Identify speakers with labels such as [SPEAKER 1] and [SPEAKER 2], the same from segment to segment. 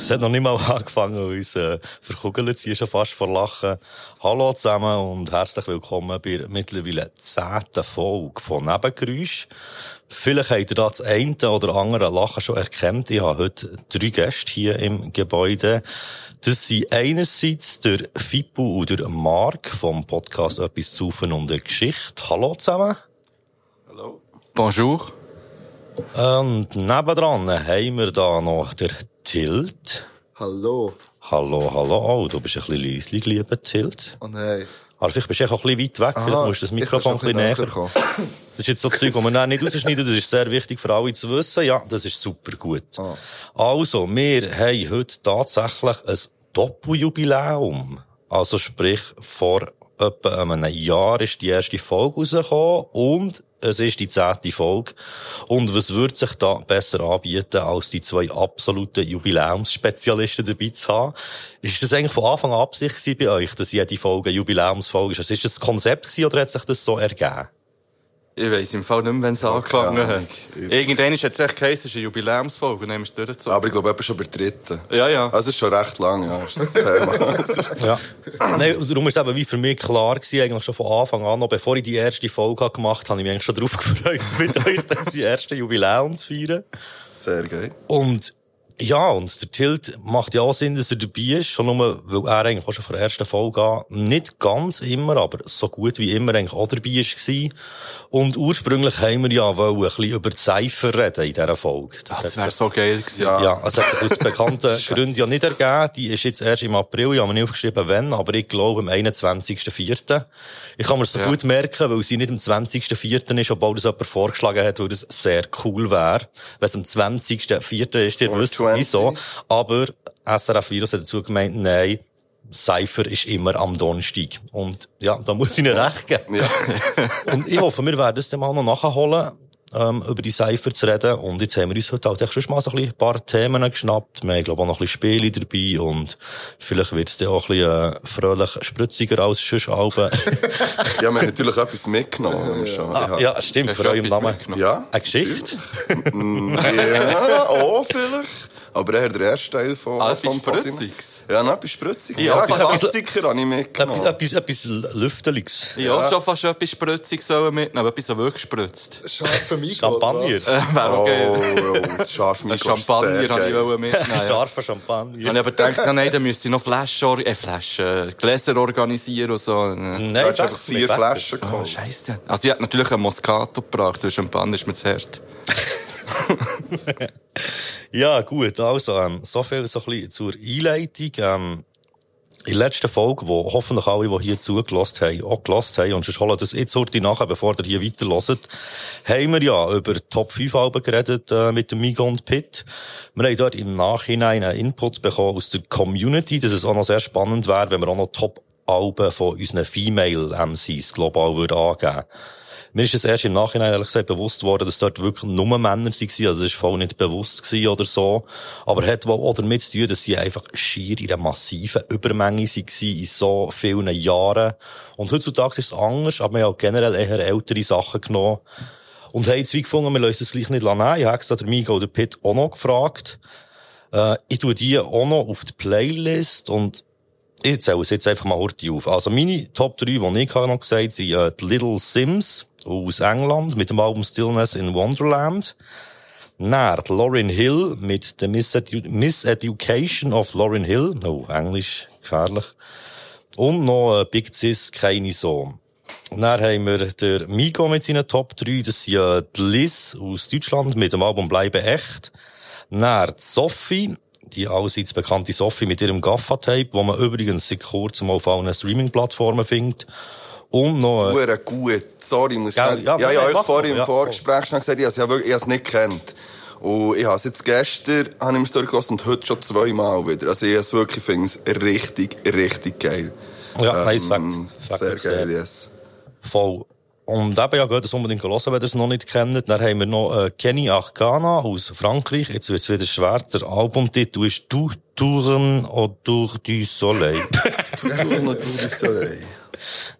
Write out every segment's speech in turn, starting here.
[SPEAKER 1] Es hat noch nicht mal angefangen, uns äh, verkugeln zu ziehen, schon fast vor Lachen. Hallo zusammen und herzlich willkommen bei der mittlerweile zehnten Folge von Nebengeräusch. Vielleicht habt ihr da das eine oder andere Lachen schon erkannt. Ich habe heute drei Gäste hier im Gebäude. Das sind einerseits der Fippo und der Mark vom Podcast «Etwas zu saufen und eine Geschichte». Hallo zusammen.
[SPEAKER 2] Bonjour.
[SPEAKER 1] Und nebendran haben wir da noch der Tilt.
[SPEAKER 3] Hallo.
[SPEAKER 1] Hallo, hallo. Oh, du bist ein bisschen leislich, lieber Tilt.
[SPEAKER 3] Oh nein. Ah,
[SPEAKER 1] Aber vielleicht bist du echt auch ein bisschen weit weg. vielleicht musst du das Mikrofon ein bisschen näher.
[SPEAKER 3] kommen.
[SPEAKER 1] Das ist jetzt so Zeug, das wir dann nicht rausschneiden. Das ist sehr wichtig für alle zu wissen. Ja, das ist super gut.
[SPEAKER 3] Ah.
[SPEAKER 1] Also, wir haben heute tatsächlich ein Doppeljubiläum. Also sprich, vor etwa einem Jahr ist die erste Folge rausgekommen und es ist die zehnte Folge. Und was würde sich da besser anbieten, als die zwei absoluten Jubiläumsspezialisten dabei zu haben? Ist das eigentlich von Anfang an Absicht gewesen bei euch, dass jede Folge eine Jubiläumsfolge ist? Also Ist das ein Konzept gewesen oder hat sich das so ergeben?
[SPEAKER 2] Ich weiss im Fall nicht mehr, wenn es angefangen
[SPEAKER 3] keine
[SPEAKER 2] hat.
[SPEAKER 3] Ahnung.
[SPEAKER 2] Irgendwann ist jetzt echt geheißen, es ist eine Jubiläumsfolge und dann haben wir es durchgezogen.
[SPEAKER 3] Aber ich glaube, etwa schon bei der dritten.
[SPEAKER 2] Ja, ja.
[SPEAKER 3] Also, es ist schon recht lang, ja, ist das Thema.
[SPEAKER 1] Ja. Nein, und darum ist es eben wie für mich klar gewesen, eigentlich schon von Anfang an, noch bevor ich die erste Folge gemacht habe, habe ich mich eigentlich schon darauf gefreut, mit euch dann die erste Jubiläum zu feiern.
[SPEAKER 3] Sehr geil.
[SPEAKER 1] Und ja, und der Tilt macht ja auch Sinn, dass er dabei ist, schon nur, weil er eigentlich auch schon von der ersten Folge an nicht ganz immer, aber so gut wie immer eigentlich auch dabei ist gewesen. Und ursprünglich haben wir ja wollen ein bisschen über die Cypher reden in dieser Folge. Das hat
[SPEAKER 2] Das wäre so geil gewesen. Ja.
[SPEAKER 1] ja, also es hat sich aus bekannten Gründen ja nicht ergeben. Die ist jetzt erst im April, ich habe mir nicht aufgeschrieben, wann, aber ich glaube am 21.04. Ich kann mir so
[SPEAKER 2] Ja.
[SPEAKER 1] gut merken, weil sie nicht am 20.04. ist, obwohl das jemand vorgeschlagen hat, weil das sehr cool wäre. Wenn es am 20.04. ist, ihr wisst
[SPEAKER 3] 420.
[SPEAKER 1] wieso. Aber SRF Virus hat dazu gemeint, nein, Cypher ist immer am Donnerstag. Und ja, da muss ich ihnen recht geben.
[SPEAKER 3] Ja.
[SPEAKER 1] Und ich hoffe, wir werden es dann mal noch nachholen, ähm, über die Cypher zu reden. Und jetzt haben wir uns heute halt echt schon mal so ein bisschen ein paar Themen geschnappt. Wir haben, glaube ich, auch noch ein bisschen Spiele dabei. Und vielleicht wird es dann auch ein bisschen äh, fröhlich spritziger als sonst Alben.
[SPEAKER 3] ja, wir haben natürlich etwas mitgenommen. haben wir Schon.
[SPEAKER 1] ah, ja, stimmt,
[SPEAKER 2] Hast
[SPEAKER 1] für
[SPEAKER 2] du
[SPEAKER 1] euren
[SPEAKER 2] etwas
[SPEAKER 1] Namen.
[SPEAKER 2] mitgenommen?
[SPEAKER 3] Ja.
[SPEAKER 1] Eine Geschichte?
[SPEAKER 3] Ja, auch vielleicht. Aber eher der erste Teil von,
[SPEAKER 2] Ah,
[SPEAKER 3] vom
[SPEAKER 2] etwas
[SPEAKER 3] Podcast.
[SPEAKER 2] Spritziges?
[SPEAKER 3] Ja, noch etwas Spritziges.
[SPEAKER 2] Ja,
[SPEAKER 3] Ja,
[SPEAKER 2] etwas-
[SPEAKER 3] Klassiker habe ich
[SPEAKER 1] Etwas,
[SPEAKER 3] mitgenommen.
[SPEAKER 1] etwas, etwas Lüfteliges.
[SPEAKER 2] Ich habe schon fast etwas spritzig sollen mitnehmen, aber etwas so wirklich spritzt.
[SPEAKER 4] Scharfe Mikro.
[SPEAKER 1] Champagner.
[SPEAKER 2] Äh, Wäre auch
[SPEAKER 3] Oh,
[SPEAKER 2] geil.
[SPEAKER 3] oh, das scharfe
[SPEAKER 2] Ein
[SPEAKER 3] Mikro ist sehr
[SPEAKER 2] Champagner habe ich
[SPEAKER 3] geil.
[SPEAKER 2] wollen mitnehmen. ja.
[SPEAKER 1] Scharfer Champagner.
[SPEAKER 2] Habe ich aber gedacht, na, nein, dann müsste ich noch Flaschen, or- äh, Flaschen, äh, Gläser organisieren und so. Nein.
[SPEAKER 1] Nein,
[SPEAKER 3] Du hast
[SPEAKER 1] Becher,
[SPEAKER 3] einfach vier
[SPEAKER 1] Becher.
[SPEAKER 3] Flaschen
[SPEAKER 2] Oh,
[SPEAKER 3] geholt.
[SPEAKER 2] Scheiße. Also, ich hätte natürlich einen Moscato gebracht, weil Champagner ist mir zu hart.
[SPEAKER 1] Ja, gut, also, ähm, so viel so ein bisschen zur Einleitung. Ähm, in der letzten Folge, wo hoffentlich alle, die hier zugelassen haben, auch gelassen haben, und sonst holen das jetzt heute nachher, bevor ihr hier weiterhört, haben wir ja über die Top 5 Alben geredet, äh, mit dem Migo und Pitt. Wir haben dort im Nachhinein einen Input bekommen aus der Community, dass es auch noch sehr spannend wäre, wenn wir auch noch Top Alben von unseren Female MCs global würde angeben mir ist es erst im Nachhinein ehrlich gesagt bewusst worden, dass dort wirklich nur Männer waren. Also es war voll nicht bewusst gewesen oder so. Aber hat wohl auch damit zu tun, dass sie einfach schier in einer massiven Übermenge waren in so vielen Jahren. Und heutzutage ist es anders, aber wir haben auch generell eher ältere Sachen genommen. Und haben jetzt wie gefunden, wir lassen es gleich nicht nehmen. Ich habe extra den Migo oder Pitt auch noch gefragt. Äh, ich tue die auch noch auf die Playlist und ich zähle es jetzt einfach mal heute auf. Also meine Top 3, die ich habe noch gesagt habe, sind äh, die Little Sims aus England mit dem Album Stillness in Wonderland. Dann die Lauryn Hill mit The Misedu Miseducation of Lauryn Hill. Oh, Englisch, gefährlich. Und noch äh, Big Sis, keine Sohn. Und dann haben wir der Migo mit seinen Top 3. Das sind äh, die Liz aus Deutschland mit dem Album Bleibe echt. Dann die Sophie, die allseits bekannte Sophie mit ihrem Gaffa-Tape, wo man übrigens seit kurzem auf allen Streaming-Plattformen findet. Und noch... Äh,
[SPEAKER 3] Hure gut. Sorry, muss ich
[SPEAKER 1] Ja,
[SPEAKER 3] ja,
[SPEAKER 1] ja,
[SPEAKER 3] ja, ja,
[SPEAKER 1] nein,
[SPEAKER 3] ich
[SPEAKER 1] mach
[SPEAKER 3] vorhin
[SPEAKER 1] doch,
[SPEAKER 3] im
[SPEAKER 1] ja,
[SPEAKER 3] Vorgespräch schon gesagt, ich habe es ja wirklich- ich habe es nicht gekannt. Und ich habe es jetzt gestern, habe ich mir durchgelassen und heute schon zweimal wieder. Also ich habe es wirklich, finde es richtig, richtig geil.
[SPEAKER 1] ja, nein, ist
[SPEAKER 3] Ähm,
[SPEAKER 1] Fakt. Fakt,
[SPEAKER 3] sehr
[SPEAKER 1] Fakt,
[SPEAKER 3] geil, yes.
[SPEAKER 1] Voll. Und eben, ja, geht es unbedingt hören, wenn ihr es noch nicht kennt. Dann haben wir noch äh, Kenny Achkana aus Frankreich. Jetzt wird's wieder schwer. Der Albumtitel ist «Du Touren autour du Soleil».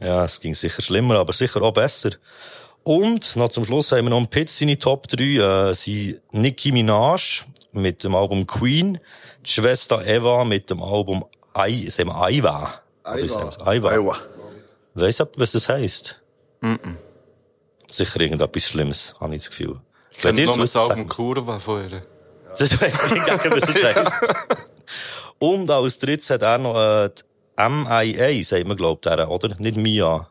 [SPEAKER 1] ja, es ging sicher schlimmer, aber sicher auch besser. Und noch zum Schluss haben wir noch einen Pitt, seine Top 3, äh, sind Nicki Minaj, mit dem Album Queen, die Schwester Eva mit dem Album I, sagen wir Iva. Oder wie sagen wir's? Iva.
[SPEAKER 3] Iowa.
[SPEAKER 1] Weiss jemand, was das heisst? Sicher irgendetwas Schlimmes, habe ich das Gefühl.
[SPEAKER 2] Ich kenne
[SPEAKER 1] Wenn ihr
[SPEAKER 2] nur
[SPEAKER 1] es
[SPEAKER 2] das
[SPEAKER 1] wisst,
[SPEAKER 2] Album
[SPEAKER 1] sagt
[SPEAKER 2] Kurva von ihr.
[SPEAKER 1] mir's. Das weiss ich gar nicht, was das heisst. Und als drittes hat er noch äh, die MIA, sagt man, glaubt er, oder? Nicht MIA.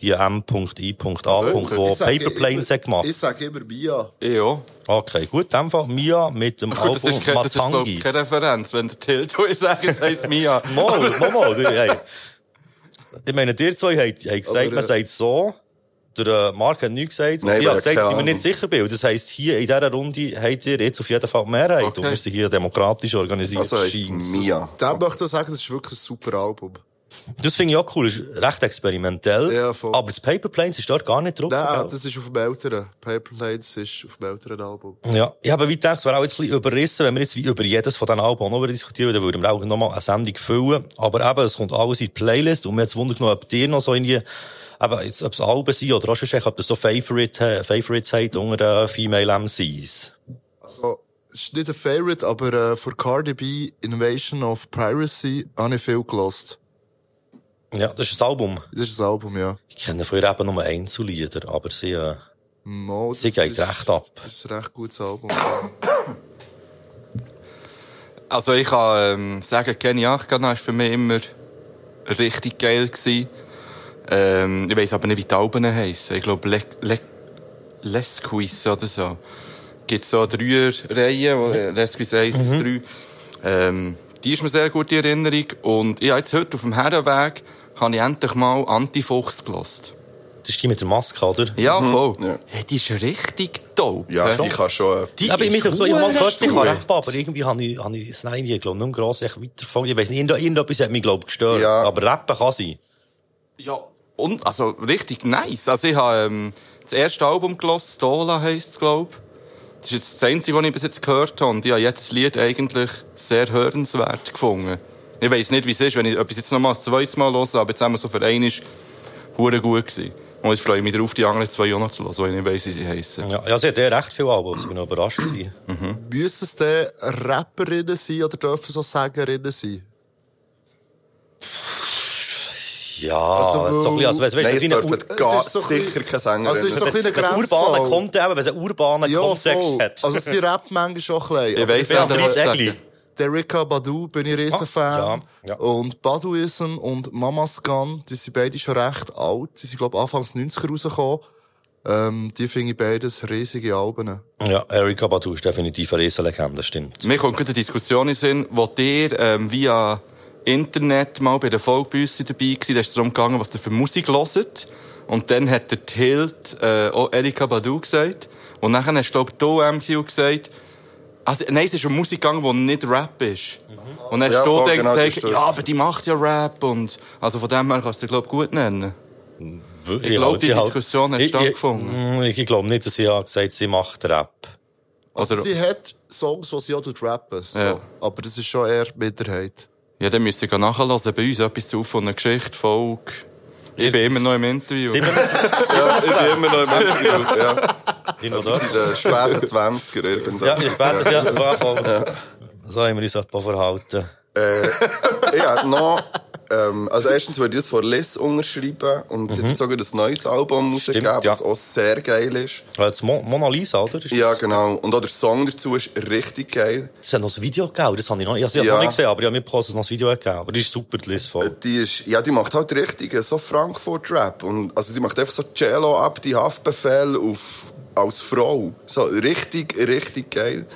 [SPEAKER 1] Die M.I.A. wo
[SPEAKER 4] Ich sage
[SPEAKER 1] Oh, Paper Planes
[SPEAKER 4] immer-
[SPEAKER 1] hat gemacht.
[SPEAKER 4] Ich sage immer Bia.
[SPEAKER 2] Ich auch.
[SPEAKER 1] Okay, gut, in dem Fall Mia mit dem
[SPEAKER 2] Gut, das
[SPEAKER 1] Album
[SPEAKER 2] ist, kein, das ist glaub,
[SPEAKER 1] Matangi.
[SPEAKER 2] ich, keine Referenz, wenn der Tilto ist, sagt, es heisst Mia.
[SPEAKER 1] Mal, mal, mal. du, Hey. Ich meine, ihr zwei habt, habt gesagt,
[SPEAKER 4] Aber, äh,
[SPEAKER 1] man sagt so. Der äh, Marc hat nichts gesagt.
[SPEAKER 3] Nein,
[SPEAKER 1] ich habe
[SPEAKER 3] aber
[SPEAKER 1] gesagt, dass ich
[SPEAKER 3] keine
[SPEAKER 1] mir
[SPEAKER 3] Ahnung.
[SPEAKER 1] nicht sicher bin. Und Das heisst, Dus hier in dieser Runde habt ihr jetzt auf jeden Fall die Mehrheit.
[SPEAKER 2] Okay.
[SPEAKER 1] Und wir sind hier demokratisch organisiert.
[SPEAKER 3] Also heisst es
[SPEAKER 1] scheint's.
[SPEAKER 3] Mia.
[SPEAKER 4] Da möchte ich sagen, das ist wirklich ein super Album.
[SPEAKER 1] Das finde ich auch cool. Ist recht experimentell.
[SPEAKER 4] Ja, voll.
[SPEAKER 1] Aber das Paper Planes ist dort gar nicht drauf.
[SPEAKER 4] Nein,
[SPEAKER 1] gell?
[SPEAKER 4] das ist auf dem älteren. Paper Planes ist auf dem älteren Album.
[SPEAKER 1] Ja, ich habe wie gedacht, es wäre auch jetzt ein bisschen überrissen, wenn wir jetzt wie über jedes von diesen Alben noch diskutieren, dann würden wir auch nochmal eine Sendung füllen. Aber eben, es kommt alles in die Playlist und mir hat es wundert genommen, ob dir noch so irgendwie, eben, jetzt, ob es Alben sind oder auch schon, ob ihr so Favorite, äh, Favorites habt unter den Female MCs.
[SPEAKER 4] Also, es ist nicht ein Favorite, aber äh, von Cardi B, Invasion of Piracy, habe ich viel gelost.
[SPEAKER 1] Ja, das ist ein Album.
[SPEAKER 4] Das ist ein Album, ja.
[SPEAKER 1] Ich kenne früher eben nur Einzellieder, aber sie, äh,
[SPEAKER 4] Mo,
[SPEAKER 1] sie
[SPEAKER 4] das
[SPEAKER 1] geht
[SPEAKER 4] ist-
[SPEAKER 1] recht ab.
[SPEAKER 4] Das ist ein recht gutes Album.
[SPEAKER 2] Also ich kann ähm, sagen, Kenny Achkana war für mich immer richtig geil. Gewesen. Ähm, ich weiß aber nicht, wie die Alben heissen. Ich glaube, Le Le Lesquis oder so. Es gibt so drei Reihen, wo- äh, Lesquis 1 bis 3. Ähm, die ist mir sehr gut in Erinnerung. Und ich habe jetzt heute auf dem Herrenweg habe ich endlich mal Antifuchs gelost.
[SPEAKER 1] Das ist die mit der Maske, oder?
[SPEAKER 2] Ja, voll.
[SPEAKER 3] Mhm. Ja.
[SPEAKER 2] Hey, die ist richtig dope.
[SPEAKER 3] Ja, ich kann schon. äh,
[SPEAKER 2] Die
[SPEAKER 1] aber ich
[SPEAKER 2] ist
[SPEAKER 1] mich doch so, ich habe mal
[SPEAKER 2] verdammt
[SPEAKER 1] gehört, ich
[SPEAKER 2] gut.
[SPEAKER 1] kann rappen, aber irgendwie habe ich, habe ich es nein, ich glaube nicht gross echt weiterverfolgt. Ich weiss nicht, irgend- irgendetwas hat mich, glaube ich, gestört.
[SPEAKER 3] Ja.
[SPEAKER 1] Aber rappen kann sie.
[SPEAKER 2] Ja, und also richtig nice. Also ich habe ähm, das erste Album gelesen, Stola heisst es, glaube Das ist jetzt das einzige, was ich bis jetzt gehört habe. Und ich habe jedes Lied eigentlich sehr hörenswert gefunden. Ich weiss nicht, wie es ist, wenn ich etwas jetzt nochmal ein zweites Mal höre, aber jetzt haben wir so für einen ist hure gut gewesen. Und ich freue mich darauf, die anderen zwei auch noch zu hören, weil ich nicht weiss, wie sie heissen.
[SPEAKER 1] Ja, ja, sie hat eh recht viel Albums. Ich bin noch überrascht. gewesen.
[SPEAKER 4] Müssen es denn Rapperinnen sein oder dürfen so Sängerinnen sein?
[SPEAKER 1] ja,
[SPEAKER 4] Also,
[SPEAKER 1] es ist so ein bisschen, also, weißt, weißt,
[SPEAKER 3] Nein,
[SPEAKER 1] weißt,
[SPEAKER 3] es dürfen
[SPEAKER 4] Ur-
[SPEAKER 3] gar
[SPEAKER 4] es ist so ein
[SPEAKER 3] sicher
[SPEAKER 4] bisschen-
[SPEAKER 3] keine Sängerin.
[SPEAKER 4] Also es ist so- ein kleiner Grenzfall.
[SPEAKER 1] urbanen Kontext, eben, wenn es einen urbanen Kontext hat.
[SPEAKER 4] Also sie rappen manchmal schon ein bisschen.
[SPEAKER 2] Ich
[SPEAKER 4] aber
[SPEAKER 2] weiss,
[SPEAKER 1] Ich bin
[SPEAKER 2] wer
[SPEAKER 1] aber
[SPEAKER 2] das
[SPEAKER 1] nicht
[SPEAKER 2] sagt.
[SPEAKER 1] Egli.
[SPEAKER 4] Derricka Badu bin ich riesen
[SPEAKER 1] Ah,
[SPEAKER 4] Fan.
[SPEAKER 1] ja, ja.
[SPEAKER 4] Und Baduism und Mama's Gun, die sind beide schon recht alt. Die sind, glaube ich, Anfangs 90er rausgekommen. Ähm, die finde ich beides riesige Alben.
[SPEAKER 1] Ja, Erika Badu ist definitiv eine Riesenlegende, das stimmt.
[SPEAKER 2] Mir kommt gerade eine Diskussion in den Sinn, wo ihr ähm, via Internet mal bei der Folge bei uns dabei war. Da ist es darum gegangen, was ihr für Musik hört. Und dann hat der Tilt äh, auch Erika Badu gesagt. Und nachher hast glaub ich, du, MQ, gesagt, also, nein, es ist um Musik gegangen, die nicht Rap ist. Und dann hast
[SPEAKER 3] Ja,
[SPEAKER 2] du
[SPEAKER 3] voll,
[SPEAKER 2] dann
[SPEAKER 3] genau, das
[SPEAKER 2] gesagt,
[SPEAKER 3] ist das.
[SPEAKER 2] ja, aber die macht ja Rap. Und, also von dem her kannst du, glaube gut nennen.
[SPEAKER 1] Ich,
[SPEAKER 2] glaub, die
[SPEAKER 1] ich halt-
[SPEAKER 2] Diskussion hat
[SPEAKER 1] ich- ich-
[SPEAKER 2] stattgefunden.
[SPEAKER 1] Ich, ich glaube nicht, dass sie hat gesagt sie macht Rap.
[SPEAKER 4] Also
[SPEAKER 2] Oder-
[SPEAKER 4] sie hat Songs, die sie auch rappen. So.
[SPEAKER 2] Ja.
[SPEAKER 4] Aber das ist schon eher Minderheit.
[SPEAKER 2] Ja, dann müsst ihr gehen nachhören bei uns etwas zu von einer Geschichte, Folge. Ich bin immer noch im Interview.
[SPEAKER 3] Ja, ich bin immer noch im Interview. Ja,
[SPEAKER 1] Hin oder?
[SPEAKER 3] in den späten 20er irgendwann.
[SPEAKER 1] Ja, ich werde es ja anfangen. So haben wir uns etwa verhalten.
[SPEAKER 3] Ich habe noch, ähm, also erstens würde ich das von Liz unterschreiben und sie hat sogar ein neues Album rausgegeben,
[SPEAKER 1] Stimmt, ja.
[SPEAKER 3] was auch sehr geil ist.
[SPEAKER 1] Äh, Das Mo Mona Lisa, oder? Ist
[SPEAKER 3] Ja,
[SPEAKER 1] das-
[SPEAKER 3] genau. Und auch der Song dazu ist richtig geil.
[SPEAKER 1] Es hat noch ein Video gegeben, das habe ich noch, also, ich habe
[SPEAKER 3] Ja.
[SPEAKER 1] noch nicht gesehen, aber ich habe mir gepostet, dass es noch ein Video gegeben Aber das ist super, die Liste voll.
[SPEAKER 3] Äh, Die ist, ja, die macht halt richtig äh, so Frankfurt-Rap. Und, also sie macht einfach so Cello ab, die Haftbefehl auf, als Frau. So richtig, richtig geil.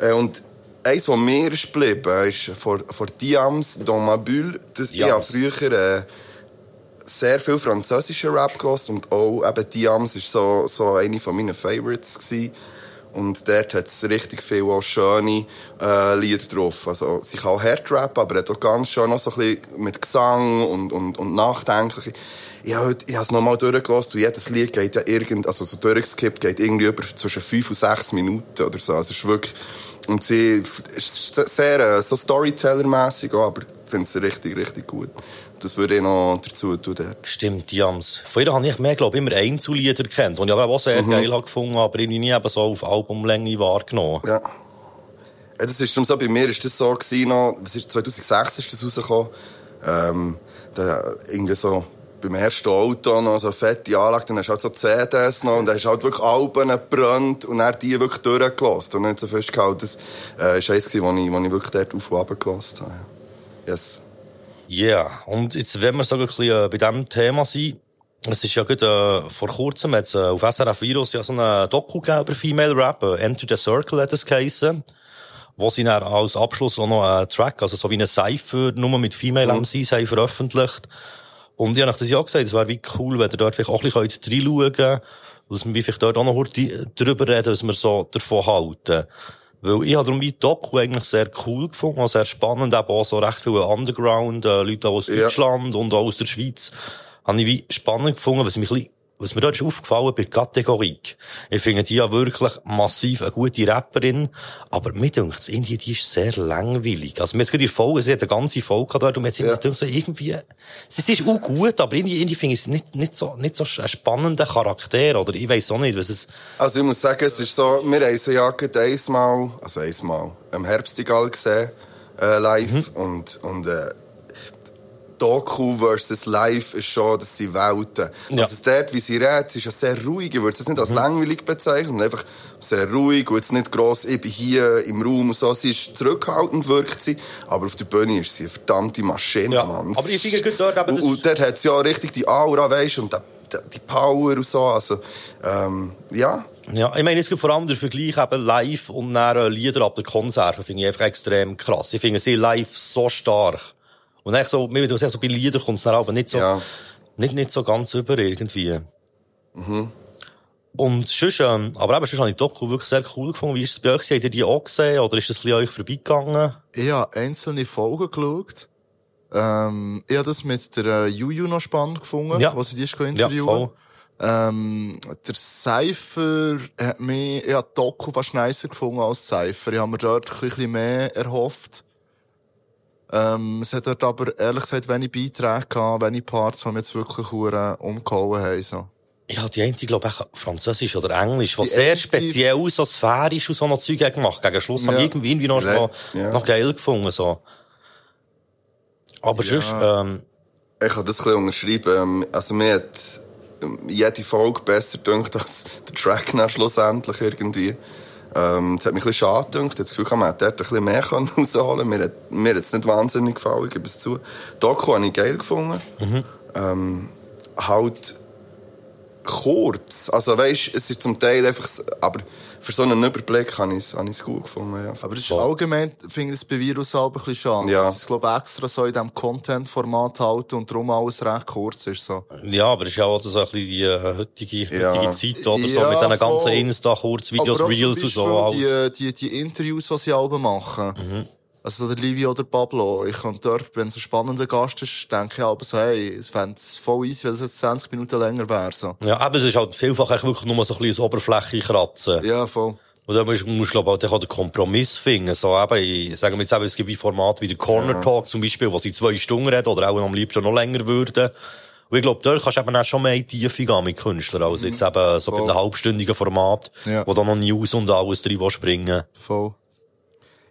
[SPEAKER 3] Äh, und eins, was mir ist geblieben, ist von, von Diams Domabül. Das, ich habe
[SPEAKER 1] Diams.
[SPEAKER 3] früher, äh, sehr viel französischen Rap gehört und auch eben Diams war so, so eine von meinen Favorites. Gewesen. Und dort hat es richtig viele auch schöne äh, Lieder drauf. Also, sie kann auch hart rappen, aber hat auch ganz schön auch so ein bisschen mit Gesang und, und, und nachdenklich. Ich habe heute- ich habe es nochmal durchgelassen und jedes Lied geht ja irgend, also so durchgeskippt, geht irgendwie über zwischen fünf und sechs Minuten oder so. Also, es ist wirklich, und sie ist sehr äh, so Storyteller-mässig auch, aber ich finde sie richtig, richtig gut. Das würde ich noch dazu tun dort.
[SPEAKER 1] Stimmt, Jams. Von ihr habe ich mehr, glaube ich, immer Einzellieder kennt, die ich aber auch sehr geil habe gefunden aber irgendwie nie eben so auf Albumlänge wahrgenommen.
[SPEAKER 3] Ja. Ja, das ist schon so, bei mir ist das so gewesen, noch, was ist, 2006 ist das rausgekommen. Ähm, da, irgendwie so, beim ersten Auto noch so eine fette Anlage, dann hast du halt so CDs noch und dann hast du halt wirklich Alben gebrannt und dann die wirklich durchgelassen und nicht so festgehalten. Das äh, ist eins gewesen, wo ich, wo ich wirklich dort auf und runter gelassen habe. Yes.
[SPEAKER 1] Ja, und jetzt, wenn wir so ein bisschen äh, bei diesem Thema sind, es ist ja gerade, äh, vor kurzem hat's, äh, auf SRF Virus ja so eine Doku gegeben über Female Rap, äh, Enter the Circle hat es geheissen, wo sie dann als Abschluss auch noch einen Track, also so wie eine Cypher, nur mit Female MCs haben veröffentlicht. Und ich habe das ja auch gesagt, es wäre wie cool, wenn ihr dort vielleicht auch ein bisschen reinschauen könnt, dass wir vielleicht dort auch noch kurz di- drüber reden, was wir so davon halten. Weil ich habe darum die Doku eigentlich sehr cool gefunden, auch sehr spannend, eben auch so recht viele Underground, äh, Leute auch aus
[SPEAKER 3] Ja.
[SPEAKER 1] Deutschland und auch aus der Schweiz, habe ich wie spannend gefunden, was mich ein bisschen was mir dort ist aufgefallen bei der Kategorie. Ich finde die ja wirklich massiv eine gute Rapperin. Aber mir denkt, in die die ist sehr langweilig. Also, mir jetzt gerade die Folge, sie hat eine ganze Folge gehabt dort und mir hat
[SPEAKER 3] Ja.
[SPEAKER 1] gedacht, so Also irgendwie, sie ist auch gut, aber irgendwie, irgendwie finde ich es nicht, nicht so, nicht so ein spannender Charakter, oder ich weiß auch nicht, was es,
[SPEAKER 3] Also ich muss sagen, es ist so, wir haben sie ja gerade einmal, also einmal, im Herbst egal gesehen, äh, live. Und, und äh, Doku versus Live ist schon, das sind Welten.
[SPEAKER 1] Ja.
[SPEAKER 3] Also dort, wie sie redet, sie ist ja sehr ruhig. Ich würde es jetzt nicht als langweilig bezeichnen, sondern einfach sehr ruhig und jetzt nicht gross, ich bin hier im Raum und so. Sie ist zurückhaltend, wirkt sie. Aber auf der Bühne ist sie eine verdammte Maschine,
[SPEAKER 1] Ja,
[SPEAKER 3] Mann.
[SPEAKER 1] aber ich finde gerade dort eben,
[SPEAKER 3] Und,
[SPEAKER 1] das
[SPEAKER 3] und dort hat sie ja richtig die Aura, weißt du, und die, die Power und so. Also, ähm, ja.
[SPEAKER 1] ja, ich meine, es gibt vor allem den Vergleich eben live und dann äh, Lieder ab der Konserve, finde ich einfach extrem krass. Ich finde sie live so stark. Und eigentlich so, mir würde ich sagen, so bei Liedern kommt es dann aber nicht so,
[SPEAKER 3] Ja.
[SPEAKER 1] nicht, nicht so ganz über irgendwie. Und sonst, ähm, aber eben, sonst habe ich die Doku wirklich sehr cool gefunden. Wie ist es bei euch? Habt ihr die auch gesehen? Oder ist das ein bisschen an euch vorbeigegangen?
[SPEAKER 4] Ich habe einzelne Folgen geschaut. Ähm, ich habe das mit der äh, Juju noch spannend gefunden,
[SPEAKER 1] Ja.
[SPEAKER 4] was sie die ist
[SPEAKER 1] Ja,
[SPEAKER 4] interviewen.
[SPEAKER 1] voll.
[SPEAKER 4] Ähm, der Cypher hat mich, ich habe die Doku fast nicer gefunden als Cypher. Ich habe mir dort ein bisschen mehr erhofft. Ähm, es hat dort aber ehrlich gesagt wenig Beiträge gehabt, wenig Parts, die mich jetzt wirklich hure umgehauen haben. So.
[SPEAKER 1] Ja, die eine, glaube ich, Französisch oder Englisch, was
[SPEAKER 4] Die
[SPEAKER 1] sehr
[SPEAKER 4] eine-
[SPEAKER 1] speziell, so sphärisch und so noch Zeug hat gemacht. Gegen Schluss
[SPEAKER 4] Ja.
[SPEAKER 1] habe ich irgendwie, irgendwie noch,
[SPEAKER 3] Le-
[SPEAKER 1] noch,
[SPEAKER 3] ja.
[SPEAKER 1] noch geil gefunden, so. Aber sonst, ähm,
[SPEAKER 3] Ich kann das ein bisschen unterschreiben. Ähm, Also mir hat ähm, jede Folge besser gedacht als der Track dann schlussendlich irgendwie. Ähm, das hat mich ein bisschen schade gedacht. Ich habe das Gefühl, man hätte dort ein bisschen mehr können rausholen können. Mir hat, mir hat es nicht wahnsinnig gefallen, ich gebe es zu. Die Doku habe ich geil gefunden. Ähm, halt kurz. Also weisst, es ist zum Teil einfach... s- Aber für so einen Überblick habe ich es, habe ich es gut gefunden. Ja.
[SPEAKER 4] Aber das ist
[SPEAKER 1] Voll.
[SPEAKER 4] allgemein, finde ich, das bei Virus auch ein bisschen schade.
[SPEAKER 3] Ja.
[SPEAKER 4] dass sie Es glaube ich, extra so in diesem Content-Format halten und darum alles recht kurz ist. So.
[SPEAKER 1] ja, aber es ist ja auch so ein bisschen die äh, heutige,
[SPEAKER 3] Ja.
[SPEAKER 1] heutige Zeit, oder so,
[SPEAKER 4] Ja,
[SPEAKER 1] mit diesen ganzen
[SPEAKER 4] voll.
[SPEAKER 1] Insta-Kurzvideos,
[SPEAKER 4] Aber auch
[SPEAKER 1] Reels
[SPEAKER 4] zum
[SPEAKER 1] und so.
[SPEAKER 4] Beispiel
[SPEAKER 1] alles. Mhm.
[SPEAKER 4] Die, die, die Interviews, die sie alle machen. Also der Livio oder Pablo. Ich kann dort, wenn es ein spannender Gast ist, denke ich aber so, hey, es fände es voll easy, wenn es jetzt 20 Minuten länger wäre. So.
[SPEAKER 1] Ja, aber es ist halt vielfach echt wirklich nur so ein bisschen Oberfläche kratzen.
[SPEAKER 4] Ja, voll.
[SPEAKER 1] Und dann musst, musst glaube ich, halt auch den Kompromiss finden. So eben, ich, sagen wir jetzt eben, es gibt wie Formate wie der Corner Talk zum Beispiel, wo sie zwei Stunden reden oder auch am liebsten noch länger würden. Und ich glaube, dort kannst du eben auch schon mehr in die Tiefe gehen mit Künstlern, als jetzt eben so bei einem halbstündigen Format,
[SPEAKER 4] Mhm. Ja.
[SPEAKER 1] wo dann noch News und alles drin Also, will springen
[SPEAKER 4] voll.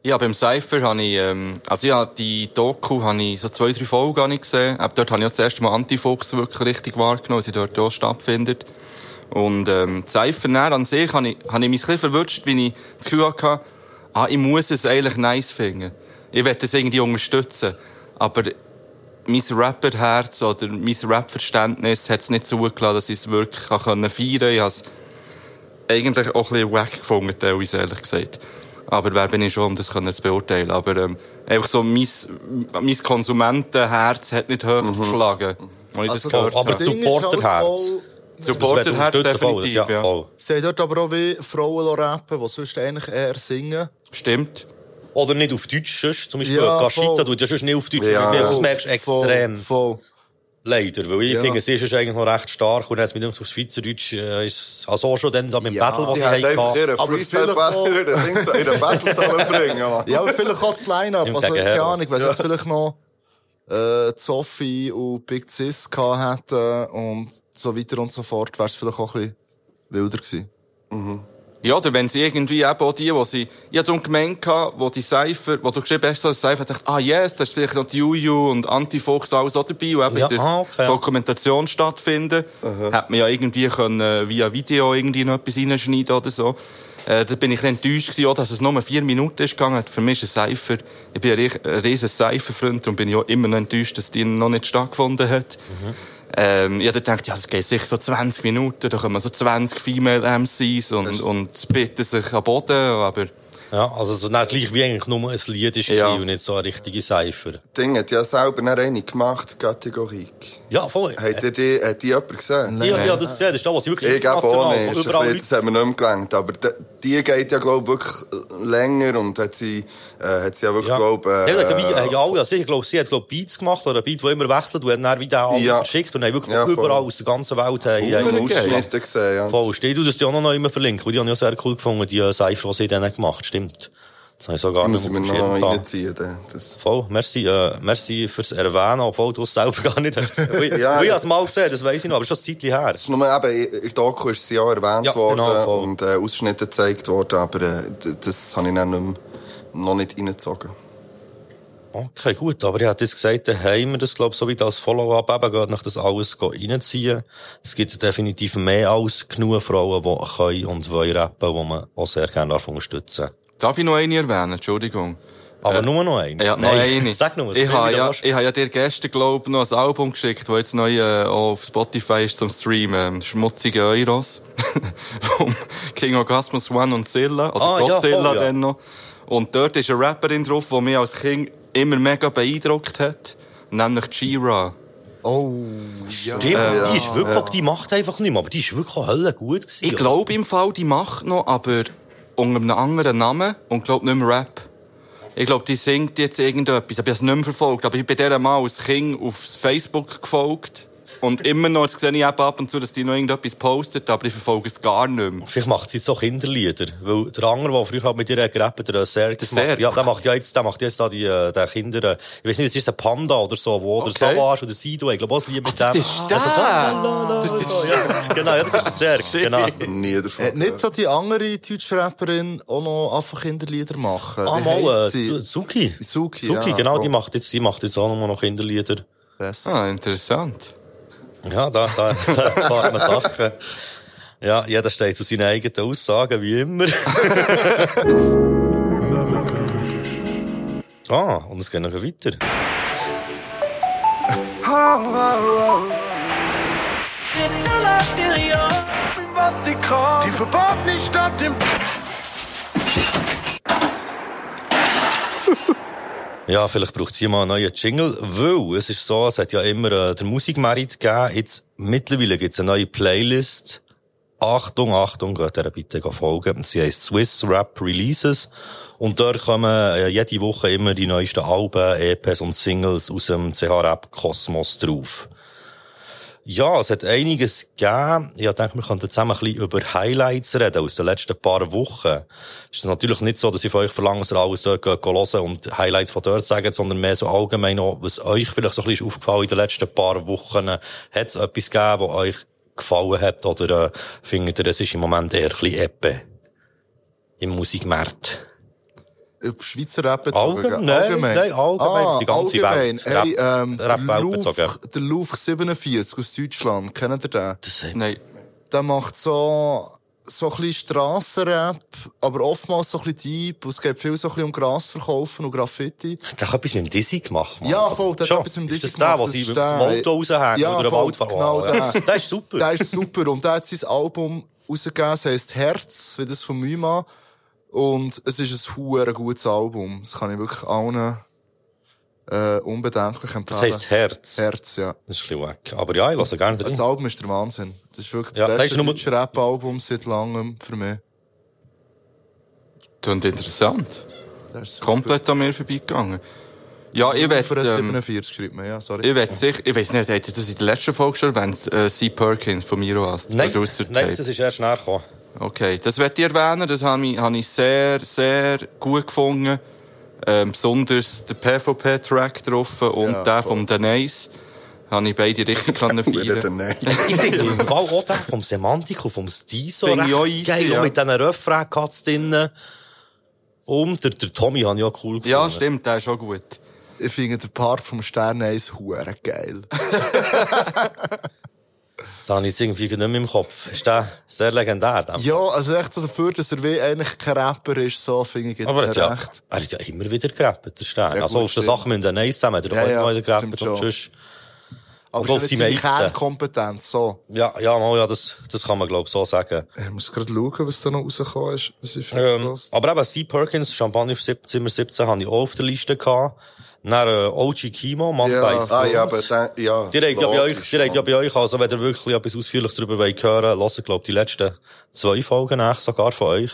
[SPEAKER 2] Ja, beim Cypher habe ich, ähm, also ja, die Doku habe ich so zwei, drei Folgen habe ich gesehen. Ab dort habe ich auch das erste Mal Antifuchs wirklich richtig wahrgenommen, sie dort auch stattfindet. Und, ähm, die Cypher näher an sich habe ich, habe ich mich ein bisschen verwünscht, wie ich das Gefühl hatte, ah, ich muss es eigentlich nice finden. Ich werde es irgendwie unterstützen. Aber mein Rapperherz oder mein Rap-Verständnis hat es nicht zugelassen, dass ich es wirklich kann können feiern konnte. Ich habe es eigentlich auch ein bisschen wack gefunden, teilweise, ehrlich gesagt. Aber wer bin ich schon, um das können zu beurteilen? Aber ähm, einfach so, mein, mein Konsumentenherz hat nicht höher geschlagen, als ich
[SPEAKER 4] Also,
[SPEAKER 2] das gehört
[SPEAKER 1] Mhm. Also, aber
[SPEAKER 2] habe.
[SPEAKER 1] das Supporterherz.
[SPEAKER 2] Supporterherz
[SPEAKER 1] unterstützen, voll, das-
[SPEAKER 2] definitiv,
[SPEAKER 1] ja,
[SPEAKER 2] ja.
[SPEAKER 1] voll.
[SPEAKER 4] halt Sie haben dort aber auch wie Frauen lassen rappen, die sonst eigentlich eher singen.
[SPEAKER 2] Stimmt.
[SPEAKER 1] Oder nicht auf Deutsch, sonst, zum Beispiel,
[SPEAKER 4] Ja,
[SPEAKER 1] Gashita
[SPEAKER 4] voll.
[SPEAKER 1] tut ja sonst nicht auf Deutsch,
[SPEAKER 3] Ja.
[SPEAKER 1] ja, das merkst du extrem.
[SPEAKER 4] Voll. voll.
[SPEAKER 1] Leider, weil ich
[SPEAKER 4] Ja.
[SPEAKER 1] finde, sie ist eigentlich noch recht stark und jetzt mit uns auf Schweizerdeutsch, äh, ist es also auch schon dann da mit dem
[SPEAKER 4] Ja,
[SPEAKER 1] Battle, was
[SPEAKER 3] Sie
[SPEAKER 1] sie
[SPEAKER 3] haben einfach
[SPEAKER 1] hatten.
[SPEAKER 3] ihren
[SPEAKER 4] Aber
[SPEAKER 3] Freestyle-Battle, ihren Dings- ihren Battle sollen bringen. Mann.
[SPEAKER 4] Ja, aber vielleicht auch das Line-Up.
[SPEAKER 1] Im
[SPEAKER 4] Also, keine
[SPEAKER 1] Gegenteil.
[SPEAKER 4] Ahnung, wenn jetzt vielleicht noch äh, die Sophie und Big Sis gehabt hätten und so weiter und so fort, wäre es vielleicht auch ein bisschen wilder gewesen.
[SPEAKER 2] Ja, oder wenn sie irgendwie eben auch die, die sie... Ich habe gemeint, gehabt, wo die Cypher, wo du geschrieben hast, so eine Cypher, dachte ah yes, da ist vielleicht noch die Juju und Antifuchs, alles auch dabei, und eben
[SPEAKER 1] Ja,
[SPEAKER 2] in der
[SPEAKER 1] ah, okay.
[SPEAKER 2] Dokumentation stattfinden. Hätte man ja irgendwie können, äh, via Video irgendwie noch etwas reinschneiden oder so. Äh, da bin ich dann enttäuscht gewesen, auch, dass es nur vier Minuten ist gegangen. Für mich ist ein Cypher, ich bin ein ri- ein riesen Cypher-Freund und bin ja immer noch enttäuscht, dass die noch nicht stattgefunden hat. Ähm, ich hab dann gedacht, ja, das geht sicher so 20 Minuten, da kommen so 20 Female MCs und, und bitten sich am Boden, aber
[SPEAKER 1] Ja, also so nicht gleich wie eigentlich nur ein Lied ist
[SPEAKER 2] Ja.
[SPEAKER 1] ja. und nicht so eine richtige Cypher.
[SPEAKER 3] Ding hat ja selber noch eine gemacht, Kategorie.
[SPEAKER 1] Ja, voll.
[SPEAKER 3] Hat ihr die, hat die jemand gesehen?
[SPEAKER 1] Ja, ja, das gesehen, das ist das, was ich wirklich
[SPEAKER 3] Ich glaube auch
[SPEAKER 1] international
[SPEAKER 3] nicht. Das, ist ein
[SPEAKER 1] überall
[SPEAKER 3] bisschen- das haben wir nicht mehr gelernt. Aber die, die geht ja, glaube ich, wirklich länger und hat sie, äh, hat sie ja wirklich,
[SPEAKER 1] Ja.
[SPEAKER 3] glaube
[SPEAKER 1] Ja,
[SPEAKER 3] ich,
[SPEAKER 1] weil die-
[SPEAKER 3] äh,
[SPEAKER 1] haben ja alle, also ich glaube, sie hat glaub, Beats gemacht oder einen Beat, der immer wechselt und hat dann wieder einen
[SPEAKER 3] Ja.
[SPEAKER 1] ja. geschickt und haben wirklich
[SPEAKER 3] Ja,
[SPEAKER 1] von
[SPEAKER 3] voll.
[SPEAKER 1] überall aus der ganzen Welt haben,
[SPEAKER 3] äh,
[SPEAKER 1] haben
[SPEAKER 2] Huren geil.
[SPEAKER 3] Ausschnitte gesehen. Ja.
[SPEAKER 1] voll. Steht du das die auch noch immer verlinkt? Weil die haben ja sehr cool gefunden, die äh, Cypher, die sie dann gemacht stimmt. Das habe ich so gar
[SPEAKER 3] Die
[SPEAKER 1] nicht
[SPEAKER 3] müssen wir
[SPEAKER 1] mehr auf dem
[SPEAKER 3] noch
[SPEAKER 1] Schirm gehabt.
[SPEAKER 3] reinziehen. dann. Das,
[SPEAKER 1] Voll, merci, äh, merci fürs Erwähnen, obwohl du es selber gar nicht hast. Wie
[SPEAKER 3] Ja,
[SPEAKER 1] ja, ich
[SPEAKER 3] ja.
[SPEAKER 1] es mal gesehen, das weiss ich noch, aber schon ein Zeitchen her.
[SPEAKER 3] das ist nur eben, in der Doku ist sie ja erwähnt
[SPEAKER 1] Ja,
[SPEAKER 3] worden
[SPEAKER 1] genau, voll.
[SPEAKER 3] und äh, Ausschnitte gezeigt worden, aber äh, d- das habe ich dann nicht mehr, noch nicht reingezogen.
[SPEAKER 1] Okay, gut, aber ich hätte jetzt gesagt, dann haben wir das, glaube ich, so wie das Follow-up eben geht, nach das alles gehen reinziehen. Es gibt definitiv mehr als genug Frauen, die können und wollen rappen, die man auch sehr gerne darf unterstützen
[SPEAKER 2] darf ich noch eine erwähnen? Entschuldigung.
[SPEAKER 1] Aber nur noch eine.
[SPEAKER 2] Äh, Ja, noch eine.
[SPEAKER 1] Sag nur, was
[SPEAKER 2] ich
[SPEAKER 1] du
[SPEAKER 2] habe
[SPEAKER 1] wieder
[SPEAKER 2] ja,
[SPEAKER 1] machst.
[SPEAKER 2] ich habe ja dir gestern, glaube ich, noch ein Album geschickt, das jetzt neu äh, auch auf Spotify ist zum Streamen. Ähm, Schmutzige Euros. Vom King Orgasmus One und Zilla. Oder
[SPEAKER 1] Ah, ja,
[SPEAKER 2] Godzilla
[SPEAKER 1] voll, ja.
[SPEAKER 2] dann noch. Und dort ist eine Rapperin drauf, die mich als Kind immer mega beeindruckt hat. Nämlich G-Ra.
[SPEAKER 4] Oh.
[SPEAKER 1] Stimmt,
[SPEAKER 3] Ja,
[SPEAKER 1] die ist wirklich, die macht einfach nicht mehr, aber die ist wirklich höllen gut gewesen.
[SPEAKER 2] Ich glaube im Fall, die macht noch, aber unter einem anderen Namen und glaube nicht mehr Rap. Ich glaube, die singt jetzt irgendetwas. Aber ich habe es nicht mehr verfolgt. Aber ich bin dieser Mal als Kind auf Facebook gefolgt. Und immer noch, jetzt sehe ich eben ab und zu, dass die noch irgendetwas postet, aber ich verfolge es gar nicht mehr.
[SPEAKER 1] Vielleicht macht sie jetzt auch Kinderlieder. Weil der andere, der früher halt mit ihr gerappt hat, der Serg,
[SPEAKER 2] Der
[SPEAKER 1] macht,
[SPEAKER 2] Serg.
[SPEAKER 1] ja, der macht ja jetzt, der macht jetzt da die, äh, den Kinder, äh, ich weiß nicht, es ist ein Panda oder so, wo, oder
[SPEAKER 2] Okay. Ah,
[SPEAKER 1] Savage oder Sido, ich glaube auch ein Lied mit
[SPEAKER 2] Das
[SPEAKER 1] dem. Also,
[SPEAKER 2] ist der!
[SPEAKER 1] Genau, ja, das ist der Serg, genau.
[SPEAKER 3] Nie davon.
[SPEAKER 4] Hat nicht so die andere deutsche Rapperin auch noch einfach Kinderlieder machen?
[SPEAKER 1] Ah,
[SPEAKER 4] Wie
[SPEAKER 1] mal, äh,
[SPEAKER 4] heisst sie?
[SPEAKER 1] Zu- Zuki.
[SPEAKER 4] Suki,
[SPEAKER 1] Zuki,
[SPEAKER 4] ja,
[SPEAKER 1] genau,
[SPEAKER 4] voll.
[SPEAKER 1] die macht jetzt, die macht jetzt auch nochmal noch Kinderlieder.
[SPEAKER 4] Das.
[SPEAKER 2] Ah, interessant.
[SPEAKER 1] Ja, da, da, da erfahrt man Sachen. Ja, jeder steht zu seinen eigenen Aussagen, wie immer. ah, und es geht noch weiter.
[SPEAKER 5] Die verbotene Stadt im
[SPEAKER 1] Ja, vielleicht braucht es hier mal einen neuen Jingle, weil es ist so, es hat ja immer äh, den Musikmerit gegeben. Jetzt, mittlerweile gibt es eine neue Playlist. Achtung, Achtung, geht der bitte folgen. Sie heisst Swiss Rap Releases. Und dort kommen äh, jede Woche immer die neuesten Alben, EPs und Singles aus dem CH-Rap-Kosmos drauf. Ja, es hat einiges gegeben. Ich denke, wir könnten zusammen ein bisschen über Highlights reden aus den letzten paar Wochen. Es ist natürlich nicht so, dass ich von euch verlange, dass ihr alles dort geht hören und Highlights von dort sagen, sondern mehr so allgemein auch, was euch vielleicht so ein bisschen ist aufgefallen in den letzten paar Wochen. Hat es etwas gegeben, was euch gefallen hat oder äh, findet ihr, es ist im Moment eher ein bisschen eppe im Musikmarkt?
[SPEAKER 4] Auf Schweizer Rap
[SPEAKER 1] Allgemein, nein, allgemein,
[SPEAKER 4] Ah,
[SPEAKER 1] die ganze
[SPEAKER 4] allgemein.
[SPEAKER 1] Welt.
[SPEAKER 4] Hey,
[SPEAKER 1] Rap-
[SPEAKER 4] ähm,
[SPEAKER 1] Rap-Welt
[SPEAKER 4] Lauf-
[SPEAKER 1] bezogen.
[SPEAKER 4] der Lauf 47 aus Deutschland, kennt ihr den?
[SPEAKER 1] Das ist
[SPEAKER 2] Nein.
[SPEAKER 4] Der macht so, so ein bisschen Strassenrap, aber oftmals so ein bisschen deep. Und es geht viel so ein bisschen um Gras verkaufen und Graffiti.
[SPEAKER 1] Hat doch etwas mit dem Dizzy gemacht, Mann.
[SPEAKER 4] Ja, voll, der hat
[SPEAKER 1] Schon.
[SPEAKER 4] etwas mit dem Dizzy
[SPEAKER 1] Ist das
[SPEAKER 4] gemacht,
[SPEAKER 1] der, wo
[SPEAKER 4] das
[SPEAKER 1] sie
[SPEAKER 4] ist
[SPEAKER 1] mit dem
[SPEAKER 4] der.
[SPEAKER 1] Auto raushängen
[SPEAKER 4] Ja,
[SPEAKER 1] oder einen
[SPEAKER 4] voll,
[SPEAKER 1] Wald fahren?
[SPEAKER 4] genau
[SPEAKER 1] ja.
[SPEAKER 4] der.
[SPEAKER 1] Der ist super.
[SPEAKER 4] Der ist super. Und der hat sein Album rausgegeben, es heisst Herz, wie das von Müma. Und es ist ein huere gutes Album. Das kann ich wirklich allen, äh, unbedenklich
[SPEAKER 1] das
[SPEAKER 4] empfehlen.
[SPEAKER 1] heisst Herz.
[SPEAKER 4] Herz, ja.
[SPEAKER 1] Das ist ein bisschen wack. Aber ja, ich lasse gerne
[SPEAKER 4] Das
[SPEAKER 1] drin.
[SPEAKER 4] Album ist der Wahnsinn. Das ist wirklich das
[SPEAKER 1] Ja,
[SPEAKER 4] beste
[SPEAKER 1] das ist nur-
[SPEAKER 4] deutsche Rap-Album seit langem für mich.
[SPEAKER 2] Klingt interessant.
[SPEAKER 4] Das ist
[SPEAKER 2] Komplett an mir vorbeigegangen. Ja, ich
[SPEAKER 4] super.
[SPEAKER 2] werde...
[SPEAKER 4] Für einen
[SPEAKER 2] Ähm,
[SPEAKER 4] 47 schreibt man, ja, sorry.
[SPEAKER 2] Ich weiß sicher, ich weiß nicht, hätte das in der letzten Folge schon erwähnt, äh, C. Perkins vom Miroas, das
[SPEAKER 1] Nein, nein,
[SPEAKER 2] Producer-Tape.
[SPEAKER 1] das ist erst nachher gekommen.
[SPEAKER 2] Okay, das werde ich erwähnen, das habe ich, habe ich sehr, sehr gut gefunden. Ähm, besonders der PvP-Track drauf und
[SPEAKER 4] Ja,
[SPEAKER 2] der vom Denise. Habe ich beide richtig können
[SPEAKER 3] Huere der
[SPEAKER 2] feiern.
[SPEAKER 3] Nein.
[SPEAKER 1] Ich finde im Fall auch den vom Semantik und vom Stil so
[SPEAKER 2] Finde ich auch
[SPEAKER 1] recht
[SPEAKER 2] easy,
[SPEAKER 1] geil.
[SPEAKER 2] ja.
[SPEAKER 1] Auch mit diesen Refrain-Cuts drinnen. Und der, der Tommy habe ich auch cool gefunden.
[SPEAKER 2] Ja, stimmt, der ist auch gut.
[SPEAKER 4] Ich finde den Part vom Sterneis hure geil.
[SPEAKER 1] Das habe ich jetzt irgendwie nicht mehr im Kopf. Ist der sehr legendär. der?
[SPEAKER 4] ja, also echt so dafür, dass er wie eigentlich kein Rapper ist, so finde ich
[SPEAKER 1] Aber er
[SPEAKER 4] er
[SPEAKER 1] hat, ja,
[SPEAKER 4] recht.
[SPEAKER 1] er hat ja immer wieder gerappt, der Stern.
[SPEAKER 4] Ja,
[SPEAKER 1] also
[SPEAKER 4] gut,
[SPEAKER 1] auf der
[SPEAKER 4] stimmt.
[SPEAKER 1] Sache mit den Neis zusammen hat er
[SPEAKER 4] Ja,
[SPEAKER 1] auch immer
[SPEAKER 4] ja,
[SPEAKER 1] wieder gerappt.
[SPEAKER 4] stimmt
[SPEAKER 1] Und
[SPEAKER 4] schon.
[SPEAKER 1] sonst,
[SPEAKER 4] Aber
[SPEAKER 1] glaub,
[SPEAKER 4] ich
[SPEAKER 1] sie
[SPEAKER 4] finde, seine
[SPEAKER 1] meisten.
[SPEAKER 4] Kernkompetenz, so.
[SPEAKER 1] ja, ja, mal, ja, das, das kann man, glaube ich, so sagen.
[SPEAKER 4] Ich muss gerade schauen, was da noch rausgekommen ist, was ich
[SPEAKER 1] Ähm, aber eben, Steve Perkins, Champagner für Sieb- Zimmer 17, habe ich auch auf der Liste gehabt. Dann äh, OG Kimo, Mann
[SPEAKER 4] Ja,
[SPEAKER 1] bei
[SPEAKER 3] Ah ja, aber der, ja.
[SPEAKER 1] Die regt ja bei euch,
[SPEAKER 3] logisch,
[SPEAKER 1] die regt ja
[SPEAKER 3] Mann.
[SPEAKER 1] bei euch, also wenn ihr wirklich etwas ausführlich darüber wollt hören wollt, hört, glaube die letzten zwei Folgen nach sogar von euch.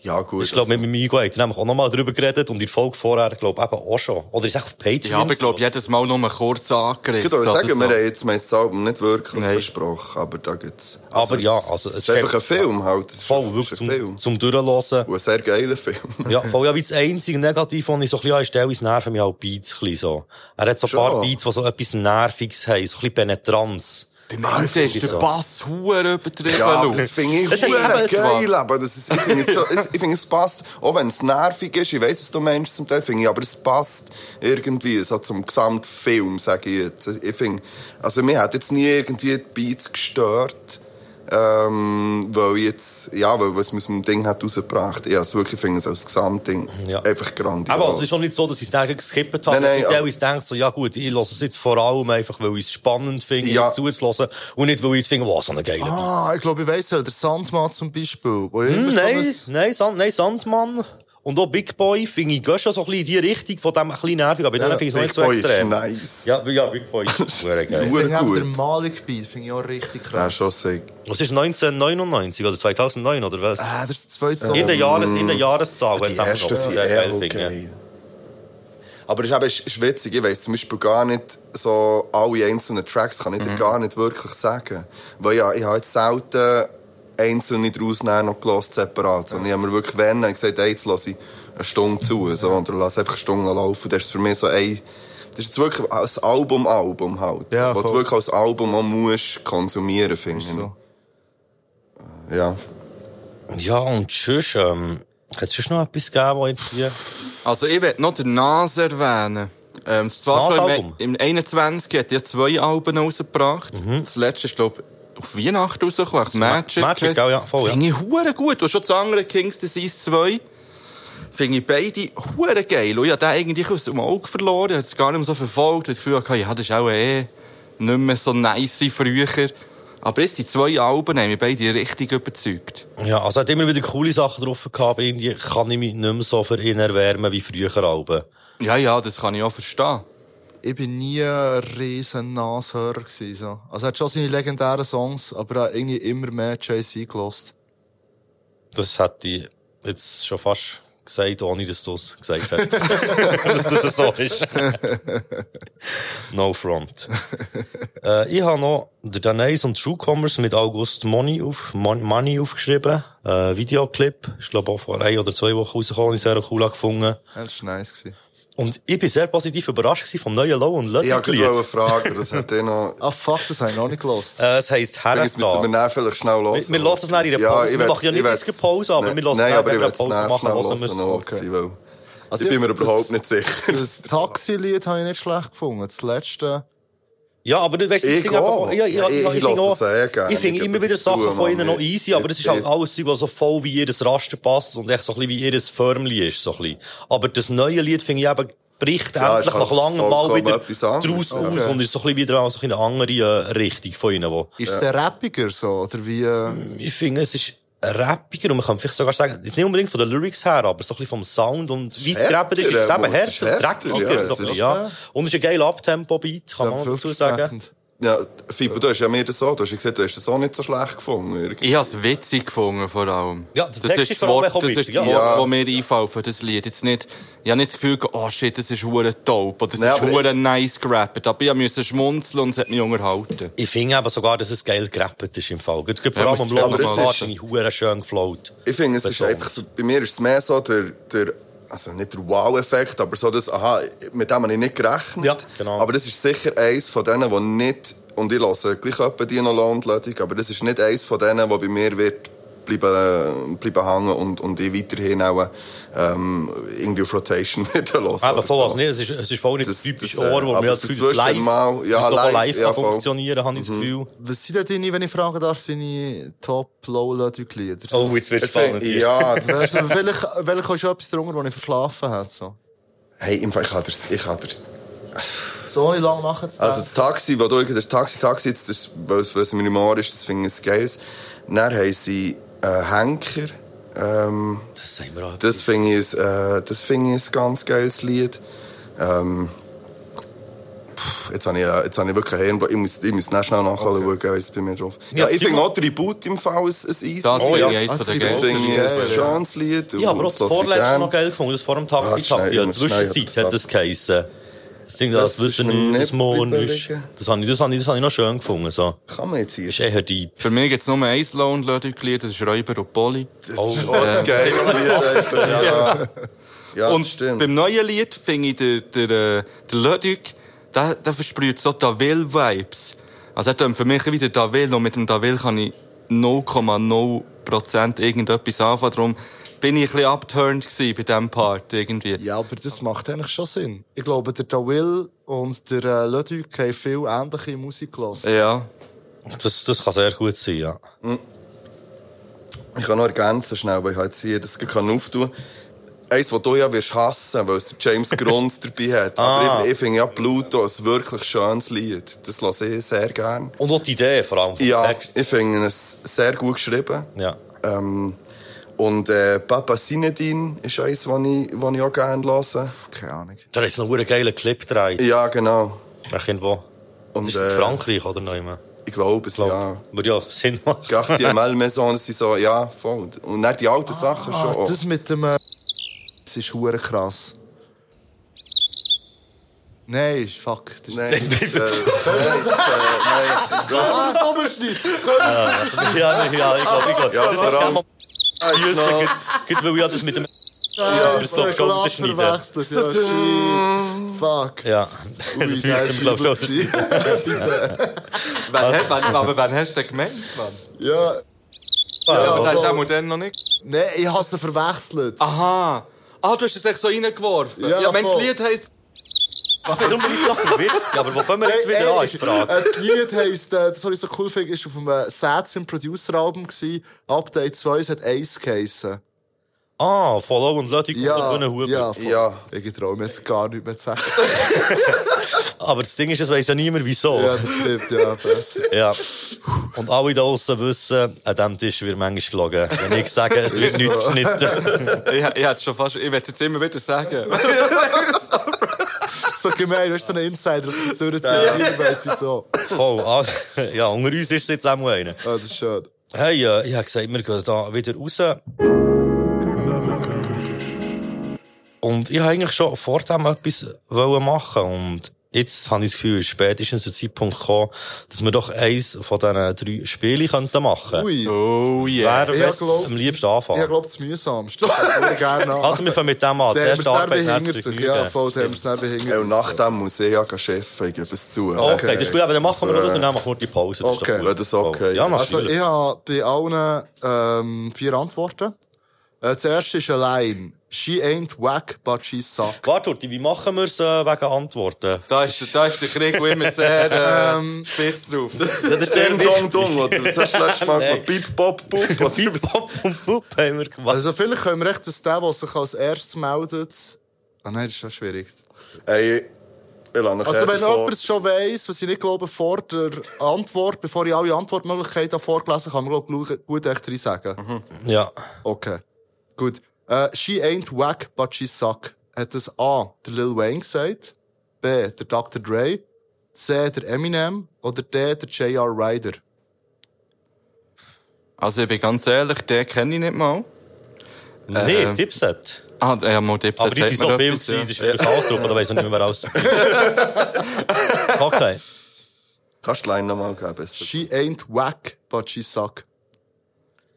[SPEAKER 3] Ja, gut.
[SPEAKER 1] Ich glaube,
[SPEAKER 3] also-
[SPEAKER 1] mit meinem Migo hat er nämlich auch nochmal drüber geredet und in der Folge vorher, glaube ich, eben auch schon. Oder ist es echt auf Patreon?
[SPEAKER 2] Ja, aber ich glaube, jedes Mal nur kurz angerissen.
[SPEAKER 3] Ich würde sagen,
[SPEAKER 2] oder so.
[SPEAKER 3] wir haben jetzt mein Album nicht wirklich
[SPEAKER 2] Nein.
[SPEAKER 3] besprochen, aber da gibt's.
[SPEAKER 1] Aber Ah, ja,
[SPEAKER 3] es-
[SPEAKER 1] also es
[SPEAKER 3] es ist einfach ein
[SPEAKER 1] schämt-
[SPEAKER 3] Film halt. Es ist
[SPEAKER 1] Voll,
[SPEAKER 3] ein- es
[SPEAKER 1] wirklich
[SPEAKER 3] ist ein Film.
[SPEAKER 1] zum, zum Durchlassen.
[SPEAKER 3] Und ein sehr geiler Film.
[SPEAKER 1] Ja, voll, ja, wie das einzige Negativ, das ich so ein bisschen an Stelle ist, nerven mich halt Beats ein bisschen so. Er hat so ein
[SPEAKER 3] Schon.
[SPEAKER 1] paar Beats, die so etwas Nerviges haben, so ein bisschen Penetranz.
[SPEAKER 2] Beim Alten ist der
[SPEAKER 1] so.
[SPEAKER 2] Bass hure übertrieben.
[SPEAKER 3] Ja, aber
[SPEAKER 2] Ja,
[SPEAKER 3] das finde ich
[SPEAKER 1] Das ist eben-
[SPEAKER 3] verdammt geil, aber das ist, ich finde es, so, es- ich finde, es passt, auch wenn es nervig ist, ich weiss, was du meinst zum Teil, finde ich, aber es passt irgendwie so zum Gesamtfilm, sage ich jetzt. Ich finde, also mir hat jetzt nie irgendwie die Beats gestört, ähm, weil ich jetzt, ja, weil was man aus dem Ding hat rausgebracht. Ja, also wirklich, ich finde es als Gesamtding
[SPEAKER 1] Ja.
[SPEAKER 3] einfach grandios.
[SPEAKER 1] Aber es ist auch nicht so, dass ich es nachher geskippt habe.
[SPEAKER 3] Nein, nein,
[SPEAKER 1] ich
[SPEAKER 3] aber-
[SPEAKER 1] denke, ich denke so, ja gut, ich lasse es jetzt vor allem einfach, weil ich es spannend finde,
[SPEAKER 3] Ja.
[SPEAKER 1] zuzulassen und nicht, weil ich es finde, wow, so eine geile Beat.
[SPEAKER 4] Ah, ich glaube, ich weiss ja, der Sandmann zum Beispiel. Wo
[SPEAKER 1] Hm,
[SPEAKER 3] Mm,
[SPEAKER 4] immer so
[SPEAKER 1] nein,
[SPEAKER 4] ein-
[SPEAKER 1] nein, Sand, nein, Sandmann und auch Big Boy finde ich gehst schon so ein bisschen in die Richtung von dem ein bisschen nervig, aber bei denen finde ich es auch
[SPEAKER 3] Big
[SPEAKER 1] nicht so
[SPEAKER 3] Boy ist
[SPEAKER 1] extrem.
[SPEAKER 3] nice.
[SPEAKER 1] Ja, ja, Big Boy ist super geil.
[SPEAKER 4] Ich finde auch
[SPEAKER 3] gut.
[SPEAKER 4] der Malik Beat, finde ich auch richtig
[SPEAKER 3] Ja,
[SPEAKER 4] krass.
[SPEAKER 3] schon sick.
[SPEAKER 1] Was ist 1999 oder 2009 oder was?
[SPEAKER 4] Ah, das ist der zweite Song.
[SPEAKER 1] In der, Jahres, in der Jahreszahl, wenn
[SPEAKER 3] Mm. Die
[SPEAKER 1] es einfach
[SPEAKER 3] ersten sind
[SPEAKER 1] sehr
[SPEAKER 3] eher
[SPEAKER 1] geil finde.
[SPEAKER 3] okay. Aber es ist, eben, es ist witzig, ich weiss zum Beispiel gar nicht, so alle einzelnen Tracks kann ich
[SPEAKER 1] Mhm.
[SPEAKER 3] dir gar nicht wirklich sagen. Weil ja, ich habe jetzt selten einzelne daraus nachher noch gehört, separat. Sondern ich habe mir wirklich, wenn, habe ich gesagt, hey, jetzt lasse ich eine Stunde zu. So, und dann lasse ich einfach eine Stunde laufen. Das ist für mich so ein... Das ist jetzt wirklich ein Album-Album halt.
[SPEAKER 4] Ja,
[SPEAKER 3] was du
[SPEAKER 4] voll.
[SPEAKER 3] wirklich als Album auch musst konsumieren, finde ich.
[SPEAKER 4] So.
[SPEAKER 3] Ja.
[SPEAKER 1] Ja, und sonst, ähm, hat es sonst noch etwas gegeben, wo irgendwie...
[SPEAKER 2] Also ich will noch den Nas erwähnen. Ähm, zwar
[SPEAKER 1] Das
[SPEAKER 2] schon im,
[SPEAKER 1] Nas-Album?
[SPEAKER 2] im 21 hat er zwei Alben rausgebracht.
[SPEAKER 1] Mhm.
[SPEAKER 2] Das letzte ist, glaube ich, auf Weihnachten rausgekommen. Magic.
[SPEAKER 1] Magic, gell, ja, voll, ja.
[SPEAKER 2] Finde ich hure gut. Und schon das andere Kings Disease 2 finde ich beide hure geil. Und ich habe den eigentlich aus dem Auge verloren. Ich habe es gar nicht mehr so verfolgt. Ich habe das Gefühl, ja, das ist auch eh nicht mehr so nice wie früher. Aber jetzt die zwei Alben haben mich beide richtig überzeugt.
[SPEAKER 1] Ja, also hat immer wieder coole Sachen drauf gehabt, aber irgendwie kann ich mich nicht mehr so für ihn erwärmen wie früher Alben.
[SPEAKER 2] Ja, ja, das kann ich auch verstehen.
[SPEAKER 4] Ich bin nie ein riesen Nashörer gewesen, so. Also er hat schon seine legendären Songs, aber er hat irgendwie immer mehr JC gelost.
[SPEAKER 1] Das hätte ich jetzt schon fast gesagt, ohne dass du es gesagt hast. dass das so ist. no front. äh, ich habe noch den Danais und Truecommerce mit August Money, auf, Mon Money aufgeschrieben. Äh, Videoclip. Ist, glaube auch vor ein oder zwei Wochen rausgekommen. Ich sehr cool gefunden.
[SPEAKER 4] Das war nice. Gewesen.
[SPEAKER 1] Und ich bin sehr positiv überrascht gewesen vom neuen Low und
[SPEAKER 3] Ich
[SPEAKER 1] Lötig
[SPEAKER 3] habe gerade eine Frage, das hat eh noch...
[SPEAKER 4] Ah, fuck, das habe ich noch nicht gelost.
[SPEAKER 1] Äh, es heisst
[SPEAKER 3] Übrigens müssen wir
[SPEAKER 1] Herrenstahl.
[SPEAKER 3] dann vielleicht schnell hören.
[SPEAKER 1] Wir- wir hören es nachher in der
[SPEAKER 3] Ja,
[SPEAKER 1] Pause.
[SPEAKER 3] ich
[SPEAKER 1] Wir
[SPEAKER 3] will's-
[SPEAKER 1] machen ja
[SPEAKER 3] ich
[SPEAKER 1] nicht
[SPEAKER 3] will's-
[SPEAKER 1] richtige Pause, aber
[SPEAKER 3] Nein,
[SPEAKER 1] wir hören
[SPEAKER 3] Nein,
[SPEAKER 1] nachher,
[SPEAKER 3] aber
[SPEAKER 1] wenn
[SPEAKER 3] ich
[SPEAKER 1] wir
[SPEAKER 3] will
[SPEAKER 1] eine
[SPEAKER 3] es
[SPEAKER 1] Pause
[SPEAKER 3] nachher
[SPEAKER 1] machen,
[SPEAKER 3] schnell
[SPEAKER 1] hören wir
[SPEAKER 3] hören,
[SPEAKER 1] es.
[SPEAKER 3] noch, okay. weil
[SPEAKER 4] Also
[SPEAKER 3] Ich bin mir
[SPEAKER 4] das-
[SPEAKER 3] überhaupt nicht sicher.
[SPEAKER 4] Das Taxilied habe ich nicht schlecht gefunden. Das letzte.
[SPEAKER 1] Ja, aber du weißt,
[SPEAKER 3] Ich
[SPEAKER 1] finde aber-
[SPEAKER 3] auch.
[SPEAKER 1] ja, ja,
[SPEAKER 3] Ich-
[SPEAKER 1] ja,
[SPEAKER 3] ich
[SPEAKER 1] ich finde
[SPEAKER 3] lasse
[SPEAKER 1] auch-
[SPEAKER 3] es sehr gerne.
[SPEAKER 1] ich finde
[SPEAKER 3] Ich
[SPEAKER 1] immer
[SPEAKER 3] gebe
[SPEAKER 1] wieder
[SPEAKER 3] das
[SPEAKER 1] Sachen
[SPEAKER 3] zu,
[SPEAKER 1] von ihnen
[SPEAKER 3] Mann.
[SPEAKER 1] noch easy, aber
[SPEAKER 3] Ich-
[SPEAKER 1] das ist halt
[SPEAKER 3] ich-
[SPEAKER 1] alles Zeug, was so voll wie jedes Raster passt und echt so ein bisschen wie jedes Förmli ist, so ein bisschen. Aber das neue Lied finde ich eben, bricht
[SPEAKER 3] Ja,
[SPEAKER 1] endlich
[SPEAKER 3] ist halt
[SPEAKER 1] nach langem Mal
[SPEAKER 3] vollkommen
[SPEAKER 1] wieder
[SPEAKER 3] etwas anderes,
[SPEAKER 1] draus aus
[SPEAKER 3] ja.
[SPEAKER 1] und ist so ein bisschen wieder so ein bisschen eine andere äh, Richtung von ihnen, wo
[SPEAKER 4] Ist der rappiger so? Oder wie. äh,
[SPEAKER 1] ich finde, es ist rappiger und man kann vielleicht sogar sagen, es ist nicht unbedingt von den Lyrics her, aber so ein bisschen vom Sound und wie es
[SPEAKER 3] härter,
[SPEAKER 1] gerappt ist, ist es
[SPEAKER 3] ja,
[SPEAKER 1] eben
[SPEAKER 3] Mann, es ist
[SPEAKER 1] härter,
[SPEAKER 3] härter,
[SPEAKER 1] dreckiger,
[SPEAKER 3] ja,
[SPEAKER 1] so
[SPEAKER 3] es
[SPEAKER 1] ein bisschen,
[SPEAKER 3] ist-
[SPEAKER 1] ja. Und es ist ein geiler Abtempo-Beat, kann man auch dazu sagen.
[SPEAKER 4] entsprechend.
[SPEAKER 3] Ja, Fippo, du hast ja mir das so, du hast ja gesagt, du hast das auch nicht so schlecht gefunden. irgendwie.
[SPEAKER 2] Ich habe es witzig gefunden, vor allem.
[SPEAKER 1] Ja, der
[SPEAKER 2] das
[SPEAKER 1] Text ist
[SPEAKER 2] ist das
[SPEAKER 1] vor allem
[SPEAKER 2] Wort,
[SPEAKER 1] auch
[SPEAKER 2] das ist das
[SPEAKER 1] witzig, ja.
[SPEAKER 2] Wort,
[SPEAKER 3] Ja.
[SPEAKER 2] das mir einfällt für das Lied. Jetzt nicht, ich habe nicht das Gefühl, gehabt, oh shit, das ist hure dope oder das
[SPEAKER 3] Nein,
[SPEAKER 2] ist
[SPEAKER 3] aber
[SPEAKER 2] hure nice gerappt. Aber ich musste schmunzeln und es hat mich unterhalten.
[SPEAKER 1] Ich finde aber sogar, dass es geil gerappt ist im Fall. Gut, gut, vor
[SPEAKER 2] Ja,
[SPEAKER 1] allem am
[SPEAKER 2] aber
[SPEAKER 1] Logo
[SPEAKER 3] es ist-
[SPEAKER 1] war ich hure schön geflowt.
[SPEAKER 3] Ich finde, es ist
[SPEAKER 1] Betont.
[SPEAKER 3] einfach, bei mir ist es mehr so der, der also nicht der Wow-Effekt, aber so das, dus, aha, mit dem habe ich nicht gerechnet.
[SPEAKER 1] Ja, genau.
[SPEAKER 3] Aber das ist sicher eins von denen, die nicht, und ich höre gleich etwa die noch Landladung, aber das ist nicht eins von denen, die bei mir wird bleiben, äh, bleiben hängen und, und ich weiterhin auch ähm, irgendwie auf Rotation wird hören.
[SPEAKER 1] Aber
[SPEAKER 3] oder
[SPEAKER 1] voll,
[SPEAKER 3] so.
[SPEAKER 1] also nicht, es ist, es ist voll nicht das,
[SPEAKER 3] Das-
[SPEAKER 1] typische
[SPEAKER 3] das, äh,
[SPEAKER 1] Ohr, wo
[SPEAKER 3] aber
[SPEAKER 1] wir als
[SPEAKER 3] für
[SPEAKER 1] Gefühl live,
[SPEAKER 3] zwischendurch mal- ja,
[SPEAKER 1] das doch
[SPEAKER 3] live,
[SPEAKER 1] live
[SPEAKER 3] ja,
[SPEAKER 1] kann
[SPEAKER 3] voll. Mhm.
[SPEAKER 1] funktionieren, habe ich das Gefühl.
[SPEAKER 4] Was sind denn deine, wenn ich fragen darf, deine Top-Low-Ludwig-Lieder?
[SPEAKER 1] Oh, jetzt wird spannend. hier.
[SPEAKER 3] Ja, das
[SPEAKER 4] Weißt du, Also, welche, welche ist etwas drunter, das ich verschlafen habe? So,
[SPEAKER 3] Hey, im Fall, ich habe das, ich habe das
[SPEAKER 4] so ohne lange nachzudenken.
[SPEAKER 3] Also das Taxi, wo du das Taxi, Taxi, jetzt, das, weil es weil es minimal ist, das finde ich geil. Dann haben sie äh, Henker. Ähm,
[SPEAKER 1] Das sagen wir auch.
[SPEAKER 3] das finde ich, ein, äh, das finde ich ein ganz geiles Lied. Ähm, pff, jetzt habe ich, äh, jetzt habe ich wirklich einen Hirnblock. Ich muss, ich muss nicht schnell nachschauen, okay. weil es bei mir drauf ist. Ja,
[SPEAKER 1] Ja,
[SPEAKER 3] ich finde
[SPEAKER 1] Simon-
[SPEAKER 3] auch Tribut im Fall ein, ein easy
[SPEAKER 2] Das
[SPEAKER 1] Oh,
[SPEAKER 3] Lied.
[SPEAKER 2] finde
[SPEAKER 3] ja.
[SPEAKER 2] ich eins von den
[SPEAKER 3] Das
[SPEAKER 4] das finde
[SPEAKER 2] geilsten.
[SPEAKER 3] finde ich
[SPEAKER 4] geil,
[SPEAKER 3] ein
[SPEAKER 4] ja.
[SPEAKER 3] schönes Lied.
[SPEAKER 1] Ja, aber auch
[SPEAKER 3] das
[SPEAKER 1] das
[SPEAKER 3] lasse ich
[SPEAKER 1] vorletzte
[SPEAKER 3] gern.
[SPEAKER 1] noch geil gefunden, das vor dem
[SPEAKER 3] Ah, schnell,
[SPEAKER 1] Taxi-Taxi.
[SPEAKER 3] ich
[SPEAKER 1] Ja, in der
[SPEAKER 3] muss schnell
[SPEAKER 1] Zwischenzeit hat
[SPEAKER 3] etwas
[SPEAKER 1] das geheissen. Das Ding, das
[SPEAKER 3] Das ist mir
[SPEAKER 1] Wissen
[SPEAKER 3] nicht
[SPEAKER 1] ist Mond ist.
[SPEAKER 3] überlegen.
[SPEAKER 1] Das habe ich, das habe ich, das habe ich noch schön gefunden, so.
[SPEAKER 3] Kann man jetzt hier.
[SPEAKER 1] Ist eher deep.
[SPEAKER 2] Für mich gibt es nur ein Lone-Lödig-Lied, das ist Räuber und Äh, Poli.
[SPEAKER 1] Oh,
[SPEAKER 3] Das ist geil. Ja, ja. ja
[SPEAKER 2] und
[SPEAKER 3] das stimmt.
[SPEAKER 2] beim neuen Lied finde ich, der, der, äh, der Ludwig, der, der versprüht so Davil-Vibes. Also er tönt für mich wieder Davil und mit dem Davil kann ich 0,0% irgendetwas anfangen. Darum bin ich ein bisschen abgeturnt gewesen bei diesem Part irgendwie.
[SPEAKER 4] ja, aber das macht eigentlich schon Sinn. Ich glaube, der Dawil und der äh, Ludwig haben viel ähnliche Musik gelassen.
[SPEAKER 2] Ja.
[SPEAKER 1] das, das kann sehr gut sein, ja.
[SPEAKER 3] Ich kann noch ergänzen schnell, weil ich halt hier das gerade kann auftun Eins, das du ja wirst hassen, weil es der James Grunz dabei hat.
[SPEAKER 1] Ah.
[SPEAKER 3] Aber ich, ich finde ja Pluto ein wirklich schönes Lied. Das lasse ich sehr gern.
[SPEAKER 1] Und auch die Idee vor allem. vom
[SPEAKER 3] Ja,
[SPEAKER 1] Text.
[SPEAKER 3] ich finde es sehr gut geschrieben.
[SPEAKER 1] Ja.
[SPEAKER 3] Ähm, und äh, Papa Sinedin ist eins, das ich, was ich auch gerne lasse.
[SPEAKER 4] Keine Ahnung.
[SPEAKER 1] Da ist noch einen geilen Clip gedreht.
[SPEAKER 3] Ja, genau.
[SPEAKER 1] Nach irgendwo.
[SPEAKER 3] Und,
[SPEAKER 1] ist das
[SPEAKER 3] äh,
[SPEAKER 1] Frankreich oder noch immer?
[SPEAKER 3] Ich glaube es, ja.
[SPEAKER 1] Würde ja Sinn machen.
[SPEAKER 3] Gartier Malmaison, das sind so, ja, voll. Und nicht die alten Sachen schon.
[SPEAKER 4] Ah,
[SPEAKER 3] auch.
[SPEAKER 4] das mit dem. Äh, das ist hure krass. Nein, ist fuck. Das ist
[SPEAKER 3] Nein, äh, nein, nein.
[SPEAKER 4] Ah, das Oberschnitt!
[SPEAKER 1] Ja, ja, ich glaube, ich glaube.
[SPEAKER 3] Ja, vor allem.
[SPEAKER 1] Grüße, gut- gut, weil ja das mit dem...
[SPEAKER 4] Ja, dus
[SPEAKER 1] das glaub ich schon, das ist nicht der.
[SPEAKER 4] verwechselt. Ja, shit. Fuck.
[SPEAKER 1] Ja, das
[SPEAKER 4] Ui,
[SPEAKER 1] müsste man, glaube ich, schon.
[SPEAKER 2] Wann, hat- wann, aber wann hast du den gemeint? Mann?
[SPEAKER 4] Ja,
[SPEAKER 2] Ja,
[SPEAKER 4] aber-
[SPEAKER 2] das hast du auch dann noch nicht.
[SPEAKER 4] nein, ich habe es verwechselt.
[SPEAKER 2] Aha. Ah, du hast es echt so reingeworfen.
[SPEAKER 4] Ja,
[SPEAKER 2] Ja, wenn das
[SPEAKER 4] voll.
[SPEAKER 2] Lied heisst...
[SPEAKER 1] Darum bin ich doch verwirrt. Aber wo kommen wir jetzt
[SPEAKER 4] Ey,
[SPEAKER 1] wieder
[SPEAKER 4] ey,
[SPEAKER 1] an, ist die Frage.
[SPEAKER 4] äh, Das Lied heisst, äh, das, was ich so cool finde, ist auf dem äh, Sad Producer Album gewesen. Update 2, es hat Ace geheissen.
[SPEAKER 1] Ah, Follow und Leute
[SPEAKER 4] Ja,
[SPEAKER 1] unter Huber.
[SPEAKER 4] ja, voll.
[SPEAKER 3] Ja.
[SPEAKER 4] Ich traue mir jetzt gar nicht mehr zu sagen.
[SPEAKER 1] Aber das Ding ist, das weiss ja niemand, wieso.
[SPEAKER 4] Ja,
[SPEAKER 1] Ja.
[SPEAKER 4] das stimmt, ja, besser.
[SPEAKER 1] Und alle da draussen wissen, an diesem Tisch wird manchmal gelogen. Wenn ich sage, es wird nichts geschnitten.
[SPEAKER 2] Ich, ich hätte schon fast... Ich werde jetzt immer wieder sagen.
[SPEAKER 4] So gemein, du bist so ein Insider aus der Zürcher ich weiss wieso.
[SPEAKER 1] Voll. ah, Ja, unter uns ist es jetzt auch mal einer.
[SPEAKER 4] Ah, das ist schön.
[SPEAKER 1] Hey, äh, ich habe gesagt, wir gehen da wieder raus. Und ich habe eigentlich schon vor dem etwas wollen machen und jetzt habe ich das Gefühl, ist spätestens der Zeitpunkt gekommen, dass wir doch eins von diesen drei Spielen könnten machen könnten.
[SPEAKER 4] Ui,
[SPEAKER 2] Oh yeah.
[SPEAKER 1] Wer
[SPEAKER 4] Ich
[SPEAKER 1] wird's
[SPEAKER 4] glaub-
[SPEAKER 1] am liebsten
[SPEAKER 4] ich
[SPEAKER 1] anfangen?
[SPEAKER 4] glaube, das mühsamste. Ich würde gerne an.
[SPEAKER 1] Also, wir fangen mit dem an.
[SPEAKER 4] Der
[SPEAKER 1] Zuerst
[SPEAKER 4] hat
[SPEAKER 1] Arbeit,
[SPEAKER 4] mich dann
[SPEAKER 1] nachher
[SPEAKER 4] behindert
[SPEAKER 1] das
[SPEAKER 4] sich.
[SPEAKER 1] Genügen.
[SPEAKER 4] Ja, voll, der hat mich dann
[SPEAKER 3] Ey,
[SPEAKER 4] behindert.
[SPEAKER 3] und nach dem muss ich ja gehen chefen, ich gebe es zu.
[SPEAKER 1] Okay, das ist gut, aber dann machen wir
[SPEAKER 3] Also,
[SPEAKER 1] das und dann machen wir die Pause. Das ist doch
[SPEAKER 4] Äh, okay,
[SPEAKER 1] gut.
[SPEAKER 3] wenn das okay
[SPEAKER 1] Ja,
[SPEAKER 3] ist.
[SPEAKER 4] Also,
[SPEAKER 1] natürlich.
[SPEAKER 4] ich habe bei allen ähm, vier Antworten. Äh, das erste ist allein. She ain't whack, but she suck.
[SPEAKER 1] Warte, Urti, wie machen wir es äh, wegen Antworten?
[SPEAKER 2] Da ist, da ist der Krieg wo immer sehr äh,
[SPEAKER 4] Ähm,
[SPEAKER 2] spitz drauf.
[SPEAKER 1] Das ist
[SPEAKER 3] Ding Dong Dong, oder was hast du letztes Mal
[SPEAKER 1] Nein.
[SPEAKER 3] gemacht? Bip Bop Bup, oder
[SPEAKER 1] Pip,
[SPEAKER 3] was?
[SPEAKER 1] pop und pup haben wir gemacht.
[SPEAKER 4] Also, vielleicht können wir echt, dass der, der sich als erstes meldet. Ah, nein, das ist schon schwierig.
[SPEAKER 3] Ey, ich lasse mich
[SPEAKER 4] Also, wenn
[SPEAKER 3] davon-
[SPEAKER 4] jemand es schon weiss, was ich nicht glaube, vor der Antwort, bevor ich alle Antwortmöglichkeiten habe vorgelesen kann man, glaube ich, gut echt rein sagen.
[SPEAKER 1] Ja.
[SPEAKER 4] Okay. Gut. Äh, she ain't whack, but she suck. Hat das A, der Lil Wayne gesagt, B, der Dr. Dre, C, der Eminem oder D, der J.R. Ryder?
[SPEAKER 2] Also ich bin ganz ehrlich, den kenne ich nicht mal.
[SPEAKER 1] Nee,
[SPEAKER 2] Ähm,
[SPEAKER 1] Tippset.
[SPEAKER 2] Ah, ja, mal Tipps.
[SPEAKER 1] Aber die
[SPEAKER 2] jetzt
[SPEAKER 1] sind
[SPEAKER 2] hat
[SPEAKER 1] so
[SPEAKER 2] man
[SPEAKER 1] viel,
[SPEAKER 2] etwas,
[SPEAKER 1] gewesen, das
[SPEAKER 2] ja.
[SPEAKER 1] ist wieder Chaos drauf, da weiss ich nicht mehr raus. Okay.
[SPEAKER 3] Kannst du die Line nochmal geben? besser?
[SPEAKER 4] She ain't whack, but she suck.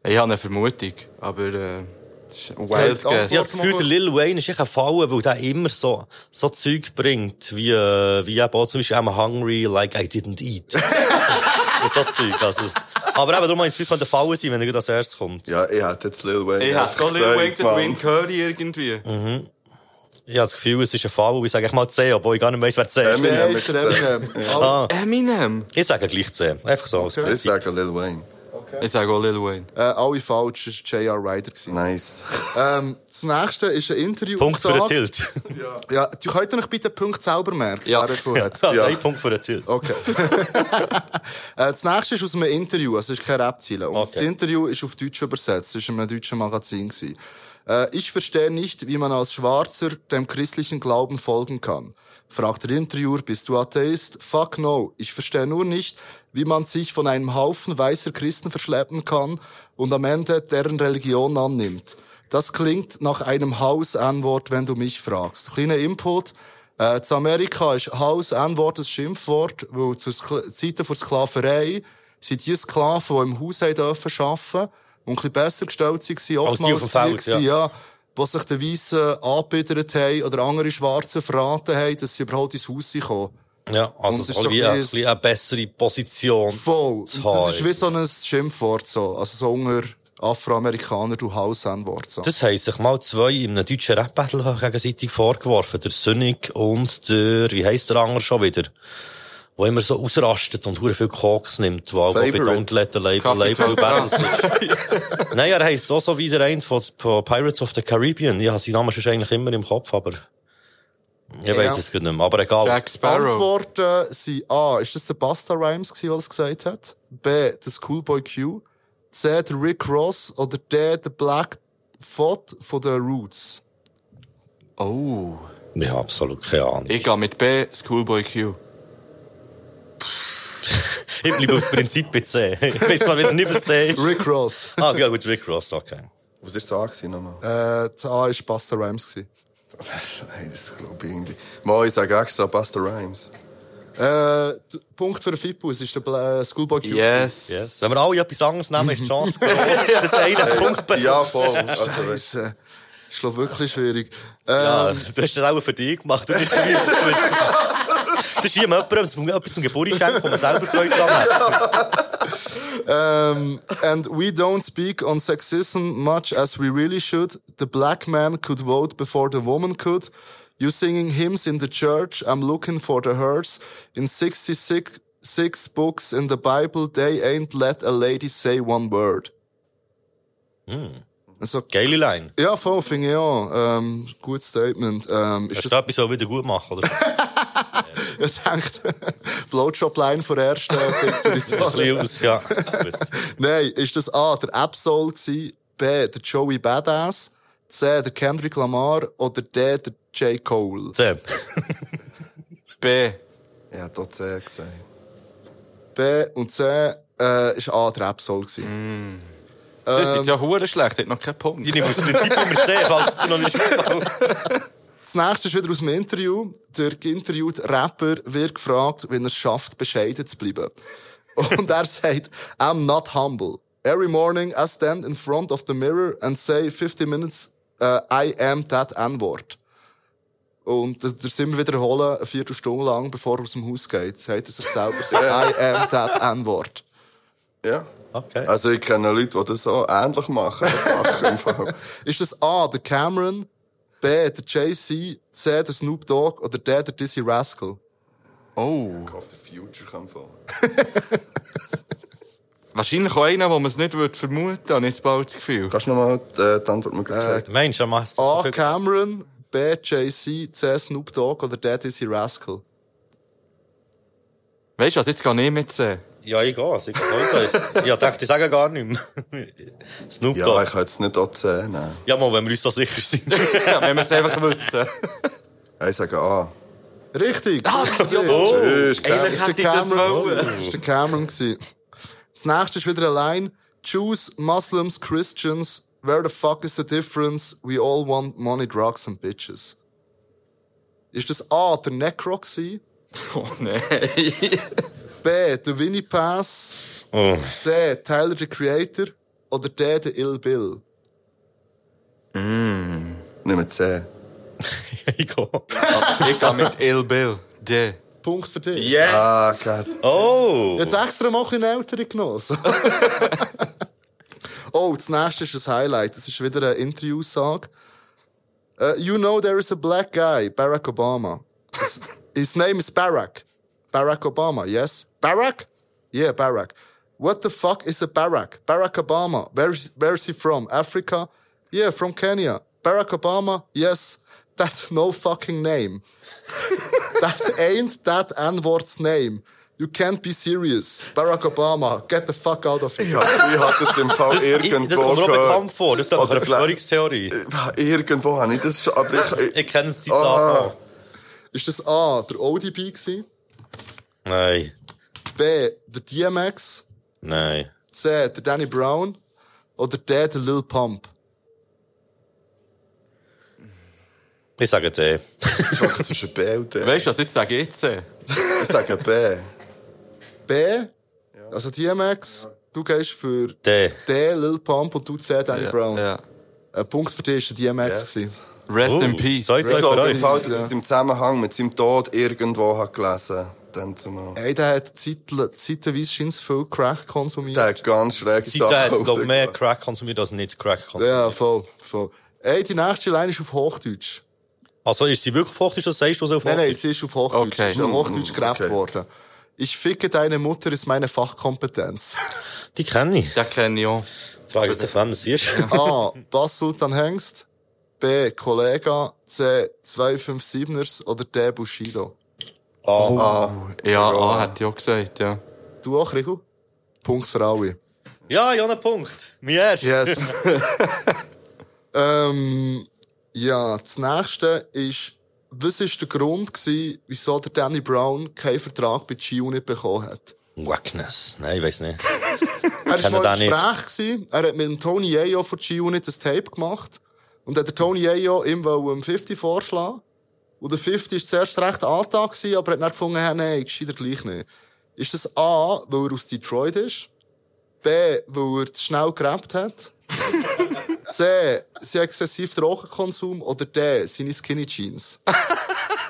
[SPEAKER 2] Ich habe eine Vermutung, aber äh, ist ein Wild
[SPEAKER 4] Antwort.
[SPEAKER 2] Guess.
[SPEAKER 1] Ich habe das Gefühl, der Lil Wayne ist echt ein Fallen, weil der immer so, so Zeug bringt, wie, äh, wie eben auch zum Beispiel I'm hungry like I didn't eat. Und so Zeug, also. Aber eben, darum habe ich das Gefühl, es könnte ein Fallen sein, wenn er gerade als erstes kommt.
[SPEAKER 3] Ja, ich hätte jetzt Lil Wayne
[SPEAKER 2] Ich
[SPEAKER 3] einfach
[SPEAKER 2] hätte auch Lil
[SPEAKER 3] gesagt,
[SPEAKER 2] Wayne gesagt,
[SPEAKER 3] Mann.
[SPEAKER 2] Wayne Curry irgendwie.
[SPEAKER 1] Ich habe das Gefühl, es ist ein Fallen, ich sage echt mal 10, obwohl ich gar nicht weiss, wer 10 ist.
[SPEAKER 3] Eminem.
[SPEAKER 4] Nein, ist der Eminem. Ah,
[SPEAKER 2] Eminem.
[SPEAKER 1] Ich sage gleich 10. Einfach so. als
[SPEAKER 3] Ich
[SPEAKER 1] Prinzip.
[SPEAKER 3] sage Lil Wayne.
[SPEAKER 2] Ich sage auch Lil Wayne.
[SPEAKER 4] Äh, alle falsch, es war J.R. Ryder. gewesen.
[SPEAKER 3] Nice.
[SPEAKER 4] Ähm, das nächste ist ein Interview.
[SPEAKER 1] Punkt für den Tilt.
[SPEAKER 4] Ja, du könnt euch bitte den Punkt selber merken,
[SPEAKER 2] Ja.
[SPEAKER 4] wer davon hat.
[SPEAKER 1] Ja.
[SPEAKER 3] Ja.
[SPEAKER 1] Ein Punkt für den Tilt.
[SPEAKER 4] Okay. Äh, das nächste ist aus einem Interview, also es ist keine Rapziele. Und
[SPEAKER 1] Okay.
[SPEAKER 4] das Interview ist auf Deutsch übersetzt, es war in einem deutschen Magazin. gewesen. Äh, ich verstehe nicht, wie man als Schwarzer dem christlichen Glauben folgen kann. Fragt der Interviewer, bist du Atheist? Fuck no. Ich verstehe nur nicht, wie man sich von einem Haufen weißer Christen verschleppen kann und am Ende deren Religion annimmt. Das klingt nach einem Hausantwort, wenn du mich fragst. Kleiner Input. Äh, zu Amerika ist Haus ein Wort ein Schimpfwort, weil zur Skla- Zeiten der Sklaverei sind die Sklaven, die im Haus haben dürfen arbeiten und ein bisschen besser gestellt waren,
[SPEAKER 1] Als die auf
[SPEAKER 4] oftmals
[SPEAKER 1] dem Feld,
[SPEAKER 4] waren, ja, die sich den Weissen angebiedert haben oder andere Schwarzen verraten haben, dass sie überhaupt ins Haus kommen.
[SPEAKER 1] Ja,
[SPEAKER 4] Und
[SPEAKER 1] also
[SPEAKER 4] es ist
[SPEAKER 1] so
[SPEAKER 4] doch
[SPEAKER 1] wie eine,
[SPEAKER 4] ein-
[SPEAKER 1] ein eine bessere Position.
[SPEAKER 4] Voll.
[SPEAKER 1] zu
[SPEAKER 4] Und Das ist
[SPEAKER 1] haben.
[SPEAKER 4] wie so ein Schimpfwort, so. Also so unter Afroamerikaner, du Haus ein Wort, so.
[SPEAKER 1] Das haben sich mal zwei in einem deutschen Rap-Battle gegenseitig vorgeworfen. Der Sonic und der, wie heisst der andere schon wieder? Wo immer so ausrastet und hure viel Koks nimmt. Weil bei
[SPEAKER 3] Favorite.
[SPEAKER 1] Don't Let the Label,
[SPEAKER 2] Captain
[SPEAKER 1] Label
[SPEAKER 2] Crunch.
[SPEAKER 1] Balance ist. Nein, er heisst auch so wie der eine von, von Pirates of the Caribbean. Ich habe seinen Namen schon eigentlich immer im Kopf, aber ich weiss es gerade nicht mehr. Aber egal.
[SPEAKER 2] Jack Sparrow.
[SPEAKER 4] Antworten sind A. Ist das der Basta Rhymes, gewesen, der das gesagt hat? B. Der Schoolboy Q. C. Der Rick Ross. Oder D. Der Black Thought von den Roots.
[SPEAKER 2] Oh.
[SPEAKER 1] Ich habe absolut keine Ahnung.
[SPEAKER 2] Ich gehe mit B, Schoolboy Q.
[SPEAKER 1] Ich bleibe auf Prinzip bei C. Ich weiss zwar wieder nicht, was C ist.
[SPEAKER 4] Rick Ross.
[SPEAKER 1] Ah, ja, gut, Rick Ross, okay.
[SPEAKER 3] Was ist das A gewesen nochmal?
[SPEAKER 4] äh, das A ist Basta Rhymes. gewesen.
[SPEAKER 3] Nein, das glaube ich irgendwie. Mal, ich sage extra Buster Rhymes.
[SPEAKER 4] Äh, d- Punkt für den Fippo. Es ist der Bla äh, Schoolboy Q.
[SPEAKER 2] Yes.
[SPEAKER 1] Yes. Wenn wir alle etwas anderes nehmen, ist die Chance groß, dass einer Punkt bekommt.
[SPEAKER 3] Ja, voll. Also, weißt
[SPEAKER 4] Das äh, ist glaub, wirklich schwierig.
[SPEAKER 1] Ja,
[SPEAKER 4] Ähm,
[SPEAKER 1] du hast das auch für dich gemacht und nicht für mich. das Wissen. Das ist wie jemand, das muss etwas zum Geburtstag schenken, das man selber Freude daran hat.
[SPEAKER 4] ähm, and we don't speak on sexism much as we really should. The black man could vote before the woman could. You singing hymns in the church. I'm looking for the hers. In 66 six books in the Bible, they ain't let a lady say one word. Also,
[SPEAKER 1] Geile Line.
[SPEAKER 4] ja, voll, finde ich auch. Ähm, gutes Statement. Ähm, ist
[SPEAKER 1] Hast du
[SPEAKER 4] das
[SPEAKER 1] das etwas auch wieder gut machen, oder? Ein
[SPEAKER 4] Ich denke, Blowjob-Line von der ersten
[SPEAKER 1] bisschen
[SPEAKER 4] Pizzeria.
[SPEAKER 1] aus, ja. Gut.
[SPEAKER 4] Nein, ist das A, der Absol gsi, B, der Joey Badass, C, der Kendrick Lamar oder D, der J. Cole?
[SPEAKER 1] Sam.
[SPEAKER 2] B.
[SPEAKER 3] du, ich hätte auch C gesagt.
[SPEAKER 4] B und C äh, ist A, der Absol gsi.
[SPEAKER 3] Mhm.
[SPEAKER 2] Das
[SPEAKER 3] Ähm.
[SPEAKER 2] ist ja hure schlecht, hat noch keinen Punkt.
[SPEAKER 1] Ich nehme aus Prinzip immer C, falls es dir noch nicht aufgefallen ist.
[SPEAKER 4] Das nächste ist wieder aus dem Interview. Der geinterviewte Rapper wird gefragt, wenn er es schafft, bescheiden zu bleiben. Und er sagt, I'm not humble. Every morning I stand in front of the mirror and say 50 minutes, uh, I am that N-Word. Und der Simmer wiederholen, eine Viertelstunde lang, bevor er aus dem Haus geht, sagt er sich selber, so, dus I am that N-Word.
[SPEAKER 3] Ja.
[SPEAKER 1] Okay.
[SPEAKER 3] Also, ich kenne Leute, die das so ähnlich machen. Sachen im Fall.
[SPEAKER 4] Ist das A, der Cameron, B, der Jay-Z, C, der Snoop Dogg oder D, der Dizzy Rascal?
[SPEAKER 2] Oh.
[SPEAKER 3] Auf the Future kann fallen.
[SPEAKER 2] Wahrscheinlich auch einer, wo man es nicht würde vermuten würde, habe ich jetzt bald das Gefühl.
[SPEAKER 3] Kannst du nochmal die, äh, die Antwortmöglichkeit?
[SPEAKER 1] Mensch, er macht so
[SPEAKER 4] A.
[SPEAKER 1] viel.
[SPEAKER 4] Ah, Cameron, B. JC, C. Snoop Dogg oder D. Dizzy Rascal.
[SPEAKER 2] Weißt du was, jetzt gehe ich mit C.
[SPEAKER 1] Ja, ich gehe. Also, ich gehe. Ja, dachte, ich sage gar nicht mehr.
[SPEAKER 2] Äh,
[SPEAKER 1] Snoop
[SPEAKER 3] ja,
[SPEAKER 1] Dogg.
[SPEAKER 3] ich kann jetzt nicht auch C nehmen.
[SPEAKER 1] Ja, mal, wenn wir uns so sicher sind.
[SPEAKER 2] Ja, wenn wir es einfach wüssten.
[SPEAKER 3] Ich sage A.
[SPEAKER 4] Richtig!
[SPEAKER 1] Oh,
[SPEAKER 2] Ah, Eigentlich
[SPEAKER 3] Tschüss, Cameron.
[SPEAKER 2] hätte ich das wollen.
[SPEAKER 4] Das war der Cameron. gewesen. Das nächste ist wieder allein. Jews, Muslims, Christians, where the fuck is the difference? We all want money, drugs and bitches. Ist das A. der Necro gewesen?
[SPEAKER 2] Oh nein.
[SPEAKER 4] B. der Winnie Pass?
[SPEAKER 1] Oh.
[SPEAKER 4] C. Tyler the Creator? Oder D. der Ill Bill?
[SPEAKER 3] Nummer 10.
[SPEAKER 1] Ich gehe.
[SPEAKER 2] Ich gehe mit Il Bill. De.
[SPEAKER 4] Punkt für dich.
[SPEAKER 2] Yeah.
[SPEAKER 3] Ah, Gott.
[SPEAKER 1] Oh!
[SPEAKER 4] Jetzt extra mal ein ältere genossen. oh, das nächste ist ein Highlight. Das ist wieder eine Interviewsage. Uh, you know there is a black guy, Barack Obama. His- His name is Barack. Barack Obama, yes? Barack? Yeah, Barack. What the fuck is a Barack? Barack Obama. Where is, where is he from? Africa? Yeah, from Kenya. Barack Obama? Yes. That's no fucking name. that ain't that N-word's name. You can't be serious. Barack Obama, get the fuck out of here.
[SPEAKER 3] Ich hatte das im Fall
[SPEAKER 1] das
[SPEAKER 3] irgendwo
[SPEAKER 1] kommt mir auch bekannt
[SPEAKER 3] gehört.
[SPEAKER 1] vor. Das ist doch
[SPEAKER 3] Oder
[SPEAKER 1] eine
[SPEAKER 3] vielleicht-
[SPEAKER 1] Verschwörungstheorie.
[SPEAKER 3] Ah, Irgendwo habe ich das schon, aber ich...
[SPEAKER 1] Ich kenne das Zitat
[SPEAKER 3] Ah.
[SPEAKER 1] auch.
[SPEAKER 4] Ist das A, der ODB gewesen?
[SPEAKER 1] Nein,
[SPEAKER 4] B, der DMX?
[SPEAKER 1] nein.
[SPEAKER 4] C, der Danny Brown? Oder D, der Lil Pump?
[SPEAKER 1] Ich sage eh. D.
[SPEAKER 3] Ich hocke zwischen B und D.
[SPEAKER 2] Weißt du, was jetzt sage ich jetzt? äh?
[SPEAKER 3] Ich sage B.
[SPEAKER 4] B, also DMX, du gehst für
[SPEAKER 1] D.
[SPEAKER 4] D, Lil Pump und du C, Danny
[SPEAKER 2] Ja,
[SPEAKER 4] Brown.
[SPEAKER 2] ja.
[SPEAKER 4] Ein Punkt für dich war der DMX.
[SPEAKER 3] Yes.
[SPEAKER 4] gewesen.
[SPEAKER 2] Rest
[SPEAKER 1] Oh,
[SPEAKER 2] in Peace.
[SPEAKER 1] Zwei,
[SPEAKER 3] Ich
[SPEAKER 1] zwei für
[SPEAKER 3] glaube, im
[SPEAKER 1] euch.
[SPEAKER 3] Fall, dass ich es im Zusammenhang mit seinem Tod irgendwo habe gelesen dann zumal.
[SPEAKER 4] Hey, der hat zeit, zeitweise scheint viel Crack konsumiert.
[SPEAKER 3] Der hat ganz schräg
[SPEAKER 1] Seitdem hat es, glaube ich, mehr
[SPEAKER 3] rausgebracht.
[SPEAKER 1] Crack konsumiert als nicht Crack konsumiert.
[SPEAKER 4] Ja, voll, voll. Hey, die nächste Line ist auf Hochdeutsch.
[SPEAKER 1] Also, ist sie wirklich fruchtig, das sagst du so auf
[SPEAKER 4] Nein, nein, sie ist auf Hochdeutsch.
[SPEAKER 2] Okay.
[SPEAKER 4] Sie ist auf Hochdeutsch gerappt
[SPEAKER 3] okay.
[SPEAKER 4] worden. Ich ficke deine Mutter ist meine Fachkompetenz.
[SPEAKER 1] Die kenne ich.
[SPEAKER 2] Den kenne ich auch.
[SPEAKER 1] Frage ist, auf wem das ist.
[SPEAKER 4] A. Bass Ah, Sultan Hengst. B. Kollega. C. 257ers. Oder D. Bushido.
[SPEAKER 1] Ah.
[SPEAKER 2] Ja, ah, hätte ich auch gesagt, ja.
[SPEAKER 4] Du auch, Rigo? Punkt für alle.
[SPEAKER 1] Ja, Jana, Punkt. Mein erst.
[SPEAKER 4] Yes. ähm, ja, das nächste ist, was ist der Grund gewesen, wieso der Danny Brown keinen Vertrag bei G-Unit bekommen hat?
[SPEAKER 1] Wackness. Nein, ich weiß nicht.
[SPEAKER 4] Er war
[SPEAKER 1] Kennen
[SPEAKER 4] mal im
[SPEAKER 1] den nicht.
[SPEAKER 4] Gespräch, gewesen. er hat mit dem Tony Yayo von G-Unit ein Tape gemacht und hat der Tony Yayo ihm wollte 50 vorschlagen und der 50 war zuerst recht angetan, gewesen, aber hat dann gefunden, hey, nein, ich scheide gleich nicht. Ist das A, weil er aus Detroit ist? B, weil er zu schnell gerappt hat? C, sein exzessiv Drogenkonsum? Oder D, seine Skinny Jeans?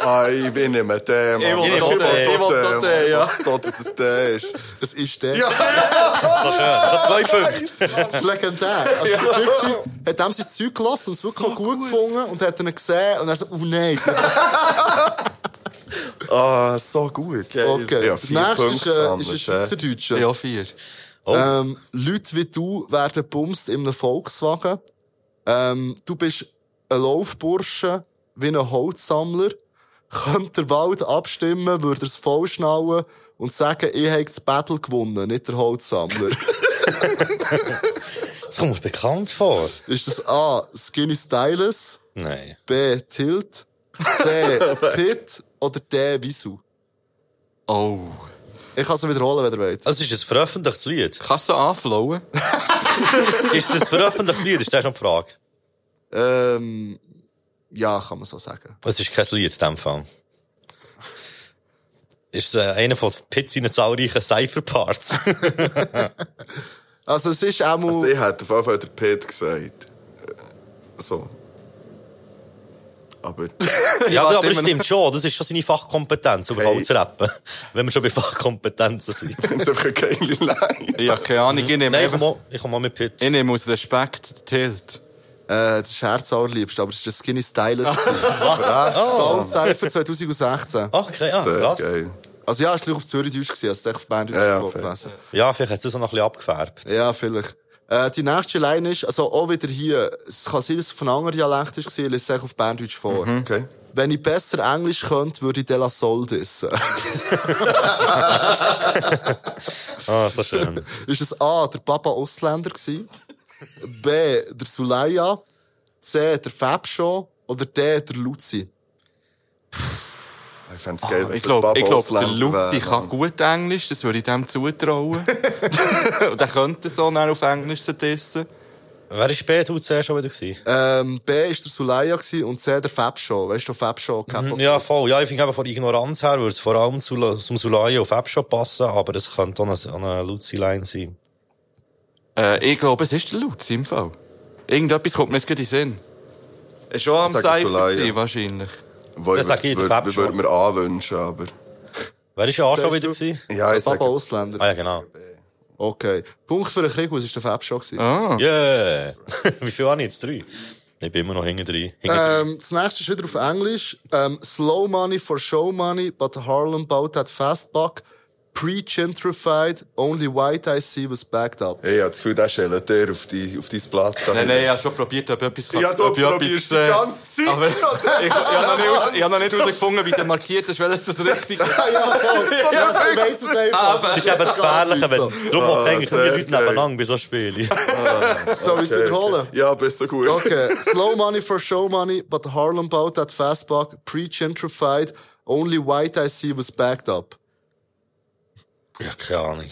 [SPEAKER 3] Ah, ich bin nicht mehr der, Mann.
[SPEAKER 2] Ich will
[SPEAKER 1] noch den, ich
[SPEAKER 2] will noch den, ja.
[SPEAKER 3] Ich will So, dass es der ist.
[SPEAKER 4] Das ist der.
[SPEAKER 1] So schön. Schon zwei Punkte.
[SPEAKER 4] Das ist legendär. Also, der 50 hat dem sein Zeug gelassen und es wirklich auch gut, gefunden und hat ihn gesehen und er so, oh nein.
[SPEAKER 3] Ah, so gut.
[SPEAKER 4] Okay.
[SPEAKER 3] Ja,
[SPEAKER 4] Der
[SPEAKER 3] vier
[SPEAKER 4] nächste
[SPEAKER 3] Punkte
[SPEAKER 4] ist, äh,
[SPEAKER 3] gesammelt,
[SPEAKER 4] ist ein
[SPEAKER 3] ja.
[SPEAKER 4] Schweizerdeutscher.
[SPEAKER 2] Ja, vier.
[SPEAKER 4] Ähm, Leute wie du werden bumst in einem Volkswagen. Ähm, du bist ein Laufbursche wie ein Holzsammler. Könnt der Wald abstimmen, würde er es voll schnallen und sagen, ich habe das Battle gewonnen, nicht der Holzsammler.
[SPEAKER 1] Das kommt mir bekannt vor.
[SPEAKER 4] ist das A. Skinny Stylus?
[SPEAKER 1] Nein.
[SPEAKER 4] B. Tilt? C. Pit? Oder D. Wieso?
[SPEAKER 2] Oh.
[SPEAKER 4] Ich kann es wiederholen, wenn ihr wollt.
[SPEAKER 1] Also, ist es ein veröffentlichtes Lied?
[SPEAKER 2] Kannst du anflowen?
[SPEAKER 1] Ist es ein veröffentlichtes Lied? Ist das schon die Frage?
[SPEAKER 4] Ähm, ja, kann man so sagen.
[SPEAKER 1] Es ist kein Lied in dem Fall. Ist äh, einer von Pits seinen zahlreichen Cypher-Parts.
[SPEAKER 4] Also es ist auch mal...
[SPEAKER 3] Also, ich hätte auf jeden Fall den Pete gesagt. So. Aber...
[SPEAKER 1] ja,
[SPEAKER 2] warte
[SPEAKER 1] aber das
[SPEAKER 2] immer noch.
[SPEAKER 1] stimmt schon. Das ist schon seine Fachkompetenz, um überhaupt
[SPEAKER 3] Hey.
[SPEAKER 1] zu rappen. Wenn wir schon bei Fachkompetenzen sind.
[SPEAKER 3] Das ist einfach eine geile Line.
[SPEAKER 2] Ich habe keine Ahnung, ich nehme,
[SPEAKER 1] Nein, ich
[SPEAKER 2] einfach,
[SPEAKER 1] komme auch, ich komm auch mit Pit.
[SPEAKER 2] ich nehme aus Respekt Tilt.
[SPEAKER 4] Äh, das ist herzallerliebst, aber es ist ein Skinny Stylus. Ganz einfach
[SPEAKER 3] Oh.
[SPEAKER 4] 2016.
[SPEAKER 1] Ach, Ah, okay, ja,
[SPEAKER 3] Sehr
[SPEAKER 1] krass.
[SPEAKER 3] äh, geil.
[SPEAKER 4] Also ja, es war auf Zürichdeutsch, gewesen, also ich auf Band
[SPEAKER 3] Ja, ja, fair.
[SPEAKER 4] gelesen.
[SPEAKER 1] Ja, vielleicht hat es so noch ein bisschen abgefärbt.
[SPEAKER 4] Ja, vielleicht. Äh, die nächste Line ist, also auch wieder hier, es kann sein, dass es von einem anderen Dialekt ist, ich lese es euch auf Banddeutsch vor.
[SPEAKER 3] Okay.
[SPEAKER 4] Wenn ich besser Englisch könnte, würde ich De La Soul dissen.
[SPEAKER 1] Ah, so schön.
[SPEAKER 4] ist es A, der Papa Ausländer gewesen? B, der Sulaya? C, der Fabshow? Oder D, der Luzi?
[SPEAKER 3] Ich fände es geil, wenn
[SPEAKER 2] Ah, Ich
[SPEAKER 3] es
[SPEAKER 2] glaube,
[SPEAKER 3] Baba
[SPEAKER 2] ich glaub, der
[SPEAKER 3] Ausländer
[SPEAKER 2] Luzi
[SPEAKER 3] wäre.
[SPEAKER 2] kann gut Englisch, das würde ich dem zutrauen. Und er könnte so dann auf Englisch dissen.
[SPEAKER 1] Wer war später UCR schon wieder? Gewesen?
[SPEAKER 4] Ähm, B ist der Sulaya gewesen und C der Fabshow. Weißt du, Fabshow, Capo?
[SPEAKER 1] Mhm, Ja, voll. Ja, ich finde eben von Ignoranz her würde es vor allem zu, La- zum Sulaye auf App schon passen, aber es könnte auch eine, eine Luzi-Line sein.
[SPEAKER 2] Äh, ich glaube, es ist der Luzi im Fall. Irgendetwas kommt mir jetzt gerade in den Sinn. Schon am
[SPEAKER 3] Sag es so
[SPEAKER 2] Seifen
[SPEAKER 3] laut,
[SPEAKER 2] gewesen,
[SPEAKER 3] ja.
[SPEAKER 2] wahrscheinlich.
[SPEAKER 3] Wo
[SPEAKER 1] Das
[SPEAKER 3] ich
[SPEAKER 1] sag ich, der Pep
[SPEAKER 3] würde
[SPEAKER 1] schon.
[SPEAKER 3] würd mir anwünschen, aber...
[SPEAKER 1] Wer ist ja auch schon
[SPEAKER 4] Sagst
[SPEAKER 1] wieder?
[SPEAKER 4] du?
[SPEAKER 1] gewesen?
[SPEAKER 3] Ja, ich sag...
[SPEAKER 4] Papa Ausländer.
[SPEAKER 1] Ah ja, genau.
[SPEAKER 4] Okay. Punkt für den Krieg, was ist der Fab schon? gewesen.
[SPEAKER 2] Ah.
[SPEAKER 1] Yeah! Wie viel habe ich jetzt? Drei? Ich bin immer noch hinten drin. Hinten drin.
[SPEAKER 4] Ähm, das nächste ist wieder auf Englisch. Ähm, Slow money for show money, but Harlem bought that fast buck. Pre-gentrified, only white I see was backed up.
[SPEAKER 3] Ich hab das Gefühl, der schält dir auf, die, auf dein Blatt.
[SPEAKER 2] Nein, nein, ich habe schon probiert, ob ich etwas
[SPEAKER 3] Ja, du
[SPEAKER 2] ob ich
[SPEAKER 3] probierst die
[SPEAKER 2] äh,
[SPEAKER 3] ganze Zeit
[SPEAKER 2] aber-
[SPEAKER 3] schon.
[SPEAKER 2] ich, ich habe noch nicht- ich habe noch nicht herausgefunden, wie der markiert ist, welches das richtig ist.
[SPEAKER 4] ja, voll. ja, ich weiss es einfach.
[SPEAKER 1] Ah, Das ist eben das Gefährliche, wenn... Darum
[SPEAKER 3] Ah,
[SPEAKER 1] macht eigentlich
[SPEAKER 3] sehr
[SPEAKER 1] viele Leute
[SPEAKER 3] geil.
[SPEAKER 1] nebeneinander bei so Spielen.
[SPEAKER 4] Soll ich es wiederholen?
[SPEAKER 3] Ja, besser gut.
[SPEAKER 4] Okay, slow money for show money, but Harlem bought that fast buck. Pre-gentrified, only white I see was backed up.
[SPEAKER 1] Ja, keine Ahnung.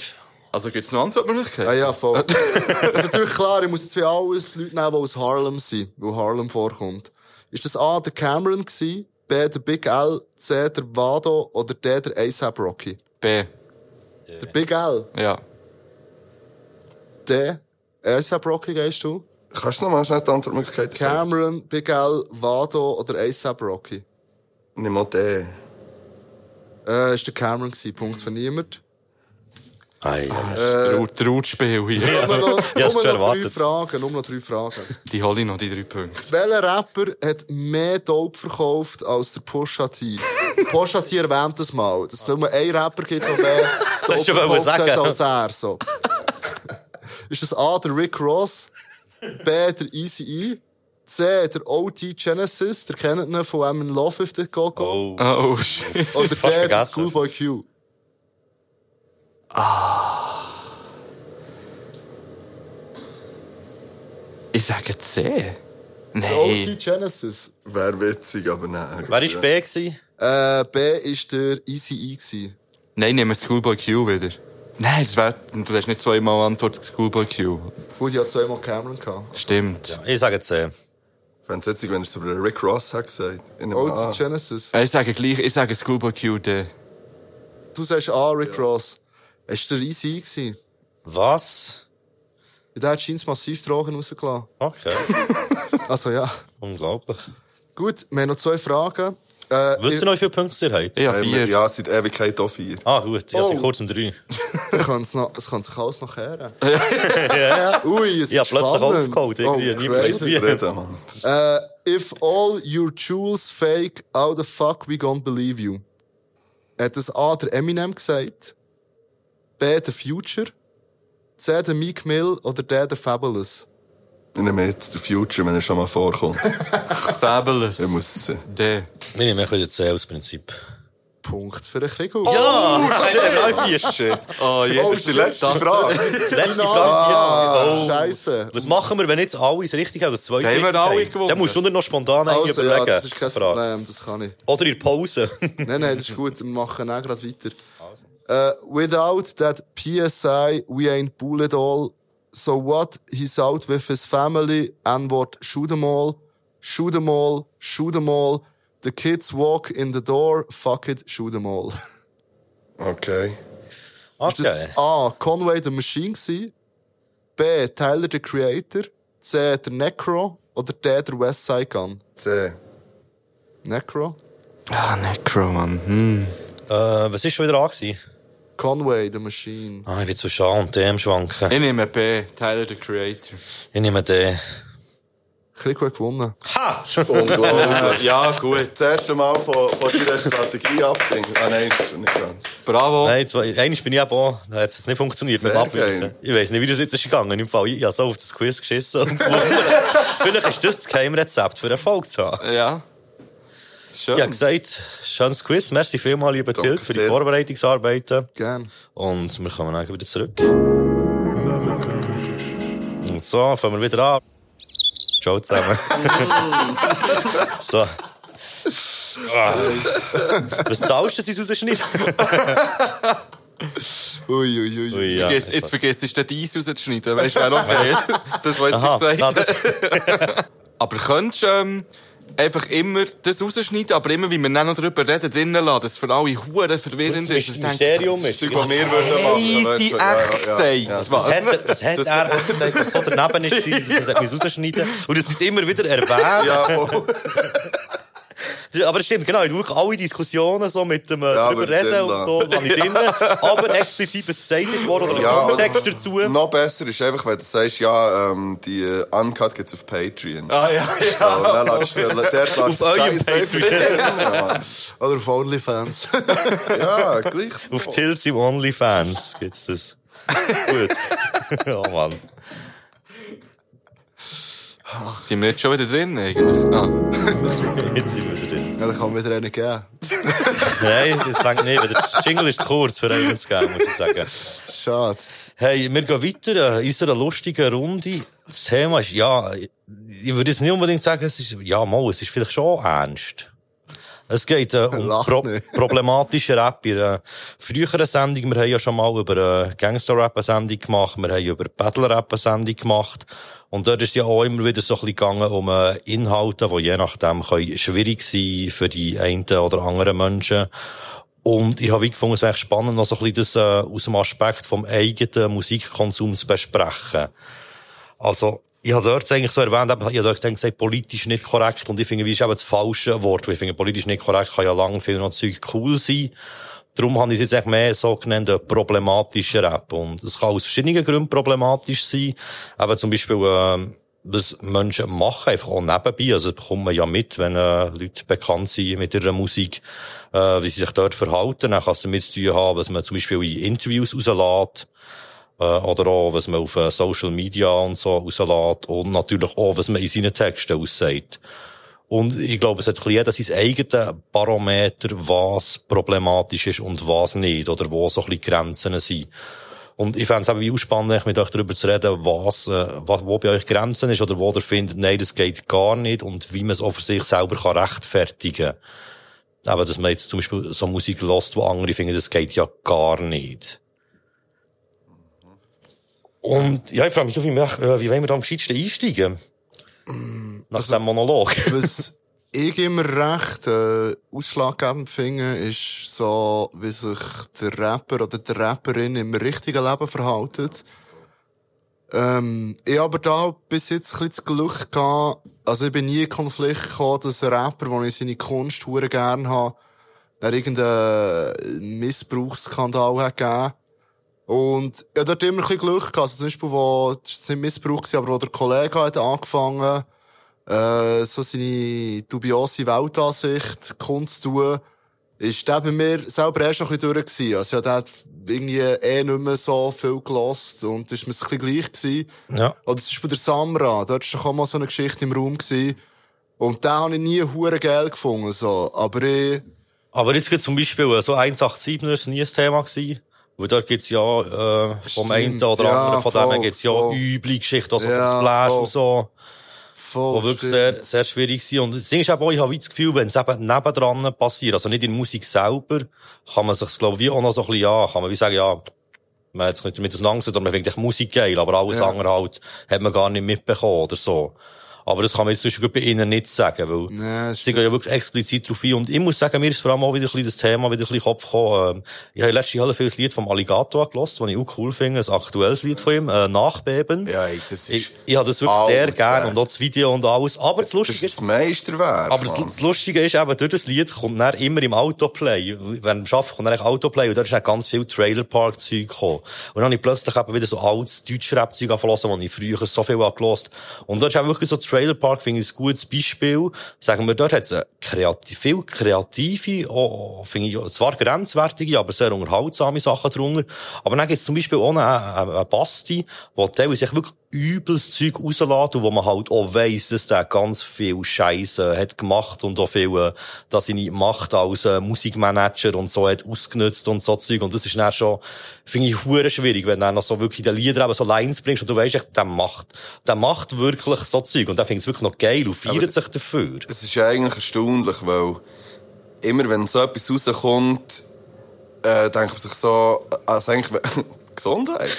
[SPEAKER 2] Also gibt es noch Antwortmöglichkeiten?
[SPEAKER 4] Ah ja, voll. ist natürlich klar, ich muss jetzt wie alles Leute nehmen, die aus Harlem sind, wo Harlem vorkommt. Ist das A, der Cameron gewesen, B, der Big L, C, der Vado oder D, der A$AP Rocky?
[SPEAKER 2] B.
[SPEAKER 4] Der Big L,
[SPEAKER 2] Ja.
[SPEAKER 4] D, A$AP Rocky gehst du?
[SPEAKER 3] Kannst du nochmal schnell die Antwortmöglichkeiten sagen?
[SPEAKER 4] Cameron, Big L, Vado oder A$AP Rocky?
[SPEAKER 3] Nimm mal den.
[SPEAKER 4] Äh, ist der Cameron gewesen, Punkt für niemand.
[SPEAKER 1] Ei, ei, ei.
[SPEAKER 2] Das
[SPEAKER 3] Äh.
[SPEAKER 2] ist das Trau- Trautspiel hier.
[SPEAKER 4] Nur noch,
[SPEAKER 1] Ja, das
[SPEAKER 4] nur
[SPEAKER 1] schon
[SPEAKER 4] noch drei
[SPEAKER 1] erwartet.
[SPEAKER 4] Fragen, nur noch drei Fragen.
[SPEAKER 2] Die hole ich noch, die drei Punkte.
[SPEAKER 4] Welcher Rapper hat mehr Dope verkauft als der Pusha T? Pusha T erwähnt das mal, dass es nur einen Rapper gibt, der mehr Dope
[SPEAKER 1] schon wollen
[SPEAKER 4] verkauft hat
[SPEAKER 1] sagen.
[SPEAKER 4] als er. So. Ist das A, der Rick Ross, B, der Easy E, C, der OT Genesis, der kennt ihn von I'm in Love with the
[SPEAKER 1] Oh.
[SPEAKER 4] Go-Go,
[SPEAKER 2] Oh, shit.
[SPEAKER 4] oder
[SPEAKER 1] fast
[SPEAKER 4] D, der
[SPEAKER 1] vergessen.
[SPEAKER 4] Schoolboy Q?
[SPEAKER 2] Ich sage C.
[SPEAKER 4] Der
[SPEAKER 2] Nein.
[SPEAKER 4] OT Genesis.
[SPEAKER 3] Wäre witzig, aber nein.
[SPEAKER 1] Wer war B? gewesen?
[SPEAKER 4] Äh, B ist der Easy E gewesen.
[SPEAKER 2] Nein, nehmen wir Schoolboy Q wieder. Nein, das wär, du hast nicht zweimal Antwort Schoolboy Q.
[SPEAKER 4] Gut, ich hatte zweimal Cameron gehabt.
[SPEAKER 2] Stimmt.
[SPEAKER 1] Ich sage äh, C.
[SPEAKER 3] Fände es witzig, wenn er es über den Rick Ross hat gesagt. Ich nehme
[SPEAKER 4] OT
[SPEAKER 1] Ah.
[SPEAKER 3] an.
[SPEAKER 4] Genesis.
[SPEAKER 2] Äh, Ich sage gleich, ich sage Schoolboy Q D.
[SPEAKER 4] Du sagst A, Rick Ross. Es war der Easy gewesen.
[SPEAKER 1] Was?
[SPEAKER 4] Der hat Jeans massiv Drogen rausgelassen.
[SPEAKER 1] Okay.
[SPEAKER 4] Also ja.
[SPEAKER 1] Unglaublich.
[SPEAKER 4] Gut, wir haben noch zwei Fragen. Äh,
[SPEAKER 1] Wisst ihr noch, wie viele Punkte ihr habt?
[SPEAKER 2] Ich habe
[SPEAKER 3] Haben wir-
[SPEAKER 2] vier.
[SPEAKER 3] Ja, seit Ewigkeit auch vier.
[SPEAKER 1] Ah, gut. Ich oh.
[SPEAKER 4] Oh.
[SPEAKER 1] kurz um drei.
[SPEAKER 4] ihr kann's noch, es kann sich alles noch kehren. Ui, es
[SPEAKER 1] Ich habe
[SPEAKER 4] ist
[SPEAKER 1] plötzlich
[SPEAKER 4] spannend.
[SPEAKER 1] aufgeholt. Irgendwie.
[SPEAKER 4] Oh,
[SPEAKER 1] Niemand
[SPEAKER 4] crazy.
[SPEAKER 1] weiss wie.
[SPEAKER 3] Reden, Mann.
[SPEAKER 4] Äh, if all your jewels fake, how the fuck we gonna believe you? Hat das A der Eminem gesagt? B der Future? C der Meek Mill oder D der Fabulous?
[SPEAKER 3] Ich nehme jetzt den Future, wenn er schon mal vorkommt.
[SPEAKER 2] Fabulous.
[SPEAKER 3] Ich muss es sehen.
[SPEAKER 2] D.
[SPEAKER 1] Ich nehme ein bisschen C äh, aus Prinzip.
[SPEAKER 4] Punkt für den Krieg.
[SPEAKER 1] Ja! Nein, Shit.
[SPEAKER 2] Oh,
[SPEAKER 3] Oh,
[SPEAKER 2] jeder
[SPEAKER 3] das ist die letzte Frage.
[SPEAKER 1] Letzte
[SPEAKER 4] Ah,
[SPEAKER 1] Frage. Oh.
[SPEAKER 4] Scheiße.
[SPEAKER 1] Was machen wir, wenn jetzt alle es richtig haben? Das zweite
[SPEAKER 2] Haben wir
[SPEAKER 1] richtig
[SPEAKER 2] alle
[SPEAKER 1] haben?
[SPEAKER 2] gewonnen?
[SPEAKER 1] Dann musst du nur noch spontan eine
[SPEAKER 4] Also,
[SPEAKER 1] überlegen.
[SPEAKER 4] ja, das ist kein
[SPEAKER 1] Frage.
[SPEAKER 4] Problem, das kann ich.
[SPEAKER 1] Oder in der Pause.
[SPEAKER 4] Nein, nein, das ist gut, wir machen auch gerade weiter. Äh, without that PSI, we ain't bullet all. So what? He's out with his family and what? Shoot 'em all, shoot 'em all, shoot 'em all. The kids walk in the door, fuck it, shoot 'em all.
[SPEAKER 3] Okay.
[SPEAKER 4] Ist das
[SPEAKER 1] Okay.
[SPEAKER 4] A. Conway the Machine gewesen? B. Tyler the Creator? C. Der Necro? Oder D. Der West Side Gun?
[SPEAKER 3] C.
[SPEAKER 4] Necro?
[SPEAKER 2] Ah, Necro, Mann. Hm.
[SPEAKER 1] Äh, was war schon wieder an? gewesen?
[SPEAKER 4] Conway the Machine.
[SPEAKER 1] Ah, ich bin zwischen A und dem schwanken.
[SPEAKER 2] Ich nehme B. Tyler, the Creator.
[SPEAKER 1] Ich nehme den.
[SPEAKER 4] Krieg hat gewonnen.
[SPEAKER 1] Ha!
[SPEAKER 3] Unglaublich.
[SPEAKER 2] Äh, Ja, gut.
[SPEAKER 3] Das erste Mal von, von deiner Strategie abdenken. Ah nein, das ist nicht ganz.
[SPEAKER 2] Bravo.
[SPEAKER 1] Nein, zwei, eigentlich bin ich eben auch. Dann hat es nicht funktioniert mit dem
[SPEAKER 3] Sehr
[SPEAKER 1] Abwürgen.
[SPEAKER 3] geil.
[SPEAKER 1] Ich weiss nicht, wie das jetzt ist gegangen. Im Fall, ich habe so auf das Quiz geschissen. und gewonnen. Vielleicht ist das das Geheimrezept für Erfolg zu haben.
[SPEAKER 2] Ja.
[SPEAKER 1] Ich habe
[SPEAKER 2] Schön.
[SPEAKER 1] gesagt, schönes Quiz. Merci vielmals, lieber
[SPEAKER 3] Danke
[SPEAKER 1] Tilt, für die
[SPEAKER 3] dir.
[SPEAKER 1] Vorbereitungsarbeiten.
[SPEAKER 4] Gern.
[SPEAKER 1] Und wir kommen dann wieder zurück. Und so, fangen wir wieder an. Ciao zusammen. so. Ah. Was zahlst du, dass ich es rausschneide?
[SPEAKER 4] Ui, ui, ui.
[SPEAKER 1] Ui, ja.
[SPEAKER 2] Vergiss, jetzt vergiss ich, den Eis rauszuschneiden. Weißt du, wer noch mehr? Das, was ich
[SPEAKER 1] Aha, Ah,
[SPEAKER 2] dir
[SPEAKER 1] na, das,
[SPEAKER 2] gesagt habe. Aber könntest du ähm, einfach immer das rausschneiden, aber immer, wie wir dann noch darüber reden, drinnen lassen, das für alle Huren verwirrend
[SPEAKER 1] Das
[SPEAKER 2] ist.
[SPEAKER 1] ist
[SPEAKER 2] Ich
[SPEAKER 1] ein
[SPEAKER 2] denke,
[SPEAKER 1] Mysterium. ist.
[SPEAKER 3] Zeug, was wir würden machen.
[SPEAKER 2] Hey, sie
[SPEAKER 3] wirklich. Ja,
[SPEAKER 2] echt
[SPEAKER 3] ja, ja.
[SPEAKER 2] gesagt. Was?
[SPEAKER 1] Das hat er, das hat er einfach so daneben ist, gewesen, dass er mich rausschneiden Und das ist immer wieder erwähnt.
[SPEAKER 3] Ja, voll.
[SPEAKER 1] Aber es stimmt, genau. Ich schaue alle Diskussionen so mit dem äh,
[SPEAKER 3] Ja,
[SPEAKER 1] drüber
[SPEAKER 3] aber
[SPEAKER 1] reden
[SPEAKER 3] dann
[SPEAKER 1] und
[SPEAKER 3] da.
[SPEAKER 1] so, lasse ich drinnen. Aber explizit, was gesagt ist worden oder
[SPEAKER 3] Ja,
[SPEAKER 1] ein Kontext dazu.
[SPEAKER 3] Noch besser ist einfach, wenn du sagst, ja, ähm, die äh, Uncut gibt's auf Patreon.
[SPEAKER 2] Ah, ja,
[SPEAKER 3] So, und dann lagst du, der lagst
[SPEAKER 1] Auf
[SPEAKER 3] du
[SPEAKER 1] eurem
[SPEAKER 3] Scheiße einfach drin, Mann.
[SPEAKER 4] Oder auf OnlyFans.
[SPEAKER 3] Ja, gleich.
[SPEAKER 1] Auf Tilts im OnlyFans gibt's das. Gut. oh Mann.
[SPEAKER 2] Sind wir jetzt schon wieder drin eigentlich? Ah.
[SPEAKER 1] Jetzt sind wir wieder drin.
[SPEAKER 4] ja, da kann man wieder einen geben.
[SPEAKER 1] Nein, das fängt nicht. weil Der Jingle ist zu kurz für einen zu geben, muss ich sagen.
[SPEAKER 4] Schade.
[SPEAKER 1] Hey, wir gehen weiter äh, in unserer lustigen Runde. Das Thema ist, ja, ich würde jetzt nicht unbedingt sagen, es ist, ja, mal, es ist vielleicht schon ernst. Es geht äh, um
[SPEAKER 4] Lach
[SPEAKER 1] pro
[SPEAKER 4] nicht.
[SPEAKER 1] problematische Rap in einer früheren Sendung. Wir haben ja schon mal über äh, Gangster-Rap eine Sendung gemacht, wir haben über Battle-Rap eine Sendung gemacht. Und dort ist ja auch immer wieder so ein bisschen gegangen um äh, Inhalte, die je nachdem können schwierig sein für die einen oder anderen Menschen. Und ich habe wie gefunden, es wäre spannend, noch so ein bisschen das äh, aus dem Aspekt vom eigenen Musikkonsum zu besprechen. Also, ich habe dort eigentlich so erwähnt, aber ich habe dort gesagt, politisch nicht korrekt. Und ich finde, wie ist eben das falsche Wort? Weil ich finde, politisch nicht korrekt kann ja lang viel noch Zeug cool sein. Darum habe ich es jetzt eigentlich mehr so genannt, äh, problematischer Rap. Und es kann aus verschiedenen Gründen problematisch sein. Aber zum Beispiel, ähm, was Menschen machen, einfach auch nebenbei. Also, da kommt man ja mit, wenn äh, Leute bekannt sind mit ihrer Musik, äh, wie sie sich dort verhalten. Dann kann es damit zu tun haben, was man zum Beispiel in Interviews rauslässt. Äh, oder auch, was man auf äh, Social Media und so rauslässt. Und natürlich auch, was man in seinen Texten aussagt. Und ich glaube, es hat ein bisschen jeder sein eigenes Barometer, was problematisch ist und was nicht. Oder wo so ein bisschen Grenzen sind. Und ich fände es eben wie auch spannend, eigentlich mit euch darüber zu reden, was, äh, was, wo bei euch Grenzen ist oder wo ihr findet, nein, das geht gar nicht und wie man es auch für sich selber kann rechtfertigen kann. Eben, dass man jetzt zum Beispiel so Musik lässt, wo andere finden, das geht ja gar nicht. Und ja, ich frage mich, auch, wie, wir, äh, wie wollen wir da am gescheitsten einsteigen? Nach
[SPEAKER 4] Also
[SPEAKER 1] diesem Monolog.
[SPEAKER 4] Was ich immer recht äh, ausschlaggebend finde, ist so, wie sich der Rapper oder die Rapperin im richtigen Leben verhaltet. Ähm, ich habe da bis jetzt ein bisschen das Glück gehabt, also ich bin nie in Konflikt gekommen, dass ein Rapper, wo ich seine Kunst hure gern habe, dann irgendeinen Missbrauchsskandal hat gegeben. Und ich hatte dort immer ein bisschen Glück gehabt. Also zum Beispiel, wo, das war nicht Missbrauch, gewesen, aber wo der Kollege hat angefangen äh, so seine dubiose Weltansicht kundzutun, ist der bei mir selber erst noch ein bisschen durch gewesen. Also, ja, hat irgendwie eh nicht mehr so viel gelost und ist mir es ein bisschen gleich gewesen.
[SPEAKER 1] Ja.
[SPEAKER 4] Oder zum Beispiel der Samra, dort war doch auch mal so eine Geschichte im Raum gewesen. Und den habe ich nie hure geil gefunden, so. Aber ich,
[SPEAKER 1] Aber jetzt gibt zum Beispiel äh, so 187 ist nie ein Thema gewesen. Weil dort gibt's ja, äh, vom
[SPEAKER 4] Stimmt,
[SPEAKER 1] einen oder
[SPEAKER 4] ja,
[SPEAKER 1] anderen von denen
[SPEAKER 4] voll,
[SPEAKER 1] gibt's ja
[SPEAKER 4] voll.
[SPEAKER 1] üble Geschichten, also
[SPEAKER 4] Ja,
[SPEAKER 1] vom Splash
[SPEAKER 4] voll.
[SPEAKER 1] und so,
[SPEAKER 4] voll.
[SPEAKER 1] wo wirklich
[SPEAKER 4] stimmt.
[SPEAKER 1] sehr, sehr schwierig waren. Und das Ding ist eben auch, ich habe wie das Gefühl, wenn es eben nebendran passiert, also nicht in der Musik selber, kann man sich, glaube ich, wie auch noch so ein bisschen, ja, kann man wie sagen, ja, man hat sich nicht damit auseinandergesetzt, oder man findet echt Musik geil, aber alles andere halt, hat man gar nicht mitbekommen oder so. Aber das kann man jetzt zum Beispiel bei ihnen nicht sagen, weil,
[SPEAKER 4] Nee,
[SPEAKER 1] Sie gehen ja wirklich explizit drauf ein. Und ich muss sagen, mir ist vor allem auch wieder ein bisschen das Thema wieder ein bisschen in den Kopf gekommen. Ähm, Ich habe letztes Jahr viel das Lied vom Alligator gelassen, was ich auch cool finde. Ein aktuelles Lied von ihm, äh, Nachbeben.
[SPEAKER 3] Ja, ey, das ist, äh,
[SPEAKER 1] Ich, ich habe das wirklich sehr
[SPEAKER 3] Alter.
[SPEAKER 1] gern und auch das Video und alles. Aber das
[SPEAKER 3] das,
[SPEAKER 1] Lustige
[SPEAKER 3] ist
[SPEAKER 1] ist,
[SPEAKER 3] das Meisterwerk.
[SPEAKER 1] aber das,
[SPEAKER 3] Mann.
[SPEAKER 1] das Lustige ist eben, durch das Lied kommt dann immer im Autoplay. Wenn ich arbeite, kommt dann eigentlich Autoplay und da ist dann ganz viel Trailerpark-Zeug gekommen. Und dann habe ich plötzlich eben wieder so altes Deutschrap-Zeug angefangen, das ich früher so viel angelost. Und dort ist eben wirklich so Trailerpark, finde ich, ein gutes Beispiel. Sagen wir, dort hat es eine kreativ, viel kreative, oh, oh, finde ich, zwar grenzwertige, aber sehr unterhaltsame Sachen drunter. Aber dann gibt es zum Beispiel auch einen, einen, einen äh, Basti, der teilweise echt wirklich übles Zeug rauslässt und wo man halt auch weiss, dass der ganz viel Scheiße hat gemacht und auch viel, äh, dass seine Macht als äh, Musikmanager und so hat ausgenutzt und so Zeug. Und das ist dann schon, finde ich, hure schwierig, wenn dann noch so wirklich den Lieder eben so Lines bringst und du weisst echt, der macht, der macht wirklich so Zeug und der findet es wirklich noch geil und feiert sich dafür.
[SPEAKER 3] Es ist eigentlich erstaunlich, weil immer wenn so etwas rauskommt, äh, denkt man sich so, also eigentlich, wenn- Gesundheit.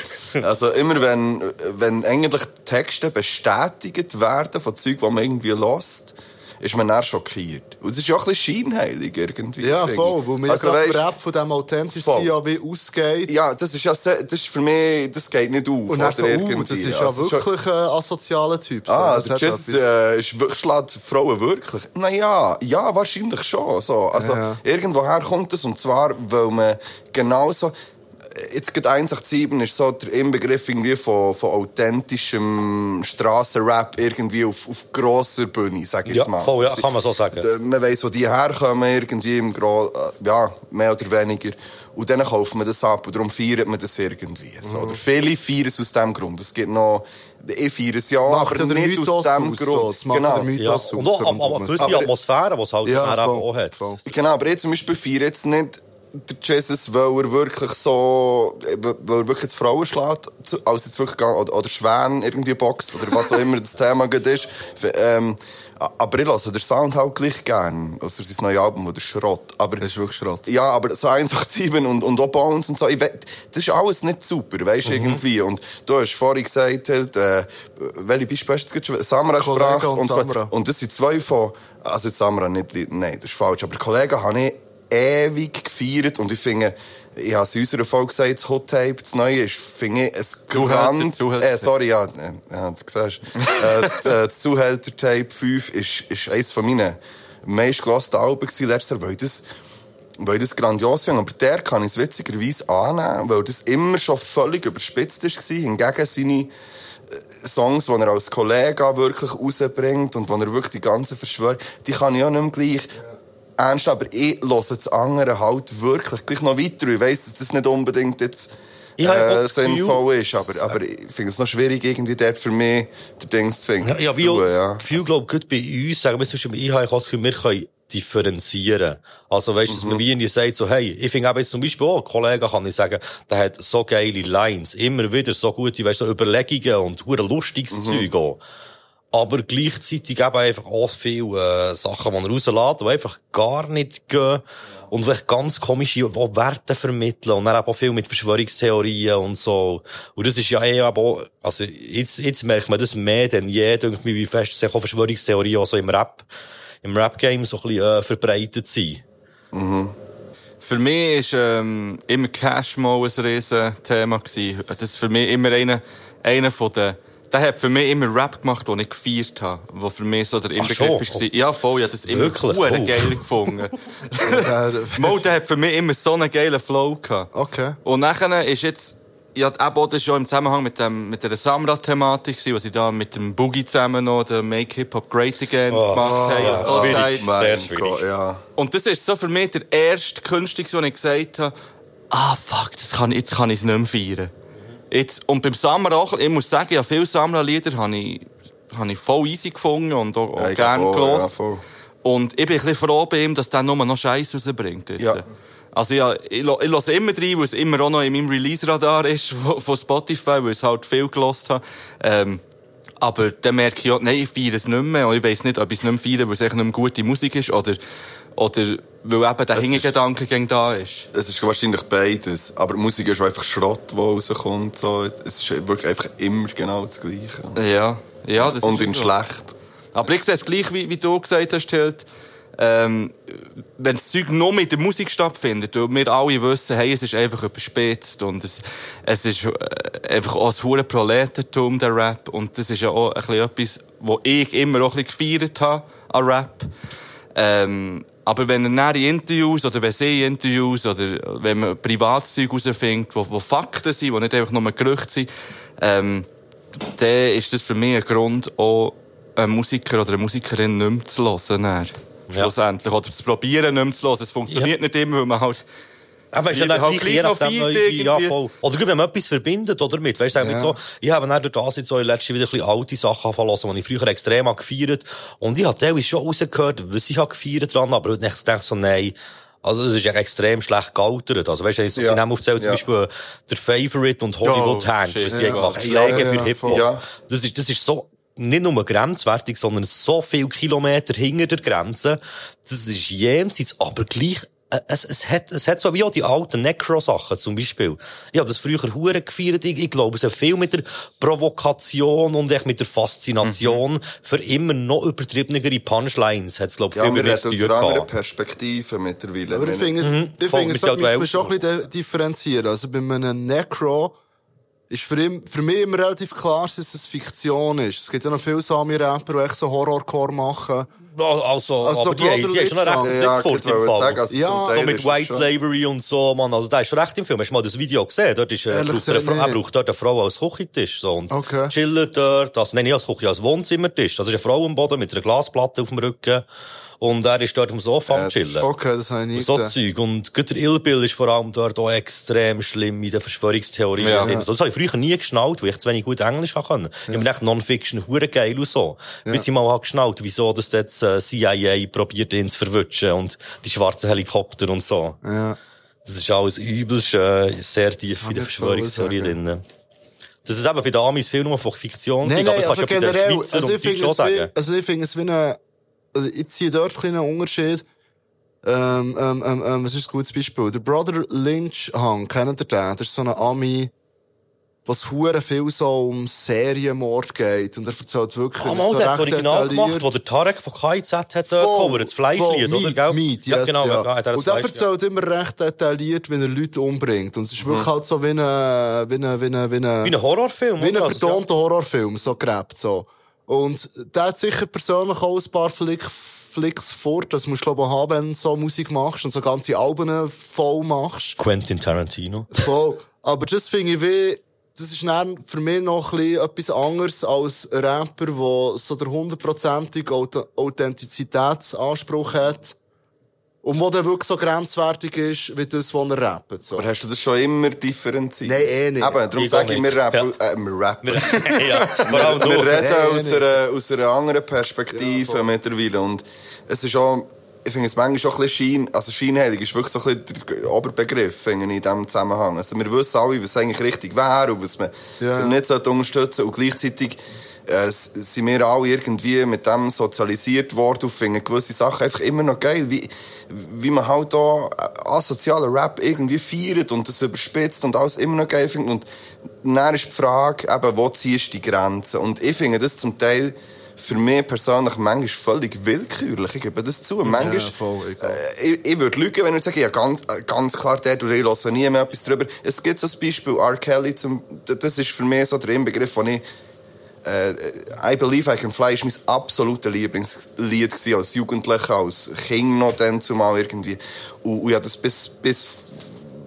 [SPEAKER 3] Also immer wenn, wenn eigentlich Texte bestätigt werden von Zeug, die man irgendwie lost, ist man dann schockiert. Und das ist ja auch ein bisschen scheinheilig irgendwie.
[SPEAKER 4] Ja,
[SPEAKER 3] finde ich.
[SPEAKER 4] voll. Weil mir
[SPEAKER 3] Also,
[SPEAKER 4] also,
[SPEAKER 3] weisst-
[SPEAKER 4] der Rap von dem authentisch
[SPEAKER 3] Voll.
[SPEAKER 4] sein ja wie ausgeht.
[SPEAKER 3] Ja, das ist ja, se- das ist für mich, das geht nicht auf.
[SPEAKER 4] und dann so,
[SPEAKER 3] oder
[SPEAKER 4] uh,
[SPEAKER 3] irgendwie.
[SPEAKER 4] das ist ja
[SPEAKER 3] Also, schon-
[SPEAKER 4] wirklich ein asozialer Typ. So, Also
[SPEAKER 3] Ah,
[SPEAKER 4] das
[SPEAKER 3] der
[SPEAKER 4] hat
[SPEAKER 3] Jesus
[SPEAKER 4] etwas-
[SPEAKER 3] äh, ist wirklich, schlägt Frauen wirklich? Naja, ja, wahrscheinlich schon. So. Also,
[SPEAKER 4] Ja.
[SPEAKER 3] irgendwoher kommt das. Und zwar, weil man genauso. Jetzt geht 187 ist so der Inbegriff irgendwie von, von authentischem Strassenrap irgendwie auf, auf grosser Bühne, sag ich
[SPEAKER 1] Ja,
[SPEAKER 3] jetzt mal. Also,
[SPEAKER 1] voll, ja, kann man so sagen.
[SPEAKER 3] D- Man weiss, wo die herkommen, irgendwie im Gro äh, ja, mehr oder weniger. Und dann kauft man das ab und darum feiert man das irgendwie. So. Oder viele feiern es aus dem Grund. Es gibt noch, ich feiere es ja,
[SPEAKER 4] Macht ja
[SPEAKER 3] aber
[SPEAKER 4] den
[SPEAKER 3] nicht
[SPEAKER 4] Mythos
[SPEAKER 3] aus dem
[SPEAKER 4] aus,
[SPEAKER 3] Grund.
[SPEAKER 4] so. Das macht
[SPEAKER 3] genau.
[SPEAKER 4] den Mythos
[SPEAKER 1] Ja,
[SPEAKER 4] das
[SPEAKER 1] und auch
[SPEAKER 4] raus,
[SPEAKER 1] am- am- eine
[SPEAKER 4] aber-
[SPEAKER 1] gewisse Atmosphäre, die es halt
[SPEAKER 4] Ja,
[SPEAKER 1] ja, dann eben
[SPEAKER 4] voll,
[SPEAKER 1] auch hat.
[SPEAKER 4] voll.
[SPEAKER 3] Genau, aber jetzt zum Beispiel feiert jetzt nicht der Jesus, weil er wirklich so, weil er wirklich die Frauen schlägt, zu- als jetzt wirklich, gar- oder, oder Schwäne irgendwie boxt, oder was auch immer das Thema gerade ist. F- Ähm, a- aber ich lasse den Sound halt gleich gern. Ausser sein neues Album, oder Schrott. Aber,
[SPEAKER 4] Das ist wirklich Schrott.
[SPEAKER 3] ja, aber so 187 und, und auch Bones und so, ich we- das ist alles nicht super, weißt du, irgendwie. Und du hast vorhin gesagt, halt, äh, welche Beispiele hast du jetzt gerade? Samra
[SPEAKER 4] Kollege
[SPEAKER 3] gebracht.
[SPEAKER 4] und Samra.
[SPEAKER 3] Und das sind zwei von, also jetzt Samra nicht, nein, das ist falsch, aber Kollegen habe ich ewig gefeiert und ich finde, ich habe es in unserer Folge gesagt, das Hot Tape, das Neue ist, finde ich, ein
[SPEAKER 2] Zuhälter,
[SPEAKER 3] Grand...
[SPEAKER 2] Zuhälter.
[SPEAKER 3] Äh, sorry, ja, äh, ja das siehst du. äh, das, äh, das Zuhälter Tape 5 ist, ist eines von meinen meistgelassenen Alben gewesen letztes Jahr, weil das weil das grandios finde. Aber der kann ich es witzigerweise annehmen, weil das immer schon völlig überspitzt war. Hingegen seine äh, Songs, die er als Kollege wirklich rausbringt und wo er wirklich die ganzen verschwört, die kann ich auch nicht mehr gleich ernst, aber ich höre das andere halt wirklich gleich noch weiter. Ich weiss, dass das nicht unbedingt jetzt
[SPEAKER 1] Ich habe auch
[SPEAKER 3] äh,
[SPEAKER 1] das Gefühl-
[SPEAKER 3] sinnvoll ist, aber, aber ich finde es noch schwierig, irgendwie dort für mich den Dings zu finden.
[SPEAKER 1] Ja, ja, wie
[SPEAKER 3] Zu,
[SPEAKER 1] auch
[SPEAKER 3] ja.
[SPEAKER 1] das Gefühl, glaub, gut bei uns, sagen wir zwischen dem IHK, wir können differenzieren. Also, weißt du, dass man wie nie sagt, so, hey, ich finde eben jetzt zum Beispiel auch, Kollegen kann ich sagen, der hat so geile Lines, immer wieder so gute, weißt du, so Überlegungen und hure lustiges Zeug auch. Aber gleichzeitig eben einfach auch viele äh, Sachen, die er rauslässt, die einfach gar nicht gehen. Und vielleicht ganz komische auch Werte vermitteln. Und dann eben auch viel mit Verschwörungstheorien und so. Und das ist ja eh aber auch, also jetzt, jetzt merkt man das mehr denn je, denke mir, wie fest sich auch Verschwörungstheorien auch so im Rap, im Rap-Game so ein bisschen äh, verbreitet sind.
[SPEAKER 2] Für mich ist ähm, immer Cash mal ein riesen Thema gewesen. Das ist für mich immer einer, einer von den, der hat für mich immer Rap gemacht, den ich gefeiert habe. Wo für mich so der Inbegriff
[SPEAKER 1] schon?
[SPEAKER 2] ist. gewesen. Ja, voll, ich habe das immer
[SPEAKER 1] Wirklich?
[SPEAKER 2] hure
[SPEAKER 1] Oh.
[SPEAKER 2] geil gefunden.
[SPEAKER 4] Äh,
[SPEAKER 2] Mo, der hat für mich immer so einen geilen Flow gehabt.
[SPEAKER 4] Okay.
[SPEAKER 2] Und nachher ist jetzt, ja, die Abo, das ist ja im Zusammenhang mit, dem, mit der Samra-Thematik, gewesen, was sie da mit dem Boogie zusammen noch, der Make Hip Hop Great Again
[SPEAKER 1] Oh.
[SPEAKER 2] gemacht haben.
[SPEAKER 1] ja,
[SPEAKER 3] Oh,
[SPEAKER 2] Also,
[SPEAKER 1] schwierig.
[SPEAKER 2] sagt-
[SPEAKER 1] Sehr
[SPEAKER 3] Mein
[SPEAKER 1] schwierig.
[SPEAKER 3] Gott, ja.
[SPEAKER 2] und das ist so für mich der erste Künstler, wo ich gesagt habe, ah fuck, das kann, jetzt kann ich es nicht mehr feiern. Jetzt, und beim Samra auch, ich muss sagen, ja, viele Samra-Lieder habe ich, habe ich voll easy gefunden und auch, auch
[SPEAKER 3] Ja, ich
[SPEAKER 2] gerne
[SPEAKER 3] glaub auch, ja,
[SPEAKER 2] gehört.
[SPEAKER 3] voll.
[SPEAKER 2] und ich bin ein bisschen froh bei ihm, dass der nur noch Scheiß rausbringt. Jetzt.
[SPEAKER 3] Ja.
[SPEAKER 2] Also ja, ich lo- ich höre immer rein, weil es immer auch noch in meinem Release-Radar ist von von Spotify, weil ich es halt viel gelost habe. Ähm, aber dann merke ich auch, nein, ich feiere es nicht mehr. Und ich weiss nicht, ob ich es nicht mehr feiere, weil es echt nicht mehr gute Musik ist oder, oder weil eben der Hintergedanke gegen da ist.
[SPEAKER 3] Es ist wahrscheinlich beides. Aber die Musik ist einfach Schrott, der rauskommt. So. Es ist wirklich einfach immer genau das Gleiche.
[SPEAKER 2] Ja, ja, das
[SPEAKER 3] Und
[SPEAKER 2] ist
[SPEAKER 3] in
[SPEAKER 2] so.
[SPEAKER 3] schlecht.
[SPEAKER 2] Aber ich sehe es gleich, wie, wie du gesagt hast, Hild. Ähm, wenn das Zeug nur mit der Musik stattfindet und wir alle wissen, hey, es ist einfach überspitzt und es, es ist äh, einfach auch ein hohes Proletartum, der Rap. Und das ist ja auch ein bisschen etwas, was ich immer auch ein bisschen gefeiert habe an Rap. Ähm, aber wenn er dann in Interviews oder wenn sie in Interviews oder wenn man Privatzeug herausfindet, wo, wo Fakten sind, die nicht einfach nur Gerüchte sind, ähm, dann ist das für mich ein Grund, auch einen Musiker oder eine Musikerin nicht mehr zu hören. dann.
[SPEAKER 1] Ja.
[SPEAKER 2] Schlussendlich. Oder zu probieren, nicht mehr zu hören. Es funktioniert nicht immer, weil man halt...
[SPEAKER 1] Aber ist ja
[SPEAKER 2] Jeder
[SPEAKER 1] dann
[SPEAKER 2] hat
[SPEAKER 1] gleich Ah, je
[SPEAKER 2] gleich noch
[SPEAKER 1] nachdem
[SPEAKER 2] Feedback
[SPEAKER 1] neue, ja,
[SPEAKER 2] irgendwie.
[SPEAKER 1] voll. Oder gut, wenn man etwas verbindet, oder mit, weißt du,
[SPEAKER 4] Ja.
[SPEAKER 1] ja. so, ich habe dann durch das jetzt so in letzter Zeit wieder ein bisschen alte Sachen verlassen, die ich früher extrem habe gefeiert Und ich habe teilweise schon rausgehört, was ich habe gefeiert dran, aber heute dachte ich so, nein, also es ist ja extrem schlecht gealtert. Also weißt du, ich
[SPEAKER 3] Ja.
[SPEAKER 1] ja. nehme aufzählen, zum
[SPEAKER 3] Ja.
[SPEAKER 1] Beispiel äh, der Favorite und Hollywood
[SPEAKER 2] Oh,
[SPEAKER 1] Hand,
[SPEAKER 2] shit.
[SPEAKER 1] was die
[SPEAKER 2] Ja.
[SPEAKER 1] gemacht haben.
[SPEAKER 3] Ja,
[SPEAKER 1] Schläge
[SPEAKER 4] ja, ja,
[SPEAKER 1] für Hip-Hop.
[SPEAKER 3] voll. Ja.
[SPEAKER 1] Das ist, das ist so, nicht nur grenzwertig, sondern so viele Kilometer hinter der Grenze. Das ist jenseits, aber gleich äh, es, es, hat, es hat so wie auch die alten Necro-Sachen zum Beispiel. Ich habe das früher hure gefeiert. Ich, ich glaube, es hat viel mit der Provokation und echt mit der Faszination
[SPEAKER 3] Mhm.
[SPEAKER 1] für immer noch übertriebenere Punchlines. Hat es, glaube ich,
[SPEAKER 3] Ja,
[SPEAKER 1] viel
[SPEAKER 3] wir
[SPEAKER 1] mit
[SPEAKER 3] reden
[SPEAKER 1] der
[SPEAKER 3] aus einer anderen Perspektive mittlerweile.
[SPEAKER 4] Aber ich
[SPEAKER 3] Wir-
[SPEAKER 4] finde, es, ich
[SPEAKER 1] voll,
[SPEAKER 4] finde,
[SPEAKER 1] wir sind
[SPEAKER 4] es sollte
[SPEAKER 1] Mhm. ja
[SPEAKER 4] man schon ein
[SPEAKER 1] gleich-
[SPEAKER 4] bisschen differenzieren. Also bei einem Necro ist für, ihn, für mich immer relativ klar, dass es Fiktion ist. Es gibt ja noch viele Sami-Rapper, die echt so Horrorcore machen.
[SPEAKER 1] Also, also,
[SPEAKER 4] Also
[SPEAKER 1] aber
[SPEAKER 4] der
[SPEAKER 1] die, haben- die haben schon
[SPEAKER 4] Brother
[SPEAKER 1] recht
[SPEAKER 3] ja, ich
[SPEAKER 1] gefurzt im
[SPEAKER 3] wollte
[SPEAKER 1] Fall.
[SPEAKER 3] sagen, also
[SPEAKER 4] Ja,
[SPEAKER 3] zum
[SPEAKER 1] so
[SPEAKER 3] Teil
[SPEAKER 1] mit
[SPEAKER 3] ist es
[SPEAKER 1] White
[SPEAKER 3] schon-
[SPEAKER 1] Slavery und so, man. Also, da ist schon recht im Film. Hast du mal das dus Video gesehen? Dort ist, äh,
[SPEAKER 4] Ehrlich
[SPEAKER 1] braucht er, eine
[SPEAKER 4] gesagt
[SPEAKER 1] Frau, er
[SPEAKER 4] nicht.
[SPEAKER 1] braucht dort eine Frau als Küchentisch, so. Und
[SPEAKER 4] Okay.
[SPEAKER 1] chillt dort, also, nein, nicht als Küche, als Wohnzimmertisch. Also, ist eine Frau am Boden mit einer Glasplatte auf dem Rücken. Und er ist dort am Sofa am
[SPEAKER 3] das
[SPEAKER 1] chillen.
[SPEAKER 4] Okay, das habe ich nie
[SPEAKER 1] So
[SPEAKER 4] gesehen.
[SPEAKER 1] Zeug. Und Güter Illbill ist vor allem dort auch extrem schlimm in den Verschwörungstheorien.
[SPEAKER 2] Ja.
[SPEAKER 1] drin. So, Das habe ich früher nie geschnallt, weil ich zu wenig gut Englisch kann können. Ich bin echt Non-Fiction hure geil und so. Bis ich mal habe geschnallt, wieso das jetzt äh, CIA probiert, ihn zu verwutschen und die schwarzen Helikopter und so.
[SPEAKER 4] Ja.
[SPEAKER 1] Das ist alles übelst äh, sehr tief
[SPEAKER 4] hab
[SPEAKER 1] in den
[SPEAKER 4] ich wollen
[SPEAKER 1] Verschwörungstheorien
[SPEAKER 4] sagen.
[SPEAKER 1] drin. Das ist eben bei den Amis viel nur von Fiktion,
[SPEAKER 4] Nein,
[SPEAKER 1] liegt,
[SPEAKER 4] nein,
[SPEAKER 1] aber das
[SPEAKER 4] also
[SPEAKER 1] kannst du ja bei
[SPEAKER 4] generell.
[SPEAKER 1] den Schweizern
[SPEAKER 4] Also ich
[SPEAKER 1] und Deutschen
[SPEAKER 4] finde
[SPEAKER 1] auch
[SPEAKER 4] es, wie,
[SPEAKER 1] sagen.
[SPEAKER 4] also ich finde es wie ein, also ich ziehe dort ein bisschen einen Unterschied. Ähm, ähm, ähm, ähm, was ist ein gutes Beispiel? Der Brother Lynch Hang, kennt ihr den? Das ist so ein Ami, was hure viel so um Serienmord geht. Und er erzählt wirklich
[SPEAKER 1] Ah, mal,
[SPEAKER 4] so
[SPEAKER 1] der hat das
[SPEAKER 4] recht
[SPEAKER 1] Original
[SPEAKER 4] detailliert.
[SPEAKER 1] gemacht, wo der Tarek von KIZ hat dort
[SPEAKER 4] Voll,
[SPEAKER 1] gecovert, das Fleischlied,
[SPEAKER 4] voll,
[SPEAKER 1] oder?
[SPEAKER 4] Meat,
[SPEAKER 1] Gell?
[SPEAKER 4] Meat,
[SPEAKER 1] ja,
[SPEAKER 4] yes,
[SPEAKER 1] genau,
[SPEAKER 4] ja.
[SPEAKER 1] ja. hat er das
[SPEAKER 4] Und der
[SPEAKER 1] Fleisch,
[SPEAKER 4] erzählt immer recht detailliert, wenn er Leute umbringt. Und es ist wirklich halt so wie ein, wie ein, wie ein, wie ein,
[SPEAKER 1] ja. Mhm. Wie ein Horrorfilm,
[SPEAKER 4] Wie ein
[SPEAKER 1] oder? Also,
[SPEAKER 4] vertonter Horrorfilm, so gerappt, so. Und der hat sicher persönlich auch ein paar Flick, Flicks vor, das musst du glaube ich auch haben, wenn du so Musik machst und so ganze Alben voll machst.
[SPEAKER 1] ja. Quentin Tarantino.
[SPEAKER 4] Voll. Aber das finde ich wie, das ist dann für mich noch ein bisschen etwas anderes als ein Rapper, der so der hundertprozentige Auth- Authentizitätsanspruch hat. Und wo der wirklich so grenzwertig ist, wie das, was er rappt. So.
[SPEAKER 3] Aber hast du das schon immer differenziert?
[SPEAKER 4] Nein, eh nicht.
[SPEAKER 3] Eben, darum
[SPEAKER 1] Ich
[SPEAKER 3] sage
[SPEAKER 1] auch
[SPEAKER 3] ich, wir
[SPEAKER 1] nicht.
[SPEAKER 3] rappen. Äh, wir rappen.
[SPEAKER 1] ja, vor allem
[SPEAKER 3] Wir
[SPEAKER 1] du.
[SPEAKER 3] reden
[SPEAKER 4] Nein, eh
[SPEAKER 3] aus,
[SPEAKER 4] nein.
[SPEAKER 3] einer, aus einer anderen Perspektive mittlerweile. Und es ist auch, ich finde es manchmal auch ein bisschen Schein, also scheinheilig ist wirklich so ein bisschen der Oberbegriff finde ich, in diesem Zusammenhang. Also wir wissen alle, was eigentlich richtig wäre und was man
[SPEAKER 4] Ja.
[SPEAKER 3] nicht sollte unterstützen sollte. Und gleichzeitig äh, s- sind wir alle irgendwie mit dem sozialisiert worden und finden gewisse Sachen einfach immer noch geil. Wie, wie man halt da asozialen Rap irgendwie feiert und das überspitzt und alles immer noch geil findet. Und dann ist die Frage, eben, wo ziehst du die Grenze? Und ich finde das zum Teil für mich persönlich manchmal völlig willkürlich. Ich gebe das zu. Manchmal,
[SPEAKER 4] voll, egal.
[SPEAKER 3] äh, ich, ich würde lügen, wenn ich sage, ja, ganz, äh, ganz klar, der oder ich höre nie mehr etwas drüber. Es gibt so ein Beispiel, R. Kelly, zum, d- das ist für mich so der Inbegriff, den ich äh, I Believe I Can Fly ist mein absolutes Lieblingslied gewesen, als Jugendlicher, als Kind noch dann zumal irgendwie. Und, und ich hab das bis, bis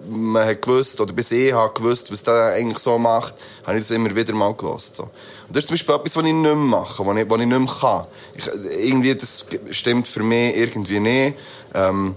[SPEAKER 3] man hat gewusst, oder bis ich habe gewusst, was der eigentlich so macht, habe ich das immer wieder mal gehört. So. Und das ist zum Beispiel etwas, was ich nicht mehr mache, was ich, was ich nicht mehr kann. Ich, irgendwie, das stimmt für mich irgendwie nicht. Ähm,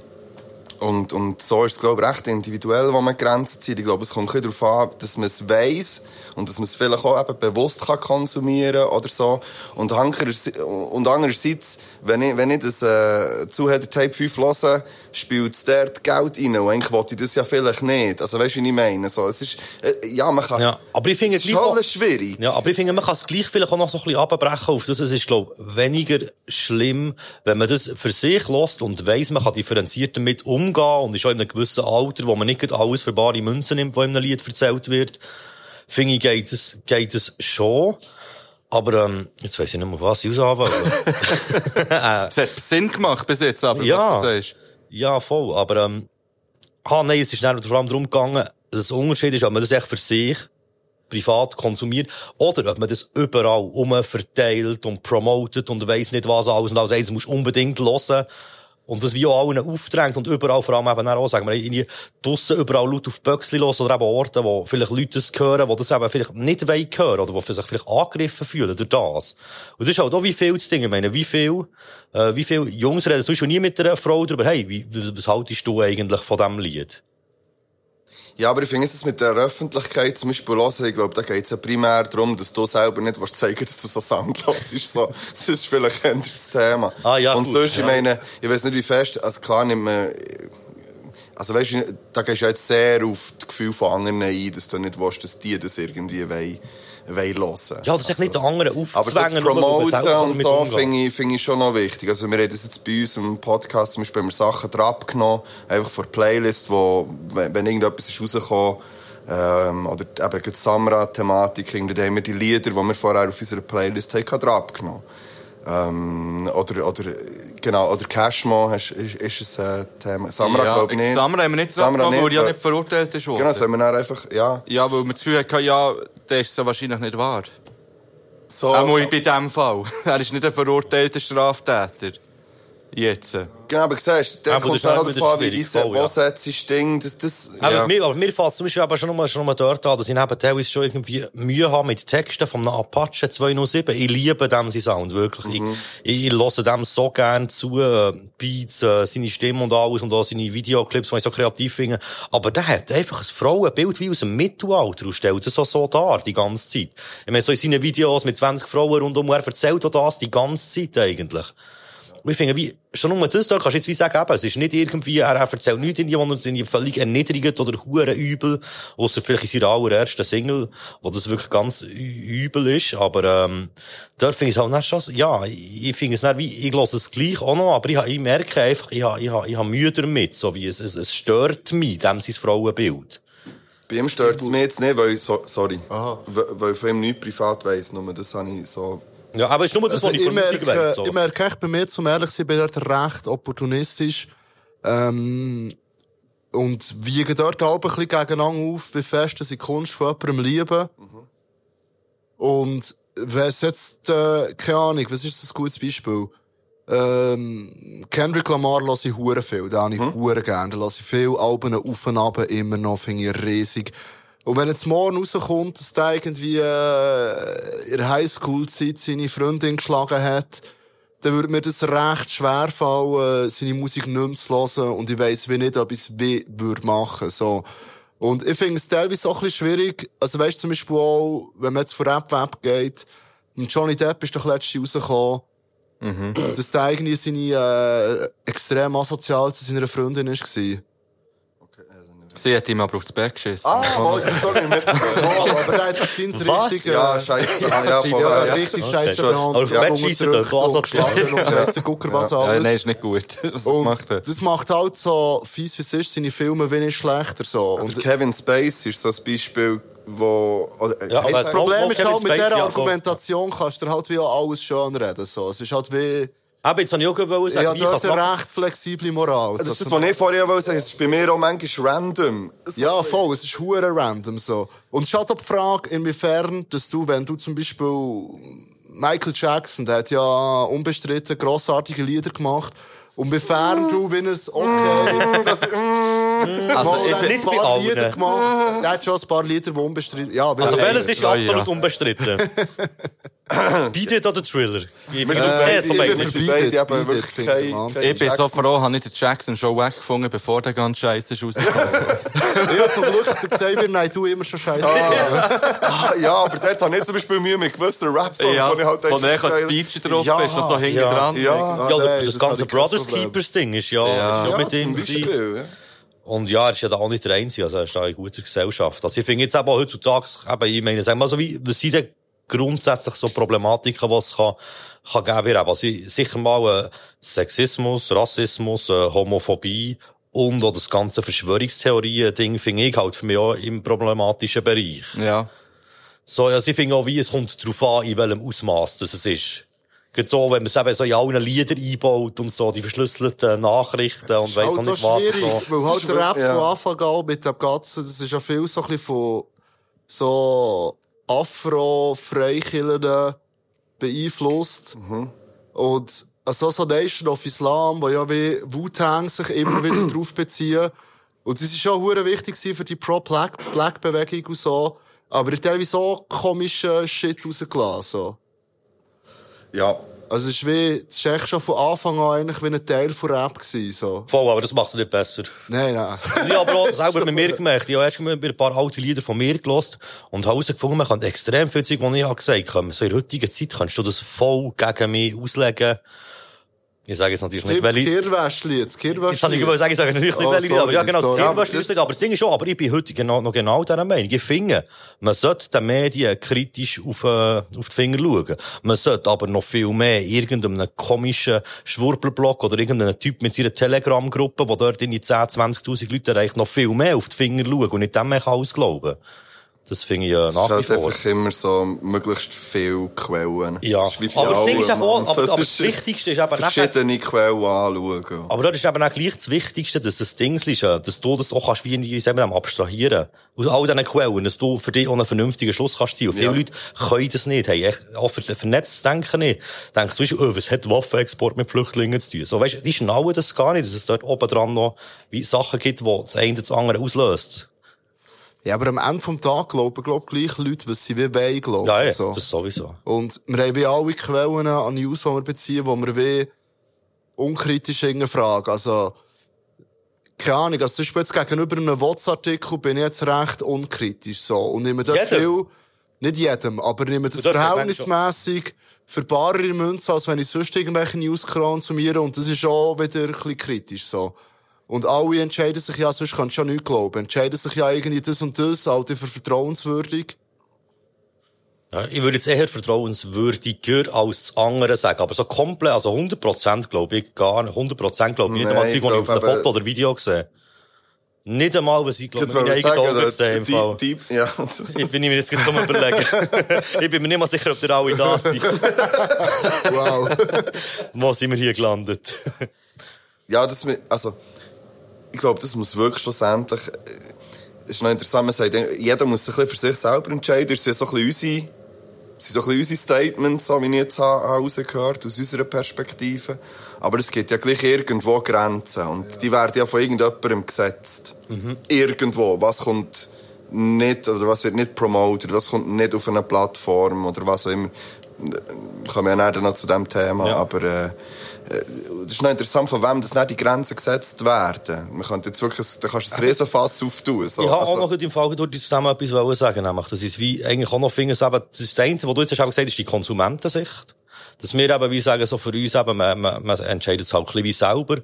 [SPEAKER 3] und, und so ist es, glaube ich, recht individuell, wo man Grenzen zieht. Ich glaube, es kommt ein bisschen darauf an, dass man es weiss und dass man es vielleicht auch eben bewusst kann konsumieren kann oder so. Und, andererse- und andererseits, wenn ich, wenn ich das äh, Zuhälter-Tape 5 höre, spielt es dort Geld rein. Und eigentlich wollte ich das ja vielleicht nicht. Also weißt du, wie ich meine? So, es ist, äh, ja, man kann...
[SPEAKER 1] Ja, aber ich finde
[SPEAKER 3] es ist
[SPEAKER 1] gleich auch-
[SPEAKER 3] alles schwierig.
[SPEAKER 1] Ja, aber ich finde, man kann es gleich vielleicht auch noch so ein bisschen abbrechen auf das. Es ist, glaube ich, weniger schlimm, wenn man das für sich lässt und weiss, man kann differenziert damit umgehen und ist auch in einem gewissen Alter, wo man nicht gerade alles für bare Münze nimmt, was in einem Lied erzählt wird. Finde ich, geht es, geht es schon. Aber, ähm, jetzt weiss ich nicht mehr, auf was ich raus wollte.
[SPEAKER 2] Es hat Sinn gemacht bis jetzt, aber
[SPEAKER 1] Ja.
[SPEAKER 2] was du sagst.
[SPEAKER 1] Ja, voll. Aber ähm, ah, nein, es ist dann vor allem darum gegangen, dass es ein Unterschied ist, ob man das echt für sich privat konsumiert oder ob man das überall um verteilt und promotet und weiss nicht was alles und alles. Hey, Das musst du unbedingt hören. Und das wie auch allen aufdrängt und überall, vor allem eben dann auch, sagen wir, irgendwie draussen überall laut auf Böckchen los oder eben Orte, wo eh, vielleicht Leute das hören, die das eben vielleicht nicht wollen hören oder die sich vielleicht angegriffen fühlen durch das. Und das ist halt auch dus, wie viel das Ding, ich meine, wie viel, äh, wie viel Jungs reden, du schon nie mit einer Frau darüber, eh, hey, wie, was haltest du eigentlich von diesem Lied?
[SPEAKER 3] Ja, aber ich finde es mit der Öffentlichkeit zum Beispiel hören, ich glaube, da geht es ja primär darum, dass du selber nicht willst zeigen dass du so Sound hörst. So, das ist vielleicht ein anderes Thema.
[SPEAKER 1] Ah, ja,
[SPEAKER 3] Und
[SPEAKER 1] gut,
[SPEAKER 3] sonst,
[SPEAKER 1] ja.
[SPEAKER 3] ich meine, ich weiß nicht, wie fest, also klar, nicht mehr, also weißt du, da gehst du jetzt sehr auf das Gefühl von anderen ein, dass du nicht willst, dass die das irgendwie wollen,
[SPEAKER 4] wollen hören.
[SPEAKER 1] Ja, das ist echt nicht der andere
[SPEAKER 3] Aber das
[SPEAKER 1] aufzwängen,
[SPEAKER 3] Promoten und so
[SPEAKER 1] umgeht.
[SPEAKER 3] finde ich, finde ich schon noch wichtig. Also wir haben das jetzt bei uns im Podcast zum Beispiel haben wir Sachen drauf genommen, einfach für die Playlist, wo, wenn, wenn irgendetwas ist rausgekommen, ähm, oder eben die Samra-Thematik, irgendwie, dann haben wir die Lieder, die wir vorher auf unserer Playlist hatten, drauf genommen. Ähm, oder, oder, genau, oder Cashmo hast- ist, ist, ein Thema. Samra,
[SPEAKER 2] Ja,
[SPEAKER 3] glaube ich nicht.
[SPEAKER 2] Samra haben wir nicht
[SPEAKER 3] Samra
[SPEAKER 2] zusammengenommen, weil die ja
[SPEAKER 3] weil-
[SPEAKER 2] nicht verurteilt ist worden.
[SPEAKER 3] Genau, das haben wir dann einfach, ja.
[SPEAKER 2] Ja, weil wir das Gefühl hatten, ja, der ist so wahrscheinlich nicht wahr.
[SPEAKER 3] So,
[SPEAKER 2] Auch mal bei diesem Fall. Er ist nicht ein verurteilter Straftäter. Jetzt.
[SPEAKER 3] Genau, aber siehst du, der
[SPEAKER 1] Aber das
[SPEAKER 3] kommt
[SPEAKER 1] ist
[SPEAKER 3] dann
[SPEAKER 1] auch
[SPEAKER 3] auch
[SPEAKER 1] wieder
[SPEAKER 3] davon, an, wie
[SPEAKER 1] schwierig,
[SPEAKER 3] diese
[SPEAKER 1] voll, ja.
[SPEAKER 3] Bossets Ding, das, das,
[SPEAKER 1] Aber,
[SPEAKER 3] ja.
[SPEAKER 1] Also, mir, aber mir fällt zum Beispiel eben schon nur, schon nur dort an, dass ich neben teilweise schon irgendwie Mühe habe mit Texten von einem Apache 207. Ich liebe dem seinen Sound, wirklich. Ich, ich, ich höre dem so gern zu, äh, Beats, äh, seine Stimme und alles und auch seine Videoclips, die ich so kreativ finde. Aber der hat einfach ein Frauenbild wie aus dem Mittelalter und stellt das auch so dar, die ganze Zeit. Ich meine, so in seinen Videos mit 20 Frauen rundum, er erzählt auch das die ganze Zeit eigentlich. Und ich finde, wie, schon nur das da kannst du jetzt wie sagen, eben, es ist nicht irgendwie, er er erzählt nichts in die, sondern sind völlig erniedrigend oder hure übel. Ausser vielleicht in seiner allerersten Single, dus wo das wirklich ganz ü- übel ist. Aber, ähm, dort finde ich es halt dann schon, so- ja, ich ich finde es dann wie, ich lasse es gleich auch noch, aber ich, ha- ich merke einfach, ich habe ich ha, ich ha Mühe damit, so wie es, es, es stört mich, dem sein Frauenbild.
[SPEAKER 3] Bei ihm stört es mich jetzt nicht, weil, ich so, sorry, weil, weil ich von ihm nichts privat weiss, nur das habe ich so...
[SPEAKER 1] Ja, aber es ist nur das,
[SPEAKER 4] Also
[SPEAKER 1] was ich
[SPEAKER 4] ich,
[SPEAKER 1] von Musik
[SPEAKER 4] merke,
[SPEAKER 1] weiss, so.
[SPEAKER 4] ich merke echt bei mir, zum ehrlich zu sein, bin ich dort recht opportunistisch. Ähm, und wiege dort halb ein bisschen gegeneinander auf, wie fest dass ich die Kunst von jemandem liebe.
[SPEAKER 1] Mhm.
[SPEAKER 4] Und wenn es jetzt, äh, keine Ahnung, was ist das ein gutes Beispiel? Ähm, Kendrick Lamar lasse ich hure viel, den habe ich hure gerne. Da lasse ich viel Alben auf und ab, immer noch, finde ich riesig. Und wenn jetzt morgen rauskommt, dass der irgendwie äh, in der Highschool-Zeit seine Freundin geschlagen hat, dann würde mir das recht schwer fallen, äh, seine Musik nicht mehr zu hören und ich weiss wie nicht, ob ich es wie würde machen so. Und ich finde es teilweise auch ein bisschen schwierig, also weißt du zum Beispiel auch, wenn man jetzt vor Rap-Web geht, mit Johnny Depp ist doch letztens rausgekommen, dass der irgendwie seine, äh, extrem asozial zu seiner Freundin ist.
[SPEAKER 3] äh,
[SPEAKER 4] gewesen.
[SPEAKER 2] Sie hat ihm aber aufs Bett geschissen.
[SPEAKER 4] Ah,
[SPEAKER 3] voll, das ist nicht
[SPEAKER 4] Oh, aber der hat die Teams
[SPEAKER 1] Was?
[SPEAKER 4] richtig, äh,
[SPEAKER 3] Ja, scheiße, ja, voll,
[SPEAKER 4] ja,
[SPEAKER 3] ja,
[SPEAKER 4] richtig
[SPEAKER 1] Okay.
[SPEAKER 4] scheiße
[SPEAKER 1] Scheiss.
[SPEAKER 4] behandelt.
[SPEAKER 1] Aber auf
[SPEAKER 4] Ja,
[SPEAKER 1] Bett schiessen
[SPEAKER 4] unterdrückt
[SPEAKER 1] dürfen,
[SPEAKER 4] und
[SPEAKER 1] asozial.
[SPEAKER 4] geschlagen und weiss der Gucker was
[SPEAKER 2] ja,
[SPEAKER 4] alles.
[SPEAKER 2] nein, ist nicht gut, was er
[SPEAKER 4] Und
[SPEAKER 2] gemacht hat.
[SPEAKER 4] Das macht halt so fies wie es ist, seine Filme wenig schlechter so. Und
[SPEAKER 3] Und Kevin Spacey ist so ein Beispiel, wo... Oder, äh,
[SPEAKER 1] Ja,
[SPEAKER 3] hey,
[SPEAKER 1] aber-
[SPEAKER 4] das Problem
[SPEAKER 1] Wo- wo
[SPEAKER 4] ist halt,
[SPEAKER 1] Kevin
[SPEAKER 4] mit dieser
[SPEAKER 1] Spacey
[SPEAKER 4] Argumentation kannst du dir halt wie auch alles schön reden. So. Es ist halt wie,
[SPEAKER 1] Eben, jetzt habe ich auch gewollt
[SPEAKER 4] ich
[SPEAKER 1] sagen,
[SPEAKER 4] habe
[SPEAKER 1] wie ich kann's
[SPEAKER 4] dort
[SPEAKER 1] machen.
[SPEAKER 4] eine recht flexible Moral.
[SPEAKER 3] das ist
[SPEAKER 4] So
[SPEAKER 3] das, was ich vorher wollte sagen, es ist bei mir auch manchmal random. Es-
[SPEAKER 4] Ja, voll, es ist hure random so. Und es ist halt auch die Frage, inwiefern, dass du, wenn du zum Beispiel Michael Jackson, der hat ja unbestritten grossartige Lieder gemacht, und inwiefern du, wenn es okay, das, also
[SPEAKER 1] ich bin-
[SPEAKER 4] ein
[SPEAKER 1] nicht bei
[SPEAKER 4] paar
[SPEAKER 1] allen.
[SPEAKER 4] Lieder gemacht, der hat schon ein paar Lieder, die unbestritten, ja,
[SPEAKER 1] Also,
[SPEAKER 4] weil-
[SPEAKER 1] welches ist
[SPEAKER 2] Ja, ja.
[SPEAKER 1] absolut unbestritten? Bietet oder Thriller? Ich bin
[SPEAKER 4] Äh,
[SPEAKER 1] äh,
[SPEAKER 4] ich bin
[SPEAKER 3] Wir
[SPEAKER 1] ich
[SPEAKER 3] sind
[SPEAKER 4] verbietet,
[SPEAKER 3] beide eben
[SPEAKER 4] bietet,
[SPEAKER 3] wirklich
[SPEAKER 4] finde ich,
[SPEAKER 3] kein-
[SPEAKER 4] Wahnsinn.
[SPEAKER 3] kein
[SPEAKER 2] Ich bin so
[SPEAKER 3] Jackson.
[SPEAKER 2] froh, habe ich den Jackson schon weggefunden, bevor der ganze Scheiß ist rausgekommen.
[SPEAKER 4] Ich hab vom Glück, der Xavier, nein, du immer schon scheiße.
[SPEAKER 3] Ah, ja, aber dort habe ich zum Beispiel Mühe mit gewissen Rap-Songs,
[SPEAKER 2] ja,
[SPEAKER 3] wo ich halt...
[SPEAKER 2] wo
[SPEAKER 3] echt-
[SPEAKER 2] nachher das Feature drauf
[SPEAKER 3] Ja,
[SPEAKER 2] ist, das da hinten
[SPEAKER 1] ja,
[SPEAKER 2] dran
[SPEAKER 3] ja.
[SPEAKER 1] ja,
[SPEAKER 4] nein,
[SPEAKER 1] das,
[SPEAKER 4] das
[SPEAKER 1] das
[SPEAKER 4] hatte
[SPEAKER 1] ganze
[SPEAKER 4] ich kein
[SPEAKER 1] Brothers
[SPEAKER 4] Problem.
[SPEAKER 1] Keepers Ding ist ja,
[SPEAKER 2] Ja.
[SPEAKER 1] Ist ja
[SPEAKER 3] Ja,
[SPEAKER 1] mit
[SPEAKER 3] zum
[SPEAKER 1] ihm. gewesen.
[SPEAKER 3] Beispiel, ja.
[SPEAKER 1] Und ja, er ist ja da auch nicht der Einzige, also er ist da in guter Gesellschaft. Also ich finde jetzt aber heutzutage, eben, ich meine, sagen wir mal so, wie, was sind denn grundsätzlich so Problematiken, die es kann, kann geben kann? Also ich- sicher mal äh, Sexismus, Rassismus, äh, Homophobie und auch das ganze Verschwörungstheorien-Ding finde ich halt für mich auch im problematischen Bereich.
[SPEAKER 2] Ja.
[SPEAKER 1] So, also ich finde auch, wie es kommt darauf an, in welchem Ausmaß das es ist. Gerade so, wenn man es eben so in allen Liedern einbaut und so, die verschlüsselten Nachrichten und weiss auch
[SPEAKER 4] Halt auch
[SPEAKER 1] nicht was. So.
[SPEAKER 4] schwierig, weil halt der Rap
[SPEAKER 3] ja.
[SPEAKER 4] von Anfang an mit dem Ganzen, das ist ja viel so ein bisschen von so Afro-Freikillern beeinflusst. Und also so Nation of Islam, wo ja wie Wu-Tang sich immer wieder drauf beziehen. Und das ist auch hure wichtig gewesen für die Pro-Black-Bewegung und so. Aber ich teilweise auch komischen Shit rausgelassen. So.
[SPEAKER 3] Ja,
[SPEAKER 4] Also es ist wie, es ist echt schon von Anfang an eigentlich wie ein Teil von Rap gewesen, so.
[SPEAKER 1] Voll, aber das macht es nicht besser.
[SPEAKER 4] Nein, nein.
[SPEAKER 1] Ich habe aber auch selber bei mir gemerkt, ich habe erst mal ein paar alte Lieder von mir gelost und habe herausgefunden, man kann extrem viel Zeug, was ich habe gesagt habe. So in der heutigen Zeit kannst du das voll gegen mich auslegen. Ich sage jetzt natürlich nicht,
[SPEAKER 4] Stimmt, das
[SPEAKER 1] weil ich...
[SPEAKER 4] Kirwäschli, das Kirwäschli.
[SPEAKER 1] Jetzt habe ich gewollt sagen, ich sage natürlich nicht,
[SPEAKER 4] Oh,
[SPEAKER 1] welche, aber ja,
[SPEAKER 4] sorry,
[SPEAKER 1] genau,
[SPEAKER 4] sorry.
[SPEAKER 1] das,
[SPEAKER 4] Ja, aber das-
[SPEAKER 1] das, aber das Ding ist schon, aber ich bin heute genau, noch genau dieser Meinung. Ich finde, man sollte den Medien kritisch auf, äh, auf die Finger schauen. Man sollte aber noch viel mehr irgendeinem komischen Schwurbelblock oder irgendeinem Typ mit seiner Telegram-Gruppe, der dort in die 10, 20.000 Leute erreicht, noch viel mehr auf die Finger schauen und nicht dem mehr alles glauben. Das finde ich äh,
[SPEAKER 3] Es ist
[SPEAKER 1] nach wie
[SPEAKER 3] halt
[SPEAKER 1] vor.
[SPEAKER 3] einfach immer so möglichst viele Quellen.
[SPEAKER 1] Ja.
[SPEAKER 3] Das ist wie bei
[SPEAKER 1] Aber das Ding ist
[SPEAKER 3] allem,
[SPEAKER 1] eben auch-
[SPEAKER 3] Mann.
[SPEAKER 1] aber-
[SPEAKER 3] So,
[SPEAKER 1] aber
[SPEAKER 3] es
[SPEAKER 1] das Wichtigste ist eben nachher-
[SPEAKER 3] Verschiedene Quellen anschauen.
[SPEAKER 1] Aber dort ist eben auch gleich das Wichtigste, dass das Ding ist, äh, dass du das auch kannst, wie in dem abstrahieren. Aus all diesen Quellen, dass du für dich auch einen vernünftigen Schluss kannst ziehen. Und viele
[SPEAKER 3] Ja.
[SPEAKER 1] Leute können das nicht. Hey, echt, auch ver- vernetztes Denken nicht. Denken zum Beispiel, oh, was hat Waffenexport mit Flüchtlingen zu tun? So, weißt, die schnauen das gar nicht, dass es dort oben dran noch wie Sachen gibt, die das eine das andere auslöst.
[SPEAKER 4] Ja, aber am Ende des Tages glauben, glauben gleich Leute, was sie wie wollen glauben.
[SPEAKER 1] Ja, ja,
[SPEAKER 4] so.
[SPEAKER 1] das sowieso.
[SPEAKER 4] Und wir haben wie alle Quellen an News, die wir beziehen, die wir wie unkritisch hinterfragen. Also, keine Ahnung, also zum Beispiel jetzt gegenüber einem WhatsApp-Artikel bin ich jetzt recht unkritisch so. Und nehme dort
[SPEAKER 1] Jedem?
[SPEAKER 4] viel, nicht jedem, aber nehme das
[SPEAKER 1] Und dort
[SPEAKER 4] verhältnismässig für barere Münze, als wenn ich sonst irgendwelche News konsumiere. Und das ist auch wieder ein bisschen kritisch so. Und alle entscheiden sich ja, sonst kannst du ja nicht glauben, entscheiden sich ja irgendwie das und das, alte für vertrauenswürdig.
[SPEAKER 1] Ja, ich würde jetzt eher vertrauenswürdiger als das andere sagen. Aber so komplett, also 100% glaube ich gar nicht. 100% glaube ich nicht
[SPEAKER 3] Nein,
[SPEAKER 1] einmal Zeug,
[SPEAKER 3] ich
[SPEAKER 1] was ich auf
[SPEAKER 3] glaube
[SPEAKER 1] einem
[SPEAKER 3] aber-
[SPEAKER 1] Foto oder Video gesehen Nicht einmal, was ich glaube,
[SPEAKER 3] Ich
[SPEAKER 1] mit meinen
[SPEAKER 3] wollte
[SPEAKER 1] eigenen Augen gesehen
[SPEAKER 3] sagen,
[SPEAKER 1] im Fall.
[SPEAKER 3] die, die, ja, also,
[SPEAKER 1] Ich bin mir jetzt gerade am überlegen. ich bin mir nicht mal sicher, ob ihr alle da seid.
[SPEAKER 4] Wow.
[SPEAKER 1] Wo sind wir hier gelandet?
[SPEAKER 3] ja, das, mi- also, ich glaube, das muss wirklich schlussendlich, äh, ist noch interessant, man sagt, jeder muss sich ein bisschen für sich selber entscheiden, Dus das sind so ein bisschen unsere, das sind so ein bisschen unsere Statements, so wie ich jetzt ha- ha rausgehört habe, aus unserer Perspektive. Aber es gibt ja gleich irgendwo Grenzen und die werden ja von irgendjemandem gesetzt.
[SPEAKER 1] Mhm.
[SPEAKER 3] Irgendwo, was kommt nicht, oder was wird nicht promotet, was kommt nicht auf eine Plattform oder was auch immer. Äh, Kommen wir ja dann noch zu dem Thema,
[SPEAKER 1] Ja.
[SPEAKER 3] aber... Äh, Es ist noch interessant, von wem das nicht die Grenzen gesetzt werden. Man könnte jetzt wirklich, da kannst du ein Riesenfass auftun. So.
[SPEAKER 1] Ich habe auch
[SPEAKER 3] Also,
[SPEAKER 1] noch heute im Fall durch zu dem etwas wollen sagen, nämlich, das ist wie, eigentlich auch noch finde, es eben, das ist das eine, was du jetzt hast auch gesagt, ist die Konsumentensicht. Dass wir eben, wie sagen, so für uns eben, man, man, man entscheidet es halt ein bisschen wie selber.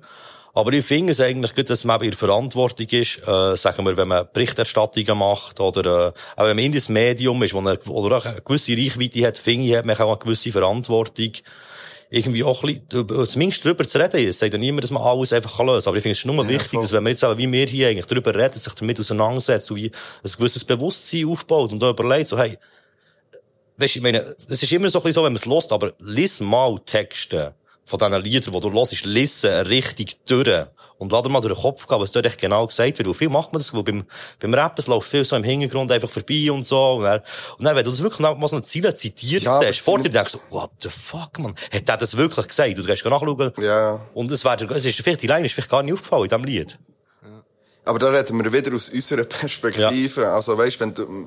[SPEAKER 1] Aber ich finde es eigentlich gut, dass man eben in der Verantwortung ist, äh, sagen wir, wenn man Berichterstattungen macht oder, äh, auch wenn man in diesem Medium ist, wo man, oder auch eine gewisse Reichweite hat, finde ich, hat man auch eine gewisse Verantwortung, irgendwie auch ein bisschen, drüber- zumindest drüber zu reden. Es sagt ja niemand, dass man alles einfach kann lösen kann. Aber ich finde es schon nur wichtig, dass wenn man jetzt eben, wie wir hier eigentlich drüber reden, sich damit auseinandersetzt und wie ein gewisses Bewusstsein aufbaut und da überlegt, so, hey, weißt, ich meine, es ist immer so ein bisschen so, wenn man es lost, aber lies mal Texte von diesen Liedern, die du hörst, lies sie richtig durch. Und lass dir mal durch den Kopf gehen, was dort echt genau gesagt wird. Und viel macht man das, weil beim, beim Rappen, es läuft viel so im Hintergrund einfach vorbei und so. Und dann, und dann wenn du das wirklich noch mal so eine Ziele zitiert
[SPEAKER 3] Ja, aber
[SPEAKER 1] siehst, vor
[SPEAKER 3] sie-
[SPEAKER 1] dir denkst du, what the fuck, man, hat der das wirklich gesagt? Und du gehst nachschauen.
[SPEAKER 3] Ja.
[SPEAKER 1] Und es wär, dir- es ist vielleicht, die Line ist vielleicht gar nicht aufgefallen in diesem Lied.
[SPEAKER 3] aber da reden wir wieder aus unserer Perspektive. Also, weißt, wenn du,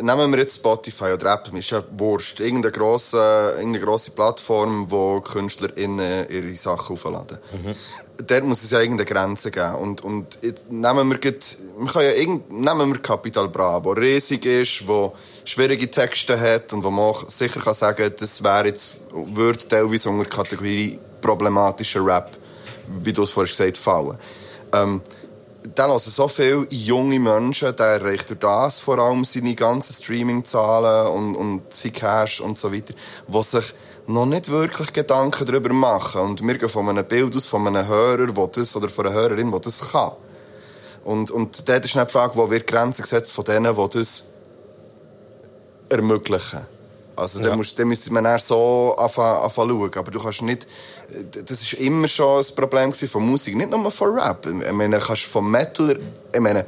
[SPEAKER 3] nehmen wir jetzt Spotify oder Apple, ist ja wurscht. Irgendeine grosse, irgendeine grosse Plattform, wo KünstlerInnen ihre Sachen aufladen. Dort muss es ja irgendeine Grenze geben. Und, und jetzt nehmen wir, grad, wir können ja irgend, nehmen wir Capital Bra, wo riesig ist, wo schwierige Texte hat und wo man auch sicher kann sagen, das wäre jetzt, würde teilweise unter die Kategorie problematischer Rap, wie du es vorhin gesagt hast, fallen. Ähm, dann hören so viele junge Menschen, der erreicht durch das vor allem seine ganzen Streaming-Zahlen und, und sein Cash und so weiter, die sich noch nicht wirklich Gedanken darüber machen. Und wir gehen von einem Bild aus, von einem Hörer, der das, oder von einer Hörerin, die das kann. Und, und dort ist dann die Frage, wo wird die Grenze gesetzt von denen, die das ermöglichen. Also, dann, musst, dann müsste man eher so anfangen, anfangen schauen. Aber du kannst nicht, das ist immer schon ein Problem gewesen von Musik, nicht nur von Rap. Ich meine, kannst von Metal, ich meine,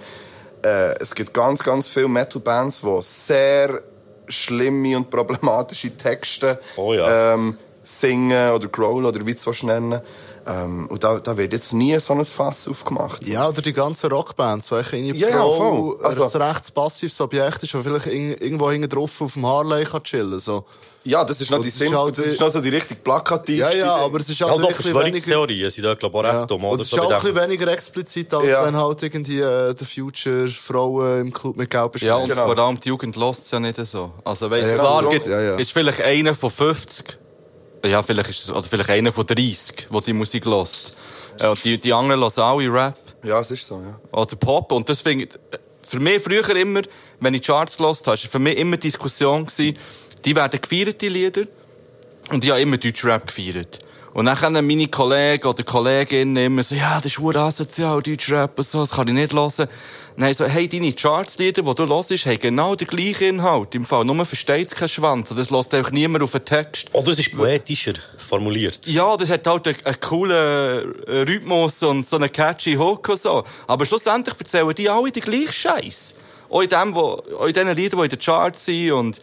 [SPEAKER 3] äh, es gibt ganz, ganz viele Metal-Bands, die sehr schlimme und problematische Texte
[SPEAKER 1] Oh ja.
[SPEAKER 3] ähm, singen oder growlen oder wie du es willst nennen ähm, Und da, da wird jetzt nie so ein Fass aufgemacht.
[SPEAKER 4] Ja, oder die ganzen Rockbands, welche eine
[SPEAKER 3] Ja, ja,
[SPEAKER 4] Frau
[SPEAKER 3] voll. Also-
[SPEAKER 4] ein recht passives Objekt ist, aber vielleicht irg- irgendwo hinten drauf auf dem Harley kann chillen so.
[SPEAKER 3] Ja, das ist noch,
[SPEAKER 4] Und
[SPEAKER 3] die
[SPEAKER 4] das
[SPEAKER 3] Sinn,
[SPEAKER 4] ist halt
[SPEAKER 3] das
[SPEAKER 4] die-
[SPEAKER 3] ist noch so die richtig plakativste.
[SPEAKER 4] Ja, ja,
[SPEAKER 3] Idee.
[SPEAKER 4] aber es ist
[SPEAKER 1] Ja,
[SPEAKER 4] halt
[SPEAKER 1] doch,
[SPEAKER 4] wirklich weniger...
[SPEAKER 1] Verschwörungstheorien sind da, glaube ich, auch
[SPEAKER 4] Ja.
[SPEAKER 1] recht um,
[SPEAKER 4] Und
[SPEAKER 1] oder?
[SPEAKER 4] es ist
[SPEAKER 1] So bei
[SPEAKER 4] auch ein
[SPEAKER 1] dem-
[SPEAKER 4] bisschen weniger explizit, als
[SPEAKER 3] Ja.
[SPEAKER 4] wenn halt irgendwie äh, The Future Frauen im Club mit Gelb
[SPEAKER 2] Ja, und
[SPEAKER 4] beschmeißt.
[SPEAKER 2] vor allem die Jugend lässt es ja nicht so. Also, weißt,
[SPEAKER 4] Genau. Ja, ja,
[SPEAKER 2] klar,
[SPEAKER 4] darum-
[SPEAKER 2] gibt-
[SPEAKER 4] ja, ja.
[SPEAKER 2] ist vielleicht einer von 50, ja, vielleicht ist es, oder vielleicht einer von 30, der die Musik hört. Äh, und die, die anderen hören alle Rap
[SPEAKER 3] Ja, es ist so, ja.
[SPEAKER 2] oder Pop. Und das finde ich, für mich früher immer, wenn ich Charts gelost habe, war für mich immer Diskussion gewesen, die werden gefeiert, die Lieder. Und ich habe immer Deutschrap gefeiert. Und dann können meine Kollegen oder Kolleginnen immer so, ja, das ist verdammt asozial, Deutschrap und so, das kann ich nicht hören. Nein, so, hey, deine Charts-Lieder, die du hörst, haben genau den gleichen Inhalt. Im Fall, nur versteht es kein Schwanz. Und das hört einfach niemand auf den Text.
[SPEAKER 1] Oder es ist poetischer formuliert.
[SPEAKER 2] Ja, das hat halt einen, einen coolen äh, Rhythmus und so einen catchy Hook und so. Aber schlussendlich erzählen die alle den gleichen Scheiß. Auch in, dem, wo, auch in den Liedern, die in den Charts sind. Und,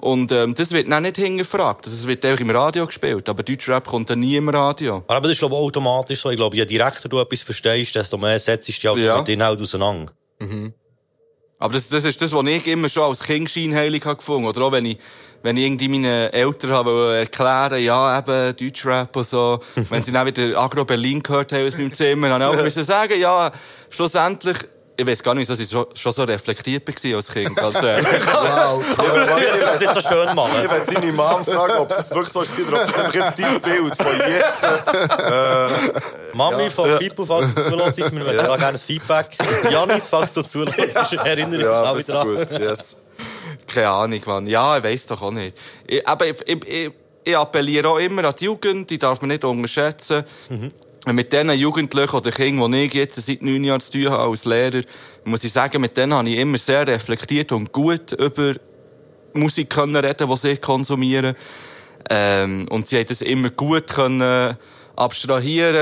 [SPEAKER 2] und ähm, das wird dann nicht hingefragt. Das wird auch im Radio gespielt. Aber Deutschrap kommt dann nie im Radio.
[SPEAKER 1] Aber das ist, glaube ich, automatisch so. Ich glaube, je direkter du etwas verstehst, desto mehr setzt du dich halt
[SPEAKER 2] Ja.
[SPEAKER 1] mit den Inhalt auseinander.
[SPEAKER 2] Aber das, das ist das, was ich immer schon als Kind scheinheilig habe gefunden Oder auch wenn ich, wenn ich irgendwie meinen Eltern habe wollen erklären ja, eben, Deutschrap und so. wenn sie dann wieder Agro Berlin gehört haben aus meinem Zimmer, dann habe ich auch müssen sagen, ja, schlussendlich, ich weiß gar nicht, dass ich so- schon so reflektiert war als Kind. ganz ehrlich.
[SPEAKER 4] Wow.
[SPEAKER 1] Ich will das so schön machen.
[SPEAKER 3] Ich werde deine Mom fragen, ob das wirklich so ist oder ob das einfach jetzt dein Bild von jetzt...
[SPEAKER 1] Mami, von Pippo, falls du zulässt, wir möchten da gerne ein Feedback. Janis, falls du zulässt, erinnere ich mich
[SPEAKER 3] Ja,
[SPEAKER 1] auch
[SPEAKER 3] das
[SPEAKER 1] wieder
[SPEAKER 3] ist
[SPEAKER 1] an.
[SPEAKER 3] gut, yes.
[SPEAKER 2] Keine Ahnung, Mann. Ja, ich weiß doch auch nicht. Ich, aber ich, ich, ich, ich appelliere auch immer an die Jugend, die darf man nicht unterschätzen.
[SPEAKER 3] Mhm.
[SPEAKER 2] Mit diesen Jugendlichen oder Kindern, die ich jetzt seit neun Jahren zu tun habe als Lehrer, muss ich sagen, mit denen habe ich immer sehr reflektiert und gut über Musik können reden, die sie konsumieren. Ähm, und sie haben das immer gut können abstrahieren,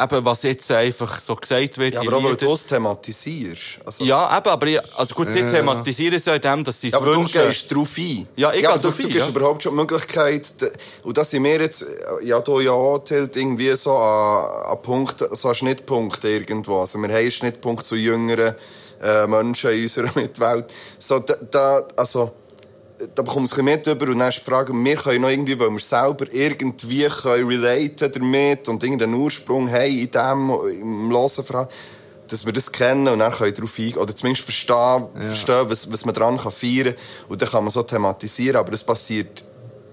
[SPEAKER 2] eben was jetzt einfach so gesagt wird.
[SPEAKER 3] Ja,
[SPEAKER 2] die
[SPEAKER 3] aber auch weil
[SPEAKER 2] Lieder.
[SPEAKER 3] du es thematisierst. Also,
[SPEAKER 2] ja, eben, aber ich, also gut, sie thematisieren es ja in dem, dass sie es
[SPEAKER 3] Ja, aber du
[SPEAKER 2] wünschen.
[SPEAKER 3] gehst drauf ein.
[SPEAKER 2] Ja, ich
[SPEAKER 3] aber
[SPEAKER 2] geh
[SPEAKER 3] du,
[SPEAKER 2] drauf
[SPEAKER 3] du
[SPEAKER 2] ein,
[SPEAKER 3] gibst
[SPEAKER 2] ja.
[SPEAKER 3] überhaupt schon die Möglichkeit, d- und das sind wir jetzt, ja, du ja auch, Tilt, irgendwie so an, an Punkt, so an Schnittpunkt irgendwo. Also wir haben einen Schnittpunkt zu jüngeren äh, Menschen in unserer Mitwelt. So, da, da also, da bekommst du ein bisschen mit über und dann ist die Frage, wir können noch irgendwie, weil wir selber irgendwie können relaten damit und irgendeinen Ursprung haben in dem, im Hören vor allem, dass wir das kennen und dann können darauf eingehen oder zumindest verstehen, verstehen was, was man daran kann feiern kann und dann kann man so thematisieren, aber das passiert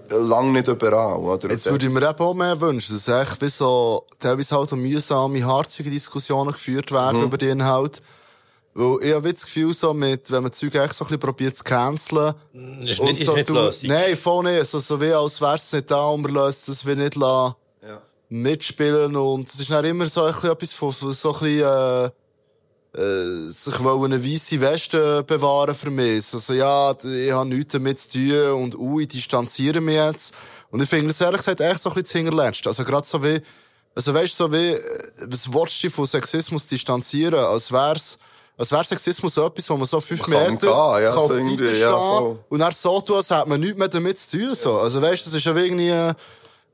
[SPEAKER 3] lange nicht überall. Oder?
[SPEAKER 4] Jetzt würde ich mir eben auch mehr wünschen, dass echt wie so teilweise halt auch mühsame, harzige Diskussionen geführt werden über den Inhalt. Weil ich habe wie das Gefühl, so mit, wenn man Zeug echt so ein bisschen probiert zu canceln.
[SPEAKER 1] Ist
[SPEAKER 4] und
[SPEAKER 1] nicht, ist
[SPEAKER 4] so
[SPEAKER 1] nicht
[SPEAKER 4] du-
[SPEAKER 1] Lösung.
[SPEAKER 4] Nein, voll nicht. So, so wie als wäre es nicht da und wir lassen es wie nicht lassen,
[SPEAKER 3] Ja.
[SPEAKER 4] mitspielen. Und es ist dann immer so ein bisschen etwas von, von so ein bisschen, äh, äh, sich wollen eine weisse Weste bewahren für mich. Also, ja, d- ich habe nichts damit zu tun und ui, ich distanziere mich jetzt. Und ich finde das ehrlich gesagt echt so ein bisschen das Hinterletzte. Also, gerade so wie, also weißt du, so wie, äh, was willst du dich von Sexismus distanzieren? Als wär's, als wäre Sexismus so etwas, wo man so fünf
[SPEAKER 3] Man kann
[SPEAKER 4] Meter
[SPEAKER 3] gehen, ja,
[SPEAKER 4] auf
[SPEAKER 3] so
[SPEAKER 4] die Seite
[SPEAKER 3] irgendwie, ja,
[SPEAKER 4] stehen
[SPEAKER 3] voll.
[SPEAKER 4] und dann so tun, als hätte man nichts mehr damit zu tun. So. Also weißt du, das ist ja irgendwie, äh,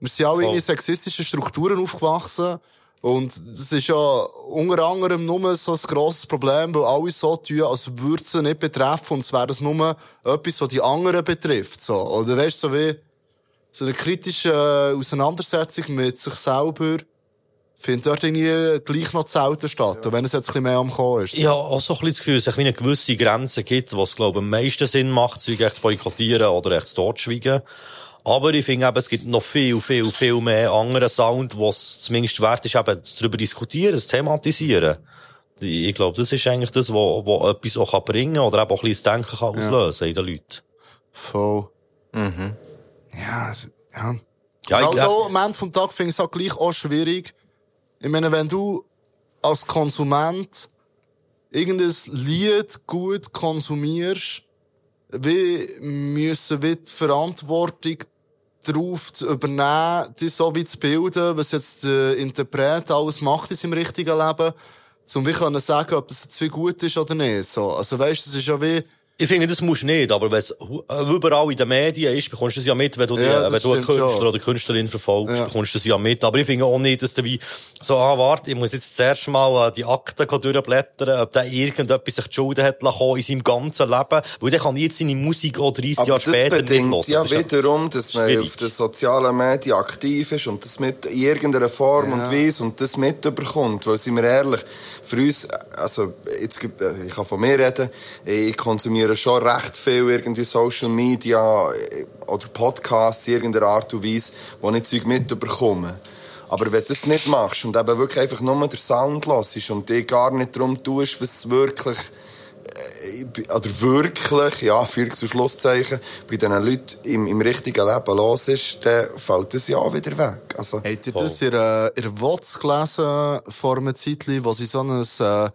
[SPEAKER 4] wir sind alle irgendwie in sexistischen Strukturen aufgewachsen. Und das ist ja unter anderem nur so ein grosses Problem, weil alle so tun, als würde es sie nicht betreffen und es wäre das nur etwas, was die anderen betrifft. So. Oder weißt du, so wie so eine kritische äh, Auseinandersetzung mit sich selber findet dort irgendwie gleich noch selten statt, auch wenn es jetzt ein bisschen mehr am Kommen ist.
[SPEAKER 1] Ich habe auch so ein bisschen das Gefühl, dass es eine gewisse Grenze gibt, wo es, glaube ich, am meisten Sinn macht, Zeug echt zu boykottieren oder echt zu totschweigen. Aber ich finde eben, es gibt noch viel, viel, viel mehr anderen Sound, was zumindest wert ist, eben darüber diskutieren, zu thematisieren. Ich glaube, das ist eigentlich das, was was etwas auch bringen kann oder eben auch ein bisschen das Denken kann auslösen in den Leuten.
[SPEAKER 4] Voll. Mhm. Ja, es- ja.
[SPEAKER 1] Ja, ich
[SPEAKER 4] Weil
[SPEAKER 1] glaub-
[SPEAKER 4] da, am Ende vom Tag finde ich es auch gleich auch schwierig. Ich meine, wenn du als Konsument irgendein Lied gut konsumierst, wie müssen wir die Verantwortung darauf zu übernehmen, die so wie zu bilden, was jetzt der Interpret alles macht in seinem richtigen Leben, um wie können sagen, ob das jetzt wie gut ist oder nicht. So, also weißt, das ist ja wie,
[SPEAKER 1] Ich finde, das musst du nicht, aber wenn es hu- äh, überall in den Medien ist, bekommst du es ja mit, wenn du, die, äh,
[SPEAKER 4] Ja,
[SPEAKER 1] wenn
[SPEAKER 4] das
[SPEAKER 1] du einen
[SPEAKER 4] stimmt
[SPEAKER 1] Künstler
[SPEAKER 4] schon.
[SPEAKER 1] oder Künstlerin verfolgst,
[SPEAKER 4] Ja.
[SPEAKER 1] bekommst du es ja mit. Aber ich finde auch nicht, dass du wie so, ah, warte, ich muss jetzt zuerst mal äh, die Akten gehen durchblättern, ob der irgendetwas sich die Schulden hat lassen in seinem ganzen Leben, weil der kann jetzt seine Musik auch 30 Jahre später nicht hören.
[SPEAKER 3] ja
[SPEAKER 1] Das ist
[SPEAKER 3] wiederum, dass man
[SPEAKER 1] schwierig.
[SPEAKER 3] auf den sozialen Medien aktiv ist und das mit in irgendeiner Form und Weise und das mitbekommt. äh, Weil, sind wir ehrlich, für uns, also, jetzt, gibt- ich kann von mir reden, ich konsumiere konsumieren schon recht viel irgendwie Social Media äh, oder Podcasts in irgendeiner Art und Weise, wo ich Zeug mitbekomme. Aber wenn du das nicht machst und eben wirklich einfach nur den Sound lässt und dich gar nicht darum tust, was wirklich äh, oder wirklich, ja, für zu Schlusszeichen, bei diesen Leuten im, im richtigen Leben los ist, dann fällt das ja auch wieder weg. Also,
[SPEAKER 4] Habt ihr das in einer in einer WOTS gelesen vor einem Zeitchen, wo sie so ein, äh, bei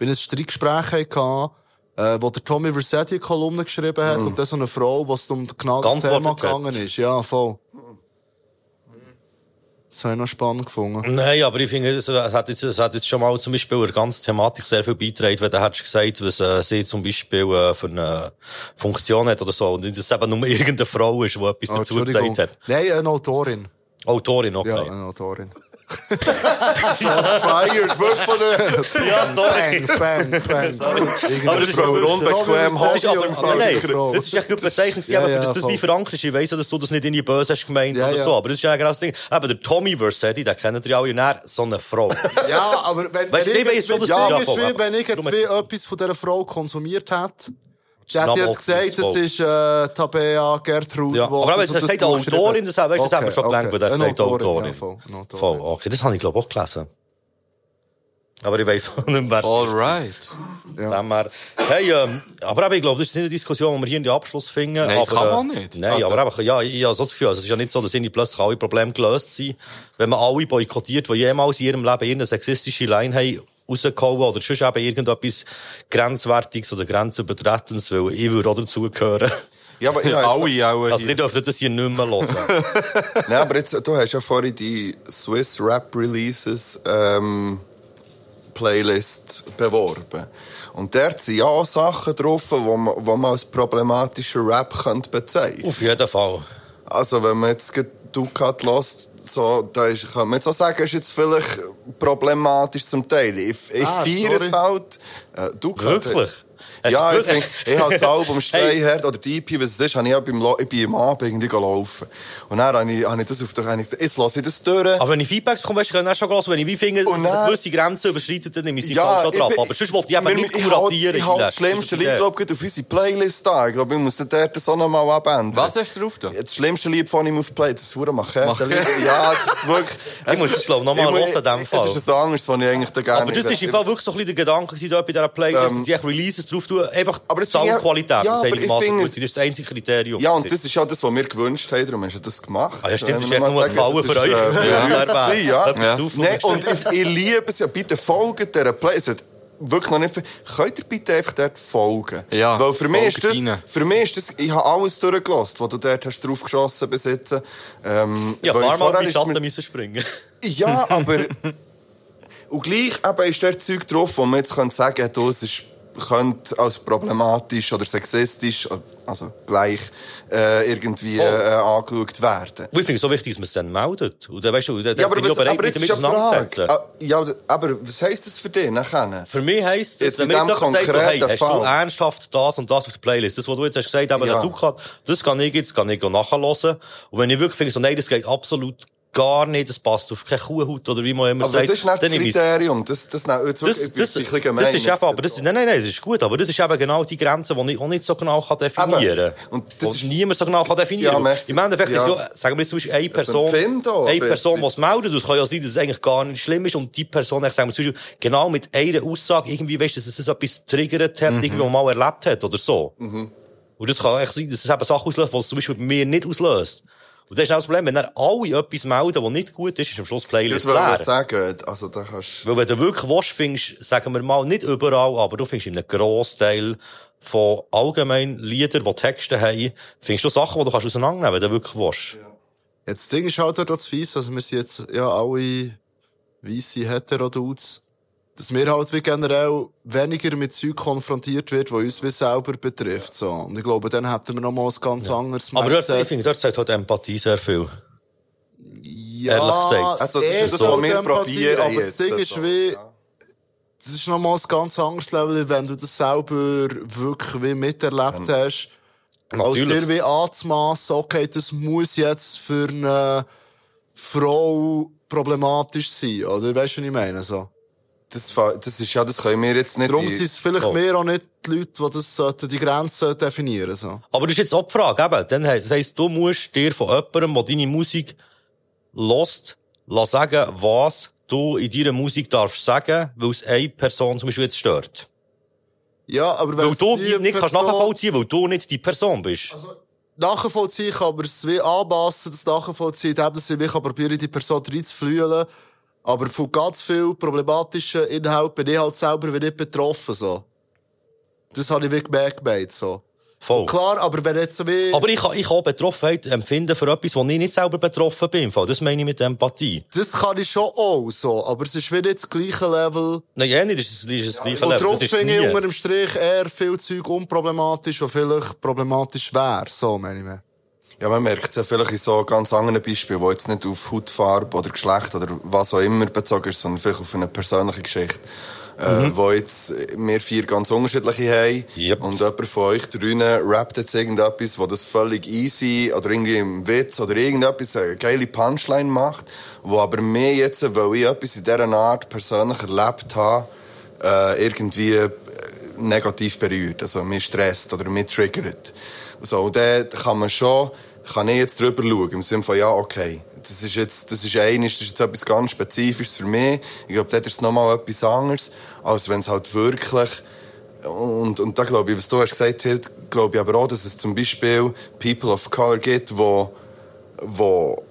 [SPEAKER 4] einem Streitgespräch hatten, äh, wo der Tommy Versetti eine Kolumne geschrieben hat und dann so eine Frau, die es um genau das
[SPEAKER 1] Geantwortet
[SPEAKER 4] Thema
[SPEAKER 1] hat.
[SPEAKER 4] gegangen ist. Ja, voll. Das habe ich noch spannend gefunden.
[SPEAKER 1] Nein, aber ich finde, es es hat, jetzt, es hat jetzt schon mal zum Beispiel der ganzen Thematik sehr viel beitragen, wenn du hättest gesagt, was äh, sie zum Beispiel äh, für eine Funktion hat oder so. Und dass es eben nur irgendeine Frau ist, die etwas
[SPEAKER 4] Ah,
[SPEAKER 1] dazu gesagt hat.
[SPEAKER 4] Nein, eine Autorin.
[SPEAKER 1] Autorin, okay.
[SPEAKER 4] Ja, eine Autorin.
[SPEAKER 3] fired, wirklich von der...
[SPEAKER 1] Ja, Oh, dus-
[SPEAKER 4] Bang, bang, bang.
[SPEAKER 1] Aber das ist aber
[SPEAKER 3] unbequem,
[SPEAKER 1] Das ist aber,
[SPEAKER 3] Frau,
[SPEAKER 1] nein, nein,
[SPEAKER 4] Frau.
[SPEAKER 1] das ist echt gut bezeichnet,
[SPEAKER 4] ja,
[SPEAKER 1] aber
[SPEAKER 4] ja,
[SPEAKER 1] dass das
[SPEAKER 4] voll.
[SPEAKER 1] wie verankert ist. Ich weiss ja, dass du das nicht dus in die Böse hast gemeint
[SPEAKER 4] Ja,
[SPEAKER 1] oder
[SPEAKER 4] ja.
[SPEAKER 1] so, aber das ist ja genau das Ding. Eben, der Tommy Versetti, den kennt ihr ja alle, und er, so eine Frau.
[SPEAKER 4] Ja, aber wenn,
[SPEAKER 1] Weißt du,
[SPEAKER 4] wenn,
[SPEAKER 1] ich weiss
[SPEAKER 4] jetzt-
[SPEAKER 1] schon, dass
[SPEAKER 4] ja,
[SPEAKER 1] du- ja,
[SPEAKER 4] weißt
[SPEAKER 1] voll,
[SPEAKER 4] du,
[SPEAKER 1] aber-
[SPEAKER 4] wenn ich jetzt
[SPEAKER 1] Darum-
[SPEAKER 4] wie etwas von dieser Frau konsumiert hätte,
[SPEAKER 1] Name
[SPEAKER 4] dann hätte ich jetzt
[SPEAKER 1] offensichtlich,
[SPEAKER 4] gesagt, das
[SPEAKER 1] voll.
[SPEAKER 4] ist äh, Tabea Gertrud.
[SPEAKER 1] Ja,
[SPEAKER 4] die
[SPEAKER 1] aber eben,
[SPEAKER 4] das-
[SPEAKER 1] es
[SPEAKER 4] das
[SPEAKER 1] sagt
[SPEAKER 4] Buch
[SPEAKER 1] Autorin,
[SPEAKER 4] geschrieben
[SPEAKER 1] das haben- weißt du, das haben wir schon gelernt, wenn er
[SPEAKER 4] Eine
[SPEAKER 1] sagt Autorin.
[SPEAKER 4] Ja, voll, eine Autorin.
[SPEAKER 1] Voll, okay, das habe ich glaube ich, auch gelesen. Aber ich weiss auch nicht mehr.
[SPEAKER 2] Oh, Alright.
[SPEAKER 1] Ja. Her, hey, ähm, aber eben, ich glaube, das ist nicht eine Diskussion, die wir hier in den Abschluss finden.
[SPEAKER 2] Nein, das
[SPEAKER 1] aber,
[SPEAKER 2] kann man
[SPEAKER 1] äh,
[SPEAKER 2] nicht.
[SPEAKER 1] Nein,
[SPEAKER 2] Also-
[SPEAKER 1] aber einfach, ja, ich, ich habe so das Gefühl, also, es ist ja nicht so, dass irgendwie plötzlich alle Probleme gelöst sind. Wenn man alle boykottiert, die jemals in ihrem Leben irgendeine sexistische Line haben, rausgehauen oder sonst eben irgendetwas Grenzwertiges oder Grenzübertretendes, weil ich würde auch dazugehören.
[SPEAKER 3] Ja, aber ich habe jetzt-
[SPEAKER 2] Alle auch
[SPEAKER 1] Also, die
[SPEAKER 2] hier.
[SPEAKER 1] dürfen das hier nicht mehr hören.
[SPEAKER 3] Nein, aber jetzt, du hast ja vorhin die Swiss Rap Releases ähm, Playlist beworben. Und dort sind ja auch Sachen drauf, die man, wo man als problematischen Rap könnte bezeichnen
[SPEAKER 1] Auf jeden Fall.
[SPEAKER 3] Also, wenn man jetzt gerade Ducat lässt, so, da ist, kann man jetzt auch sagen, ist jetzt vielleicht problematisch zum Teil. Ich, ich
[SPEAKER 4] Ah,
[SPEAKER 3] feiere
[SPEAKER 4] sorry.
[SPEAKER 3] es halt. Äh, Ducat.
[SPEAKER 1] Wirklich? Hast
[SPEAKER 3] Ja,
[SPEAKER 1] du
[SPEAKER 3] ich,
[SPEAKER 1] das
[SPEAKER 3] denk,
[SPEAKER 1] wirklich-
[SPEAKER 3] ich habe das Album
[SPEAKER 1] Hey.
[SPEAKER 3] Streichert oder die EP, was es ist, habe ich, auch beim, Lo- ich bin im Abend irgendwie gelaufen. Und dann habe ich, habe ich das auf der Rechnung gesagt, jetzt lasse ich das durch.
[SPEAKER 1] Aber wenn ich Feedbacks bekomme, weißt du, kann ich schon hören. Wenn ich wie finde, dass
[SPEAKER 3] Und
[SPEAKER 1] es
[SPEAKER 3] dann-
[SPEAKER 1] gewisse Grenzen überschreitet, dann nehme ich sie falsch
[SPEAKER 3] ich
[SPEAKER 1] drauf.
[SPEAKER 3] bin-
[SPEAKER 1] Aber sonst wollte ich eben
[SPEAKER 3] wir-
[SPEAKER 1] nicht
[SPEAKER 3] ich halt-
[SPEAKER 1] kuratieren.
[SPEAKER 3] Ich habe
[SPEAKER 1] Leute.
[SPEAKER 3] das schlimmste
[SPEAKER 1] ist die
[SPEAKER 3] Lied,
[SPEAKER 1] Idee.
[SPEAKER 3] glaube ich, auf unsere Playlist da. Ich glaube, ich muss den dort so nochmal abändern.
[SPEAKER 2] Was hast du drauf da?
[SPEAKER 3] Das schlimmste Lied von ihm auf Play, das Hure Machete.
[SPEAKER 2] Machete.
[SPEAKER 3] Ja, das ist wirklich.
[SPEAKER 1] Ich muss das, glaub ich, noch mal
[SPEAKER 3] Ich muss-
[SPEAKER 1] hören, in dem Fall.
[SPEAKER 3] Das ist ein anderes, was ich eigentlich da gerne
[SPEAKER 1] Aber das ist im Fall wirklich so ein bisschen der Gedanke gewesen, dort bei dieser Playlist, dass ich echt Releases drauf tue. Einfach
[SPEAKER 3] Ähm, Aber das finde ich-
[SPEAKER 1] Soundqualität.
[SPEAKER 3] Ja,
[SPEAKER 1] das
[SPEAKER 3] aber ich
[SPEAKER 1] einigermaßen
[SPEAKER 3] finde
[SPEAKER 1] gut ist.
[SPEAKER 3] es-
[SPEAKER 1] Das ist das einzige Kriterium.
[SPEAKER 3] Ja, und das ist ja das, was wir gewünscht haben, darum hast du das gemacht.
[SPEAKER 1] Ah, ja, stimmt, das ist
[SPEAKER 3] Wenn
[SPEAKER 1] echt
[SPEAKER 3] man
[SPEAKER 1] nur
[SPEAKER 3] mal
[SPEAKER 1] ein Gefallen
[SPEAKER 3] sagen,
[SPEAKER 1] für euch.
[SPEAKER 3] das ist, äh, für uns
[SPEAKER 1] Ja,
[SPEAKER 3] gewesen, ja.
[SPEAKER 1] ja.
[SPEAKER 3] Nein, und ich, ich liebe es ja, bitte folgt dieser Play. Es hat wirklich noch nicht viel. Könnt ihr bitte einfach dort folgen?
[SPEAKER 2] Ja,
[SPEAKER 3] Weil für mich,
[SPEAKER 2] folgt
[SPEAKER 3] ist das,
[SPEAKER 2] rein.
[SPEAKER 3] für mich ist das, ich habe alles durchgelassen, was du dort hast draufgeschossen bis jetzt. Ähm,
[SPEAKER 1] Ja,
[SPEAKER 3] weil
[SPEAKER 1] paar Mal
[SPEAKER 3] vorher
[SPEAKER 1] in
[SPEAKER 3] ist
[SPEAKER 1] Schatten
[SPEAKER 3] mir-
[SPEAKER 1] müssen springen.
[SPEAKER 3] ja, aber. Und gleich eben ist der Zeug drauf, wo man jetzt könnte sagen könnte, du, es ist, könnte als problematisch oder sexistisch, also gleich, äh, irgendwie äh,
[SPEAKER 1] Voll.
[SPEAKER 3] angeschaut werden.
[SPEAKER 1] Und ich finde es so wichtig, dass man es dann meldet. Und dann, weißt du, dann,
[SPEAKER 3] Ja,
[SPEAKER 1] dann
[SPEAKER 3] aber,
[SPEAKER 1] bin ich auch
[SPEAKER 3] was,
[SPEAKER 1] bereit,
[SPEAKER 3] aber
[SPEAKER 1] mich
[SPEAKER 3] jetzt
[SPEAKER 1] damit
[SPEAKER 3] ist ja die Frage.
[SPEAKER 1] auseinanderzusetzen.
[SPEAKER 3] Ah, Ja, aber was heisst das für dich nachher? Also,
[SPEAKER 1] Für mich heisst es,
[SPEAKER 3] Jetzt
[SPEAKER 1] wenn
[SPEAKER 3] mit
[SPEAKER 1] mir jetzt
[SPEAKER 3] dem
[SPEAKER 1] jemand sagt, so, hey,
[SPEAKER 3] konkreten
[SPEAKER 1] hast du
[SPEAKER 3] Fall.
[SPEAKER 1] ernsthaft das und das auf der Playlist, das, was du jetzt hast gesagt, eben
[SPEAKER 3] Ja.
[SPEAKER 1] der Ducat, das kann ich jetzt, kann ich auch nachhören. Und wenn ich wirklich finde, so, nein, das geht absolut gar nicht, das passt auf keine Kuhhaut oder wie man immer
[SPEAKER 3] Aber das ist nicht
[SPEAKER 1] sagt,
[SPEAKER 3] das
[SPEAKER 1] dann nehme ich es.
[SPEAKER 3] Kriterium. Das, das, das, jetzt
[SPEAKER 1] Das, das,
[SPEAKER 3] wirklich- ich bin ein
[SPEAKER 1] das,
[SPEAKER 3] bisschen gemein
[SPEAKER 1] ist
[SPEAKER 3] jetzt.
[SPEAKER 1] eben, aber das, nein, nein, nein, das ist gut, aber das ist eben genau die Grenze, die ich auch nicht so genau kann definieren kann.
[SPEAKER 3] Und das ist-
[SPEAKER 1] niemand so genau kann definieren
[SPEAKER 3] Ja,
[SPEAKER 1] kann.
[SPEAKER 3] merci.
[SPEAKER 1] Im Endeffekt
[SPEAKER 3] Ja.
[SPEAKER 1] ist ja, sagen wir jetzt zum Beispiel eine Person,
[SPEAKER 3] Empfinden auch,
[SPEAKER 1] eine
[SPEAKER 3] aber
[SPEAKER 1] Person, die
[SPEAKER 3] jetzt-
[SPEAKER 1] es meldet, und es kann ja sein, dass es eigentlich gar nicht schlimm ist, und die Person, ich sage mal zum Beispiel, genau mit einer Aussage irgendwie weißt, dass es so etwas triggert
[SPEAKER 3] Mhm.
[SPEAKER 1] hat, irgendwie was man mal erlebt hat oder so. Und das kann echt dus sein, dass es eben Sachen auslöst, die es zum Beispiel bei mir nicht auslöst. Und das ist auch das Problem, wenn dann alle etwas melden, was nicht gut ist, ist am Schluss die
[SPEAKER 3] Ich
[SPEAKER 1] Playlist
[SPEAKER 3] würde
[SPEAKER 1] leer.
[SPEAKER 3] sagen, also da kannst
[SPEAKER 1] Weil wenn du wirklich willst, findest, sagen wir mal, nicht überall, aber du findest in einem Grossteil von allgemein Liedern, die Texte haben, findest du Sachen, die du kannst auseinandernehmen wenn du wirklich willst.
[SPEAKER 4] Jetzt, das Ding ist halt auch das Fies, also wir sind jetzt ja alle weisse Heterodudes, dass wir halt wie generell weniger mit Zeug konfrontiert wird, was uns wie selber betrifft. So. Und ich glaube, dann hätten wir noch mal ein ganz anderes
[SPEAKER 1] Aber dort, ich
[SPEAKER 4] Mindset.
[SPEAKER 1] finde, dort sagt halt Empathie sehr viel.
[SPEAKER 4] ja, eh,
[SPEAKER 1] ehrlich gesagt.
[SPEAKER 3] Also, das ist
[SPEAKER 4] eher
[SPEAKER 3] das,
[SPEAKER 4] so
[SPEAKER 3] was wir
[SPEAKER 4] Empathie,
[SPEAKER 3] probieren
[SPEAKER 4] Aber
[SPEAKER 3] jetzt,
[SPEAKER 4] das Ding ist
[SPEAKER 3] also,
[SPEAKER 4] wie...
[SPEAKER 3] ja.
[SPEAKER 4] Das ist noch mal ein ganz anderes Level, wenn du das selber wirklich wie miterlebt hast. Als
[SPEAKER 1] Natürlich.
[SPEAKER 4] dir wie anzumassen, okay, das muss jetzt eh, für eine Frau problematisch sein, oder? Weißt du, was ich meine? So.
[SPEAKER 3] Das, fa- das ist ja, das können wir jetzt nicht.
[SPEAKER 4] Darum sind es vielleicht
[SPEAKER 1] Oh.
[SPEAKER 4] mehr auch nicht die Leute, die das sollten, die Grenzen definieren so.
[SPEAKER 1] Aber das ist jetzt auch die Frage, eben. Dann he- das heisst, du musst dir von jemandem, der deine Musik lost, sagen, was du in deiner Musik darfst sagen, weil es eine Person zum Beispiel jetzt stört.
[SPEAKER 4] Ja, aber wenn
[SPEAKER 1] Weil
[SPEAKER 4] es
[SPEAKER 1] du
[SPEAKER 4] die
[SPEAKER 1] die nicht kannst
[SPEAKER 4] Person-
[SPEAKER 1] nachvollziehen, weil du nicht die Person bist.
[SPEAKER 4] nachvollziehen kann, aber es wie anpassen, das nachvollziehen, indem dass ich mich probiere, die Person reinzufühlen. Aber von ganz vielen problematischen Inhalten bin ich halt selber wie nicht betroffen, so. Das habe ich wie gemerkt, gemeint, so.
[SPEAKER 1] Voll.
[SPEAKER 4] Klar, aber wenn jetzt so wie...
[SPEAKER 1] Aber ich kann, ich kann auch Betroffenheit empfinden für etwas, wo ich nicht selber betroffen Dus bin. im Fall. Das meine ich mit Empathie.
[SPEAKER 4] das kann ich schon auch, so. Aber es ist wie nicht das gleiche Level.
[SPEAKER 1] Nein, ja, nicht, das ist, das ist das gleiche
[SPEAKER 4] Und
[SPEAKER 1] Level.
[SPEAKER 4] darum
[SPEAKER 1] Das ist
[SPEAKER 4] finde ich unter
[SPEAKER 1] nie.
[SPEAKER 4] dem Strich eher viel Zeug unproblematisch, was vielleicht problematisch wäre, so meine ich mir.
[SPEAKER 3] Ja, man merkt es ja vielleicht in so ganz anderen Beispielen, wo jetzt nicht auf Hautfarbe oder Geschlecht oder was auch immer bezogen ist, sondern vielleicht auf eine persönliche Geschichte. Äh, wo jetzt wir vier ganz unterschiedliche haben.
[SPEAKER 1] Yep.
[SPEAKER 3] Und jemand von euch drinnen rappt jetzt irgendetwas, wo das völlig easy oder irgendwie im Witz oder irgendetwas eine geile Punchline macht, wo aber mir jetzt, weil ich etwas in dieser Art persönlich erlebt habe, äh, irgendwie äh, negativ berührt, also mich stresst oder mich triggert. So, und dann kann man schon, kann ich jetzt drüber schauen, im Sinne von, ja, okay, das ist jetzt, das ist eines, das ist jetzt etwas ganz Spezifisches für mich. Ich glaube, dort ist es nochmal etwas anderes, als wenn es halt wirklich, und, und da glaube ich, was du hast gesagt hast, glaube ich aber auch, dass es zum Beispiel People of Color gibt, wo, wo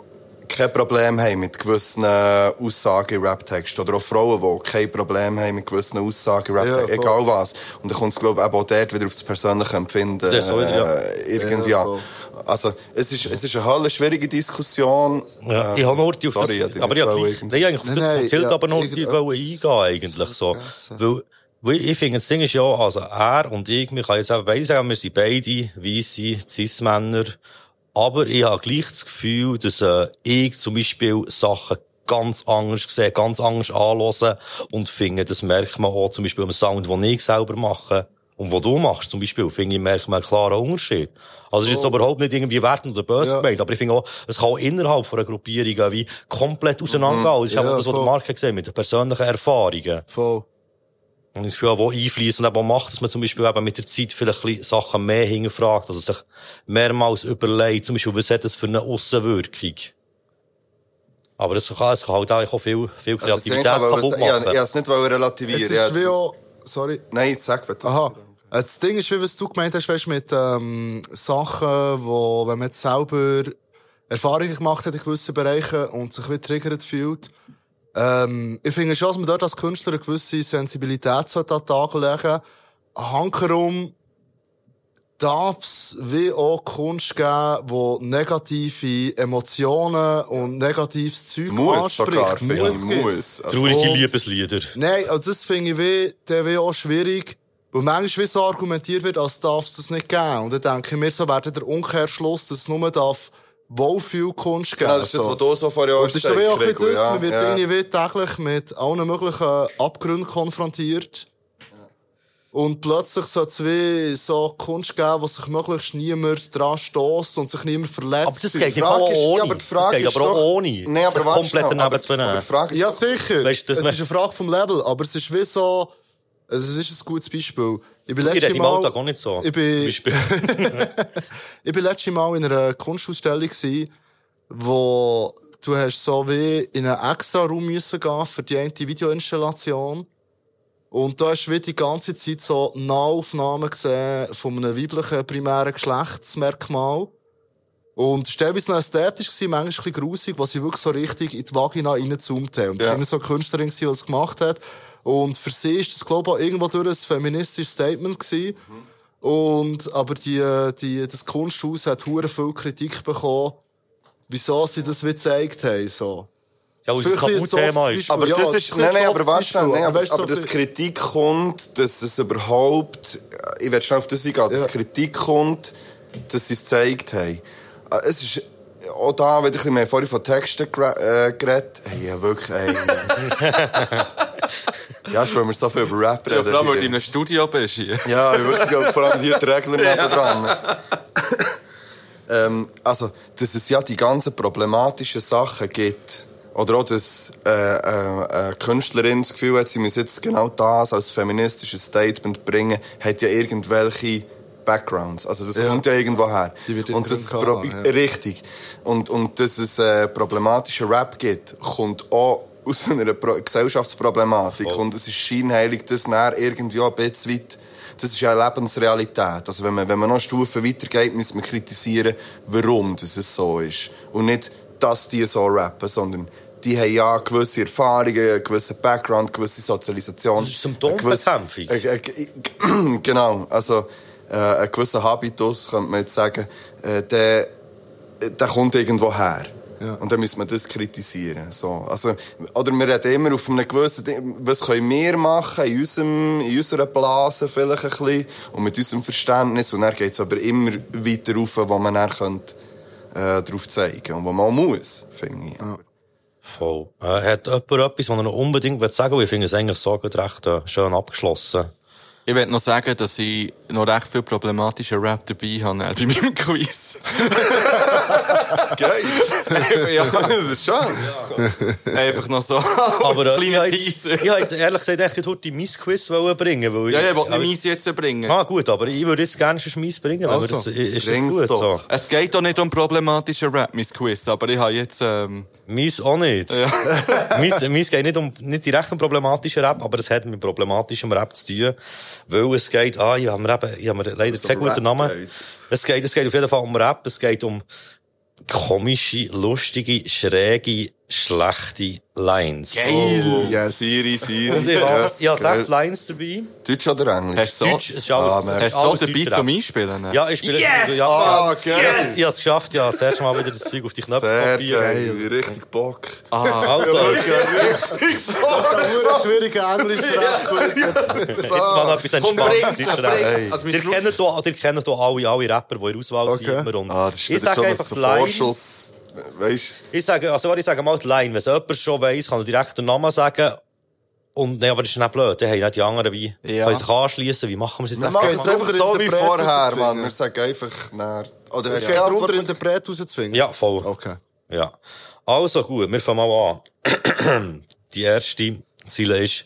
[SPEAKER 3] kein Problem haben mit gewissen Aussagen in Raptexten. Oder auch Frauen, die kein Problem haben mit gewissen Aussagen in
[SPEAKER 4] Ja, voll.
[SPEAKER 3] Raptexten. egal was. Und dann kommt es, glaube ich, eben auch dort wieder auf das persönliche Empfinden.
[SPEAKER 1] Das soll- ja.
[SPEAKER 3] äh, irgendwie
[SPEAKER 4] Ja,
[SPEAKER 3] an.
[SPEAKER 4] voll.
[SPEAKER 3] Also, es ist, es ist eine höllisch schwierige Diskussion.
[SPEAKER 1] Ja,
[SPEAKER 3] Äh,
[SPEAKER 1] ich habe noch auf die
[SPEAKER 3] sorry,
[SPEAKER 1] auf das,
[SPEAKER 3] ich
[SPEAKER 1] aber ja,
[SPEAKER 3] wollte
[SPEAKER 1] ich,
[SPEAKER 3] irgendwie-
[SPEAKER 1] nein, eigentlich auf
[SPEAKER 4] Nein,
[SPEAKER 1] das
[SPEAKER 4] nein,
[SPEAKER 1] erzählt,
[SPEAKER 4] ja,
[SPEAKER 1] aber noch die
[SPEAKER 4] irgendetwas.
[SPEAKER 1] wollen eingehen eigentlich so.
[SPEAKER 4] vergessen.
[SPEAKER 1] Weil, weil ich finde, das Ding ist ja, also er und ich, wir können jetzt eben beide sagen, wir sind beide weisse Cis-Männer, aber ich habe gleich das Gefühl, dass äh, ich zum Beispiel Sachen ganz anders sehe, ganz anders anhöre und finde, das merkt man auch zum Beispiel am Sound, den ich selber mache und wo du machst zum Beispiel, finde ich, merkt man einen klaren Unterschied. Also es ist jetzt überhaupt nicht irgendwie wertend oder böse
[SPEAKER 4] Oh. Ja.
[SPEAKER 1] gemeint, aber ich finde auch, es kann auch innerhalb von einer Gruppierung auch wie komplett auseinandergehen. Das ist
[SPEAKER 4] Mhm. Ja,
[SPEAKER 1] auch das, was der
[SPEAKER 4] voll.
[SPEAKER 1] Marke gesehen mit den persönlichen Erfahrungen.
[SPEAKER 4] Voll.
[SPEAKER 1] Und ich Gefühl, wo einfließen, aber macht, dass man zum Beispiel eben mit der Zeit vielleicht ein bisschen Sachen mehr hinterfragt, also sich mehrmals überlegt, zum Beispiel, was hat das für eine Aussenwirkung? Aber es kann, es kann halt auch viel, viel
[SPEAKER 3] Das Ding,
[SPEAKER 1] Kreativität
[SPEAKER 3] Ähm, ich wollte-
[SPEAKER 1] kaputt
[SPEAKER 3] ich- Ich
[SPEAKER 1] machen.
[SPEAKER 3] wollte es nicht relativieren.
[SPEAKER 4] Es ist
[SPEAKER 3] Ja,
[SPEAKER 4] wie auch... Sorry.
[SPEAKER 3] Nein, sag bitte.
[SPEAKER 4] Aha. Äh, Das Ding ist, wie was du gemeint hast, weißt, mit ähm, Sachen, wo, wenn man jetzt selber Erfahrungen gemacht hat in gewissen Bereichen und sich wie triggert fühlt. Ähm, ich finde schon, dass man dort als Künstler eine gewisse Sensibilität sollte an den Tag legen Hankerum darf es wie auch Kunst geben, wo negative Emotionen und negatives Zeug
[SPEAKER 3] Muss
[SPEAKER 4] anspricht.
[SPEAKER 3] sogar, finde ich.
[SPEAKER 4] geben.
[SPEAKER 3] Muss. Also,
[SPEAKER 1] Traurige
[SPEAKER 4] Und-
[SPEAKER 1] Liebeslieder.
[SPEAKER 4] Nein, also das finde ich wie, der wie auch schwierig. Weil manchmal wie so argumentiert wird, als darf es das nicht geben. Und dann denke ich mir, so wäre der Umkehrschluss, dass es nur darf Wohlfühlkunst geben.
[SPEAKER 3] Genau, das ist das,
[SPEAKER 4] so.
[SPEAKER 3] was du so vorher
[SPEAKER 4] Und das ist wie auch ein bisschen
[SPEAKER 3] Gregor,
[SPEAKER 4] das.
[SPEAKER 3] ja,
[SPEAKER 4] Man wird
[SPEAKER 3] ja.
[SPEAKER 4] irgendwie wie täglich mit allen möglichen Abgründen konfrontiert. Und plötzlich soll es wie so Kunst geben, wo sich möglichst niemand dran stößt und sich niemand verletzt.
[SPEAKER 1] Aber das
[SPEAKER 4] Die
[SPEAKER 1] geht im Fall
[SPEAKER 4] Frage-
[SPEAKER 1] auch
[SPEAKER 3] ist- ja,
[SPEAKER 1] ohne.
[SPEAKER 3] aber die Frage
[SPEAKER 1] das geht
[SPEAKER 3] ist
[SPEAKER 1] aber auch
[SPEAKER 3] doch-
[SPEAKER 1] ohne.
[SPEAKER 3] Nee, aber
[SPEAKER 1] sich
[SPEAKER 3] warte
[SPEAKER 1] komplett
[SPEAKER 3] schnell,
[SPEAKER 4] nou.
[SPEAKER 1] daneben
[SPEAKER 3] aber-
[SPEAKER 1] zu benehmen.
[SPEAKER 3] aber die Frage ist
[SPEAKER 4] Ja, sicher.
[SPEAKER 1] Weißt du, das
[SPEAKER 4] es
[SPEAKER 1] wär-
[SPEAKER 4] ist eine Frage vom Level, aber es ist wie so. Also es ist ein gutes Beispiel. Ich bin
[SPEAKER 1] Ich
[SPEAKER 4] letztes
[SPEAKER 1] rede im
[SPEAKER 4] Mal,
[SPEAKER 1] Alltag auch nicht so.
[SPEAKER 4] Ich bin-
[SPEAKER 1] Zum Beispiel.
[SPEAKER 4] ich bin letztes Mal in einer Kunstausstellung gsi, wo du hast so wie in einen extra Raum müssen gehen für die eine Videoinstallation. Und da hast du wie die ganze Zeit so Nahaufnahmen gesehen von einem weiblichen primären Geschlechtsmerkmal. Und stellweise noch ästhetisch gewesen, manchmal ein bisschen grusig, was sie wirklich so richtig in die Vagina reingezoomt haben. Und das
[SPEAKER 3] Ja.
[SPEAKER 4] war immer so eine Künstlerin, gewesen, die es gemacht hat. Und für sie ist das, glaube ich, auch irgendwo durch ein feministisches Statement gewesen. Und, aber die, die, das Kunsthaus hat hure viel Kritik bekommen, wieso sie das wie gezeigt haben, so.
[SPEAKER 1] Ja, weil es ein
[SPEAKER 4] Vielleicht ein
[SPEAKER 1] Tabuthema
[SPEAKER 4] softes
[SPEAKER 1] ist.
[SPEAKER 3] Aber
[SPEAKER 4] Ja,
[SPEAKER 3] das
[SPEAKER 4] das
[SPEAKER 3] ist,
[SPEAKER 4] ist
[SPEAKER 3] nein, nein,
[SPEAKER 4] ein
[SPEAKER 3] aber warte schnell,
[SPEAKER 4] Beispiel,
[SPEAKER 3] nein, aber,
[SPEAKER 4] aber weißt du,
[SPEAKER 3] aber dass
[SPEAKER 4] das-
[SPEAKER 3] Kritik kommt, dass es überhaupt, ich werde schnell auf das eingehen, dass
[SPEAKER 4] Ja.
[SPEAKER 3] Kritik kommt, dass sie es gezeigt haben. Äh, Es ist, auch da, wenn ich ein bisschen mehr vorhin von Texten gere- äh, geredet, hey, ja, wirklich, ey. ja, ich will mir so viel über Rap
[SPEAKER 2] Ja,
[SPEAKER 3] reden.
[SPEAKER 2] vor allem, weil du
[SPEAKER 3] hier.
[SPEAKER 2] in einem Studio bist hier.
[SPEAKER 3] Ja, ich möchte glaub, vor allem hier die Regeln ja. dran. ähm, also, dass es ja die ganzen problematischen Sachen gibt, Oder auch, dass äh, äh, eine Künstlerin das Gefühl hat, sie muss jetzt genau das als feministisches Statement bringen, hat ja irgendwelche Backgrounds. Also das
[SPEAKER 4] Ja.
[SPEAKER 3] kommt ja irgendwo her.
[SPEAKER 4] Die wird
[SPEAKER 3] und das ist
[SPEAKER 4] irgendwo
[SPEAKER 3] probi-
[SPEAKER 4] haben, ja.
[SPEAKER 3] richtig. Und, und dass es äh, problematischen Rap gibt, kommt auch aus einer Pro Gesellschaftsproblematik. Und es ist scheinheilig, dass näher irgendwie auch ein bisschen weit... Das ist ja eine Lebensrealität. Also wenn man, wenn man noch Stufen weitergeht, muss man kritisieren, warum das es so ist. Und nicht, dass die so rappen, sondern die haben ja gewisse Erfahrungen, einen gewissen Background, gewisse Sozialisation.
[SPEAKER 1] Das ist Symptombekämpfung.
[SPEAKER 3] Eine gewisse- äh, äh, Genau, also äh, einen gewissen Habitus, könnte man jetzt sagen, äh, der der kommt irgendwo her.
[SPEAKER 4] Ja.
[SPEAKER 3] Und dann müssen wir das kritisieren. So. Also, oder wir reden immer auf einem gewissen Ding, was können wir machen in, unserem, in unserer Blase vielleicht ein bisschen und mit unserem Verständnis. Und dann geht es aber immer weiter rauf, wo man dann könnte, äh, drauf zeigen und wo man auch muss, finde ich.
[SPEAKER 1] Voll. Äh, hat jemand etwas, was er noch unbedingt will sagen will? Ich finde es eigentlich so gut recht äh, schön abgeschlossen.
[SPEAKER 2] Ich will noch sagen, dass ich noch recht viel problematischen Rap dabei habe dann bei meinem Quiz.
[SPEAKER 3] Geil!
[SPEAKER 2] ja,
[SPEAKER 3] das ist schön!
[SPEAKER 2] einfach noch so. Aber
[SPEAKER 1] Aber äh, ich
[SPEAKER 2] kleiner
[SPEAKER 1] habe jetzt,
[SPEAKER 2] Teaser.
[SPEAKER 1] ich habe jetzt ehrlich gesagt echt heute mein Quiz wollen bringen weil
[SPEAKER 2] Ja, ja, ich wollte
[SPEAKER 1] aber-
[SPEAKER 2] nicht meins jetzt bringen.
[SPEAKER 1] Ah, gut, aber ich würde jetzt gerne schon meins bringen, aber
[SPEAKER 4] Also,
[SPEAKER 1] das, ist das
[SPEAKER 3] bring's
[SPEAKER 1] gut so?
[SPEAKER 3] doch.
[SPEAKER 2] Es geht doch nicht um problematischen Rap, mein Quiz, aber ich habe jetzt... Ähm,
[SPEAKER 1] Meins auch nicht. Ja. meins, meins geht nicht um, nicht direkt um problematischen Rap, aber es hat mit problematischem Rap zu tun. Weil es geht, ah, ich habe mir eben, ich habe mir leider
[SPEAKER 3] Also
[SPEAKER 1] keinen
[SPEAKER 3] um
[SPEAKER 1] guten
[SPEAKER 3] Rap
[SPEAKER 1] Namen.
[SPEAKER 3] geht.
[SPEAKER 1] Es geht, es geht auf jeden Fall um Rap, es geht um komische, lustige, schräge, schlechte Lines.
[SPEAKER 3] Oh,
[SPEAKER 4] Yes.
[SPEAKER 3] Siri,
[SPEAKER 1] Und ich
[SPEAKER 3] Siri.
[SPEAKER 1] habe,
[SPEAKER 3] Yes,
[SPEAKER 1] ich habe
[SPEAKER 3] geil.
[SPEAKER 1] sechs Lines dabei.
[SPEAKER 3] Deutsch oder Englisch?
[SPEAKER 2] hast du so,
[SPEAKER 1] Deutsch, es ist alles,
[SPEAKER 3] Ah,
[SPEAKER 1] es
[SPEAKER 3] man.
[SPEAKER 1] ist
[SPEAKER 2] hast du so
[SPEAKER 1] alles
[SPEAKER 2] dabei
[SPEAKER 1] Deutsch
[SPEAKER 2] zum
[SPEAKER 1] Rap.
[SPEAKER 2] Einspielen? ne?
[SPEAKER 1] Ja, ich spiele,
[SPEAKER 5] Yes!
[SPEAKER 1] also, ja,
[SPEAKER 3] Ah,
[SPEAKER 1] ich
[SPEAKER 3] geil.
[SPEAKER 1] habe es geschafft, ja, zuerst mal wieder das Zeug auf die Knöpfe
[SPEAKER 3] Sehr
[SPEAKER 1] kopieren.
[SPEAKER 3] geil, richtig Bock.
[SPEAKER 1] Also, jetzt
[SPEAKER 4] Nur ein schwieriger Englisch-Sprachkurs.
[SPEAKER 1] jetzt
[SPEAKER 3] Ah.
[SPEAKER 1] mal etwas
[SPEAKER 2] bring's,
[SPEAKER 1] Entspanntes
[SPEAKER 2] bring's.
[SPEAKER 1] rein.
[SPEAKER 2] Also, mein
[SPEAKER 1] Ihr
[SPEAKER 2] Schluss-
[SPEAKER 1] kennt hier, ihr kennt hier alle, alle Rapper, die in der Auswahl
[SPEAKER 4] Okay.
[SPEAKER 1] sind. immer. Und
[SPEAKER 3] Ah, das ist
[SPEAKER 1] ich
[SPEAKER 3] wieder
[SPEAKER 1] sage
[SPEAKER 3] schon
[SPEAKER 1] einfach
[SPEAKER 3] was
[SPEAKER 1] die
[SPEAKER 3] zum
[SPEAKER 1] Line.
[SPEAKER 3] Vorschuss. Weißt
[SPEAKER 1] Ich sage, also, warte, ich sage mal die Line. Wenn es jemand schon weiss, kann er direkt den Namen sagen. Und, nee, aber das ist nicht blöd. Dann haben nicht die anderen wie,
[SPEAKER 2] Ja.
[SPEAKER 1] können sich anschliessen. Wie machen wir es jetzt?
[SPEAKER 3] Wir machen es
[SPEAKER 4] geht darum,
[SPEAKER 3] einfach so wie
[SPEAKER 4] Interpreten
[SPEAKER 3] vorher,
[SPEAKER 4] zu
[SPEAKER 3] Mann.
[SPEAKER 4] finden.
[SPEAKER 3] Wir sagen einfach näher. Oder
[SPEAKER 4] Es
[SPEAKER 3] hast
[SPEAKER 4] geht
[SPEAKER 3] du
[SPEAKER 4] darum, den
[SPEAKER 3] Antwort?
[SPEAKER 4] Interpret rauszuzwingen.
[SPEAKER 1] Ja, voll.
[SPEAKER 4] Okay.
[SPEAKER 1] Ja. Also gut, wir fangen mal an. Die erste Ziele ist,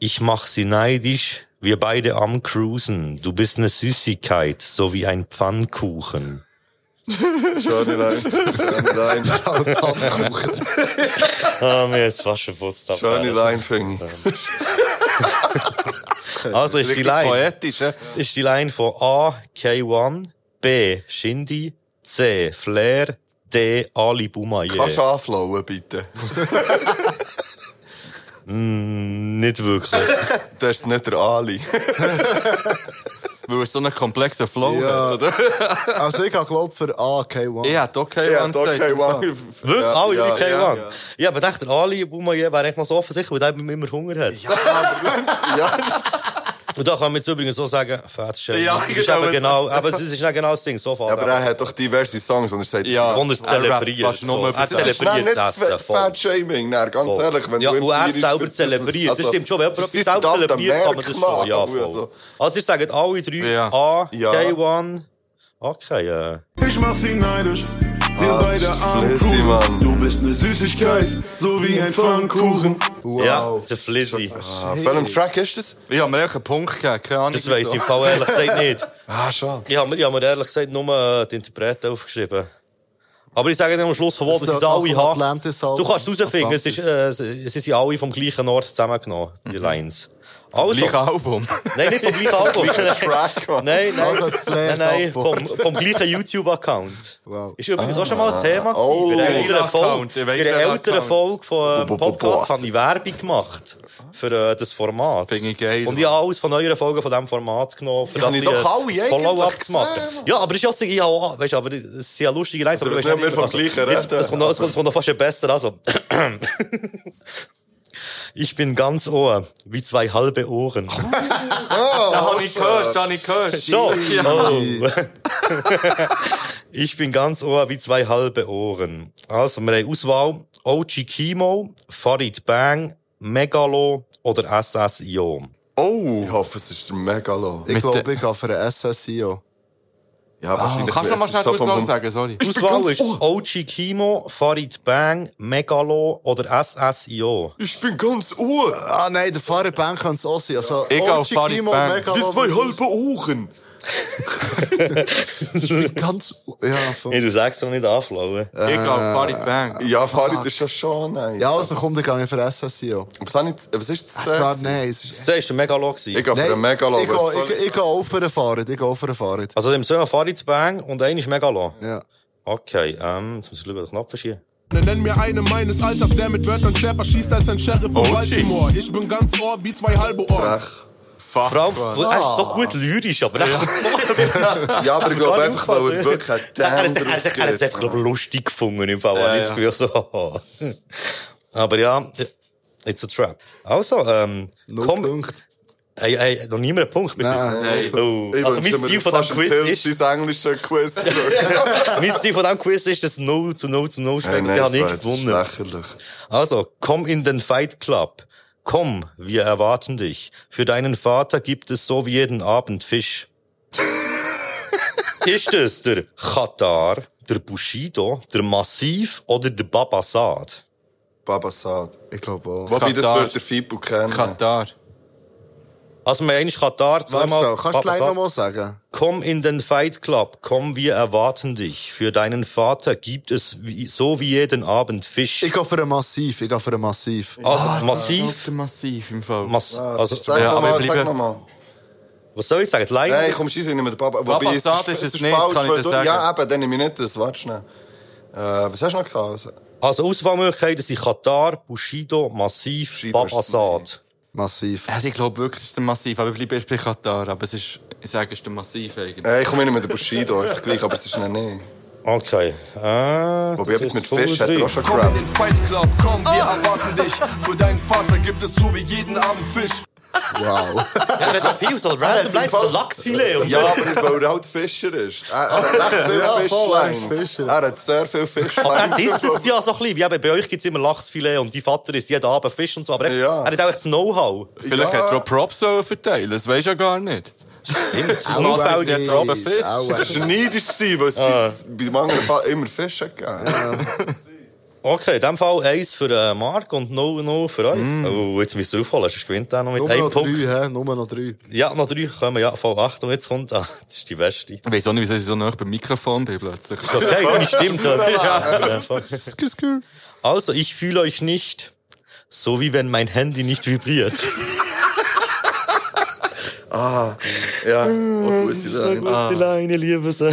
[SPEAKER 1] ich mach sie neidisch, wir beide am Cruisen. Du bist eine Süßigkeit, so wie ein Pfannkuchen.
[SPEAKER 3] Schöne Line. Schöne Line.
[SPEAKER 1] Ah, mir jetzt fast schon Fuß
[SPEAKER 3] Schöne Line, finde ich.
[SPEAKER 1] Also ist die
[SPEAKER 2] Richtig
[SPEAKER 1] Line,
[SPEAKER 2] poetisch, hä?
[SPEAKER 1] ist die Line von A, K1, B, Shindy, C, Flair, D, Ali
[SPEAKER 3] Kannst du
[SPEAKER 1] Boumaier.
[SPEAKER 3] anflauen, bitte?
[SPEAKER 1] Nicht wirklich.
[SPEAKER 3] Das ist nicht der Ali.
[SPEAKER 2] Weil es so einen komplexen Flow
[SPEAKER 4] Ja.
[SPEAKER 2] hat, oder?
[SPEAKER 4] Also ich habe glaub für A, K1.
[SPEAKER 2] Ich hätte okay,
[SPEAKER 3] Ja,
[SPEAKER 2] Mann,
[SPEAKER 3] doch,
[SPEAKER 2] gesagt.
[SPEAKER 3] okay, Mann.
[SPEAKER 1] Wirklich,
[SPEAKER 3] Ja,
[SPEAKER 1] alle
[SPEAKER 3] ja,
[SPEAKER 1] ja, K1.
[SPEAKER 3] ja.
[SPEAKER 1] Ja, aber ich dachte, Ali Boumaier wäre eigentlich noch so offensichtlich, weil der immer Hunger hat.
[SPEAKER 3] Ja,
[SPEAKER 1] Und da kann man jetzt übrigens so sagen, Fettsche.
[SPEAKER 2] Ja,
[SPEAKER 1] das ist
[SPEAKER 2] genau.
[SPEAKER 1] eben genau, aber es ist nicht genau das Ding, so
[SPEAKER 3] aber er hat doch diverse Songs und er sagt,
[SPEAKER 2] Ja.
[SPEAKER 1] Und er
[SPEAKER 2] Er rappt
[SPEAKER 1] zelebriert.
[SPEAKER 2] fast nur
[SPEAKER 1] so. Er
[SPEAKER 2] über das.
[SPEAKER 3] Das ist dann
[SPEAKER 1] zelebriert
[SPEAKER 3] nicht
[SPEAKER 1] das Essen,
[SPEAKER 3] nou Fa-
[SPEAKER 1] voll.
[SPEAKER 3] Fat-Shaming, nein, ganz
[SPEAKER 1] Voll.
[SPEAKER 3] ehrlich. Wenn
[SPEAKER 1] eh, Ja,
[SPEAKER 3] du im
[SPEAKER 1] und er
[SPEAKER 3] Vier ist,
[SPEAKER 1] selber
[SPEAKER 3] wird das-
[SPEAKER 1] zelebriert. Das
[SPEAKER 3] also,
[SPEAKER 1] stimmt schon, wenn
[SPEAKER 3] das
[SPEAKER 1] jemand
[SPEAKER 3] ist
[SPEAKER 1] etwas selber
[SPEAKER 3] verdammt ein
[SPEAKER 1] zelebriert, kann man das
[SPEAKER 3] Merkmal,
[SPEAKER 1] schon. Ja, voll.
[SPEAKER 3] also.
[SPEAKER 1] Also, ich sage alle drei,
[SPEAKER 2] Ja.
[SPEAKER 1] A,
[SPEAKER 3] Ja.
[SPEAKER 1] K1, okay, äh,
[SPEAKER 6] Ich mach sie neidisch. Wir
[SPEAKER 3] Ah, das
[SPEAKER 6] beide
[SPEAKER 3] ist
[SPEAKER 6] am
[SPEAKER 3] flashy, Mann.
[SPEAKER 6] Kuchen. Du bist ne Süßigkeit, so wie ein Pfannkuchen.
[SPEAKER 4] Wow.
[SPEAKER 1] ja, der Flizzy.
[SPEAKER 3] Ah, Auf welchem Track ist das?
[SPEAKER 2] Ich habe mir echt einen Punkt gegeben, keine Ahnung.
[SPEAKER 1] Das weiss ich im
[SPEAKER 2] wieso.
[SPEAKER 1] Fall ehrlich gesagt nicht.
[SPEAKER 3] Ah, schade.
[SPEAKER 1] Ich habe mir, ich hab mir ehrlich gesagt nur äh, die Interpreten aufgeschrieben. Aber ich sage dir am Schluss, von wo
[SPEAKER 4] Das
[SPEAKER 1] Oh, das
[SPEAKER 4] ist
[SPEAKER 1] ich alle
[SPEAKER 4] vom
[SPEAKER 1] habe.
[SPEAKER 4] Atlantis-Album.
[SPEAKER 1] Du kannst herausfinden, es, ist, äh, es es sind alle vom gleichen Ort zusammengenommen, die
[SPEAKER 3] Mhm.
[SPEAKER 1] Lines. Also,
[SPEAKER 2] Gleiches Album.
[SPEAKER 1] Nein, nicht vom gleichen Album.
[SPEAKER 3] Track, Mann.
[SPEAKER 1] Nein, nein,
[SPEAKER 4] Also, das
[SPEAKER 1] nein,
[SPEAKER 4] Blair
[SPEAKER 1] nein vom,
[SPEAKER 4] Cardboard.
[SPEAKER 1] vom gleichen YouTube-Account.
[SPEAKER 4] Wow.
[SPEAKER 1] Ist übrigens auch schon mal ein Thema gewesen.
[SPEAKER 3] Oh.
[SPEAKER 1] bei einer
[SPEAKER 2] Ich
[SPEAKER 1] älteren
[SPEAKER 2] weiss den
[SPEAKER 1] Folge,
[SPEAKER 2] Account, ich
[SPEAKER 1] bei
[SPEAKER 2] weiss
[SPEAKER 1] einer
[SPEAKER 2] den
[SPEAKER 1] älteren
[SPEAKER 2] Account.
[SPEAKER 1] Folge von ähm,
[SPEAKER 3] Bo- bo- bo-
[SPEAKER 1] Podcast
[SPEAKER 3] boah.
[SPEAKER 1] habe ich Werbung gemacht für äh, das Format.
[SPEAKER 2] Finde ich geil,
[SPEAKER 1] Und ich habe alles von euren Folgen von diesem Format genommen. für
[SPEAKER 3] Die habe
[SPEAKER 1] das
[SPEAKER 3] ich doch
[SPEAKER 1] ein
[SPEAKER 3] alle eigentlich
[SPEAKER 1] Follow-up
[SPEAKER 3] gesehen,
[SPEAKER 1] gemacht.
[SPEAKER 3] Mann.
[SPEAKER 1] Ja, aber es ist ja auch, so, ich habe auch, weißt, du, aber es sind ja lustige
[SPEAKER 2] Also,
[SPEAKER 1] Leute.
[SPEAKER 3] wir können nicht mehr vom Gleichen
[SPEAKER 1] jetzt,
[SPEAKER 3] reden.
[SPEAKER 1] es kommt noch- es kommt es kommt noch fast ein besser, also. Ich bin ganz Ohr, wie zwei halbe Ohren.
[SPEAKER 2] Oh, Da habe ich gehört, da habe ich gehört.
[SPEAKER 1] So. Oh. ich bin ganz Ohr wie zwei halbe Ohren. Also, wir haben Auswahl. OG Kimo, Farid Bang, Megalo oder SSIO.
[SPEAKER 3] Oh. Ich hoffe, es ist der Megalo.
[SPEAKER 4] Ich
[SPEAKER 2] Mit
[SPEAKER 4] glaube,
[SPEAKER 2] der-
[SPEAKER 4] ich gehe für einen SSIO.
[SPEAKER 3] Ja, wahrscheinlich.
[SPEAKER 2] Kannst du noch mal
[SPEAKER 3] Es
[SPEAKER 2] schnell
[SPEAKER 3] ist so
[SPEAKER 2] die
[SPEAKER 3] vom-
[SPEAKER 2] Auswahl sagen? Sorry.
[SPEAKER 1] Die Auswahl ist
[SPEAKER 3] Oh.
[SPEAKER 1] OG Kimo, Farid Bang, Megalo oder SSIO.
[SPEAKER 3] Ich bin ganz ohr.
[SPEAKER 4] Ah nein, der Farid Bang kann es auch sein. Also,
[SPEAKER 2] Ich auch,
[SPEAKER 4] OG
[SPEAKER 2] Farid
[SPEAKER 4] Kimo,
[SPEAKER 2] Bang.
[SPEAKER 4] Megalo-
[SPEAKER 3] Die zwei halben Ohren.
[SPEAKER 4] Ganz, ja, voll.
[SPEAKER 1] Ich du sagst doch nicht anflauen.
[SPEAKER 2] Ich glaube, Farid Bang.
[SPEAKER 3] Ja, Farid ist ja schon nice.
[SPEAKER 4] Ja, also komm, dann gehe ich für SSIO.
[SPEAKER 3] was, hab ich- was ist das?
[SPEAKER 4] Klar,
[SPEAKER 3] Zähne?
[SPEAKER 4] nein, es ist...
[SPEAKER 1] Das war der Megalo. gewesen.
[SPEAKER 3] Ich gehe für
[SPEAKER 4] Nein,
[SPEAKER 3] den Megalo.
[SPEAKER 4] ich
[SPEAKER 3] was
[SPEAKER 4] gehe-
[SPEAKER 3] voll-
[SPEAKER 4] ich- Ich gehe auch für den Fahrrad, ich gehe auch für den Fahrrad.
[SPEAKER 1] Also, im Söhne Farid Bang und einer ist Megalo.
[SPEAKER 4] Ja.
[SPEAKER 1] Okay, ähm, jetzt muss ich lieber den Knopf verschieben.
[SPEAKER 5] Ne,
[SPEAKER 7] Nenn mir einen meines Alters, der mit Wörtern Schepper schießt als ein Sheriff von
[SPEAKER 2] OG.
[SPEAKER 7] Baltimore. Ich bin ganz Ohr wie zwei halbe Ohren.
[SPEAKER 3] Ach.
[SPEAKER 2] Fuck.
[SPEAKER 1] Vor allem, er ist so gut lyrisch, aber ja.
[SPEAKER 3] Ja, aber ich glaube einfach, weil er wirklich einen
[SPEAKER 1] Er hat
[SPEAKER 3] Damn
[SPEAKER 1] es- er hat es- er hat es
[SPEAKER 3] drauf
[SPEAKER 1] einfach,
[SPEAKER 3] gibt.
[SPEAKER 1] glaub ich, lustig gefunden im Fall. Ja, jetzt
[SPEAKER 2] ja.
[SPEAKER 1] Gefühl so. Aber ja, it's a trap. Also, ähm,
[SPEAKER 4] Null
[SPEAKER 1] komm,
[SPEAKER 4] Punkte.
[SPEAKER 1] ey, ey, noch niemand einen Punkt. bis
[SPEAKER 4] Nein,
[SPEAKER 1] jetzt? Oh.
[SPEAKER 3] Ich
[SPEAKER 1] Also,
[SPEAKER 3] wünschte
[SPEAKER 1] mein
[SPEAKER 3] mir
[SPEAKER 1] Ziel von diesem
[SPEAKER 3] fast einen
[SPEAKER 1] Quiz
[SPEAKER 3] Tilt,
[SPEAKER 1] ist,
[SPEAKER 3] Dein englische Quiz. zurück.
[SPEAKER 1] mein Ziel von diesem Quiz ist, dass 0 zu 0 zu 0 steht.
[SPEAKER 3] Hey,
[SPEAKER 1] und
[SPEAKER 4] Äh,
[SPEAKER 3] nein,
[SPEAKER 1] ich
[SPEAKER 3] das
[SPEAKER 1] habe
[SPEAKER 3] wär
[SPEAKER 1] nicht gewonnen.
[SPEAKER 3] Lächerlich.
[SPEAKER 1] Also, komm in den Fight Club. Komm, wir erwarten dich. Für deinen Vater gibt es so wie jeden Abend Fisch. Ist es der Katar, der Bushido, der Massiv oder der Babasad?
[SPEAKER 3] Babasad.
[SPEAKER 4] Ich glaube auch.
[SPEAKER 3] Wobei, das
[SPEAKER 2] Katar.
[SPEAKER 3] würde der Fibu kennen.
[SPEAKER 2] Katar.
[SPEAKER 1] Also, wir haben eigentlich Katar,
[SPEAKER 4] Weißt
[SPEAKER 1] zweimal
[SPEAKER 4] du, kannst du gleich
[SPEAKER 1] Babasat.
[SPEAKER 4] nochmal sagen?
[SPEAKER 1] Komm in den Fight Club, komm, wir erwarten dich. Für deinen Vater gibt es wie, so wie jeden Abend Fisch.
[SPEAKER 4] Ich Ah, gehe für einen Massiv, ich gehe für einen Massiv.
[SPEAKER 1] also,
[SPEAKER 2] Auf
[SPEAKER 1] massiv,
[SPEAKER 2] der Massiv im Fall.
[SPEAKER 1] mass,
[SPEAKER 4] Ah,
[SPEAKER 1] also,
[SPEAKER 3] Sag
[SPEAKER 2] Ja,
[SPEAKER 3] noch
[SPEAKER 2] aber
[SPEAKER 3] mal,
[SPEAKER 2] ich
[SPEAKER 3] sag
[SPEAKER 2] bleibe-
[SPEAKER 3] noch mal.
[SPEAKER 1] was soll ich sagen? Leider?
[SPEAKER 3] Nein, komm, scheiße, ich nehme den Baba. Wobei,
[SPEAKER 2] Babasad ist es nicht,
[SPEAKER 3] falsch,
[SPEAKER 2] kann ich
[SPEAKER 3] weil
[SPEAKER 2] dir
[SPEAKER 3] du-
[SPEAKER 2] sagen.
[SPEAKER 3] Ja, eben, dann nehme ich nicht das. Warte schnell. Äh, was hast du noch gesagt?
[SPEAKER 1] Also Auswahlmöglichkeiten sind Katar, Bushido, Massiv,
[SPEAKER 3] Bushido ist
[SPEAKER 1] Babasad.
[SPEAKER 4] Massiv.
[SPEAKER 2] Also ich glaube wirklich, es ist der Massiv. Aber ich bleibe erst bei Katar. Aber es ist, ich sage, es ist der Massiv eigentlich.
[SPEAKER 3] Nein, ich komme nicht mit dem Bushido, einfach gleich, aber es ist nicht nicht.
[SPEAKER 1] Okay. Äh,
[SPEAKER 3] Wobei,
[SPEAKER 1] das
[SPEAKER 3] etwas mit
[SPEAKER 1] ist voll
[SPEAKER 3] Fisch hat
[SPEAKER 1] drin.
[SPEAKER 3] er auch schon
[SPEAKER 5] Komm in
[SPEAKER 3] gerappt.
[SPEAKER 5] den Fight Club, komm, wir erwarten dich. Für deinen Vater gibt es so wie jeden Abend Fisch.
[SPEAKER 4] Wow.
[SPEAKER 1] Ja, der hat doch viel, so
[SPEAKER 2] Also,
[SPEAKER 1] random life, so Lachsfilet. Und
[SPEAKER 3] Ja, aber weil er halt Fischer ist. Er, dus. Ah, er hat echt
[SPEAKER 4] Ja,
[SPEAKER 3] viele
[SPEAKER 4] voll, er ist
[SPEAKER 3] Fishlines.
[SPEAKER 4] Fischer.
[SPEAKER 3] Ah, Er hat sehr viele
[SPEAKER 1] Er
[SPEAKER 3] Fishlines.
[SPEAKER 1] disst es ja so ein bisschen. wie eben Bei euch gibt's immer Lachsfilet und die Vater isst jeden Abend Fisch und so. Aber er-
[SPEAKER 3] Ja.
[SPEAKER 1] er hat auch echt das Know-how.
[SPEAKER 2] Vielleicht
[SPEAKER 3] Ja.
[SPEAKER 2] hat er auch Props sollen verteilen. Das weiß ja gar nicht.
[SPEAKER 1] Stimmt. Das
[SPEAKER 4] Aua,
[SPEAKER 1] Nachfeld
[SPEAKER 4] nee,
[SPEAKER 1] hat er oben Fisch.
[SPEAKER 4] aua.
[SPEAKER 3] Das war neidisch, weil es bei, bei manchen Fall immer Fische gegeben
[SPEAKER 1] Okay, in dem Fall eins für äh, Marc und 0-0 für euch.
[SPEAKER 3] Mm.
[SPEAKER 1] Oh, jetzt müsst ihr aufholen, sonst gewinnt er noch mit
[SPEAKER 4] Nur noch
[SPEAKER 1] einem
[SPEAKER 4] drei,
[SPEAKER 1] Punkt.
[SPEAKER 4] hä? Nur noch drei.
[SPEAKER 1] Ja, noch drei kommen, ja, voll acht. Und jetzt kommt, ah, das ist die beste.
[SPEAKER 2] Ich weiß auch nicht, wieso ich so nah beim Mikrofon bin plötzlich.
[SPEAKER 1] Okay, das stimmt. Ja.
[SPEAKER 4] Skr, skr.
[SPEAKER 1] Also, ich fühle euch nicht, so wie wenn mein Handy nicht vibriert.
[SPEAKER 3] Ja, auch gute Sache.
[SPEAKER 1] Gute Leine, liebe sie.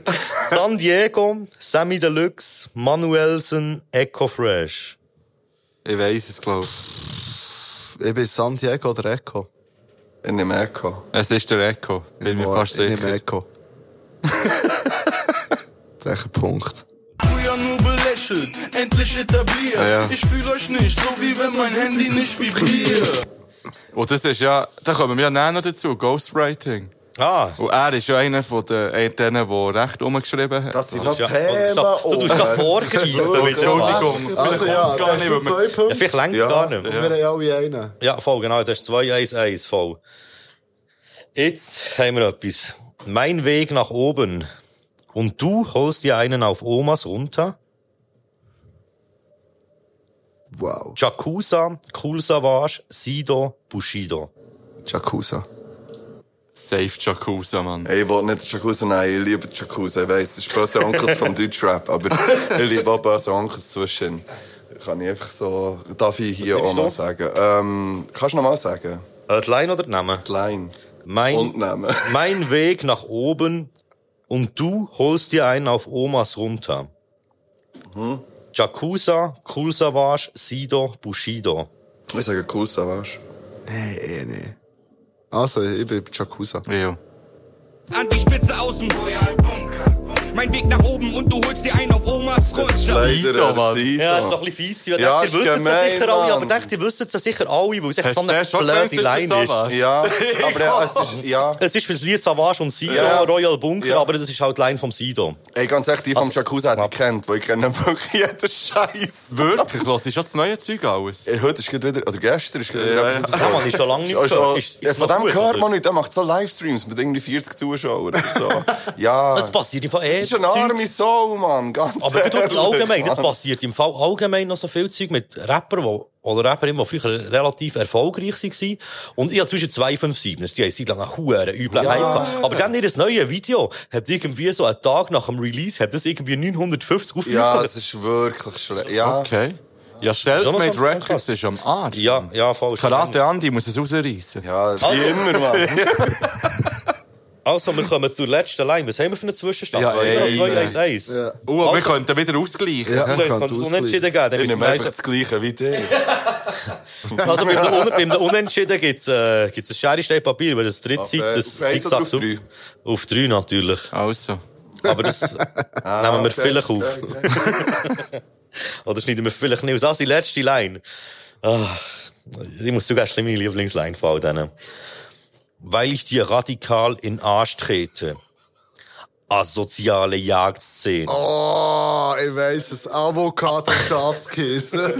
[SPEAKER 1] San Diego, Sammy Deluxe, Manuelsen, Echo Fresh.
[SPEAKER 2] Ich weiß es, glaube ich.
[SPEAKER 4] Ich bin Santiago oder Echo.
[SPEAKER 3] Ich nehme Echo.
[SPEAKER 2] Es ist der Echo. Bin mir
[SPEAKER 4] Boah,
[SPEAKER 2] fast
[SPEAKER 4] Ich nehme
[SPEAKER 2] sicher.
[SPEAKER 4] Echo. Welcher Punkt?
[SPEAKER 5] Früher nur belächelt, endlich etabliert.
[SPEAKER 2] ja.
[SPEAKER 5] Ich fühle euch nicht, so wie wenn mein Handy nicht vibriert.
[SPEAKER 2] Und das ist ja, da kommen wir ja nachher noch dazu. Ghostwriting.
[SPEAKER 1] Ah.
[SPEAKER 2] Und er ist ja einer von den, einer denen, der recht umgeschrieben hat.
[SPEAKER 3] Das sind noch
[SPEAKER 1] Ja, du tust da vorgreifen mit Entschuldigung.
[SPEAKER 4] Also ja,
[SPEAKER 2] gar
[SPEAKER 4] das
[SPEAKER 2] nicht,
[SPEAKER 4] sind
[SPEAKER 2] weil
[SPEAKER 4] zwei
[SPEAKER 1] Ja,
[SPEAKER 4] Punkte.
[SPEAKER 1] vielleicht längt
[SPEAKER 3] Ja.
[SPEAKER 1] gar nicht mehr.
[SPEAKER 4] Wir haben ja alle einen.
[SPEAKER 1] Ja, voll, genau. Das ist 2-1-1, voll. Jetzt haben wir etwas. Mein Weg nach oben. Und du holst dir einen auf Omas runter.
[SPEAKER 4] Wow.
[SPEAKER 1] Jakusa, Cool Savage, Sido, Bushido.
[SPEAKER 4] Jakusa.
[SPEAKER 2] Safe Jacuzza, Mann.
[SPEAKER 3] Hey, ich will nicht den Jacuzzi, nein, ich liebe den Jacuzzi. Ich weiss, das ist böse Onkels vom Deutschrap, aber ich liebe auch böse Onkels zwischen. Kann ich einfach so, darf ich hier auch
[SPEAKER 1] liebst
[SPEAKER 3] mal
[SPEAKER 1] du?
[SPEAKER 3] sagen. Ähm, kannst du noch mal sagen?
[SPEAKER 1] Äh, die Line oder die Namen?
[SPEAKER 3] Die Line.
[SPEAKER 1] Mein,
[SPEAKER 3] Und Namen.
[SPEAKER 1] mein Weg nach oben und du holst dir einen auf Omas runter.
[SPEAKER 3] Mhm.
[SPEAKER 1] Jakusa, Cool Savage, Sido, Bushido.
[SPEAKER 3] Ich sage Jacuzzi, weißt du?
[SPEAKER 4] Nee, eh, nee. Ah, Also, ich bin Jakusa.
[SPEAKER 2] Ja.
[SPEAKER 8] an die Spitze außen. Mein Weg nach oben und du holst dir einen auf Omas runter.
[SPEAKER 3] Leider, er
[SPEAKER 2] Mann.
[SPEAKER 3] Mann.
[SPEAKER 1] Ja, ist doch ein bisschen fies. gewesen. Ich
[SPEAKER 3] Ja,
[SPEAKER 1] dachte,
[SPEAKER 3] ist
[SPEAKER 1] ihr wisst
[SPEAKER 3] gemein,
[SPEAKER 1] es sicher alle, aber
[SPEAKER 3] Mann.
[SPEAKER 1] denkt, ihr wisst es sicher alle, weil es echt so
[SPEAKER 2] du
[SPEAKER 1] eine
[SPEAKER 2] den schon
[SPEAKER 1] blöde
[SPEAKER 2] gewusst,
[SPEAKER 1] Line ist.
[SPEAKER 2] Savas?
[SPEAKER 3] Ja, aber äh, es ist, ja.
[SPEAKER 1] Es ist für Lies Savage und Sido,
[SPEAKER 3] Ja.
[SPEAKER 1] Royal Bunker,
[SPEAKER 3] Ja.
[SPEAKER 1] aber das ist halt die Line vom Sido.
[SPEAKER 3] Ey, ganz ehrlich, die vom
[SPEAKER 1] Also-
[SPEAKER 3] Jacuzzi hat ich kennt, weil ich kenne wirklich jeden Scheiß.
[SPEAKER 2] Wirklich, lass ich schon das neue Zeug alles.
[SPEAKER 3] Ey, heute ist gerade wieder, oder gestern ist gerade
[SPEAKER 2] Ja,
[SPEAKER 3] wieder
[SPEAKER 2] ja.
[SPEAKER 3] etwas
[SPEAKER 1] Ja, man, ist schon lange nicht
[SPEAKER 3] Ist schon-
[SPEAKER 1] gehört. Ist-
[SPEAKER 3] Oh, Ja,
[SPEAKER 1] ist
[SPEAKER 3] Von
[SPEAKER 1] noch
[SPEAKER 3] dem
[SPEAKER 1] gut,
[SPEAKER 3] hört
[SPEAKER 1] oder?
[SPEAKER 3] man nicht, der macht so Livestreams mit irgendwie 40 Zuschauern oder so. ja.
[SPEAKER 1] Das passiert im Fall eh.
[SPEAKER 3] Das ist ein arme Soul, Mann, ganz
[SPEAKER 1] Aber gut,
[SPEAKER 3] ehrlich,
[SPEAKER 1] und allgemein, das
[SPEAKER 3] Mann.
[SPEAKER 1] passiert im Fall allgemein noch so viel Zeug mit Rapper, wo, oder Rapperinnen, die früher relativ erfolgreich waren. Und ich habe zwischen 257, die haben seit langem einen huere üblen Hype gehabt. Aber dann ihr neue Video hat irgendwie so einen Tag nach dem Release, hat das irgendwie 950 Aufrufe.
[SPEAKER 3] Ja,
[SPEAKER 1] gehabt.
[SPEAKER 3] es ist wirklich schlimm. Ja.
[SPEAKER 2] Okay. Ja,
[SPEAKER 1] Schon noch
[SPEAKER 2] Selfmade
[SPEAKER 1] so-
[SPEAKER 2] Records ist am Arsch.
[SPEAKER 1] ja, ja, falsch.
[SPEAKER 2] Karate Andi muss es rausreißen.
[SPEAKER 3] Ja, wie immer, Mann.
[SPEAKER 1] Also, wir kommen zur letzten Line. Was haben wir für einen Zwischenstand?
[SPEAKER 2] Ja, ey,
[SPEAKER 1] ey,
[SPEAKER 2] ey.
[SPEAKER 1] 2 1
[SPEAKER 4] Ja.
[SPEAKER 2] Oh, aber wir
[SPEAKER 1] Also-
[SPEAKER 2] könnten wieder ausgleichen.
[SPEAKER 4] Ja.
[SPEAKER 1] Dann
[SPEAKER 4] man
[SPEAKER 1] kann
[SPEAKER 4] kann
[SPEAKER 1] es
[SPEAKER 4] es
[SPEAKER 1] unentschieden geben. Dann
[SPEAKER 3] Ich
[SPEAKER 1] müssen
[SPEAKER 3] nehme
[SPEAKER 1] wir
[SPEAKER 3] einfach
[SPEAKER 1] einfach-
[SPEAKER 3] das Gleiche wie dir.
[SPEAKER 1] Also, beim, Un beim Unentschieden gibt es äh, gibt's ein Schere, Stein, Papier, weil das dritte
[SPEAKER 3] Auf,
[SPEAKER 1] Zeit,
[SPEAKER 3] äh,
[SPEAKER 1] das
[SPEAKER 3] auf eins oder auf
[SPEAKER 1] Zickzack-
[SPEAKER 3] drei?
[SPEAKER 1] Auf drei natürlich.
[SPEAKER 2] Also.
[SPEAKER 1] Aber das
[SPEAKER 3] Ah,
[SPEAKER 1] nehmen wir vielleicht auf. Oder schneiden wir vielleicht nicht aus. Das ist die letzte Line. Ach, ich muss sogar schlimm meine Lieblingsline fallen. Dann. Weil ich dir radikal in den Arsch trete. Asoziale Jagdszene.
[SPEAKER 4] Oh, ich weiss es. Avocado Schafskäse.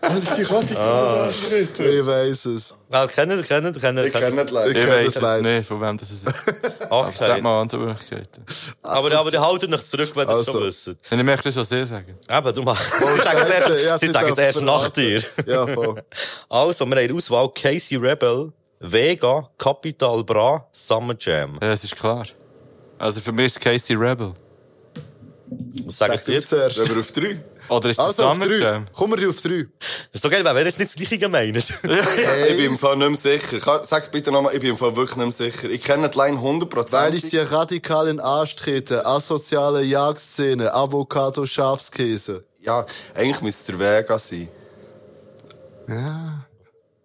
[SPEAKER 4] Weil ich die Kante ah. Ich weiss es.
[SPEAKER 1] Ah, kennen, kennen, kennen.
[SPEAKER 3] Ich kenne das leider.
[SPEAKER 2] Ich
[SPEAKER 4] kenn
[SPEAKER 2] weiß
[SPEAKER 4] das leider.
[SPEAKER 2] es nicht, von wem das ist. Ich sag
[SPEAKER 1] Okay.
[SPEAKER 2] mal andere Möglichkeiten.
[SPEAKER 1] Aber, aber haltet euch zurück, wenn ihr es
[SPEAKER 4] Also.
[SPEAKER 1] schon wisst.
[SPEAKER 2] Ich möchte das, was sie sagen.
[SPEAKER 1] Eben, du machst. Sie sagen es
[SPEAKER 4] Scheiße, ja,
[SPEAKER 1] erst,
[SPEAKER 4] sie
[SPEAKER 1] sie sagen es
[SPEAKER 4] dürfen
[SPEAKER 1] erst nach dir.
[SPEAKER 4] raten. Ja, voll.
[SPEAKER 1] Also, wir haben in der Auswahl Casey Rebel, Vega, Capital Bra, Summer Jam.
[SPEAKER 2] Ja, es ist klar. Also für mich ist Casey Rebel.
[SPEAKER 1] Was sagt
[SPEAKER 4] Sag
[SPEAKER 1] ihr?
[SPEAKER 4] du zuerst.
[SPEAKER 3] Wenn wir auf drei.
[SPEAKER 2] Oder ist das
[SPEAKER 4] Also auf
[SPEAKER 2] Summer
[SPEAKER 4] drei.
[SPEAKER 2] Jam?
[SPEAKER 4] Kommen wir auf drei.
[SPEAKER 1] So geil, wäre jetzt nicht das Gleiche gemeint.
[SPEAKER 3] Ich bin im Fall nicht mehr sicher. Kann- Sag bitte nochmal, ich bin im Fall wirklich nicht mehr sicher. Ich kenne die Line
[SPEAKER 4] Weil ich
[SPEAKER 3] 100%.
[SPEAKER 4] dir radikal in den Arsch trete. Asoziale Jagdszene. Avocado Schafskäse.
[SPEAKER 3] Ja, eigentlich müsste es der Vega sein.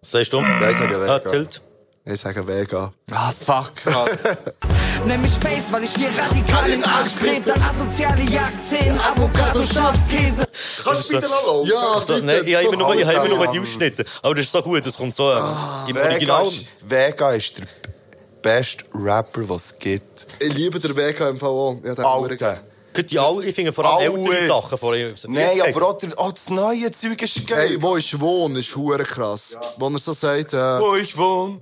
[SPEAKER 1] Sagst du?
[SPEAKER 3] Nein, sag ich
[SPEAKER 1] Ah,
[SPEAKER 3] Vega.
[SPEAKER 1] Tilt.
[SPEAKER 4] Ich sage Vega.
[SPEAKER 2] Ah, fuck. Mann.
[SPEAKER 8] Nenn mich Face, weil ich dir radikal in den Arsch trete. Asoziale Jagdzähne, Avocado, Schafskäse.
[SPEAKER 3] Kannst du bitte mal auf?
[SPEAKER 4] Ja,
[SPEAKER 1] So, also, nein, ich habe immer nur, ich habe immer nur die
[SPEAKER 3] Mann.
[SPEAKER 1] Ausschnitte. Aber das ist so gut, das kommt so ähm, im
[SPEAKER 3] Ah, Vega
[SPEAKER 1] Original.
[SPEAKER 3] Ist, Vega ist der beste Rapper, was es gibt.
[SPEAKER 4] Ich liebe den Vega im VO. Ja, den
[SPEAKER 3] Alter.
[SPEAKER 1] Gut, Die alle, ich finde vor allem ältere
[SPEAKER 3] Alles.
[SPEAKER 1] Sachen vor allem.
[SPEAKER 3] Nein, aber auch, der, auch das neue Zeug ist geil.
[SPEAKER 4] Hey, wo ich wohne, ist hure krass. Wo er so sagt, äh,
[SPEAKER 3] wo ich wohne.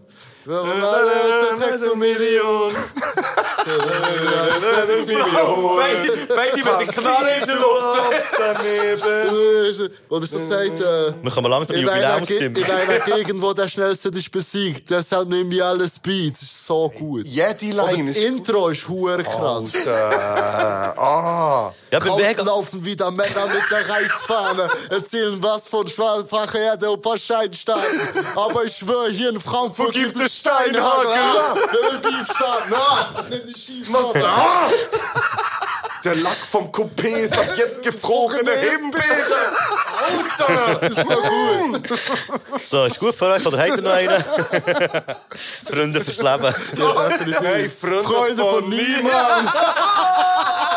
[SPEAKER 3] Million.
[SPEAKER 2] Beide, beide mit den Knarren in der Luft.
[SPEAKER 4] Oder so sagt, äh,
[SPEAKER 1] Wir kommen langsam in
[SPEAKER 4] in einer, Ge
[SPEAKER 1] Jubiläumsstimme.
[SPEAKER 4] in einer Gegend, wo der Schnellste dich besiegt. Deshalb nehmen wir alle Speeds. Ist so gut.
[SPEAKER 3] Jede
[SPEAKER 4] Oder
[SPEAKER 3] Line
[SPEAKER 4] das
[SPEAKER 3] ist
[SPEAKER 4] Intro ist Oh, hure krass.
[SPEAKER 3] Alter. Ah.
[SPEAKER 1] Ja, beim
[SPEAKER 4] Draußen
[SPEAKER 1] Vega.
[SPEAKER 4] laufen wieder Männer mit der Reichsfahne, erzählen was von schwacher Erde und Wahrscheinstein. Aber ich schwöre, hier in Frankfurt gibt es Steinhaken. Wer will Beef starten? Ah, in die Schießmasse.
[SPEAKER 3] Ah! Der Lack vom Coupé ist ab jetzt gefrorene Himbeere. Alter. Ist so gut.
[SPEAKER 1] So, ist gut für euch, oder habt ihr noch einen? Freunde fürs Leben.
[SPEAKER 3] Hey, Freunde,
[SPEAKER 4] Freunde von niemand.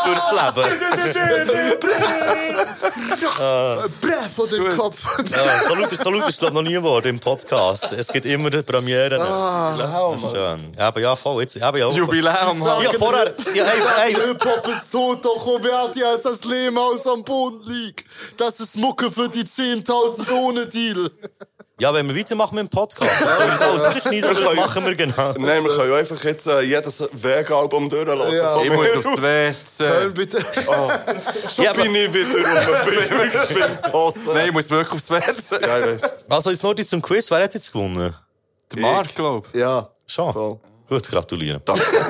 [SPEAKER 1] fürs Leben.
[SPEAKER 4] Brä von dem Kopf.
[SPEAKER 1] Ja, so laut, so laut ist es glaub ich, noch nie geworden im Podcast. Es gibt immer die Premiere.
[SPEAKER 3] Wow, Mann.
[SPEAKER 1] Schön. Aber ja, voll. Jetzt, aber ja,
[SPEAKER 2] Jubiläum.
[SPEAKER 1] Ja, vorher. Ja, hey, hey.
[SPEAKER 4] Hip-Hop ist tot, doch Roberti als das Lehmhaus am Boden liegt. Das ist Mucke für die 10.000 ohne Deal.
[SPEAKER 1] Ja, wenn wir weitermachen mit dem Podcast. Das ist nicht, das machen wir genau.
[SPEAKER 3] Nein, wir können ja einfach jetzt äh, jedes Weg-Album durchlassen.
[SPEAKER 4] Ja.
[SPEAKER 2] Ich muss aufs WC.
[SPEAKER 4] Köln, bitte.
[SPEAKER 1] Ja, aber-
[SPEAKER 3] bin ich wieder auf dem Bild. Ich bin draussen.
[SPEAKER 2] Nein, ich muss wirklich aufs WC.
[SPEAKER 3] Ja, ich weiß.
[SPEAKER 1] Also, jetzt noch die zum Quiz. Wer hat jetzt gewonnen?
[SPEAKER 2] Der Mark, glaub ich.
[SPEAKER 4] Ja,
[SPEAKER 1] Schon.
[SPEAKER 4] Voll.
[SPEAKER 1] Gut, gratulieren.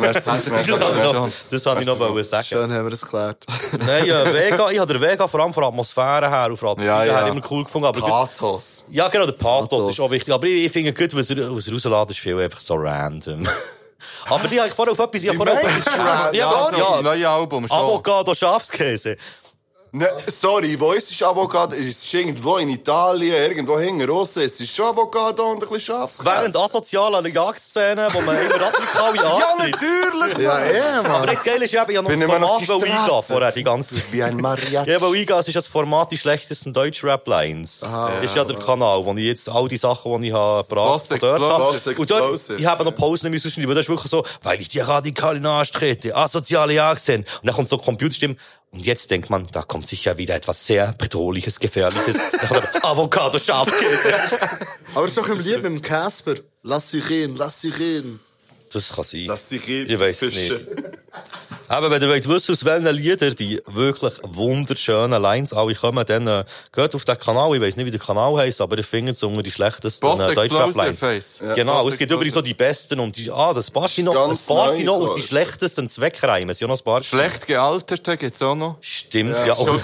[SPEAKER 3] Merci.
[SPEAKER 1] Das habe ich noch, das habe ich noch wollen sagen.
[SPEAKER 4] schön haben wir das geklärt.
[SPEAKER 1] Nein, ja, Vega, ich habe den Vega vor allem von der Atmosphäre her und von der
[SPEAKER 2] Ja,
[SPEAKER 1] Atmosphäre
[SPEAKER 2] ja.
[SPEAKER 1] her immer cool gefunden. Aber
[SPEAKER 4] Ah,
[SPEAKER 1] gut,
[SPEAKER 3] Pathos.
[SPEAKER 1] ja, genau, der Pathos,
[SPEAKER 4] Pathos.
[SPEAKER 1] ist auch wichtig. Aber ich, ich finde gut, was er, was er rauslässt, ist viel einfach so random. aber die habe ich vorher auf etwas, ich habe vorher auf etwas,
[SPEAKER 3] meinst du random?
[SPEAKER 1] ja,
[SPEAKER 2] Also,
[SPEAKER 1] ja,
[SPEAKER 2] neue Album. ist da.
[SPEAKER 1] Avocado Schafskäse.
[SPEAKER 3] Ne, sorry, wo ist das Avocado? Ist es irgendwo in Italien, irgendwo hinten raus? Es ist schon Avocado und ein bisschen Schafskäse.
[SPEAKER 1] Während asozial an der Jagdszene, wo man immer radikal
[SPEAKER 3] Ja,
[SPEAKER 1] antritt.
[SPEAKER 3] natürlich!
[SPEAKER 4] Ja, eh,
[SPEAKER 1] Aber
[SPEAKER 4] Mann.
[SPEAKER 1] das Geile ist ja, ich habe
[SPEAKER 3] Bin
[SPEAKER 1] noch
[SPEAKER 3] immer
[SPEAKER 1] ein
[SPEAKER 3] noch auf
[SPEAKER 1] Format
[SPEAKER 3] die
[SPEAKER 1] wollte eingehen
[SPEAKER 3] Straße.
[SPEAKER 1] vorher, die ganze
[SPEAKER 3] Wie ein Mariachi.
[SPEAKER 1] Ja, weil Eingas ist das Format die schlechtesten Deutsch-Rap-Lines. Äh, ist ja der Kanal, wo ich jetzt all die Sachen, die ich habe, gebracht
[SPEAKER 2] Lost
[SPEAKER 1] von dort
[SPEAKER 2] Explosive.
[SPEAKER 1] habe. Und dort,
[SPEAKER 3] Lost Explosive,
[SPEAKER 1] ich habe noch Pausen müssen schneiden, weil das ist wirklich so, weil ich die radikalen Arsch trete, asoziale Jagd sind. Und dann kommt so Computerstimme. Und jetzt denkt man, da kommt sicher wieder etwas sehr bedrohliches, gefährliches. Dann kommt aber Avocado Schafkäse.
[SPEAKER 4] Aber es ist doch im Lied mit dem Casper. Lass dich hin, lass dich hin.
[SPEAKER 1] Das kann sein.
[SPEAKER 3] Lass dich hin.
[SPEAKER 1] Ich weiss es nicht. Aber wenn ihr wollt wissen, aus welchen Liedern die wirklich wunderschönen Lines alle kommen, dann äh, geht auf den Kanal. Ich weiss nicht, wie der Kanal heisst, aber ihr findet es unter die schlechtesten
[SPEAKER 2] Boss
[SPEAKER 1] äh, Deutschrap-Lines.
[SPEAKER 2] Explosive heisst. Ja,
[SPEAKER 1] genau,
[SPEAKER 2] Boss
[SPEAKER 1] es gibt
[SPEAKER 2] Explosive.
[SPEAKER 1] übrigens noch die besten und die, ah, das passt noch, das
[SPEAKER 3] Ganz
[SPEAKER 1] passt
[SPEAKER 3] neu
[SPEAKER 1] noch aus
[SPEAKER 3] gekommen.
[SPEAKER 1] die schlechtesten Zweckreimen. Es sind ja noch ein paar.
[SPEAKER 2] Schlecht gealterte gibt's auch noch.
[SPEAKER 1] Stimmt, ja. auch.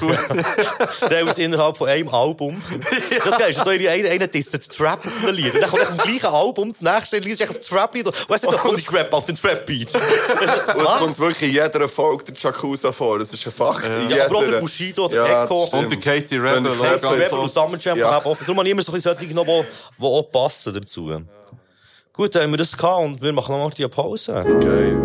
[SPEAKER 1] Der aus innerhalb von einem Album. Das geil, ist so ihre eine, eine disset Trap auf einem Lied. Und dann kommt auf dem gleichen Album, das nächste Lied ist echt ein Trap-Lied. Weißt du, da kommt die Trap auf den Trap-Beat.
[SPEAKER 3] Und es kommt wirklich in jeder Folge der Jacuzza vor. Das ist ein Fakt. In
[SPEAKER 1] Ja, aber auch
[SPEAKER 3] jeder-
[SPEAKER 1] der Bushido, der
[SPEAKER 3] Ja,
[SPEAKER 1] Echo.
[SPEAKER 3] das stimmt.
[SPEAKER 2] Und der Casey
[SPEAKER 3] Wenn
[SPEAKER 2] Rebel.
[SPEAKER 3] der Casey
[SPEAKER 2] auch.
[SPEAKER 1] Rapper
[SPEAKER 3] Also-
[SPEAKER 1] und Summerjamp
[SPEAKER 3] Ja.
[SPEAKER 1] ja. offen. Darum habe ich immer so ein bisschen solche genommen, die, die auch passen dazu. Gut, dann haben wir das gehabt und wir machen noch mal die Pause.
[SPEAKER 3] Geil.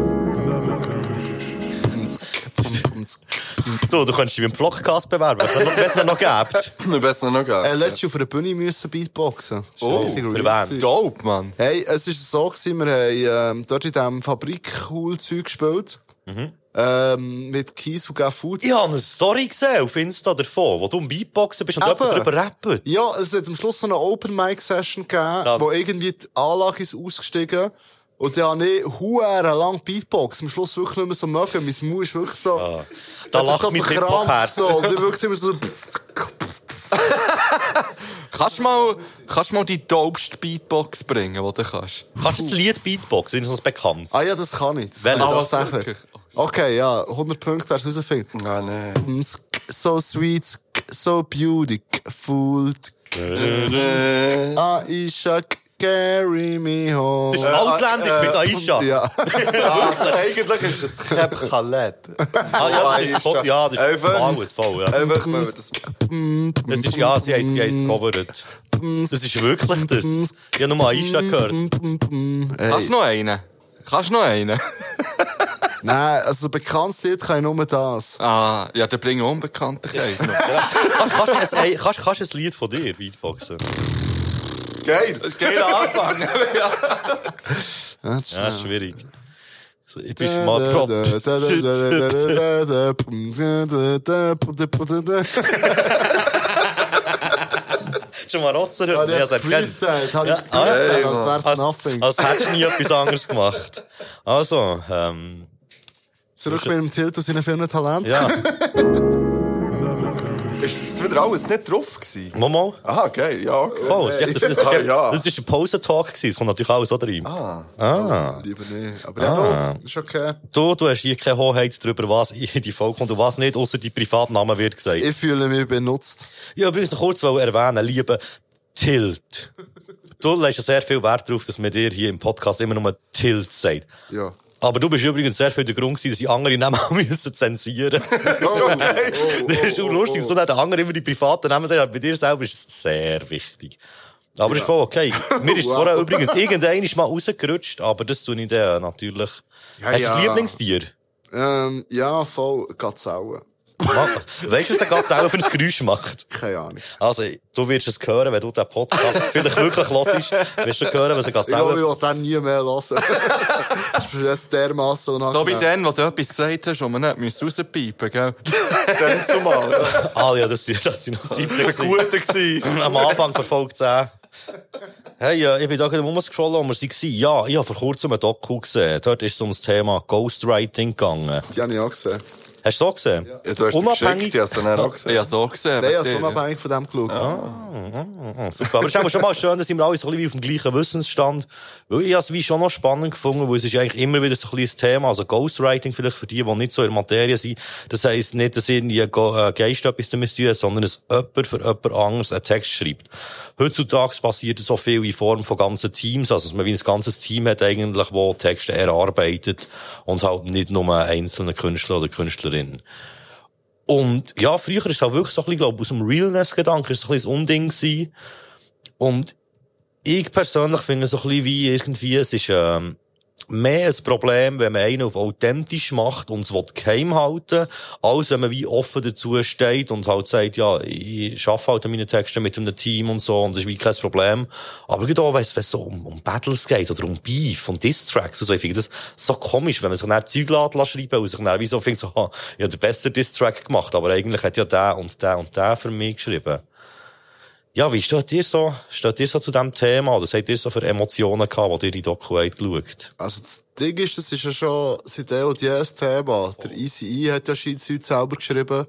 [SPEAKER 1] Du, du kannst dich beim Vlogcast bewerben, wenn es noch- wenn es noch, noch gibt.
[SPEAKER 3] Wir wissen noch gar
[SPEAKER 4] Äh, letztes Jahr auf der Bühne müssen Beatboxen. Das ist
[SPEAKER 1] Oh,
[SPEAKER 4] richtig
[SPEAKER 1] für
[SPEAKER 4] weird
[SPEAKER 1] wen?
[SPEAKER 4] gewesen.
[SPEAKER 2] Dope, Mann.
[SPEAKER 4] Hey, es war so, gewesen, wir haben ähm, dort in diesem Fabrik-Cool-Zeug gespielt.
[SPEAKER 1] Mhm.
[SPEAKER 4] Ähm, mit Kies und Gaffut.
[SPEAKER 1] Ich habe eine Story gesehen auf Insta davon, wo du im Beatboxen bist und
[SPEAKER 4] Eben.
[SPEAKER 1] jemand darüber rappt.
[SPEAKER 4] Ja, es hat am Schluss so eine Open-Mic-Session gegeben, wo irgendwie die Anlage ist ausgestiegen. Und ja, nee, huere lang Beatbox. Am Schluss wirklich nicht mehr so mögen. Mein Mu ist wirklich so... Ja.
[SPEAKER 1] Da lacht mein Hip-Hop-Herz.
[SPEAKER 4] so. Und ich wirklich immer so...
[SPEAKER 2] Kannst du mal, kannst du mal die dopeste Beatbox bringen, die du kannst?
[SPEAKER 1] Kannst du das Lied Beatboxen? Ist das bekannt?
[SPEAKER 4] Ah ja, das kann ich. Das
[SPEAKER 1] Welches?
[SPEAKER 4] kann ich
[SPEAKER 1] Ah,
[SPEAKER 4] tatsächlich.
[SPEAKER 2] wirklich?
[SPEAKER 4] Okay, ja, 100 Punkte, wer es rausfindet.
[SPEAKER 3] Ah, nee.
[SPEAKER 4] So sweet, so beautiful.
[SPEAKER 3] Äh,
[SPEAKER 4] Aisha, carry me home.
[SPEAKER 1] Das ist Outlandisch mit Aisha.
[SPEAKER 4] äh, Ja.
[SPEAKER 3] Eigentlich ist das Crêpe Chalette.
[SPEAKER 1] ah, ja, das ist, voll- ja, das
[SPEAKER 4] Äh,
[SPEAKER 1] ist
[SPEAKER 3] Einfach-
[SPEAKER 1] voll, voll, ja.
[SPEAKER 3] Einfach, wenn äh, wir das...
[SPEAKER 1] Das ist, ja, sie haben sie haben es gecovert. Das ist wirklich das. Ich habe nur Aisha gehört.
[SPEAKER 2] Kannst du noch einen? Kannst du noch einen?
[SPEAKER 4] Nein, also bekanntes Lied kann ich nur das.
[SPEAKER 2] Ah, ja, dann bring Unbekannte.
[SPEAKER 1] Kannst, kannst, du ein, kannst, kannst du ein Lied von dir Beatboxen?
[SPEAKER 3] Geil.
[SPEAKER 2] Geiler Anfang. ja.
[SPEAKER 1] Ja, schwierig. So, Ich bin mal prompt. Schon mal rotzen.
[SPEAKER 4] Ah,
[SPEAKER 1] Ja,
[SPEAKER 4] der
[SPEAKER 1] das
[SPEAKER 4] hat
[SPEAKER 1] erkennt.
[SPEAKER 4] Freestyle, hat
[SPEAKER 1] Ja,
[SPEAKER 4] ich
[SPEAKER 1] ah,
[SPEAKER 3] ja,
[SPEAKER 4] gefreestylt, als wär's
[SPEAKER 1] Als,
[SPEAKER 4] nothing.
[SPEAKER 1] als hättest du nie etwas anderes gemacht. Also, ähm,
[SPEAKER 4] Zurück mit dem Tilt und seinen vielen Talenten.
[SPEAKER 1] ja.
[SPEAKER 3] Ist das wieder alles nicht drauf gewesen?
[SPEAKER 1] Momo,
[SPEAKER 3] Ah, geil, ja. Okay.
[SPEAKER 1] Pause. Ja, das, das, das,
[SPEAKER 3] Ah, ja.
[SPEAKER 1] das ist ein Pause-Talk gewesen. Das kommt natürlich alles auch rein.
[SPEAKER 3] Ah.
[SPEAKER 1] Ah.
[SPEAKER 4] Lieber nicht. Aber ja, no, ist okay.
[SPEAKER 1] Du, du hast hier keine Hoheit darüber, was in die Folge kommt und was nicht, außer die Privatnamen wird gesagt.
[SPEAKER 4] Ich fühle mich benutzt.
[SPEAKER 1] Ja, übrigens noch kurz wollte erwähnen, lieber Tilt. Du legst ja sehr viel Wert darauf, dass man dir hier im Podcast immer nur Tilt sagt.
[SPEAKER 4] Ja.
[SPEAKER 1] Aber du bist übrigens sehr viel der Grund gewesen, dass die anderen Namen auch müssen zensieren
[SPEAKER 4] Oh,
[SPEAKER 1] Das ist schon lustig, so nicht der andere immer die privaten Namen sagen, aber bei dir selber ist es sehr wichtig. Aber ist voll okay. Mir ist vorher übrigens irgendein ist mal rausgerutscht, aber das tue ich dir natürlich. Hast du
[SPEAKER 4] ja.
[SPEAKER 1] ein Lieblingstier?
[SPEAKER 4] Ähm, ja, voll Gazellen.
[SPEAKER 1] Ma- Weißt du, was der Gazelle für ein Geräusch macht?
[SPEAKER 4] Keine Ahnung.
[SPEAKER 1] Also, du wirst es hören, wenn du den Podcast vielleicht wirklich hörst, wirst du hören, was er gerade
[SPEAKER 4] Ich glaube, ich
[SPEAKER 1] selber...
[SPEAKER 4] will den nie mehr lassen. das ist jetzt dermassen und
[SPEAKER 2] So wie dann, was du etwas gesagt hast, und man nicht müssen rauspiepen, gell?
[SPEAKER 3] Dann zumal. Das
[SPEAKER 1] Ah ja, das sind das sind noch Zeiten.
[SPEAKER 3] war
[SPEAKER 1] gewesen.
[SPEAKER 3] gut. gewesen.
[SPEAKER 1] Am Anfang verfolgt es Hey, äh, ich bin da gerade rumgescrollt, wo wir waren. Ja, ich habe vor kurzem ein Doku gesehen. Dort ist es um das Thema Ghostwriting gegangen.
[SPEAKER 4] Die habe ich auch gesehen.
[SPEAKER 1] Hast du das gesehen?
[SPEAKER 3] Ja, du hast sie geschickt, ich habe sie dann auch
[SPEAKER 2] Ich
[SPEAKER 3] gesehen.
[SPEAKER 2] habe so gesehen.
[SPEAKER 4] Nein,
[SPEAKER 2] bei
[SPEAKER 4] also
[SPEAKER 2] dir.
[SPEAKER 4] unabhängig von dem geschaut.
[SPEAKER 1] Ah, Super. Aber es ist auch schon mal schön, dass wir alle so ein bisschen wie auf dem gleichen Wissensstand. Weil ich habe es wie schon noch spannend gefunden, weil es ist eigentlich immer wieder so ein bisschen das Thema. Also Ghostwriting vielleicht für die, die nicht so in der Materie sind. Das heisst nicht, dass irgendwie ein Go- äh, Geist etwas damit zu tun hat, sondern dass jemand für jemand anderes einen Text schreibt. Heutzutage passiert so viel in Form von ganzen Teams. Also, dass man wie ein ganzes Team hat eigentlich, wo Texte erarbeitet. Und halt nicht nur einzelne Künstler oder Künstlerin. Und ja, früher ist es halt wirklich so ein bisschen, glaub, aus dem Realness-Gedanken ist es ein bisschen das Unding gewesen. Und ich persönlich finde es so ein bisschen wie irgendwie, es ist, ähm, mehr ein Problem, wenn man einen auf authentisch macht und es will geheim halten, als wenn man wie offen dazu steht und halt sagt, ja, ich arbeite halt an meinen Texten mit einem Team und so und es ist wie kein Problem. Aber gerade auch, wenn es wenn es so um, um Battles geht oder um Beef und Diss-Tracks und so, ich finde das so komisch, wenn man sich dann Zeug lässt, lässt schreiben und sich dann wie so findet, so, ha, ich habe den besten Diss-Track gemacht, aber eigentlich hat ja der und der und der für mich geschrieben. Ja, wie steht ihr so, steht ihr so zu diesem Thema? Oder was habt ihr so für Emotionen gehabt, die ihr in Doku habt geschaut?
[SPEAKER 4] Also das Ding ist, das ist ja schon seit eh und je ein Thema. Der Easy E hat ja Scheinsheut selber geschrieben.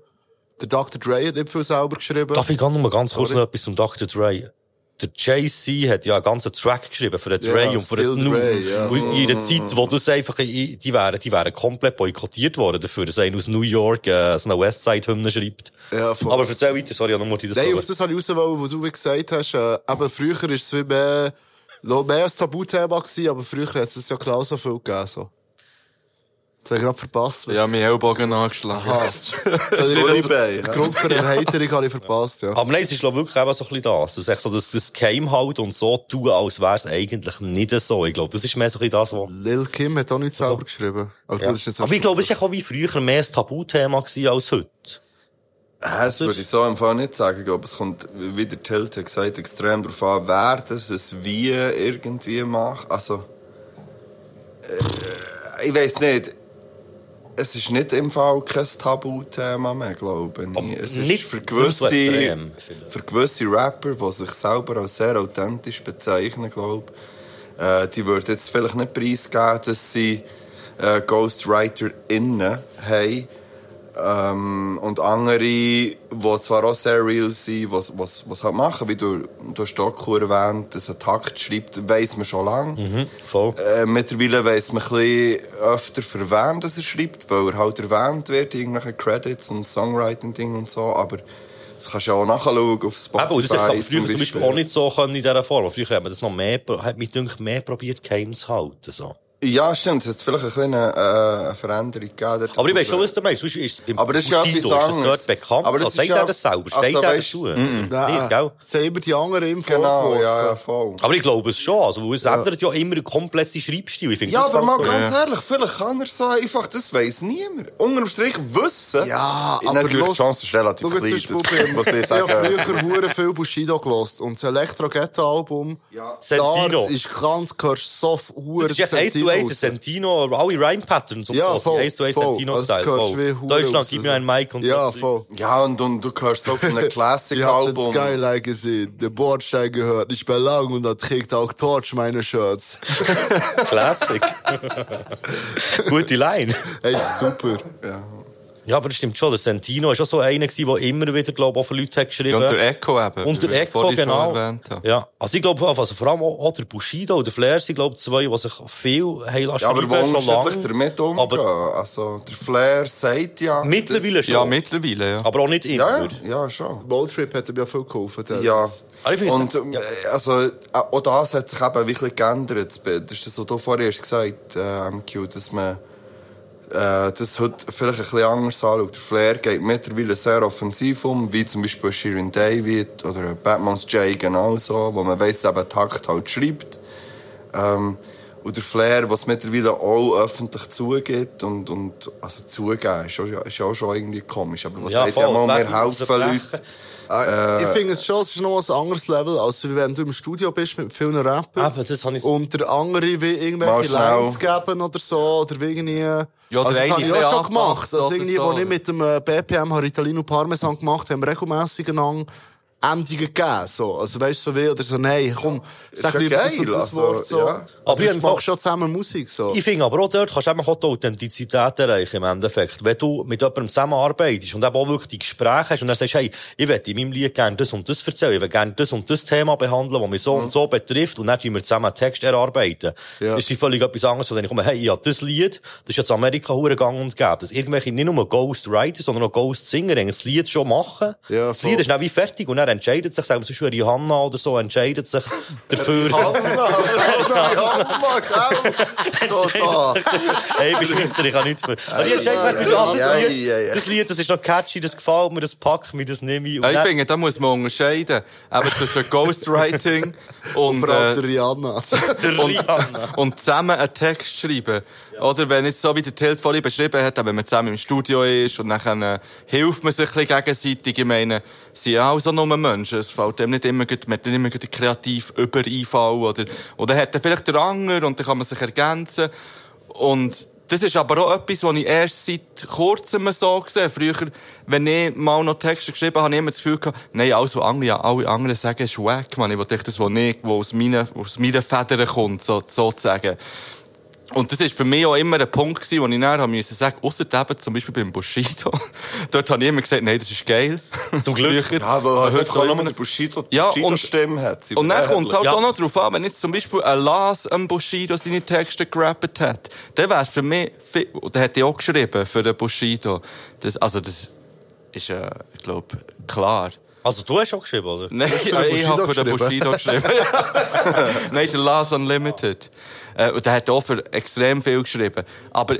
[SPEAKER 4] Der Dr. Dre hat nicht viel selber geschrieben.
[SPEAKER 1] Darf ich gerne noch mal ganz kurz
[SPEAKER 4] Sorry.
[SPEAKER 1] noch etwas zum Dr. Dre? Der JC hat ja einen ganzen Track geschrieben für den
[SPEAKER 4] Ja,
[SPEAKER 1] Dre und für den
[SPEAKER 4] Still
[SPEAKER 1] Snoop.
[SPEAKER 4] Dre, ja.
[SPEAKER 1] Und In einer Zeit, wo das einfach, die wären, die wären komplett boykottiert worden dafür, dass einer aus New York äh, so eine Westside-Hymne schreibt.
[SPEAKER 4] Ja, voll.
[SPEAKER 1] Aber erzähl weiter, sorry, ich habe nur die das
[SPEAKER 4] Nein,
[SPEAKER 1] wollen.
[SPEAKER 4] auf das habe ich raus, wollen, was du wie gesagt hast. Äh, eben früher war es wie mehr, noch mehr ein Tabuthema, gewesen, aber früher hat es ja klar so viel gegeben. So. Jetzt habe ich gerade verpasst. was-
[SPEAKER 2] Ja, meinen Ellbogen angeschlagen.
[SPEAKER 4] Ah,
[SPEAKER 3] Das
[SPEAKER 4] die-
[SPEAKER 3] Unibay.
[SPEAKER 4] Den
[SPEAKER 3] ja.
[SPEAKER 4] Grund für die Erheiterung habe ich verpasst, ja.
[SPEAKER 1] Aber nein, es ist glaub ich, wirklich eben so ein bisschen das. Das ist echt so, dass das Game halt und so tun, als wäre es eigentlich nicht so. Ich glaube, das ist mehr so ein bisschen das, was
[SPEAKER 4] Lil Kim hat auch nicht selber geschrieben. Aber,
[SPEAKER 1] Ja.
[SPEAKER 4] gut, das ist jetzt
[SPEAKER 1] Aber ich glaube, es war auch wie früher mehr ein Tabuthema gewesen als heute.
[SPEAKER 3] Das würde ich so im Fall nicht sagen. Ich glaube, es kommt, wie der Tilt hat gesagt, extrem darauf an, wer das es wie irgendwie macht. Also, äh, ich weiß nicht. Es ist nicht im Fall kein Tabuthema mehr, glaube
[SPEAKER 1] Aber
[SPEAKER 3] ich. Es ist
[SPEAKER 1] nicht
[SPEAKER 3] für
[SPEAKER 1] so
[SPEAKER 3] gewisse,
[SPEAKER 1] extrem, vielleicht.
[SPEAKER 3] für gewisse Rapper, die sich selber als sehr authentisch bezeichnen, glaube ich, äh, die würden jetzt vielleicht nicht preisgeben, dass sie äh, GhostwriterInnen haben. Ähm, und andere, die zwar auch sehr real sind, was, was, was halt machen, wie du, du hast Doku erwähnt, dass ein Takt schreibt, weiss man schon lange.
[SPEAKER 1] Voll.
[SPEAKER 3] Äh, mittlerweile weiss man ein bisschen öfter, für wen das er schreibt, weil er halt erwähnt wird, irgendwelche Credits und Songwriting-Ding und so, aber das kannst du ja auch nachschauen auf Spotify
[SPEAKER 1] Eben, und das hat man früher zum Beispiel auch nicht so können in dieser Form. Früher hat man das noch mehr, pro- hat mich gedacht, mehr probiert, Game zu halten, so.
[SPEAKER 3] Ja, stimmt, es hat vielleicht eine kleine äh, eine Veränderung gegeben. dort,
[SPEAKER 1] Aber ich
[SPEAKER 3] dass
[SPEAKER 1] weiß schon,
[SPEAKER 3] man-
[SPEAKER 1] was du meinst. Sonst Ist es im
[SPEAKER 3] Aber das ist ja
[SPEAKER 1] Bushido,
[SPEAKER 3] etwas
[SPEAKER 1] das
[SPEAKER 3] anderes.
[SPEAKER 1] dort bekannt.
[SPEAKER 3] Aber das
[SPEAKER 1] Also,
[SPEAKER 3] ist
[SPEAKER 1] sagt
[SPEAKER 3] ja-
[SPEAKER 1] er das selber?
[SPEAKER 3] also,
[SPEAKER 1] Steht er
[SPEAKER 3] weißt-
[SPEAKER 1] dazu?
[SPEAKER 4] Nein,
[SPEAKER 1] Nicht, gell?
[SPEAKER 4] sehen wir die anderen im
[SPEAKER 3] Genau,
[SPEAKER 4] Vorwurf.
[SPEAKER 3] ja, ja, voll.
[SPEAKER 1] Aber ich glaube es schon. Also, weil es ändert ja immer komplett seinen Schreibstil. Ich finde,
[SPEAKER 3] Ja,
[SPEAKER 1] das
[SPEAKER 3] aber
[SPEAKER 1] fällt mir-
[SPEAKER 3] mal ganz ehrlich, vielleicht kann er so einfach, das weiß niemand. Unterm Strich wissen.
[SPEAKER 4] Ja,
[SPEAKER 3] Ich
[SPEAKER 4] aber
[SPEAKER 3] natürlich, die
[SPEAKER 4] los-
[SPEAKER 3] Chance ist relativ
[SPEAKER 4] Schau, jetzt
[SPEAKER 3] klein,
[SPEAKER 4] ist
[SPEAKER 3] das-
[SPEAKER 4] Problem.
[SPEAKER 3] das muss ich
[SPEAKER 4] Ich habe
[SPEAKER 3] sagen.
[SPEAKER 4] früher hure viel Bushido gelost und das Electro Ghetto Album. Ja.
[SPEAKER 1] Sentino.
[SPEAKER 4] Da ist ganz, du hörst so hure
[SPEAKER 1] Das ist jetzt 1 zu 1 ein Sentino, alle Rhyme-Patterns und
[SPEAKER 4] Ja,
[SPEAKER 1] so.
[SPEAKER 4] voll,
[SPEAKER 1] 1 zu 1
[SPEAKER 4] voll.
[SPEAKER 1] Sentino-Style.
[SPEAKER 4] Also, das
[SPEAKER 1] voll.
[SPEAKER 4] gehört wie
[SPEAKER 1] Deutschland,
[SPEAKER 4] Hure
[SPEAKER 1] gib
[SPEAKER 4] raus,
[SPEAKER 1] mir ein Mic und
[SPEAKER 4] Ja,
[SPEAKER 1] so.
[SPEAKER 4] voll.
[SPEAKER 3] dus, eh, Ja, und, und du hörst auf einem
[SPEAKER 4] Ich hab den
[SPEAKER 3] Classic-Album.
[SPEAKER 4] Skyline gesehen, den Bordstein gehört, nicht mehr lang und da trägt auch Torch meine Shirts.
[SPEAKER 1] Classic. Gute Line.
[SPEAKER 4] Echt super.
[SPEAKER 1] Ja, aber das stimmt schon. Der Sentino war schon so einer, gewesen, der immer wieder, glaube ich, auch für Leute hat geschrieben
[SPEAKER 2] Ja, und der Echo eben.
[SPEAKER 1] Und der
[SPEAKER 2] wie wir
[SPEAKER 1] Echo,
[SPEAKER 2] vorhin schon
[SPEAKER 1] genau.
[SPEAKER 2] erwähnt haben.
[SPEAKER 1] Ja, also ich glaube, also vor allem auch auch der Bushido und der Flair sind, glaube ich, zwei, die sich viel haben lassen
[SPEAKER 3] Ja, aber
[SPEAKER 1] schreiben,
[SPEAKER 3] wo
[SPEAKER 1] schon
[SPEAKER 3] unterschiedlich
[SPEAKER 1] lange.
[SPEAKER 3] damit umgehen.
[SPEAKER 1] Aber
[SPEAKER 3] also, der Flair sagt ja.
[SPEAKER 1] mittlerweile schon.
[SPEAKER 2] Ja, mittlerweile, ja.
[SPEAKER 1] Aber auch nicht immer.
[SPEAKER 3] Ja, ja, ja, schon.
[SPEAKER 4] Roadtrip hat er mir viel geholfen. der-
[SPEAKER 3] Ja.
[SPEAKER 1] Aber Ah, ich finde es-
[SPEAKER 3] Und ähm,
[SPEAKER 1] ja.
[SPEAKER 3] also, äh, auch das hat sich eben wirklich geändert. das Bild. Das ist das, was du vorher hast gesagt äh, MQ, dass man äh, das heute vielleicht ein bisschen anders anschaut. Der Flair geht mittlerweile sehr offensiv um, wie zum Beispiel Shirin David oder Batman's Jay genauso, wo man weiss, eben Takt halt schreibt. Ähm, und der Flair, was mittlerweile auch öffentlich zugeht und, und also zugeben, ist, auch- ist auch schon irgendwie komisch. Aber was
[SPEAKER 1] Ja,
[SPEAKER 3] sagt ja
[SPEAKER 1] voll,
[SPEAKER 3] mal,
[SPEAKER 1] das
[SPEAKER 3] wir
[SPEAKER 1] wäre das
[SPEAKER 3] helfen
[SPEAKER 1] Verbrechen.
[SPEAKER 3] Leuten.
[SPEAKER 4] Ich finde es schon, es ist noch ein anderes Level, als wenn du im Studio bist mit vielen Rappern.
[SPEAKER 1] Eben, Ah, das habe ich-
[SPEAKER 4] Und der andere will
[SPEAKER 3] Mal
[SPEAKER 4] irgendwelche
[SPEAKER 3] schnell.
[SPEAKER 4] Lines geben oder so, oder irgendwie... Ja,
[SPEAKER 2] der
[SPEAKER 4] das
[SPEAKER 2] eine
[SPEAKER 4] habe
[SPEAKER 2] ein
[SPEAKER 4] ich auch schon
[SPEAKER 2] bisschen
[SPEAKER 4] gemacht.
[SPEAKER 2] anpasst
[SPEAKER 4] Also
[SPEAKER 2] oder
[SPEAKER 4] irgendwie,
[SPEAKER 2] so,
[SPEAKER 4] wo
[SPEAKER 2] oder?
[SPEAKER 4] ich mit dem äh, BPM habe Ritalino Parmesan gemacht, haben wir regelmässig einander Endungen gegeben. So. Also weißt du, so wie, oder so, nein, komm, sag
[SPEAKER 3] ja
[SPEAKER 4] mir das
[SPEAKER 3] geil,
[SPEAKER 4] und das
[SPEAKER 3] also,
[SPEAKER 4] Wort so.
[SPEAKER 3] ja.
[SPEAKER 4] Also,
[SPEAKER 1] Aber
[SPEAKER 4] du
[SPEAKER 1] ich-
[SPEAKER 4] machst schon zusammen Musik so.
[SPEAKER 1] Ich finde aber auch dort kannst du eben auch die Authentizität erreichen im Endeffekt. Wenn du mit jemandem zusammenarbeitest und eben auch wirklich die Gespräche hast und dann sagst, hey, ich will in meinem Lied gerne das und das erzählen, ich will gerne das und das Thema behandeln, das mich so und so betrifft und dann tun wir zusammen einen Text erarbeiten.
[SPEAKER 4] Ja.
[SPEAKER 1] Das ist völlig etwas anderes, wenn ich komme, hey, ich habe das Lied, das ist jetzt Amerika hure gang und gäbe, dass irgendwelche nicht nur Ghostwriter, sondern auch Ghostsinger das Lied schon machen.
[SPEAKER 4] Ja,
[SPEAKER 1] das
[SPEAKER 4] voll.
[SPEAKER 1] Lied ist dann wie fertig und dann entscheidet sich, sagen wir zum Beispiel Johanna oder so, entscheidet sich dafür.
[SPEAKER 4] Johanna, gell? Total.
[SPEAKER 1] hey, ich bin Künstler, ich kann nichts für. Aber die entscheidet sich für das
[SPEAKER 3] Ah, Ja, ja, ja,
[SPEAKER 1] Lied.
[SPEAKER 3] ja.
[SPEAKER 1] Das Lied, das ist noch catchy, das gefällt mir, das packt mir, das nehme ich. Und
[SPEAKER 2] Ja, ich
[SPEAKER 1] dann-
[SPEAKER 2] finde, da muss man unterscheiden. Eben zwischen Ghostwriting und,
[SPEAKER 4] Vor allem
[SPEAKER 2] äh,
[SPEAKER 4] der Rihanna.
[SPEAKER 1] Der Rihanna.
[SPEAKER 2] und zusammen einen Text schreiben. Oder wenn jetzt so wie der Tilt vorhin beschrieben hat, wenn man zusammen im Studio ist und dann äh, hilft man sich ein bisschen gegenseitig. Ich meine, es sind ja auch so nur Menschen. Es fällt dem nicht immer, gut- man hat nicht immer gut einen kreativ Übereinfall. Oder, oder hat dann vielleicht der andere und dann kann man sich ergänzen. Und das ist aber auch etwas, was ich erst seit kurzem so sehe. Früher, wenn ich mal noch Texte geschrieben habe, habe ich immer das Gefühl gehabt, nein, alles, was andere, alle anderen sagen, ist wack, man. Ich will echt das, was nicht, was aus meinen, aus meinen Federn kommt, so, sozusagen. Und das war für mich auch immer ein Punkt, gewesen, wo ich nachher habe müssen sagen musste, ausser eben zum Beispiel beim Bushido. Dort habe ich immer gesagt, nein, das ist geil. Zum
[SPEAKER 1] Glück.
[SPEAKER 3] Ja, weil heute
[SPEAKER 2] kann
[SPEAKER 3] kann nur
[SPEAKER 2] man-
[SPEAKER 3] der Bushido,
[SPEAKER 2] Ja,
[SPEAKER 3] Bushido
[SPEAKER 2] und-
[SPEAKER 3] Stimme hat. sie
[SPEAKER 2] und dann kommt es halt
[SPEAKER 1] Ja.
[SPEAKER 2] auch noch darauf an, wenn jetzt zum Beispiel ein Lars am Bushido seine Texte gerappt hat, dann wäre für mich, viel, und der hat ja auch geschrieben für den Bushido. Das, also das ist, äh, ich glaube, klar.
[SPEAKER 1] Also, du hast auch geschrieben, oder?
[SPEAKER 2] Nein, aber ich habe für den Bushido
[SPEAKER 4] geschrieben?
[SPEAKER 2] geschrieben. Nein, der Lars Unlimited. Äh, und der hat auch für extrem viel geschrieben. Aber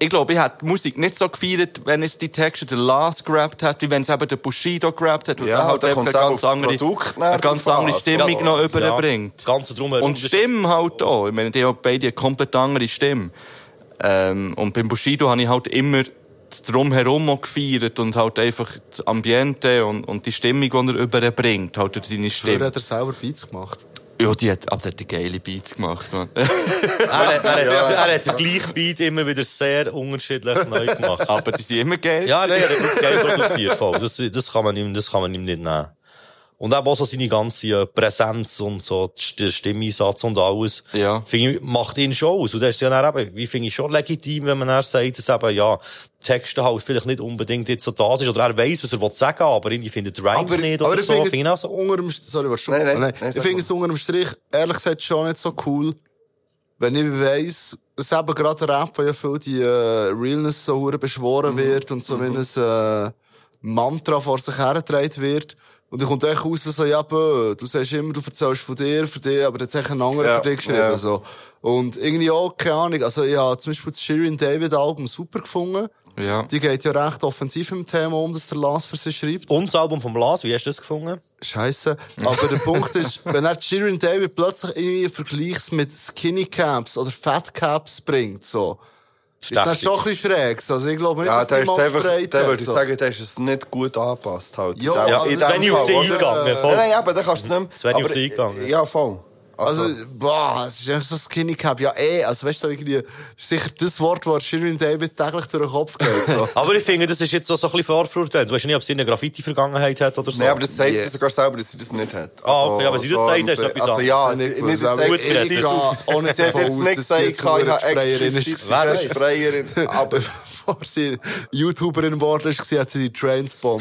[SPEAKER 2] ich glaube, ich hätte die Musik nicht so gefeiert, wenn es die Texte der Lars gerappt hat, wie wenn es eben der Bushido gerappt hat. weil
[SPEAKER 3] Ja,
[SPEAKER 2] der
[SPEAKER 3] da
[SPEAKER 2] einfach
[SPEAKER 3] kommt's
[SPEAKER 2] eine
[SPEAKER 3] auch
[SPEAKER 2] ganz
[SPEAKER 3] auf
[SPEAKER 2] andere,
[SPEAKER 3] das Produkt
[SPEAKER 2] eine
[SPEAKER 3] näher
[SPEAKER 2] ganz
[SPEAKER 3] drauf an.
[SPEAKER 2] andere Stimmung
[SPEAKER 3] Ja.
[SPEAKER 2] noch überbringt.
[SPEAKER 1] Das Ganze drumherum.
[SPEAKER 2] Und die Stimme halt auch. Ich meine, die haben beide eine komplett andere Stimme. Ähm, und beim Bushido habe ich halt immer das drumherum auch gefeiert und halt einfach das Ambiente und, und die Stimmung, die er überbringt, halt durch seine
[SPEAKER 4] Früher
[SPEAKER 2] Stimme.
[SPEAKER 4] hat er selber Beats gemacht.
[SPEAKER 2] Ja, die hat, aber der hat die geile Beats gemacht, man.
[SPEAKER 1] Er, hat- er, hat- er hat den gleichen Beat immer wieder sehr unterschiedlich neu gemacht.
[SPEAKER 2] aber die sind immer geil.
[SPEAKER 1] Ja, nein, er hat wirklich geil produziert. Voll. Das, das, kann man ihm, das kann man ihm nicht nehmen. Und eben auch so seine ganze äh, Präsenz und so, die St- der Stimmeinsatz und alles.
[SPEAKER 2] Ja.
[SPEAKER 1] Finde ich, macht ihn schon aus. Und das ist ja dann eben, wie finde ich schon legitim, wenn man dann sagt, dass eben, ja, Texte halt vielleicht nicht unbedingt jetzt so das ist. Oder er weiss, was er will sagen aber irgendwie findet Rhyme
[SPEAKER 4] Aber,
[SPEAKER 1] nicht
[SPEAKER 4] aber
[SPEAKER 1] oder
[SPEAKER 4] ich
[SPEAKER 1] so. also-
[SPEAKER 4] finde
[SPEAKER 1] Finde ich auch
[SPEAKER 4] es
[SPEAKER 1] so.
[SPEAKER 4] unter dem Strich, sorry, was schon,
[SPEAKER 3] Nein, nein, nein,
[SPEAKER 4] ich
[SPEAKER 3] sag
[SPEAKER 4] finde
[SPEAKER 3] mal.
[SPEAKER 4] es unter dem Strich, ehrlich gesagt, schon nicht so cool, wenn ich weiss, dass eben gerade der Rap, wo ja viel die äh, Realness so hure beschworen wird und so wie ein äh, Mantra vor sich hergetragen wird, und dann kommt echt raus, so, ja, bö, du sagst immer, du erzählst von dir, für dich, aber jetzt hast ein anderer
[SPEAKER 3] Ja,
[SPEAKER 4] für dich geschrieben,
[SPEAKER 3] ja.
[SPEAKER 4] so. Und irgendwie auch, keine Ahnung, also ich habe zum Beispiel das Shirin David Album super gefunden.
[SPEAKER 2] Ja.
[SPEAKER 4] Die geht ja recht offensiv im Thema um, dass der Lars für sie schreibt.
[SPEAKER 1] Und das Album vom Lars, wie hast du das gefunden?
[SPEAKER 4] Scheiße. Aber der Punkt ist, wenn er Shirin David plötzlich irgendwie einen Vergleichs mit Skinny Caps oder Fat Caps bringt, so. Ist das schon ein bisschen schräg. Also, ich glaube nicht,
[SPEAKER 3] Ja,
[SPEAKER 4] dass
[SPEAKER 3] der
[SPEAKER 4] die
[SPEAKER 3] ist einfach,
[SPEAKER 4] straight
[SPEAKER 3] der
[SPEAKER 4] hat,
[SPEAKER 3] würde ich
[SPEAKER 4] so.
[SPEAKER 3] sagen, der ist es nicht gut angepasst halt.
[SPEAKER 4] Ja,
[SPEAKER 3] In
[SPEAKER 4] ja,
[SPEAKER 3] in
[SPEAKER 4] das wäre nicht auf
[SPEAKER 3] Fall,
[SPEAKER 1] den
[SPEAKER 3] oder?
[SPEAKER 1] Eingang, ja, voll.
[SPEAKER 3] Nein, nein, eben, dann kannst du es nicht mehr.
[SPEAKER 1] Das wäre nicht auf
[SPEAKER 3] Aber,
[SPEAKER 1] den Eingang, ja.
[SPEAKER 3] Ja, voll. Also,
[SPEAKER 4] Also, boah, es ist einfach so Skinny Cap. Ja, eh, also, weißt du, irgendwie, ist sicher das Wort, das Shirin David täglich durch den Kopf geht, so.
[SPEAKER 1] Aber ich finde, das ist jetzt so, so ein bisschen vorverurteilt. Du weißt ja nicht, ob sie eine Graffiti-Vergangenheit hat oder so.
[SPEAKER 3] nein, aber das zeigt
[SPEAKER 4] Yeah.
[SPEAKER 3] sie sogar selber, dass sie das nicht hat.
[SPEAKER 1] Ah, okay, aber sie das
[SPEAKER 3] so
[SPEAKER 1] sagt, das ist
[SPEAKER 3] im-
[SPEAKER 1] etwas
[SPEAKER 3] Also,
[SPEAKER 1] anderes.
[SPEAKER 3] ja,
[SPEAKER 4] Ich
[SPEAKER 3] nicht,
[SPEAKER 4] würde
[SPEAKER 3] nicht
[SPEAKER 4] sagen,
[SPEAKER 3] gesagt,
[SPEAKER 1] gut
[SPEAKER 3] ich-
[SPEAKER 1] geredet.
[SPEAKER 3] ich-
[SPEAKER 4] ohne
[SPEAKER 3] Sie hat jetzt nicht gesagt, ich habe
[SPEAKER 4] Sprayerin
[SPEAKER 3] explizit
[SPEAKER 4] ist.
[SPEAKER 3] sie ist eine Sprayerin. Aber,
[SPEAKER 4] Bevor sie YouTuberin geworden ist, hat sie die Trainsbomb.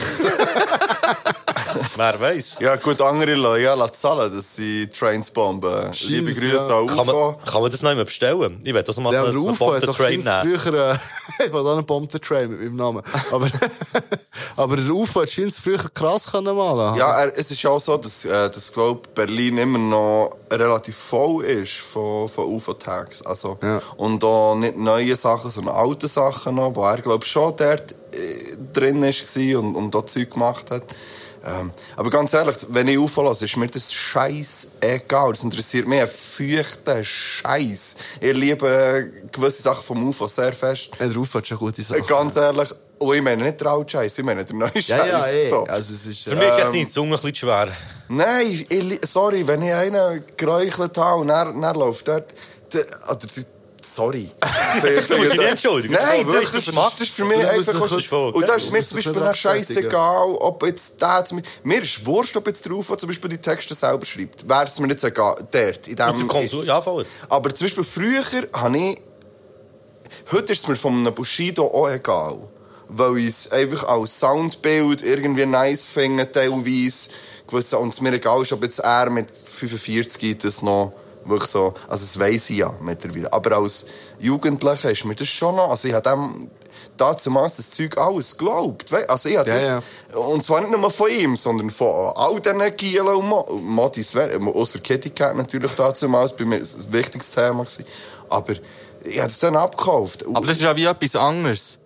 [SPEAKER 1] Wer weiß.
[SPEAKER 3] ja, gut, andere Leute, ja, lassen zahlen, dass sie Trains bomben. Liebe
[SPEAKER 4] Scheins,
[SPEAKER 3] Grüße
[SPEAKER 4] ja.
[SPEAKER 3] an
[SPEAKER 1] Kann man,
[SPEAKER 3] UFO.
[SPEAKER 1] kann man das noch immer bestellen? Ich werde das mal
[SPEAKER 4] Ja,
[SPEAKER 1] als-
[SPEAKER 4] aber
[SPEAKER 1] als
[SPEAKER 4] Rufo hat doch
[SPEAKER 1] Bottentrain
[SPEAKER 4] Train
[SPEAKER 1] nehmen.
[SPEAKER 4] früher... äh, ich wollte auch einen Bombentrain mit meinem Namen. Aber, aber der Rufo hat Schins früher krass können malen
[SPEAKER 3] Ja, er, es ist ja auch so, dass, äh, dass glaub, Berlin immer noch relativ voll ist von, von UFO-Tags. Also,
[SPEAKER 4] Ja.
[SPEAKER 3] Und auch nicht neue Sachen, sondern alte Sachen noch, wo er glaub, schon dort äh, drin war und, und dort Zeug gemacht hat. Ähm, aber ganz ehrlich, wenn ich UFO lasse, ist mir das scheißegal. Das interessiert mich ein feuchter Scheiß. Ich liebe äh, gewisse Sachen vom UFO sehr fest.
[SPEAKER 4] Ja, der Rufo hat schon gute
[SPEAKER 3] Äh,
[SPEAKER 4] Sachen.
[SPEAKER 3] ganz ehrlich, und ich meine nicht den alten Scheiß, ich meine den neuen Scheiß.
[SPEAKER 4] ja, ja, ey.
[SPEAKER 3] so.
[SPEAKER 4] Also es ist...
[SPEAKER 1] Für
[SPEAKER 4] Äh,
[SPEAKER 1] mich ist die Zunge ein bisschen schwer.
[SPEAKER 3] Nein, ich, li- sorry, wenn ich einen geräuchelt habe und er, er läuft dort. der- Also, der- sorry. Ich
[SPEAKER 1] musst dich nicht entschuldigen.
[SPEAKER 3] Nein,
[SPEAKER 1] Das ist
[SPEAKER 3] das, das, das,
[SPEAKER 1] Geschmack.
[SPEAKER 3] ist für mich
[SPEAKER 4] Das muss
[SPEAKER 3] einfach.
[SPEAKER 4] doch- das ist
[SPEAKER 1] voll,
[SPEAKER 3] und das
[SPEAKER 1] gell?
[SPEAKER 3] ist mir
[SPEAKER 4] Das
[SPEAKER 3] zum
[SPEAKER 4] muss
[SPEAKER 3] Beispiel
[SPEAKER 4] doch
[SPEAKER 3] nach
[SPEAKER 4] nicht rechtfertigen.
[SPEAKER 3] scheißegal, ob jetzt der. Zum, mir ist wurscht, ob jetzt drauf zum Beispiel die Texte selber schreibt. Wäre es mir nicht egal. Dort, in
[SPEAKER 1] Aus der
[SPEAKER 4] ähm,
[SPEAKER 3] dem,
[SPEAKER 1] Konsum, ja, voll.
[SPEAKER 3] aber zum Beispiel früher habe ich. Heute ist es mir von einem Bushido auch egal. Weil ich es einfach als Soundbild irgendwie nice finde, teilweise. Gewisse- Und es mir egal ist, ob jetzt er mit 45 das noch wirklich so, also das weiss ich ja mittlerweile. Aber als Jugendlicher ist mir das schon noch, also ich habe dem damals das Zeug alles geglaubt. wei- Also ich habe
[SPEAKER 4] Ja,
[SPEAKER 3] das,
[SPEAKER 4] ja.
[SPEAKER 3] und zwar nicht nur von ihm, sondern von all diesen Gielen und Mo- Modis. Außer Kitty Cat natürlich damals bei mir ein wichtiges Thema gewesen. Aber ich habe es dann abgekauft.
[SPEAKER 2] Aber das ist ja wie etwas anderes.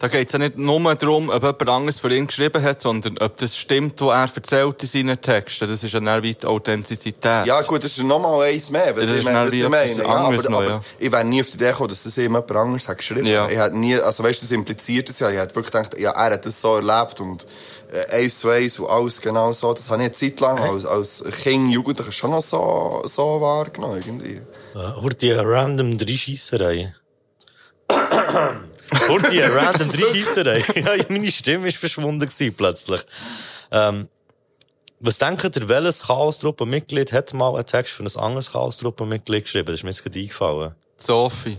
[SPEAKER 2] Da geht es ja nicht nur darum, ob jemand anderes für ihn geschrieben hat, sondern ob das stimmt, was er erzählt in seinen Texten. Das ist ja dann wie die Authentizität.
[SPEAKER 3] Ja, gut, das ist nochmal eins mehr. Weil
[SPEAKER 2] Das ist
[SPEAKER 3] ich meine,
[SPEAKER 2] dann
[SPEAKER 3] was
[SPEAKER 2] wie
[SPEAKER 3] ich meine.
[SPEAKER 2] etwas
[SPEAKER 3] Ja,
[SPEAKER 2] anderes
[SPEAKER 3] aber,
[SPEAKER 2] noch,
[SPEAKER 3] aber
[SPEAKER 2] ja.
[SPEAKER 3] ich wäre nie auf die Idee gekommen, dass das jemand anderes hat geschrieben
[SPEAKER 2] Ja.
[SPEAKER 3] hat. Ich hätte nie, also weißt du, das impliziert es ja. Ich hätte wirklich gedacht, ja, er hat das so erlebt und äh, eins zu eins und alles genau so. Das habe ich eine Zeit lang als, als Kind, Jugendlicher schon noch so, so wahrgenommen irgendwie.
[SPEAKER 1] Oder Äh, die random Dreischeisserei. Oder die random Dreischeisserei. ja, meine Stimme ist verschwunden gewesen, plötzlich. Ähm, was denkt ihr, welches Chaos-Truppenmitglied hat mal einen Text für ein anderes Chaos-Truppenmitglied geschrieben? Das ist mir jetzt gerade eingefallen.
[SPEAKER 2] Sophie.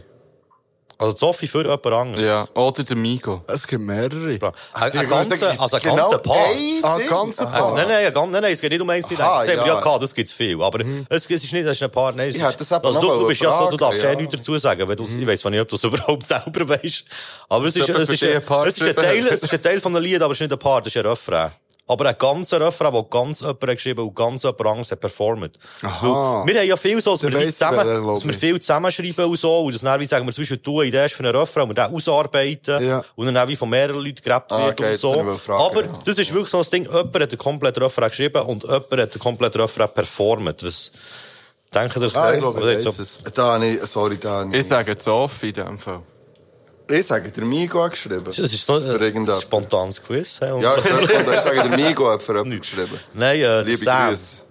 [SPEAKER 1] Also die Sophie für jemand anderes.
[SPEAKER 2] Ja. Oder der Migo.
[SPEAKER 4] Es gibt mehrere.
[SPEAKER 1] Bra- Ein, ein ganzer, also ein ganzer Part.
[SPEAKER 3] ein
[SPEAKER 4] Ah,
[SPEAKER 3] Ding.
[SPEAKER 4] ganz ein
[SPEAKER 3] Aha.
[SPEAKER 4] Paar.
[SPEAKER 1] Nein, nein, ganz, nein, nein, es geht nicht um eins nicht eins.
[SPEAKER 3] Aha,
[SPEAKER 1] Das haben wir
[SPEAKER 3] ja.
[SPEAKER 1] ja gehabt, das gibt's viel. Aber es, es ist nicht, das ist ein Partner.
[SPEAKER 3] Ich hätte das eben
[SPEAKER 1] also,
[SPEAKER 3] noch
[SPEAKER 1] du, du bist ja,
[SPEAKER 3] fragen,
[SPEAKER 1] du darfst
[SPEAKER 3] ja.
[SPEAKER 1] ja nichts dazu sagen. Wenn du, Ich weiss zwar nicht, ob du es überhaupt selber weißt. Aber es ist,
[SPEAKER 2] jemand
[SPEAKER 1] es ist,
[SPEAKER 2] für dich
[SPEAKER 1] ein-
[SPEAKER 2] einen Part
[SPEAKER 1] es ist ein
[SPEAKER 2] geschrieben
[SPEAKER 1] Teil, es ist ein Teil von einem Lied, aber es ist nicht ein Part, es ist ein Refrain. Aber ein ganzer Refrain, wo ganz jemand hat geschrieben und ganz jemand anderes hat performt.
[SPEAKER 4] Aha.
[SPEAKER 1] Weil Wir haben ja viel so, dass
[SPEAKER 4] Der
[SPEAKER 1] wir, Leute
[SPEAKER 4] weiss wer,
[SPEAKER 1] zusammen,
[SPEAKER 4] glaub
[SPEAKER 1] dass wir
[SPEAKER 4] ich.
[SPEAKER 1] viel zusammenschreiben und so. Und das dann wie sagen wir, zwischen du, Idee ist für einen Refrain, und wir den ausarbeiten.
[SPEAKER 4] Ja.
[SPEAKER 1] Und dann auch wie von mehreren Leuten gerappt
[SPEAKER 3] Ah,
[SPEAKER 1] wird
[SPEAKER 3] okay,
[SPEAKER 1] und
[SPEAKER 3] jetzt
[SPEAKER 1] so.
[SPEAKER 3] bin ich wohl fragen,
[SPEAKER 1] aber
[SPEAKER 3] ja.
[SPEAKER 1] das ist wirklich so ein Ding. Jemand hat den kompletten Refrain geschrieben und jemand hat den kompletten Refrain performt. Was denkt ihr?
[SPEAKER 4] Ah, ich glaube,
[SPEAKER 1] Oder
[SPEAKER 4] ich
[SPEAKER 1] Also, jetzt
[SPEAKER 4] weiss
[SPEAKER 1] so-
[SPEAKER 4] es.
[SPEAKER 3] Da habe ich, sorry, da habe
[SPEAKER 2] Ich
[SPEAKER 3] ich,
[SPEAKER 2] sage Sophie in dem Fall.
[SPEAKER 3] ich sage, der Migo hat geschrieben.
[SPEAKER 1] Es ist so
[SPEAKER 3] Für
[SPEAKER 1] ein
[SPEAKER 3] irgendjemand.
[SPEAKER 1] spontanes Quiz. hä? Und-
[SPEAKER 3] Ja, ich sage, der Migo hat für jemanden geschrieben.
[SPEAKER 1] Nein, äh, der
[SPEAKER 3] Liebe
[SPEAKER 1] Sam.
[SPEAKER 3] Grüße.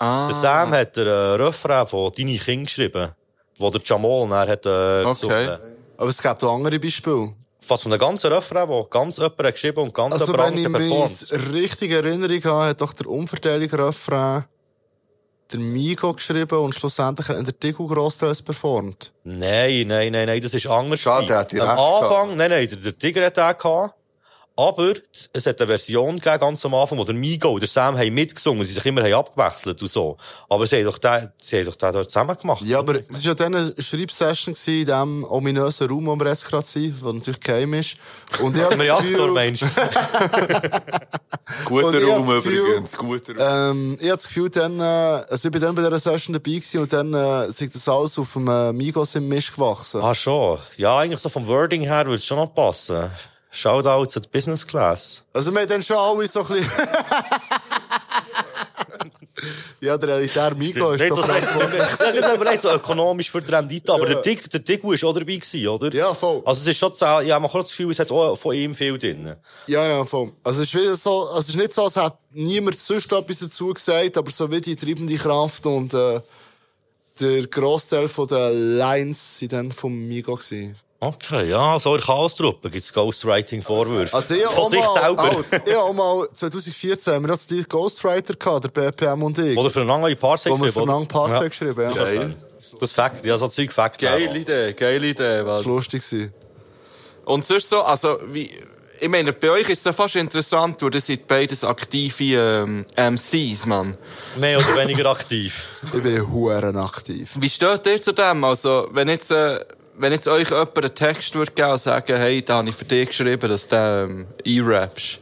[SPEAKER 1] Der Sam hat den äh, Refrain von «Deine Kinder» geschrieben. Wo der Jamal dann hat, äh, gesungen.
[SPEAKER 4] Aber es gibt auch andere Beispiele.
[SPEAKER 1] Fast von einem ganzen Refrain, wo ganz jemand hat geschrieben und ganz
[SPEAKER 4] Also,
[SPEAKER 1] jemand
[SPEAKER 4] wenn ich
[SPEAKER 1] anderes hat performt.
[SPEAKER 4] mich richtig Erinnerung habe, hat doch der Umverteilung-Refrain der Migo geschrieben und schlussendlich hat der Tigo Grossteils performt.
[SPEAKER 1] Nein, nein, nein, nein, das ist anders.
[SPEAKER 3] Schade,
[SPEAKER 1] gewesen.
[SPEAKER 3] hätte ich
[SPEAKER 1] Am
[SPEAKER 3] recht
[SPEAKER 1] Anfang, nein, nein, der, der Tiger hat den gehabt. Aber es hat eine Version gegeben, ganz am Anfang, wo der Migo und der Sam haben mitgesungen, sie sich immer haben abgewechselt und so. Aber sie haben doch den, sie haben doch den dort zusammen gemacht.
[SPEAKER 4] Ja, aber es war ja dann eine Schreibsession gewesen in diesem ominösen Raum, wo wir jetzt gerade sind, der natürlich geheim ist. Und ich habe
[SPEAKER 1] Im
[SPEAKER 4] das
[SPEAKER 1] Reaktor,
[SPEAKER 4] Gefühl,
[SPEAKER 1] meinst du?
[SPEAKER 3] Guter
[SPEAKER 4] Und ich
[SPEAKER 3] Raum
[SPEAKER 4] hab das Gefühl-
[SPEAKER 3] übrigens, guter Raum.
[SPEAKER 4] ähm, ich habe das Gefühl, dann, äh, also ich bin dann bei dieser Session dabei gewesen und dann äh, sind das alles auf dem äh, Migos im Misch gewachsen.
[SPEAKER 1] ah, schon. Ja, eigentlich so vom Wording her würde es schon noch passen. Shoutouts an die Business Class.
[SPEAKER 4] Also wir haben dann schon alle so ein bisschen... ja, der elitäre Migo ist
[SPEAKER 1] Nicht,
[SPEAKER 4] doch...
[SPEAKER 1] das heißt, nicht aber nicht so ökonomisch für die Rendite, aber der Tick, der Tick war auch dabei gewesen, oder?
[SPEAKER 4] Ja, voll.
[SPEAKER 1] Also es ist schon, zu- ich habe auch das Gefühl, es hat auch von ihm viel drin.
[SPEAKER 4] Ja, ja, voll. Also es ist, wieder so, also es ist nicht so, als hätte niemand sonst etwas dazu gesagt, aber so wie die treibende Kraft und äh, der Grossteil von der Lines sind dann vom Migo gewesen.
[SPEAKER 1] Okay, ja, so in Chaos-Truppe gibt's Ghostwriting-Vorwürfe.
[SPEAKER 4] Also ich
[SPEAKER 1] Von
[SPEAKER 4] auch
[SPEAKER 1] sich
[SPEAKER 4] mal,
[SPEAKER 1] selber.
[SPEAKER 4] Alt, ich auch mal 2014 haben wir das Lied Ghostwriter gehabt, der BPM und ich.
[SPEAKER 1] Oder für einen anderen Part
[SPEAKER 4] wo wir für einen Part ja. geschrieben haben. Ja.
[SPEAKER 1] Ja. Das ist Fakt, ja, so ein Zeug Fakt.
[SPEAKER 2] Geile Idee, geile Idee.
[SPEAKER 4] Das war lustig. gewesen.
[SPEAKER 2] Und sonst so, also, wie, ich meine, bei euch ist es ja fast interessant, weil ihr seid beides aktive ähm, MCs, Mann.
[SPEAKER 1] Mehr oder weniger aktiv.
[SPEAKER 4] Ich bin huren aktiv.
[SPEAKER 2] Wie steht ihr zu dem? Also, wenn jetzt, äh, wenn jetzt euch jemand einen Text würde geben und sagen, hey, da habe ich für dich geschrieben, dass du ähm, einrappst.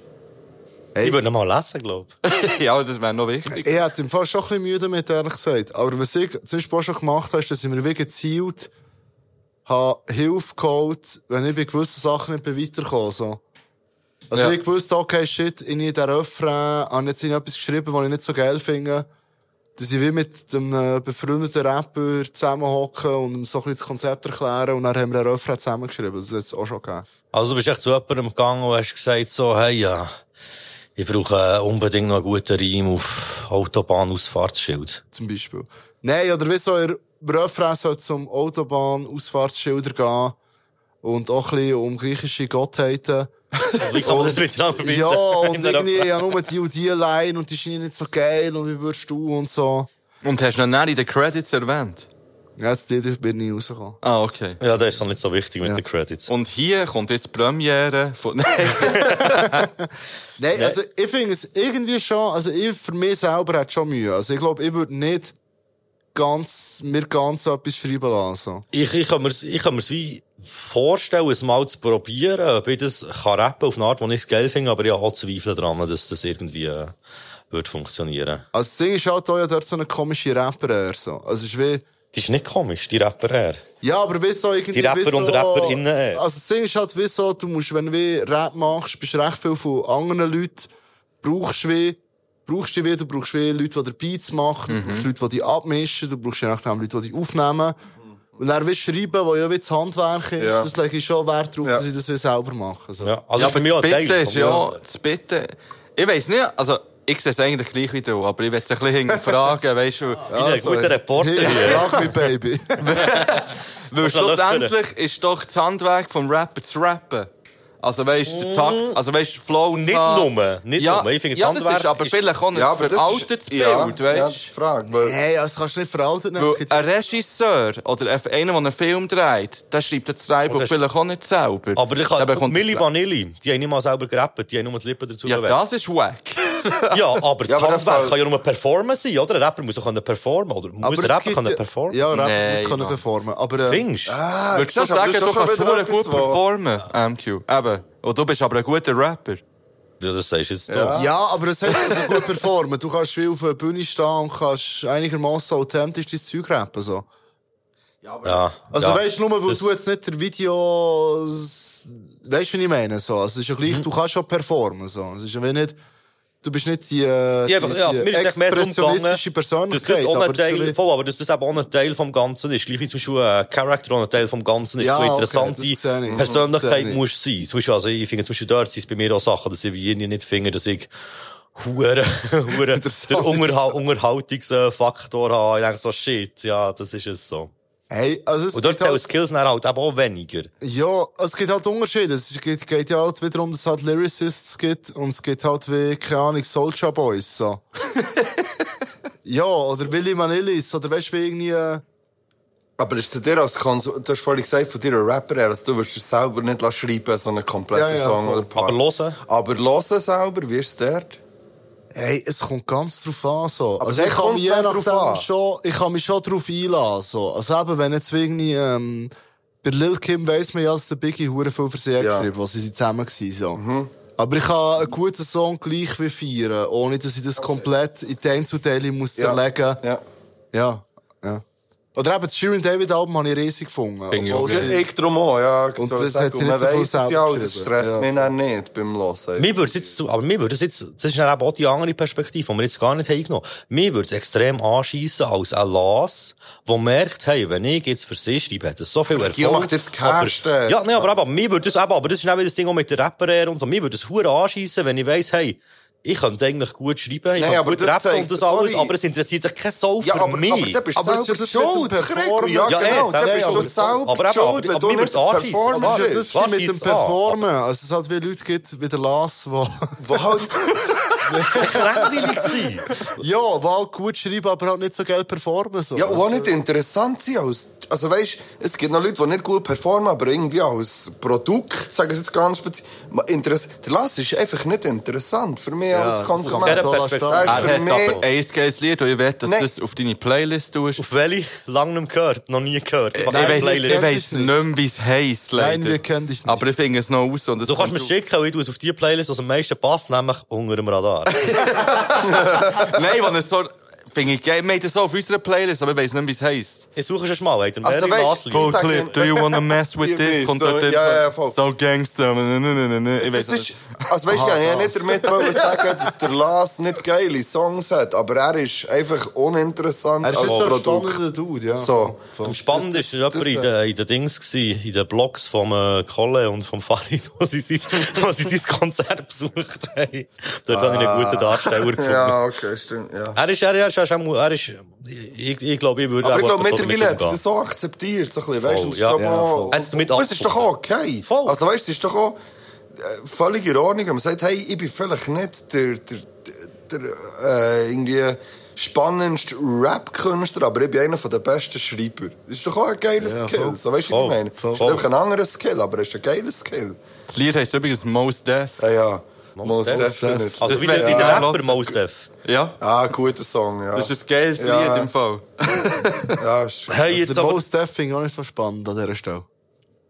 [SPEAKER 1] Ich würde ihn mal lesen, glaube ich.
[SPEAKER 2] ja, das wäre noch wichtig.
[SPEAKER 4] Ich hatte im Fall schon ein bisschen Mühe damit, ehrlich gesagt. Aber was ich zum Beispiel auch schon gemacht habe, ist, dass ich mir wie gezielt habe Hilfe geholt wenn ich bei gewissen Sachen nicht mehr weiterkomme. So. Also
[SPEAKER 2] Ja.
[SPEAKER 4] ich wusste, okay, shit, in diesem Refrain habe ich jetzt etwas geschrieben, was ich nicht so geil finde. Dass ich wie mit dem äh, befreundeten Rapper zusammenhocken und ihm so ein bisschen das Konzept erklären und dann haben wir einen Refrain zusammengeschrieben. Das ist jetzt auch schon gegeben.
[SPEAKER 1] Also, du bist echt zu jemandem gegangen und hast gesagt, so, hey, ja, ich brauche äh, unbedingt noch einen guten Reim auf Autobahnausfahrtsschild.
[SPEAKER 4] zum Beispiel. Nein, oder wie so ihr Refrain soll zum Autobahn-Ausfahrtsschilder gehen und auch ein bisschen um griechische Gottheiten.
[SPEAKER 1] Wie kann man das miteinander verbinden?
[SPEAKER 4] Ja, und
[SPEAKER 1] In der
[SPEAKER 4] irgendwie ja nur die und die Line und die scheinen nicht so geil und wie würdest du und so.
[SPEAKER 2] Und hast du noch nicht in den Credits erwähnt?
[SPEAKER 4] Ja, Jetzt die die bin ich rausgekommen.
[SPEAKER 2] Ah, okay.
[SPEAKER 1] Ja, das ist doch nicht so wichtig mit den Credits.
[SPEAKER 2] Und hier kommt jetzt die Premiere von...
[SPEAKER 4] Nein, also ich finde es irgendwie schon, also ich für mich selber hat schon Mühe. Also ich glaube, ich würde nicht ganz, mir ganz etwas schreiben lassen.
[SPEAKER 1] Ich, ich kann mir ich kann mir's wie vorstellen, es mal zu probieren, ob ich das kann rappen auf eine Art, die ich es geil finde, aber ich habe auch Zweifel daran, dass das irgendwie äh, wird funktionieren.
[SPEAKER 4] Also das Ding ist halt auch ja dort so eine komische Rapper, eher so. Also es ist wie,
[SPEAKER 1] Die ist nicht komisch, die Rapper eher.
[SPEAKER 4] Ja, aber wie so irgendwie...
[SPEAKER 1] Die Rapper
[SPEAKER 4] wie so,
[SPEAKER 1] und Rapperinnen, ey.
[SPEAKER 4] Also das Ding ist halt wie so, du musst, wenn du wie Rap machst, bist du recht viel von anderen Leuten, brauchst du wie, brauchst du wie, du brauchst wie Leute, die dir Beats machen, du
[SPEAKER 1] Mhm.
[SPEAKER 4] brauchst Leute, die dich abmischen, du brauchst je nachdem Leute, die dich aufnehmen. Und dann wie schreiben, wo ja wie das Handwerk ist,
[SPEAKER 3] Ja.
[SPEAKER 4] das lege ich schon Wert drauf,
[SPEAKER 3] Ja.
[SPEAKER 4] dass ich das wie selber mache. So.
[SPEAKER 1] Ja, also
[SPEAKER 2] ja,
[SPEAKER 1] für
[SPEAKER 2] aber
[SPEAKER 1] mich auch
[SPEAKER 2] das
[SPEAKER 1] ein Teil.
[SPEAKER 2] Bitte ist
[SPEAKER 1] vom
[SPEAKER 2] ja,
[SPEAKER 1] Genre.
[SPEAKER 2] das Bitte. Ich weiss nicht, also ich sehe es eigentlich gleich wie du, aber ich will es ein bisschen hinterfragen, weißt
[SPEAKER 1] Ich
[SPEAKER 2] du.
[SPEAKER 3] Also,
[SPEAKER 1] bin ein
[SPEAKER 2] Also,
[SPEAKER 1] guter Reporter hier.
[SPEAKER 4] Hey, frag mich, Baby.
[SPEAKER 2] Weil
[SPEAKER 1] du noch
[SPEAKER 2] schlussendlich ist doch das Handwerk vom Rapper zu rappen. Also weißt du, der Takt, also weißt du, Flow
[SPEAKER 1] Mm. Nicht nur, nicht
[SPEAKER 2] ja,
[SPEAKER 1] nur. Ich finde, das
[SPEAKER 2] ja, das
[SPEAKER 1] Handwerk
[SPEAKER 2] ist aber
[SPEAKER 1] ist-
[SPEAKER 2] vielleicht auch ein
[SPEAKER 3] Ja, aber das
[SPEAKER 2] veraltetes
[SPEAKER 3] ist, ja,
[SPEAKER 2] Bild,
[SPEAKER 3] Ja,
[SPEAKER 2] weißt
[SPEAKER 3] das
[SPEAKER 2] du.
[SPEAKER 3] ist die Frage. Weil,
[SPEAKER 4] Hey, das kannst du nicht veraltet nehmen. Es
[SPEAKER 2] Weil
[SPEAKER 4] gibt-
[SPEAKER 2] ein Regisseur oder ein- einer, der einen Film dreht, der schreibt das Drehbuch
[SPEAKER 1] Oh, das-
[SPEAKER 2] vielleicht auch nicht selber.
[SPEAKER 1] Aber ich
[SPEAKER 2] Der
[SPEAKER 1] kann,
[SPEAKER 2] bekommt das
[SPEAKER 1] Milli
[SPEAKER 2] Dreh-
[SPEAKER 1] Vanilli, die haben nicht mal selber gerappt, die haben nur die Lippen dazu
[SPEAKER 2] Ja,
[SPEAKER 1] bewegt.
[SPEAKER 2] das ist wack.
[SPEAKER 1] Ja, aber
[SPEAKER 3] Ja,
[SPEAKER 1] ja,
[SPEAKER 3] aber
[SPEAKER 1] Handwerk
[SPEAKER 3] das-
[SPEAKER 1] kann ja nur performen sein, oder? Ein Rapper muss auch können performen, oder? Muss
[SPEAKER 4] es
[SPEAKER 1] ein Rapper
[SPEAKER 4] gibt-
[SPEAKER 1] können performen?
[SPEAKER 4] Ja, Rapper
[SPEAKER 2] Nein,
[SPEAKER 4] muss können
[SPEAKER 2] Mann.
[SPEAKER 4] performen. Aber, äh,
[SPEAKER 1] Findest du?
[SPEAKER 3] ah,
[SPEAKER 2] Würdest du
[SPEAKER 3] siehst, aber
[SPEAKER 2] sagen,
[SPEAKER 3] das ist
[SPEAKER 2] du
[SPEAKER 3] doch schon
[SPEAKER 2] kannst
[SPEAKER 3] wieder
[SPEAKER 2] verdammt
[SPEAKER 3] etwas,
[SPEAKER 2] gut
[SPEAKER 3] wo-
[SPEAKER 2] performen, MQ? Eben. Und du bist aber ein guter Rapper.
[SPEAKER 1] Ja, das sagst du jetzt
[SPEAKER 3] Ja.
[SPEAKER 1] doch.
[SPEAKER 4] Ja, aber es hat also gut performen. Du kannst viel auf der Bühne stehen und kannst einigermaßen authentisch dein Zeug rappen. So.
[SPEAKER 1] Ja.
[SPEAKER 4] Also
[SPEAKER 1] ja.
[SPEAKER 4] weißt du, nur weil
[SPEAKER 1] Das-
[SPEAKER 4] du jetzt nicht der Video... Weißt du, wie ich meine? So. Also, es ist ja
[SPEAKER 1] Mhm.
[SPEAKER 4] gleich, du kannst schon performen. So. Es ist ja wie nicht... Du bist nicht die, äh,
[SPEAKER 1] Ja,
[SPEAKER 4] die,
[SPEAKER 1] aber, ja, mir
[SPEAKER 4] die
[SPEAKER 1] ist echt mehr darum gegangen,
[SPEAKER 4] expressionistische
[SPEAKER 1] dass das
[SPEAKER 4] Persönlichkeit.
[SPEAKER 1] auch
[SPEAKER 4] aber
[SPEAKER 1] ein
[SPEAKER 4] es ist ja
[SPEAKER 1] Teil,
[SPEAKER 4] wie-
[SPEAKER 1] voll, aber dass das eben auch ein Teil vom Ganzen ist. Gleich wie zum Beispiel ein Charakter auch ein Teil vom Ganzen ist.
[SPEAKER 4] Ja,
[SPEAKER 1] so
[SPEAKER 4] okay,
[SPEAKER 1] interessante
[SPEAKER 4] das sehe ich. Mhm, das sehe
[SPEAKER 1] Persönlichkeit
[SPEAKER 4] ich.
[SPEAKER 1] musst du sein. Zum Beispiel, also ich finde zum Beispiel dort sind es bei mir auch Sachen, dass ich wie irgendwie nicht finde, dass ich hure, hure, den Unterhal Unterhaltungsfaktor habe. Ich denke so, shit, ja, das ist es so.
[SPEAKER 4] Hey, also es
[SPEAKER 1] Und dort
[SPEAKER 4] gibt
[SPEAKER 1] zählen
[SPEAKER 4] halt,
[SPEAKER 1] Skills dann halt eben auch weniger.
[SPEAKER 4] ja, es gibt halt Unterschiede. Es geht, geht ja halt wiederum, dass es halt Lyricists gibt und es gibt halt wie, keine Ahnung, Soulja Boys. So. ja, oder Willy Manillis, oder weißt du, wie irgendwie... Äh,
[SPEAKER 3] Aber ist zu dir als Konsum, du hast vorhin gesagt, von dir ein Rapper, also du wirst es selber nicht lassen schreiben, so einen kompletten
[SPEAKER 4] Ja, ja,
[SPEAKER 3] Song
[SPEAKER 4] voll.
[SPEAKER 3] oder Part.
[SPEAKER 1] Aber hören?
[SPEAKER 3] Aber hören selber, wie ist es dort?
[SPEAKER 4] Hey, es kommt ganz drauf an, so.
[SPEAKER 3] Aber
[SPEAKER 4] also
[SPEAKER 3] es
[SPEAKER 4] ich
[SPEAKER 3] kommt
[SPEAKER 4] kann mich je
[SPEAKER 3] sehr drauf an.
[SPEAKER 4] nachdem schon, ich kann mich schon drauf einlassen, so. Also eben, wenn jetzt irgendwie, ähm, bei Lil Kim weiss man ja, dass der Biggie hure viel für sie hat
[SPEAKER 3] Ja. Mhm.
[SPEAKER 4] geschrieben, was sie zusammen waren, so. Aber ich kann einen guten Song gleich wie feiern, ohne dass ich das komplett in die Einzelteile muss
[SPEAKER 3] Ja.
[SPEAKER 4] zerlegen.
[SPEAKER 3] Ja.
[SPEAKER 4] Ja. ja. Oder eben, das Sharon David Album habe ich riesig gefunden.
[SPEAKER 2] Finde ich
[SPEAKER 4] Obwohl
[SPEAKER 2] auch
[SPEAKER 4] sie-
[SPEAKER 3] Ich, ich drum auch, ja. Und
[SPEAKER 4] das hat sie
[SPEAKER 3] man
[SPEAKER 4] nicht so viel
[SPEAKER 3] weiss es ja,
[SPEAKER 4] selber
[SPEAKER 3] und das
[SPEAKER 4] geschrieben.
[SPEAKER 3] stresst
[SPEAKER 4] Ja.
[SPEAKER 3] mich dann nicht beim Hören.
[SPEAKER 1] Mir würde jetzt, zu- aber mir würde jetzt, das ist dann eben auch die andere Perspektive, die wir jetzt gar nicht haben genommen. Mir würde es extrem anschiessen als ein Las, der merkt, hey, wenn ich jetzt für sie schreibe, hat das so viel Erfolg.
[SPEAKER 3] Gio macht jetzt Cash,
[SPEAKER 1] aber,
[SPEAKER 3] der.
[SPEAKER 1] Ja, nee, aber eben, mir würde das eben, aber das ist auch wieder das Ding auch mit der Rapper und so. Mir würde es hure anschiessen, wenn ich weiss, hey, ich könnte eigentlich gut schreiben, ich
[SPEAKER 3] Nein,
[SPEAKER 1] kann
[SPEAKER 3] aber
[SPEAKER 1] gut
[SPEAKER 3] das
[SPEAKER 1] rappen und
[SPEAKER 3] zeigt-
[SPEAKER 1] das alles,
[SPEAKER 3] sorry.
[SPEAKER 1] aber es interessiert sich kein Soul für mich.
[SPEAKER 3] dann bist du
[SPEAKER 4] Aber
[SPEAKER 3] selber
[SPEAKER 4] es ist ja das mit
[SPEAKER 3] schuld,
[SPEAKER 4] dem
[SPEAKER 3] Krieg. Ja,
[SPEAKER 4] Performen.
[SPEAKER 1] Ja,
[SPEAKER 3] genau,
[SPEAKER 1] eh,
[SPEAKER 3] dann bist
[SPEAKER 1] selber
[SPEAKER 3] du
[SPEAKER 1] schuld.
[SPEAKER 3] selber
[SPEAKER 1] Aber eben, aber-
[SPEAKER 3] schuld, wenn
[SPEAKER 1] aber
[SPEAKER 3] du
[SPEAKER 1] mir
[SPEAKER 3] nicht
[SPEAKER 1] wird's anschiessen.
[SPEAKER 3] performst.
[SPEAKER 1] Aber
[SPEAKER 4] Ja,
[SPEAKER 1] Shit,
[SPEAKER 4] das ist
[SPEAKER 1] was
[SPEAKER 4] mit dem
[SPEAKER 1] gibt's an?
[SPEAKER 4] Performen. Also, es halt wie Leute gibt, wie der Lars, die
[SPEAKER 3] Wo halt-
[SPEAKER 1] langweilig sein.
[SPEAKER 4] Ja, war gut schreiben, aber halt nicht so geil performen. So.
[SPEAKER 3] Ja, und auch nicht interessant sein als... Also weisst, es gibt noch Leute, die nicht gut performen, aber irgendwie als Produkt, sagen sie jetzt ganz speziell... Interess der Lass ist einfach nicht interessant für mich als
[SPEAKER 4] das kann man
[SPEAKER 3] Konsument.
[SPEAKER 4] so lassen.
[SPEAKER 1] Perspektive.
[SPEAKER 3] Er
[SPEAKER 2] Er
[SPEAKER 3] hat
[SPEAKER 2] hat
[SPEAKER 3] für mich...
[SPEAKER 1] Oh.
[SPEAKER 2] aber ein geiles Lied und ich will, dass du
[SPEAKER 3] Nein.
[SPEAKER 2] das auf deine Playlist tust.
[SPEAKER 1] Auf welche? Lang nicht mehr gehört, noch nie
[SPEAKER 3] Äh,
[SPEAKER 1] gehört.
[SPEAKER 2] Ich
[SPEAKER 1] mache keine
[SPEAKER 2] weiss,
[SPEAKER 1] Playlist.
[SPEAKER 2] ich weiss nicht mehr, wie es heisst, leider.
[SPEAKER 4] Nein, wir kennen dich nicht.
[SPEAKER 2] Aber ich finde es noch aus. Und es
[SPEAKER 1] Du kannst mir
[SPEAKER 2] kommt-
[SPEAKER 1] schicken, weil du es auf die Playlist, was am meisten passt, nämlich unter dem Radar.
[SPEAKER 2] Nein, wenn es so... Finde ich geil. Wir haben das so auf unserer Playlist, aber ich weiss nicht, mehr, wie es heisst.
[SPEAKER 1] Ich suche es mal, weiter.
[SPEAKER 3] Also,
[SPEAKER 1] Also,
[SPEAKER 3] weisst-
[SPEAKER 1] weißt,
[SPEAKER 3] Voll.
[SPEAKER 1] voll.
[SPEAKER 2] Full
[SPEAKER 3] sag
[SPEAKER 2] Clip,
[SPEAKER 3] nicht.
[SPEAKER 2] do you wanna mess with
[SPEAKER 3] Ich
[SPEAKER 2] this?
[SPEAKER 3] weiss,
[SPEAKER 2] Kommt
[SPEAKER 3] so-
[SPEAKER 2] dort hin.
[SPEAKER 3] ja, ja, voll.
[SPEAKER 2] So Gangster. ne, ne, ne, ne, ne. Ich weiss
[SPEAKER 3] Das
[SPEAKER 2] nicht.
[SPEAKER 3] ist, also weißt du, ich wollte nicht damit wollen sagen, dass der Lars nicht geile Songs hat, aber er ist einfach uninteressant
[SPEAKER 4] Er ist
[SPEAKER 3] als
[SPEAKER 4] jetzt ein
[SPEAKER 3] Produkt.
[SPEAKER 4] spannender Dude, ja.
[SPEAKER 3] So.
[SPEAKER 1] Am spannendsten war
[SPEAKER 3] äh,
[SPEAKER 1] jemand in den- in den Dings, gewesen, in den Blogs vom äh, Kolle und vom Farid, wo sie sein, wo sie sein Konzert besucht haben. Dort habe ich einen guten Darsteller gefunden.
[SPEAKER 3] Ah. Ja, okay, stimmt. Ja.
[SPEAKER 1] Er ist, er ist, er ist, er ist, ich, ich glaube, ich würde
[SPEAKER 3] Aber
[SPEAKER 1] auch
[SPEAKER 3] ich glaube,
[SPEAKER 1] etwas so damit
[SPEAKER 3] mittlerweile hat er
[SPEAKER 1] umgehen.
[SPEAKER 3] das so akzeptiert. So ein bisschen, weißt,
[SPEAKER 1] Voll,
[SPEAKER 3] und es
[SPEAKER 1] ja,
[SPEAKER 3] ist doch
[SPEAKER 1] ja,
[SPEAKER 3] auch-
[SPEAKER 1] voll. Er hat's damit
[SPEAKER 3] Und es ist doch auch okay.
[SPEAKER 1] Voll.
[SPEAKER 3] Also weißt du, es ist doch auch äh, völlig in Ordnung, wenn man sagt, hey, ich bin vielleicht nicht der, der, der, äh, irgendwie spannendste Rap-Künstler, aber ich bin einer der besten Schreiber. Das ist doch auch ein geiler Skill. So, weißt du, wie
[SPEAKER 1] Voll,
[SPEAKER 3] ich meine? Es ist
[SPEAKER 1] voll.
[SPEAKER 3] einfach ein anderer Skill, aber es ist ein geiler Skill.
[SPEAKER 2] Das Lied heisst übrigens Most Death.
[SPEAKER 3] Ja, ja. Mos Def nicht.
[SPEAKER 1] Also
[SPEAKER 2] Das
[SPEAKER 1] wie der,
[SPEAKER 2] wär-
[SPEAKER 1] wie der
[SPEAKER 2] ja.
[SPEAKER 1] Rapper Mos Def.
[SPEAKER 2] Ja, Dus
[SPEAKER 3] Ah, guter Song, ja.
[SPEAKER 2] das ist ein geiles
[SPEAKER 3] Ja.
[SPEAKER 2] Lied im Fall.
[SPEAKER 3] ja, ist
[SPEAKER 1] Hey,
[SPEAKER 4] Der
[SPEAKER 1] jetzt aber...
[SPEAKER 4] Most Def finde ich auch nicht so spannend an dieser Stelle.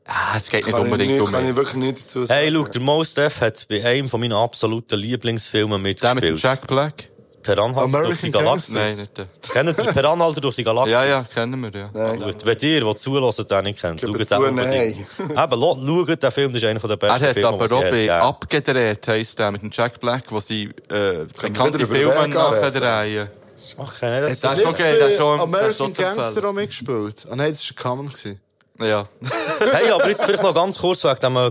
[SPEAKER 2] Ah, es geht nicht
[SPEAKER 3] kann, ich
[SPEAKER 2] unbedingt
[SPEAKER 3] nicht,
[SPEAKER 2] um
[SPEAKER 3] kann ich
[SPEAKER 2] mich.
[SPEAKER 3] wirklich nicht dazu sagen.
[SPEAKER 1] Hey, schau, der Mos Def hat bei einem von meinen absoluten Lieblingsfilmen
[SPEAKER 2] Der mit dem
[SPEAKER 1] mitgespielt.
[SPEAKER 2] Jack Black?
[SPEAKER 1] Per Anhalter durch die
[SPEAKER 4] American
[SPEAKER 1] Galaxis.
[SPEAKER 2] Nein, nicht der.
[SPEAKER 1] Kennt ihr Per Anhalter durch die Galaxis?
[SPEAKER 2] Ja, ja, kennen wir, ja.
[SPEAKER 1] Gut, wenn ihr, die zulässt, den nicht kennt, schaut
[SPEAKER 3] Gib
[SPEAKER 1] den
[SPEAKER 3] es zu,
[SPEAKER 1] unbedingt. Eben, lo- schaut den Film, das ist einer der besten
[SPEAKER 2] Er hat
[SPEAKER 1] Filme,
[SPEAKER 2] aber
[SPEAKER 1] die es je
[SPEAKER 2] auch bei
[SPEAKER 1] gegeben hat.
[SPEAKER 2] abgedreht, heisst der, mit dem Jack Black, wo sie äh,
[SPEAKER 3] wieder
[SPEAKER 2] bekannte
[SPEAKER 3] über
[SPEAKER 2] Filme
[SPEAKER 3] den Weg
[SPEAKER 2] nachdrehen.
[SPEAKER 1] Ach, kenn ich das?
[SPEAKER 2] Der ist okay, der ist schon- der ist
[SPEAKER 4] American
[SPEAKER 2] schon zu
[SPEAKER 4] Gangster
[SPEAKER 2] empfehlen.
[SPEAKER 4] auch mitgespielt. Ah nein, das war Common. gewesen.
[SPEAKER 2] Ja.
[SPEAKER 1] Hey, aber jetzt vielleicht noch ganz kurz wegen dem äh,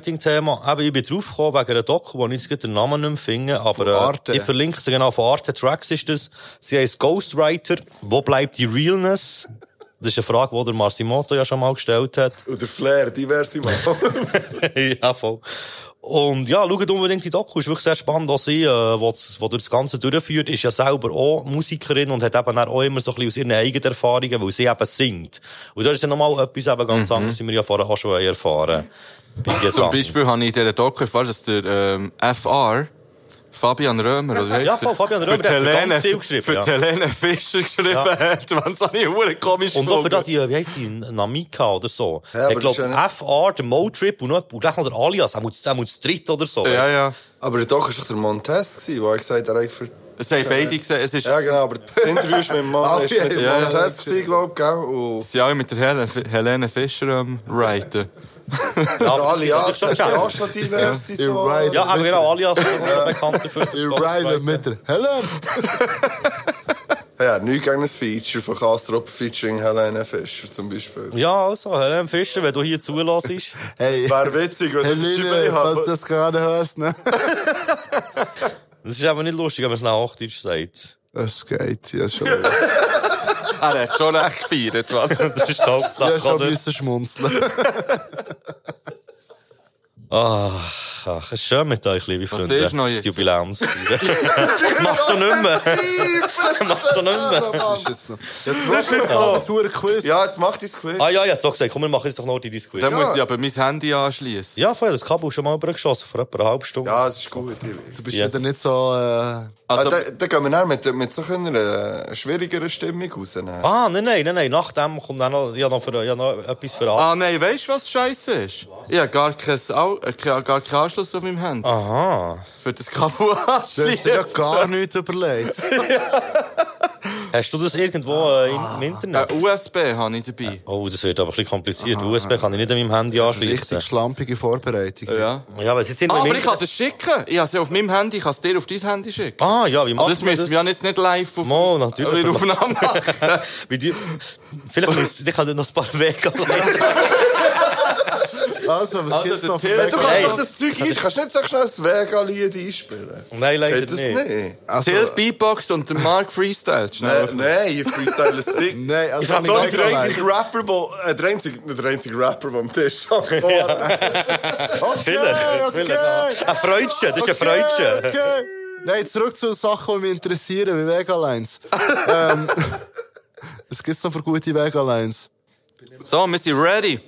[SPEAKER 1] Ghostwriting-Thema. Eben, ich bin draufgekommen wegen einer Doku, wo ich jetzt gerade den Namen nicht mehr finde, aber äh,
[SPEAKER 4] Arte.
[SPEAKER 1] ich verlinke sie genau. Von Arte Tracks ist das. Sie heisst dus, Ghostwriter. Wo bleibt die Realness? Dus Das ist eine Frage, die der Marsimoto ja schon mal gestellt hat.
[SPEAKER 3] Und der Flair, diverse Mal.
[SPEAKER 1] ja, voll. Und ja, schaut unbedingt die Doku. Ist wirklich sehr spannend, was sie, äh, was, was durch das Ganze durchführt, ist ja selber auch Musikerin und hat eben dann auch immer so ein bisschen aus ihren eigenen Erfahrungen, weil sie eben singt. Und da ist dann nochmal etwas eben ganz anderes, sind wir ja vorher auch schon erfahren. Bei
[SPEAKER 2] Zum
[SPEAKER 1] Gesang.
[SPEAKER 2] Beispiel habe ich in dieser Doku erfahren, dass der ähm, FR, Fabian Römer, oder wie heisst
[SPEAKER 1] Ja,
[SPEAKER 2] der?
[SPEAKER 1] voll, Fabian Römer
[SPEAKER 2] für die
[SPEAKER 1] hat ganz
[SPEAKER 2] Helene-
[SPEAKER 1] viel geschrieben,
[SPEAKER 2] Für
[SPEAKER 1] ja.
[SPEAKER 2] die Helene Fischer geschrieben hat, wenn es eine Uhr komisch
[SPEAKER 1] Und auch für das,
[SPEAKER 2] gefunden.
[SPEAKER 1] die, wie heisst die, Namika oder so.
[SPEAKER 3] Ja, aber
[SPEAKER 1] ich glaube,
[SPEAKER 3] das ist ja
[SPEAKER 1] FR, der Motrip und noch, und gleich noch der Alias, er muss, er muss dritt oder so.
[SPEAKER 2] Ja, ja.
[SPEAKER 3] Aber der Doc war doch der Montez, gewesen, wo er gesagt hat, er hat für...
[SPEAKER 2] Es haben beide gesehen, es ist,
[SPEAKER 3] Ja, genau, aber das Interview ist mit dem Mann, ist mit dem
[SPEAKER 2] ja, ja.
[SPEAKER 3] Montez, gewesen, glaub ich, gell? Und
[SPEAKER 2] sie alle mit der Helene, Helene Fischer ähm, writen.
[SPEAKER 1] Ja, aber
[SPEAKER 3] alle
[SPEAKER 1] das ist doch
[SPEAKER 3] Anschnitte,
[SPEAKER 1] schon-
[SPEAKER 3] Anschnitte, diverse
[SPEAKER 4] Ja.
[SPEAKER 3] so.
[SPEAKER 4] Ihr Rider.
[SPEAKER 1] Ja, aber genau, Alias ist auch bekannt dafür. dass
[SPEAKER 4] Ihr
[SPEAKER 1] Gott
[SPEAKER 4] Rider
[SPEAKER 1] weiß.
[SPEAKER 4] mit der Helen.
[SPEAKER 3] Ja, nichts gegen ein Feature von Castro featuring Helene Fischer zum Beispiel.
[SPEAKER 1] Ja, also, Helene Fischer, wenn du hier zulässt.
[SPEAKER 4] Hey,
[SPEAKER 3] Wäre witzig, wenn ich
[SPEAKER 4] Helene,
[SPEAKER 3] geschrieben
[SPEAKER 4] falls du
[SPEAKER 3] habe.
[SPEAKER 4] das gerade hörst, ne?
[SPEAKER 1] Das ist aber nicht lustig, wenn man es nach Hochdeutsch sagt.
[SPEAKER 4] Es geht, ja schon. Ja,
[SPEAKER 2] Er hat schon recht gefeiert, was?
[SPEAKER 1] Das ist die Hauptsache,
[SPEAKER 4] schon ein
[SPEAKER 1] oder?
[SPEAKER 4] bisschen schmunzeln.
[SPEAKER 1] Ach, Ah, ach, es ist schön mit euch, liebe Freunde.
[SPEAKER 2] ist noch jetzt?
[SPEAKER 1] Das Jubiläums. Machst du nicht mehr. Machst du nicht mehr.
[SPEAKER 4] Das ist jetzt noch. Jetzt brauchst du jetzt noch ein super Quiz.
[SPEAKER 3] Ja, jetzt mach dein Quiz.
[SPEAKER 1] Ah ja, ich hab's auch gesagt, komm, wir machen jetzt doch noch die
[SPEAKER 2] Dann
[SPEAKER 1] Diskussion.
[SPEAKER 2] muss ich aber mein Handy anschliessen.
[SPEAKER 1] Ja, vorher, das Kabel schon mal übergeschossen, vor etwa einer halben Stunde.
[SPEAKER 3] Ja, das ist gut. ich weiß.
[SPEAKER 4] Du bist
[SPEAKER 1] Ja.
[SPEAKER 4] wieder nicht so... Äh,
[SPEAKER 3] Also,
[SPEAKER 2] Also,
[SPEAKER 3] ah, dann, dann gehen wir dann mit, mit so einer äh, schwierigeren Stimmung raus. Ah.
[SPEAKER 1] Ah, nein, nein, nein, nein, nach dem kommt dann noch, ja, noch, für, ja, noch etwas für an.
[SPEAKER 2] ah nein, weißt du, was scheiße ist? Ich habe gar keinen Au- äh, gar gar keinen Anschluss auf meinem Handy.
[SPEAKER 1] Aha.
[SPEAKER 2] Für das Kabel
[SPEAKER 4] Du hast dir ja
[SPEAKER 2] anschliessen.
[SPEAKER 4] gar nichts überlegt.
[SPEAKER 1] Hast du das irgendwo äh, im, im Internet?
[SPEAKER 2] Äh, USB habe ich dabei.
[SPEAKER 1] Oh, das wird aber ein bisschen kompliziert.
[SPEAKER 2] Ah.
[SPEAKER 1] USB kann ich nicht an meinem Handy anschließen.
[SPEAKER 4] Richtig schlampige Vorbereitung.
[SPEAKER 2] Ja.
[SPEAKER 1] Ja, aber es ist jetzt
[SPEAKER 2] Ah,
[SPEAKER 1] irgendwo im
[SPEAKER 2] aber ich kann
[SPEAKER 1] Internet-
[SPEAKER 2] das schicken. Ich habe es ja auf meinem Handy, ich kann es dir auf dein Handy schicken.
[SPEAKER 1] Ah, ja, wie
[SPEAKER 2] aber
[SPEAKER 1] machst
[SPEAKER 2] das
[SPEAKER 1] du das?
[SPEAKER 2] müssen wir ja jetzt nicht live auf
[SPEAKER 1] Mo, natürlich.
[SPEAKER 2] äh, Aufnahme machen.
[SPEAKER 1] Wie die, vielleicht müsst ihr, ich habe noch ein paar Wege allein.
[SPEAKER 4] Ah,
[SPEAKER 3] Ah,
[SPEAKER 4] Also, was
[SPEAKER 2] Also,
[SPEAKER 4] gibt's
[SPEAKER 2] der
[SPEAKER 4] noch für
[SPEAKER 2] Till-
[SPEAKER 4] Wege?
[SPEAKER 3] Du kannst
[SPEAKER 1] Nein.
[SPEAKER 3] doch das Zeug ein, kannst nicht so schnell das Vega-Lied einspielen.
[SPEAKER 1] Nein, leider
[SPEAKER 3] Geht das
[SPEAKER 1] nicht.
[SPEAKER 3] nicht?
[SPEAKER 4] Also,
[SPEAKER 2] Till Beatbox und der Mark Freestyle. Schnell.
[SPEAKER 3] Nein, nein, ich freestyle sick.
[SPEAKER 4] Nein, also...
[SPEAKER 1] frag mich
[SPEAKER 3] So
[SPEAKER 1] Mega
[SPEAKER 3] der einzige Rapper, wo, äh, der einzige, nicht der einzige Rapper, der am Tisch angefangen
[SPEAKER 1] Vielleicht, vielleicht. Ein Freundchen, das ist ein Freundchen.
[SPEAKER 4] Okay, okay. Nein, zurück zu Sachen, die mich interessieren, wie Vegalines. ähm, was gibt's noch für gute Vegalines?
[SPEAKER 2] So, wir sind ready.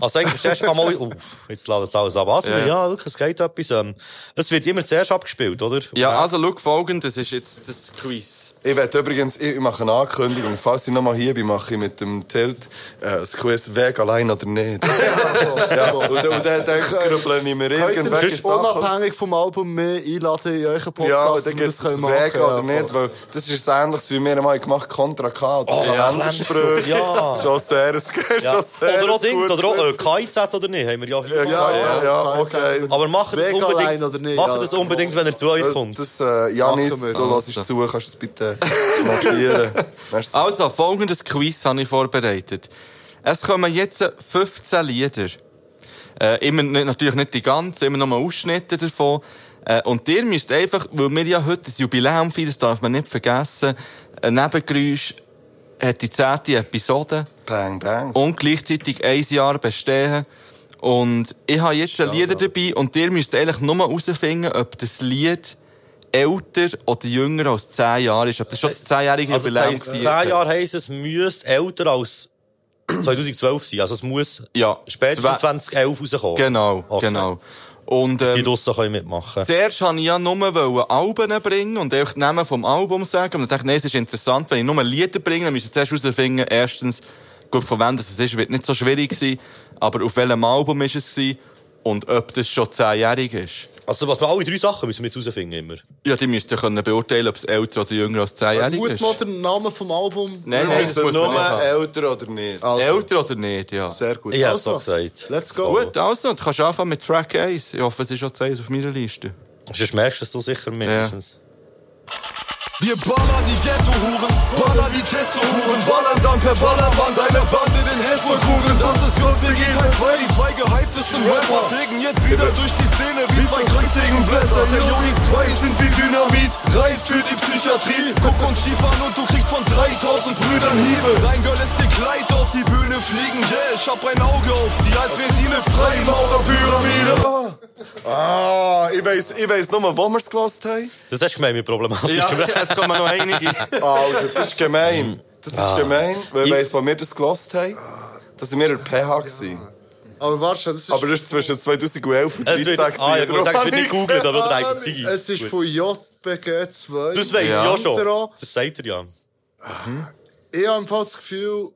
[SPEAKER 1] Also eigentlich zuerst mal, mal- uff, jetzt laden es alles ab. Also,
[SPEAKER 2] Ja.
[SPEAKER 1] ja, wirklich, es geht etwas. Ähm, es wird immer zuerst abgespielt, oder?
[SPEAKER 2] Ja, also, schau, folgendes ist jetzt das Quiz.
[SPEAKER 3] Ich werde übrigens, ich mache eine Ankündigung. Falls ich nochmal hier bin, mache ich mit dem Tilt äh, das Quiz «Weg allein oder nicht?» ja, und, und dann grübeln ich mir irgendwelche
[SPEAKER 4] Sonst
[SPEAKER 3] Sachen.
[SPEAKER 4] unabhängig vom Album mehr einladen in euren Podcast.
[SPEAKER 3] Ja, und dann
[SPEAKER 4] damit
[SPEAKER 3] gibt es
[SPEAKER 4] das
[SPEAKER 3] das
[SPEAKER 4] können wir
[SPEAKER 3] Weg
[SPEAKER 4] machen,
[SPEAKER 3] oder
[SPEAKER 4] ja.
[SPEAKER 3] nicht, weil das ist ähnlich wie wir einmal gemacht Contra K oder oh, Kalendersprüche.
[SPEAKER 1] Ja.
[SPEAKER 3] Schon sehr, schon
[SPEAKER 1] Ja.
[SPEAKER 3] sehr
[SPEAKER 1] Oder auch Dings,
[SPEAKER 3] gut
[SPEAKER 1] oder auch äh,
[SPEAKER 3] gewesen.
[SPEAKER 1] KIZ oder nicht, haben wir ja hier.
[SPEAKER 3] Ja, ja, ja, okay.
[SPEAKER 1] Aber macht das
[SPEAKER 4] Weg allein
[SPEAKER 1] unbedingt,
[SPEAKER 4] oder nicht,
[SPEAKER 1] macht
[SPEAKER 4] ja,
[SPEAKER 1] das
[SPEAKER 4] komm.
[SPEAKER 1] unbedingt, wenn er zu euch
[SPEAKER 3] Äh,
[SPEAKER 1] kommt.
[SPEAKER 3] Das, äh, Janis,
[SPEAKER 4] Machen wir.
[SPEAKER 3] du hörst zu, kannst du das bitte markieren? Merci.
[SPEAKER 2] Also, folgendes Quiz habe ich vorbereitet. Es kommen jetzt 15 Lieder. Äh, immer, nicht- natürlich nicht die ganzen, immer nur Ausschnitte davon. Äh, und ihr müsst einfach, weil wir ja heute das Jubiläum feiern, das darf man nicht vergessen, ein Nebengeräusch hat die zehnte Episode
[SPEAKER 3] Bang, bang.
[SPEAKER 2] und gleichzeitig ein Jahr bestehen. Und ich habe jetzt Lieder dabei und ihr müsst eigentlich nur herausfinden, ob das Lied älter oder jünger als 10 Jahre ist. Ob das schon das 10-jährige
[SPEAKER 1] also, das
[SPEAKER 2] Jubiläum
[SPEAKER 1] heisst, zehn
[SPEAKER 2] gefeiert hat.
[SPEAKER 1] Jahre heisst, es müsste älter als 2012 sein. Also, es muss
[SPEAKER 2] Ja.
[SPEAKER 1] spätestens
[SPEAKER 2] Zwei-
[SPEAKER 1] 2011 rauskommen.
[SPEAKER 2] Genau,
[SPEAKER 1] Okay.
[SPEAKER 2] genau. Und,
[SPEAKER 1] Die
[SPEAKER 2] ähm,
[SPEAKER 1] draussen können mitmachen.
[SPEAKER 2] Zuerst wollte ich ja nur wollen Alben bringen und einfach die Namen vom Album sagen. Und ich dachte, nee, es ist interessant, wenn ich nur Lieder bringe, dann müsste ich zuerst herausfinden, erstens, gut, von wem das es ist, wird nicht so schwierig sein, aber auf welchem Album ist es gewesen und ob das schon zehnjährig ist.
[SPEAKER 1] Also, was wir alle drei Sachen müssen wir jetzt herausfinden immer.
[SPEAKER 2] Ja, die müssten können beurteilen, ob es älter oder jünger als zehnjährig
[SPEAKER 4] Muss
[SPEAKER 2] ist.
[SPEAKER 4] man den Namen vom Album?
[SPEAKER 2] Nein, nein, das muss man
[SPEAKER 3] Nur
[SPEAKER 2] machen.
[SPEAKER 3] älter oder nicht?
[SPEAKER 4] Also,
[SPEAKER 2] Älter oder nicht, ja.
[SPEAKER 4] sehr gut.
[SPEAKER 1] Ich hab's
[SPEAKER 4] also,
[SPEAKER 1] doch gesagt.
[SPEAKER 4] Let's go.
[SPEAKER 2] Gut, also, du kannst anfangen mit Track 1. Ich hoffe, es ist schon 1 auf meiner Liste.
[SPEAKER 1] Sonst merkst du es du sicher mindestens.
[SPEAKER 5] Wir ballern die Ghetto-Huren, ballern die Testo-Huren, ballern dann per Ballerband eine Bande den Hell voll Kugeln. Das ist Gott, wir gehen halt frei, die zwei gehyptesten Rapper fegen jetzt wieder durch die Szene wie zwei kräftigen Blätter. Der Juni 2 sind wie Dynamit, reif für die Psychiatrie. Guck uns schief an und du kriegst von 3000 Brüdern Hiebe. Dein Girl lässt dir Kleid auf die Bühne fliegen, yeah, ich hab ein Auge auf sie, als wär sie eine Freimaurerpyramide.
[SPEAKER 3] Ah, ich weiss, ich weiss nur, wo wir es gelassen haben.
[SPEAKER 1] Das ist gemein, meine Problematik.
[SPEAKER 2] Ja, es kommen noch einige.
[SPEAKER 3] Alter, das ist gemein. Das ist gemein, weil ich weiss, wo wir das gelassen haben. Das waren wir in der PH. Gewesen.
[SPEAKER 4] Aber warte, das ist,
[SPEAKER 3] Aber das war zwischen 2011 und
[SPEAKER 1] Es
[SPEAKER 3] 2013.
[SPEAKER 1] wird, ah, ja, gut,
[SPEAKER 3] Darum
[SPEAKER 1] ich sag's,
[SPEAKER 3] hab
[SPEAKER 1] wird nicht
[SPEAKER 3] ich-
[SPEAKER 1] gegoogelt, aber der eigene Ziege.
[SPEAKER 4] es ist von JBG 2.
[SPEAKER 1] Das weiss
[SPEAKER 2] Ja.
[SPEAKER 1] ich ja schon.
[SPEAKER 4] Intro.
[SPEAKER 1] Das sagt er ja.
[SPEAKER 4] Ich habe im Fall das Gefühl,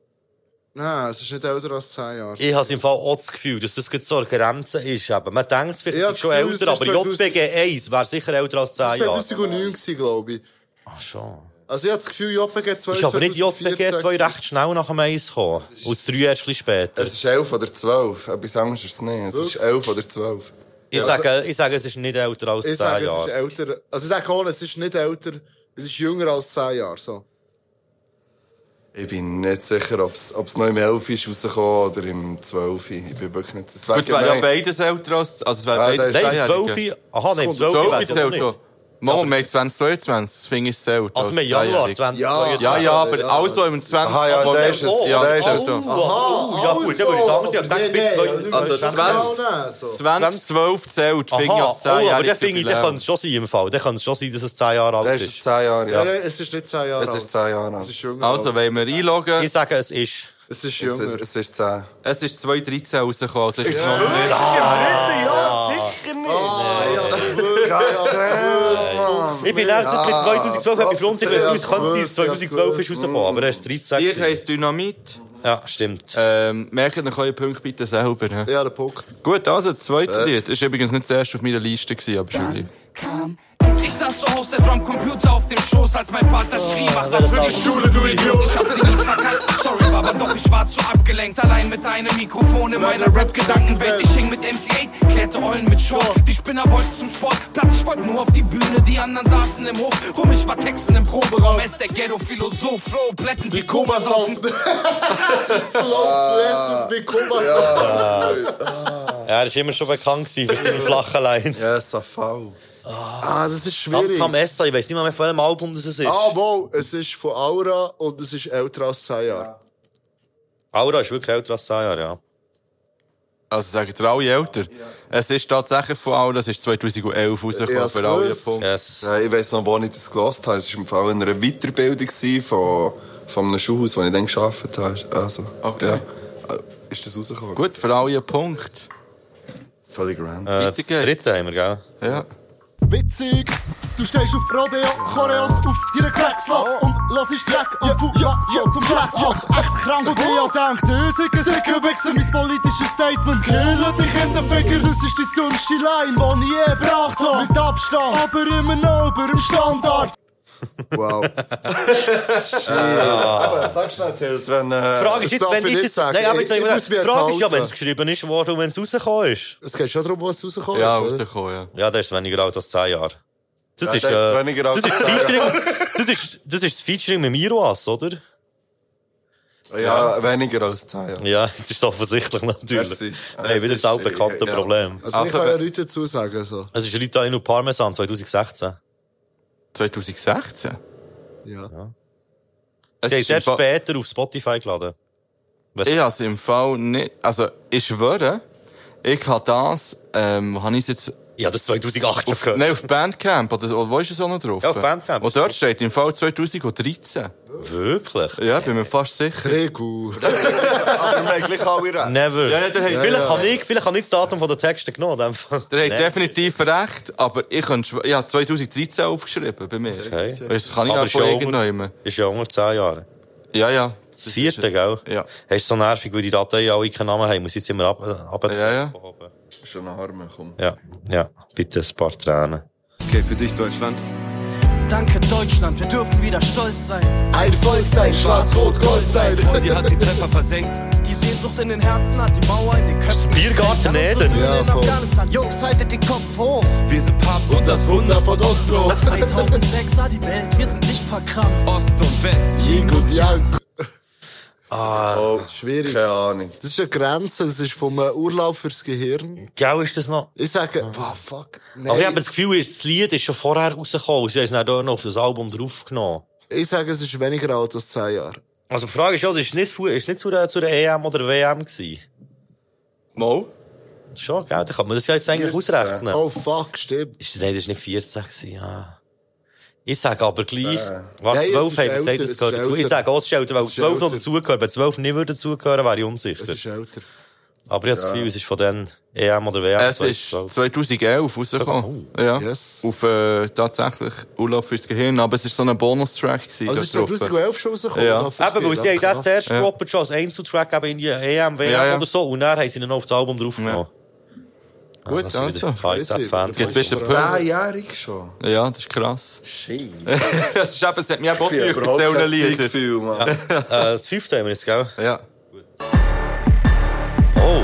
[SPEAKER 4] nein, es ist nicht älter als 10 Jahre.
[SPEAKER 1] Ich habe im Fall auch das Gefühl, dass das gerade so eine Grenze ist. Eben. Man denkt vielleicht,
[SPEAKER 4] Ja,
[SPEAKER 1] es ist schon
[SPEAKER 4] das Gefühl,
[SPEAKER 1] älter,
[SPEAKER 4] das
[SPEAKER 1] aber
[SPEAKER 4] ist 2000
[SPEAKER 1] JBG 1 wäre sicher älter als 10 Jahre.
[SPEAKER 4] 2009 gewesen, glaube ich.
[SPEAKER 1] Ach schon.
[SPEAKER 4] Also ich habe das Gefühl, JBG 2
[SPEAKER 1] Ist aber nicht
[SPEAKER 4] 2014.
[SPEAKER 1] JBG 2 recht schnell nach dem 1 gekommen. Und das 3 erst ein bisschen später.
[SPEAKER 3] Es ist 11 oder 12. Etwas anderes ist es nicht. Es ist 11 oder 12.
[SPEAKER 1] Ich sage, ich sage, es ist nicht älter als 10
[SPEAKER 4] Ich sage, es ist
[SPEAKER 1] Jahre.
[SPEAKER 4] älter. Also ich sage auch, es ist nicht älter, es ist jünger als 10 Jahre. So.
[SPEAKER 3] Ich bin nicht sicher, ob es noch im 11 ist rausgekommen oder im 12. Ich bin wirklich nicht... Das wäre
[SPEAKER 2] Gut, es wäre ja
[SPEAKER 3] gemein.
[SPEAKER 2] beides älter als... Also es wäre
[SPEAKER 3] Ah,
[SPEAKER 2] beides
[SPEAKER 3] das
[SPEAKER 1] Nein,
[SPEAKER 2] Zehnjährige.
[SPEAKER 1] 12. Aha, nein,
[SPEAKER 4] kommt
[SPEAKER 1] 12
[SPEAKER 2] So,
[SPEAKER 1] wäre
[SPEAKER 2] ich
[SPEAKER 1] es auch
[SPEAKER 2] zählt
[SPEAKER 1] nicht.
[SPEAKER 2] schon. Mom, wir haben 2022, das finde ich zählt.
[SPEAKER 1] Also wir haben Januar 2022.
[SPEAKER 2] Ja, ja, aber
[SPEAKER 4] Ja,
[SPEAKER 2] alles, was im 20.
[SPEAKER 1] Ah,
[SPEAKER 3] Aha, ja,
[SPEAKER 2] aber-
[SPEAKER 3] der ist es.
[SPEAKER 2] Ja,
[SPEAKER 3] Der ist
[SPEAKER 2] also,
[SPEAKER 3] es.
[SPEAKER 1] Oh, oh, ja gut, dann würde ich sagen, ich habe gedacht, bis 2000.
[SPEAKER 2] Also 20. 2012 zählt, finde ich als 10
[SPEAKER 1] Aha, oh, aber dann finde ich, dann kann
[SPEAKER 2] Jahre.
[SPEAKER 1] es schon sein im Fall. Dann kann es schon sein, dass es 10 Jahre
[SPEAKER 3] Das
[SPEAKER 1] alt
[SPEAKER 3] ist
[SPEAKER 1] ist.
[SPEAKER 3] 10 Jahre, ja.
[SPEAKER 4] Ja. Es ist nicht 10 Jahre
[SPEAKER 3] Es ist 10 Jahre
[SPEAKER 4] Es ist
[SPEAKER 3] alt.
[SPEAKER 4] jünger.
[SPEAKER 2] Also, wenn wir einloggen,
[SPEAKER 1] Ich sage, es ist.
[SPEAKER 4] es ist
[SPEAKER 3] Es
[SPEAKER 4] jünger.
[SPEAKER 3] ist, es ist 10.
[SPEAKER 2] es ist 2013 rausgekommen, also ist es noch nicht.
[SPEAKER 3] ja, sicher nicht.
[SPEAKER 1] Ich bin leer, das mit 2012 habe ich Front, ich weiß nicht, es könnte sein, dass
[SPEAKER 4] Ja,
[SPEAKER 1] 2012 ist rausgekommen, aber er ist 13.
[SPEAKER 2] Lied
[SPEAKER 1] gewesen.
[SPEAKER 2] heisst Dynamit.
[SPEAKER 1] Ja, stimmt.
[SPEAKER 2] Ähm, merkt euch euren Punkt bitte selber. ne?
[SPEAKER 4] ja, der Punkt.
[SPEAKER 2] Gut, also, das zweite Lied. Ist übrigens nicht das erste auf meiner Liste, gewesen, aber Julie.
[SPEAKER 8] Ich saß zu Hause, der Drumcomputer auf dem Schoß, als mein Vater schrie, mach Ah, das für die Schule, du Idiot. Ich hab sie nicht verkannt, sorry, aber doch, ich war zu abgelenkt. Allein mit einem Mikrofon in meiner Rap-Gedankenwelt. Ich hing mit MC8, klärte Eulen mit Short. Die Spinner wollten zum Sport, Platz, ich wollte nur auf die Bühne. Die anderen saßen im Hof, rum, ich war Texten im Proberaum. Es der Ghetto-Philosoph, Flow, Plätten wie Kobasaufen.
[SPEAKER 4] Flopflats und Bikomas.
[SPEAKER 1] Ja, er war immer schon bekannt gewesen für seine flachen Lines.
[SPEAKER 3] Ja, SAV.
[SPEAKER 4] Ah, das ist schwierig.
[SPEAKER 1] Abkam Essa, ich weiß nicht mal mehr, von welchem Album das es ist.
[SPEAKER 4] Aber es ist von Aura und es ist älter als 10 Jahre.
[SPEAKER 1] Aura ist wirklich älter als 10 Jahre, ja.
[SPEAKER 2] Also sagen dir alle älter. Es ist tatsächlich von allen, es ist 2011 rausgekommen,
[SPEAKER 4] Ja,
[SPEAKER 2] für alle
[SPEAKER 4] das
[SPEAKER 2] Punkte.
[SPEAKER 1] Yes.
[SPEAKER 3] Ja, ich weiss noch, wo ich das gelost habe. Es war im Fall in einer Weiterbildung gewesen von, von einem Schulhaus, wo ich dann gearbeitet habe. Also,
[SPEAKER 2] Okay.
[SPEAKER 3] ja. Äh, Ist das rausgekommen?
[SPEAKER 2] Gut, für alle einen Punkt.
[SPEAKER 3] Völlig random.
[SPEAKER 1] Äh,
[SPEAKER 2] Weiter
[SPEAKER 1] das
[SPEAKER 2] geht's.
[SPEAKER 1] dritte haben wir, gell?
[SPEAKER 2] Ja.
[SPEAKER 9] Witzig, du stehst auf Radio, Choreos auf deiner Kleckslack und lass ich Dreck und Fu Oh. ja, so zum Schlechtjacht, echt krank. Und ich hab gedacht, äh, sicker, sicker, wechsel mein politisches Statement, killen dich in den Finger, das ist die dümmste Line, die ich je gebracht hab, mit Abstand, aber immer noch über dem Standard.
[SPEAKER 4] Wow.
[SPEAKER 3] Aber sag schnell, Till, wenn... Äh,
[SPEAKER 1] Die Frage ist
[SPEAKER 4] das
[SPEAKER 1] jetzt,
[SPEAKER 4] darf
[SPEAKER 1] wenn
[SPEAKER 4] ich
[SPEAKER 1] ich
[SPEAKER 4] nicht
[SPEAKER 1] jetzt...
[SPEAKER 4] sagen.
[SPEAKER 1] Nein, aber
[SPEAKER 4] Ich-
[SPEAKER 1] jetzt noch
[SPEAKER 4] ich
[SPEAKER 1] mal-
[SPEAKER 4] muss mich
[SPEAKER 1] Die Frage ist ja,
[SPEAKER 4] enthalten.
[SPEAKER 1] wenn es geschrieben ist worden und wenn es rausgekommen ist.
[SPEAKER 4] Es geht schon darum, was rauskommt.
[SPEAKER 2] Ja,
[SPEAKER 4] oder?
[SPEAKER 2] rausgekommen, ja.
[SPEAKER 1] Ja, der ist weniger alt als 10 Jahre. Das
[SPEAKER 3] Ja,
[SPEAKER 1] ist...
[SPEAKER 3] der ist
[SPEAKER 1] äh,
[SPEAKER 3] weniger alt
[SPEAKER 1] das ist
[SPEAKER 3] als 10
[SPEAKER 1] Featuring- Das ist das ist das Featuring mit Miroas, oder?
[SPEAKER 3] ja, weniger als 10 Jahre.
[SPEAKER 1] Ja, jetzt ist es offensichtlich natürlich.
[SPEAKER 3] Merci.
[SPEAKER 1] Nein,
[SPEAKER 3] Es
[SPEAKER 1] wieder
[SPEAKER 3] ist-
[SPEAKER 1] das altbekannte
[SPEAKER 3] ja.
[SPEAKER 1] Problem.
[SPEAKER 4] Also, ich
[SPEAKER 2] Also,
[SPEAKER 4] kann ja
[SPEAKER 2] wenn-
[SPEAKER 4] nichts dazu sagen. So.
[SPEAKER 1] Es ist Ritalin und Parmesan 2016.
[SPEAKER 2] 2016?
[SPEAKER 4] Ja.
[SPEAKER 2] Es
[SPEAKER 1] Sie haben es erst
[SPEAKER 2] ist im Fall-
[SPEAKER 1] später auf Spotify geladen.
[SPEAKER 2] ich habe es im Fall nicht... Also, ich schwöre, ich habe das... Ähm, wo habe ich es jetzt
[SPEAKER 1] Ich habe das 2008 schon gehört.
[SPEAKER 2] Nein, auf Bandcamp. Oder, wo ist es auch noch drauf?
[SPEAKER 1] Ja, auf Bandcamp.
[SPEAKER 2] Und dort steht im Fall 2013.
[SPEAKER 1] Wirklich?
[SPEAKER 2] Ja, bin mir fast sicher.
[SPEAKER 4] Gregor.
[SPEAKER 3] Aber wir haben gleich alle recht.
[SPEAKER 1] Never.
[SPEAKER 2] Ja, ja, der hat-
[SPEAKER 1] vielleicht, Kann ich, vielleicht kann ich das Datum von der Texte genommen. in dem Fall.
[SPEAKER 2] Der hat
[SPEAKER 1] Nein.
[SPEAKER 2] definitiv recht, aber ich, könnte, schw- ich habe 2013 aufgeschrieben bei mir.
[SPEAKER 1] Okay.
[SPEAKER 2] Das kann ich
[SPEAKER 1] Aber
[SPEAKER 2] auch
[SPEAKER 1] ist
[SPEAKER 2] von
[SPEAKER 1] ja
[SPEAKER 2] irgendjemandem.
[SPEAKER 1] Ist ja unter 10 Jahre.
[SPEAKER 2] Ja, ja.
[SPEAKER 1] Das vierte, gell?
[SPEAKER 2] Dus Ja.
[SPEAKER 1] Hast du so nervig, weil die "Oh, Dateien alle keinen Namen haben? Muss ich jetzt immer ab, abziehen?
[SPEAKER 2] Ja, ja.
[SPEAKER 3] Schon ein Arme, komm.
[SPEAKER 1] ja. Ja, bitte ein paar Tränen.
[SPEAKER 10] Okay, für dich Deutschland.
[SPEAKER 11] Danke Deutschland, wir dürfen wieder stolz sein.
[SPEAKER 8] Ein Volk sein, schwarz-rot-gold sein.
[SPEAKER 12] Die hat die Treffer versenkt.
[SPEAKER 11] Die Sehnsucht in den Herzen hat die Mauer in den Köpfen.
[SPEAKER 1] Biergarten
[SPEAKER 11] Dann unsere
[SPEAKER 1] Eden.
[SPEAKER 11] Söhne
[SPEAKER 4] Ja,
[SPEAKER 11] in
[SPEAKER 4] voll.
[SPEAKER 11] Afghanistan, Jungs, haltet den Kopf hoch.
[SPEAKER 12] Wir sind Papst und
[SPEAKER 8] Und das Wunder von Oslo.
[SPEAKER 11] 2006 sah die Welt, wir sind nicht verkrampft.
[SPEAKER 12] Ost und West.
[SPEAKER 8] Ying und Yang.
[SPEAKER 3] Oh,
[SPEAKER 4] Schwierig.
[SPEAKER 3] keine Ahnung.
[SPEAKER 4] Das ist eine Grenze, das ist vom äh, Urlaub fürs Gehirn.
[SPEAKER 1] Gell, ist das noch?
[SPEAKER 4] Ich sage, wow, fuck. Nein.
[SPEAKER 1] Oh, Aber ich habe das Gefühl, ist- das Lied ist schon vorher rausgekommen. Sie haben es dann dort noch auf das Album draufgenommen.
[SPEAKER 4] Ich sage, es ist weniger alt als 10 Jahre.
[SPEAKER 1] Also, die Frage ist ja, also, ist es nicht, fu- ist es nicht zu, der, zu der EM oder der WM gewesen?
[SPEAKER 2] Mal?
[SPEAKER 1] Schon, gell? Da kann man das ja jetzt eigentlich
[SPEAKER 3] 14.
[SPEAKER 1] ausrechnen.
[SPEAKER 2] eh,
[SPEAKER 4] Oh fuck, stimmt.
[SPEAKER 1] Ist, nein, das war nicht 14, gewesen, ja. Ich sage aber gleich, was
[SPEAKER 4] Äh,
[SPEAKER 1] 12
[SPEAKER 4] Nein, es
[SPEAKER 1] haben
[SPEAKER 4] ist
[SPEAKER 1] wir gesagt,
[SPEAKER 4] älter,
[SPEAKER 1] das
[SPEAKER 4] es
[SPEAKER 1] gehört
[SPEAKER 4] ist
[SPEAKER 1] dazu. Ich
[SPEAKER 4] älter.
[SPEAKER 1] sage auch, es ist älter, weil
[SPEAKER 4] Es ist
[SPEAKER 1] 12 noch
[SPEAKER 4] älter.
[SPEAKER 1] dazugehört. Wenn 12 nicht würde dazugehören, wäre ich
[SPEAKER 4] Es
[SPEAKER 1] unsicher.
[SPEAKER 4] ist älter.
[SPEAKER 1] Aber ich habe das Gefühl, es ist von den EM oder WM.
[SPEAKER 2] Es ist
[SPEAKER 1] 2012.
[SPEAKER 2] 2011 rausgekommen. Ja.
[SPEAKER 4] Yes.
[SPEAKER 2] Auf äh, tatsächlich Urlaub fürs Gehirn, aber es war so ein Bonustrack. gewesen
[SPEAKER 4] Also
[SPEAKER 2] dort
[SPEAKER 4] es ist
[SPEAKER 2] drauf.
[SPEAKER 4] 2011 schon rausgekommen.
[SPEAKER 2] Ja.
[SPEAKER 4] Urlaub fürs
[SPEAKER 1] Eben, weil sie
[SPEAKER 4] Gehirn.
[SPEAKER 1] haben das zuerst
[SPEAKER 2] Ja.
[SPEAKER 1] droppt schon als Einzeltrack eben in die E EM, WM
[SPEAKER 2] Ja, ja.
[SPEAKER 1] oder so und dann haben sie ihn noch auf das Album draufgenommen.
[SPEAKER 2] Gut, also.
[SPEAKER 1] KZ-Fan.
[SPEAKER 2] Jetzt bist du der
[SPEAKER 3] Zehnjährig schon.
[SPEAKER 2] Ja, das ist krass.
[SPEAKER 3] Shit.
[SPEAKER 2] das ist eben, es hat mich auch
[SPEAKER 3] Ich
[SPEAKER 2] geübt mit
[SPEAKER 3] habe überhaupt
[SPEAKER 2] diesen
[SPEAKER 3] kein
[SPEAKER 2] Liedern.
[SPEAKER 3] Gefühl, Mann.
[SPEAKER 1] äh, das fünfte haben wir jetzt, gell?
[SPEAKER 2] Ja.
[SPEAKER 1] Oh,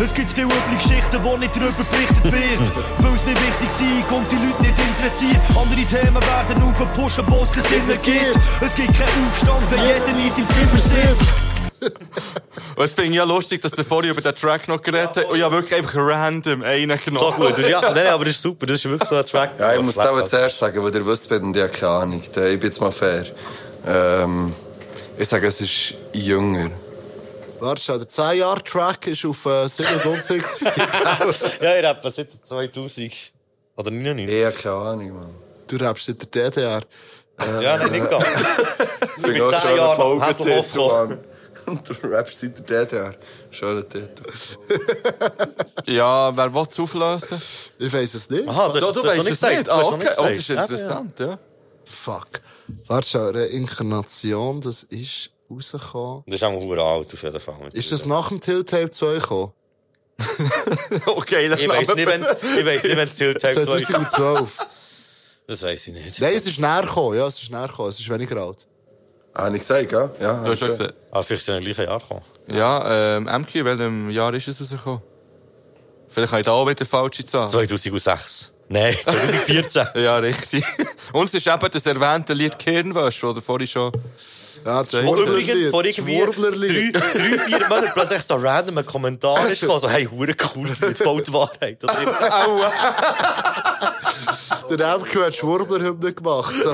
[SPEAKER 8] Es gibt viele üble Geschichten, wo nicht drüber berichtet wird. Weil es nicht wichtig sein kommt die Leute nicht interessiert. Andere Themen werden aufgepusht, obwohl es keinen Sinn ergibt. Es gibt keinen Aufstand, wenn jeder in seinem Zimmer sitzt.
[SPEAKER 2] Und es finde ich ja lustig, dass der vorhin über den Track noch geredet hat und ja wirklich einfach random einen
[SPEAKER 1] so
[SPEAKER 2] genommen.
[SPEAKER 1] gut. Das ist, ja, nein, nein, aber das ist super, das ist wirklich so ein Track.
[SPEAKER 3] Ja, ich muss es eben zuerst sagen, weil ihr wisst, bin, ich habe keine Ahnung. Ich bin jetzt mal fair. Ähm, ich sage, es ist jünger.
[SPEAKER 4] Warte, schau, der 10 Jahre Track ist auf äh, 27.
[SPEAKER 1] Ja, ich rappe seit 2000. Oder 99.
[SPEAKER 3] Ich habe keine Ahnung, Mann.
[SPEAKER 4] du rappst in der DDR.
[SPEAKER 1] Ja, nein, nicht ganz.
[SPEAKER 3] Ich bin
[SPEAKER 1] bin
[SPEAKER 3] auch
[SPEAKER 1] zehn
[SPEAKER 3] schon eine
[SPEAKER 1] Jahre
[SPEAKER 3] Folge
[SPEAKER 1] nach Hasselhoff
[SPEAKER 3] Titel, Mann. Und du rappst seit der DDR. Schöner Titel.
[SPEAKER 2] Ja, wer will es auflösen?
[SPEAKER 4] Ich weiß es nicht.
[SPEAKER 1] Aha, das,
[SPEAKER 2] Ja,
[SPEAKER 1] das hast du noch nicht gesagt.
[SPEAKER 2] Ah,
[SPEAKER 1] hast du noch
[SPEAKER 2] okay.
[SPEAKER 1] nicht
[SPEAKER 2] Oh, das
[SPEAKER 1] gesagt.
[SPEAKER 2] ist interessant, ja.
[SPEAKER 4] Fuck. Warte, schau, Reinkarnation, das ist rausgekommen.
[SPEAKER 1] Das ist auch mal verdammt alt, auf jeden Fall.
[SPEAKER 4] Ist das nach dem Telltale 2 gekommen?
[SPEAKER 2] Okay, dann
[SPEAKER 1] ich weiss nicht, wenn ich weiss nicht, wenn es Tilt Tag 2
[SPEAKER 4] 2012.
[SPEAKER 1] Das weiss ich nicht.
[SPEAKER 4] Nein, es ist näher gekommen. Ja, es ist näher gekommen. Es ist weniger alt.
[SPEAKER 3] Habe ich gesagt, gell? Ja,
[SPEAKER 2] Du
[SPEAKER 3] habe
[SPEAKER 2] hast
[SPEAKER 3] ich
[SPEAKER 2] schon
[SPEAKER 3] gesagt.
[SPEAKER 2] gesagt.
[SPEAKER 1] Ah, vielleicht sind wir im gleichen Jahr gekommen.
[SPEAKER 2] Ja, ähm, MQ, in welchem Jahr ist es rausgekommen? Vielleicht habe ich da auch wieder falsche Zahl.
[SPEAKER 1] 2006. Nein, 2014.
[SPEAKER 2] Ja, richtig. Und es ist eben das erwähnte Lied Kirnwäsche, oder vorhin schon.
[SPEAKER 4] Ja, das
[SPEAKER 1] Wo
[SPEAKER 4] Schwurblerlied.
[SPEAKER 1] übrigens vor irgendwie drei,
[SPEAKER 4] Schwurblerlied.
[SPEAKER 1] drei, vier Monaten plötzlich so random ein Kommentar ist gekommen, so, hey, hure cool, nicht voll die Wahrheit. Oder ich-
[SPEAKER 4] Der MQ hat Schwurblerhymne gemacht. So.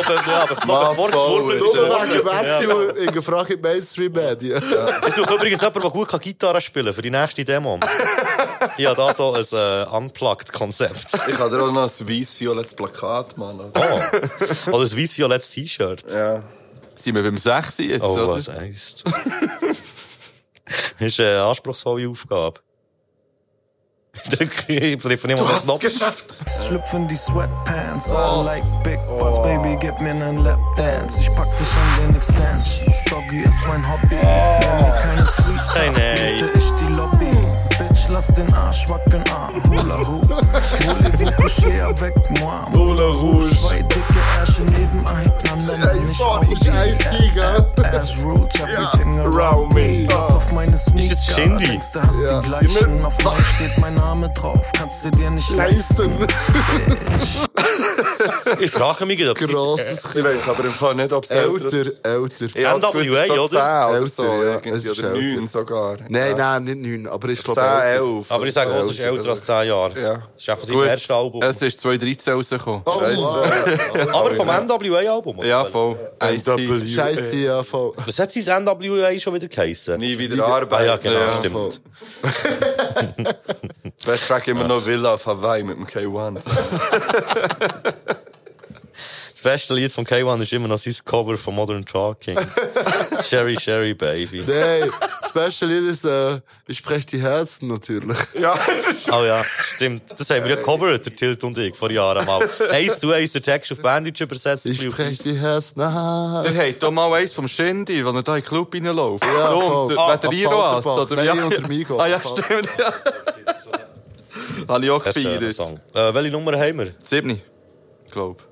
[SPEAKER 1] noch be- ja, aber noch bevor
[SPEAKER 3] voll,
[SPEAKER 1] geschwurbelt
[SPEAKER 4] Nur
[SPEAKER 1] ist.
[SPEAKER 4] wegen MQ in Gefrage in Mainstream-Medien.
[SPEAKER 1] Ich suche übrigens jemanden, der gut Gitarre spielen kann für die nächste Demo. Ich habe da so ein äh, Unplugged-Konzept.
[SPEAKER 3] Ich habe dir auch noch ein weiss-violettes Plakat, Mann. oder?
[SPEAKER 1] Oh. Oder ein weiß-violettes T-Shirt.
[SPEAKER 3] Ja.
[SPEAKER 2] Sind wir beim 6 jetzt,
[SPEAKER 1] Oh,
[SPEAKER 2] oder?
[SPEAKER 1] was heisst. das ist eine anspruchsvolle Aufgabe. Drück, ich treffe
[SPEAKER 3] Du
[SPEAKER 1] niemanden
[SPEAKER 3] hast es
[SPEAKER 1] Knopf.
[SPEAKER 3] geschafft!
[SPEAKER 10] Schlüpfen die Sweatpants. I like Big Butts, Baby, gib mir nen Lapdance. Ich pack dich an den Extension. Doggy ist mein Hobby. Wenn mir keine Sweet
[SPEAKER 1] Hey, nein.
[SPEAKER 10] biete ich die Lobby. Bitch, lass den Arsch wackeln, ah, Hula Hoop. Voulez-vous coucher avec moi?
[SPEAKER 3] Moulin Rouge!
[SPEAKER 10] Zwei dicke Ärsche nebeneinander. nenn ich
[SPEAKER 4] sorry,
[SPEAKER 10] Audi.
[SPEAKER 4] scheiß Tiger.
[SPEAKER 10] Ä- ä- Ass roots, hab die Finger
[SPEAKER 3] around me.
[SPEAKER 10] Platz auf meine Sneaker.
[SPEAKER 1] das Shindy?
[SPEAKER 10] Denkst du, hast
[SPEAKER 4] Ja.
[SPEAKER 10] die gleichen. Auf meinem steht mein Name drauf. Kannst du dir nicht
[SPEAKER 4] Leisten.
[SPEAKER 1] Ich frage mich, ob
[SPEAKER 4] Grosses Kind.
[SPEAKER 3] Ich weiß aber im Fall nicht, ob es
[SPEAKER 4] Älter, älter.
[SPEAKER 3] Ich habe
[SPEAKER 1] NWA,
[SPEAKER 3] gewusst, so
[SPEAKER 1] oder?
[SPEAKER 3] 10 oder so,
[SPEAKER 4] Älter, ja.
[SPEAKER 3] irgendwie,
[SPEAKER 4] Es ist
[SPEAKER 3] oder
[SPEAKER 4] älter.
[SPEAKER 3] 9 sogar.
[SPEAKER 4] Nein,
[SPEAKER 3] ja.
[SPEAKER 4] nein, nicht neun, aber ich glaube
[SPEAKER 3] 10,
[SPEAKER 4] älter.
[SPEAKER 3] 11.
[SPEAKER 1] Aber ich sage, auch, es ist älter als 10 Jahre.
[SPEAKER 3] Ja.
[SPEAKER 1] Das ist einfach sein
[SPEAKER 2] Gut,
[SPEAKER 1] erstes Album.
[SPEAKER 2] Es ist 2013 rausgekommen.
[SPEAKER 4] Oh, wow.
[SPEAKER 1] Aber vom NWA-Album? oder?
[SPEAKER 2] Ja, voll. IC.
[SPEAKER 4] Scheiß TFO.
[SPEAKER 1] Was hat sein
[SPEAKER 3] Ah,
[SPEAKER 1] NWA schon wieder geheissen?
[SPEAKER 3] genau, Nie wieder arbeiten.
[SPEAKER 1] Ah ja, genau,
[SPEAKER 2] Ja,
[SPEAKER 1] stimmt.
[SPEAKER 3] Best Track immer noch Villa auf Hawaii mit dem K1.
[SPEAKER 1] Das beste Lied von K1 ist immer noch sein Cover von Modern Talking. Sherry, Sherry, Baby.
[SPEAKER 4] Nein, das beste Lied ist, äh, ich spreche die Herzen natürlich.
[SPEAKER 3] ja, das ist
[SPEAKER 1] Oh ja, stimmt. Das haben wir ja gecovert, der Tilt und ich, vor Jahren mal. Eins zu eins der Text auf Bandage übersetzt.
[SPEAKER 4] Ich spreche die Herzen. Ah,
[SPEAKER 2] Ihr habt doch mal eins vom Shindy, wenn er da in den Club reinläuft.
[SPEAKER 4] Ja, voll.
[SPEAKER 2] der, ah, der
[SPEAKER 4] Am
[SPEAKER 2] Iroas,
[SPEAKER 4] Falterbach.
[SPEAKER 2] oder?
[SPEAKER 4] Nein,
[SPEAKER 2] ja,
[SPEAKER 4] unter Migo.
[SPEAKER 2] Ah ja, stimmt. Ja. Habe ich auch
[SPEAKER 1] Das ist ein
[SPEAKER 2] gefeiert.
[SPEAKER 1] Song. Äh, welche Nummer haben wir?
[SPEAKER 2] Siebni, glaube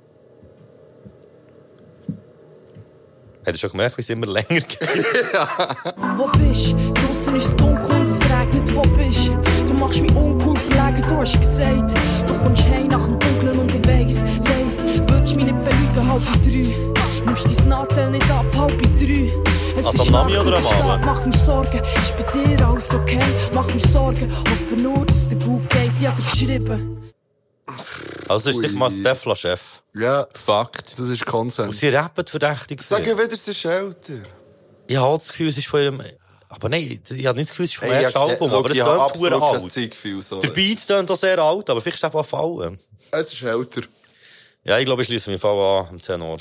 [SPEAKER 1] Hättest du schon gemerkt, wie es immer länger geht?
[SPEAKER 11] Wo bist du? Draussen ist es dunkel und es regnet. Wo bist du? Du machst mich uncool, verlegen, du hast gesagt. Du kommst heim nach dem Dunkeln und ich weiss, weiss, würdest mich nicht belügen, halb drei. Nimmst dein Nadel nicht ab, halb drei. Es
[SPEAKER 1] Also am
[SPEAKER 11] ist
[SPEAKER 1] Nami
[SPEAKER 11] Nacht
[SPEAKER 1] oder am
[SPEAKER 11] und ich schlaf,
[SPEAKER 1] Abend?
[SPEAKER 11] Mach mir Sorgen, ist bei dir alles okay? Mach mir Sorgen, hoffe nur, dass dir gut geht. Ich hab dir geschrieben.
[SPEAKER 1] Also, das ist sicher mal Stefla-Chef.
[SPEAKER 4] ja,
[SPEAKER 2] Fakt.
[SPEAKER 4] das ist
[SPEAKER 1] Und
[SPEAKER 4] Konsens.
[SPEAKER 1] sie rappen verdächtig.
[SPEAKER 3] Sag
[SPEAKER 1] viel.
[SPEAKER 3] ja wieder, es ist älter.
[SPEAKER 1] Ich habe das Gefühl, es ist von ihrem. Aber nein, ich habe nicht das Gefühl, es ist vom
[SPEAKER 3] Ey,
[SPEAKER 1] ersten
[SPEAKER 3] ich hab-
[SPEAKER 1] Album,
[SPEAKER 3] Look,
[SPEAKER 1] aber es
[SPEAKER 3] ich hab
[SPEAKER 1] tönt
[SPEAKER 3] absolut
[SPEAKER 1] pur
[SPEAKER 3] kein
[SPEAKER 1] alt.
[SPEAKER 3] Zeitgefühl. So.
[SPEAKER 1] Der Beat tönt auch sehr alt, aber vielleicht ist es einfach fallen.
[SPEAKER 4] Es ist älter.
[SPEAKER 1] Ja, ich glaube, ich schließe mich voll an, am Tenor.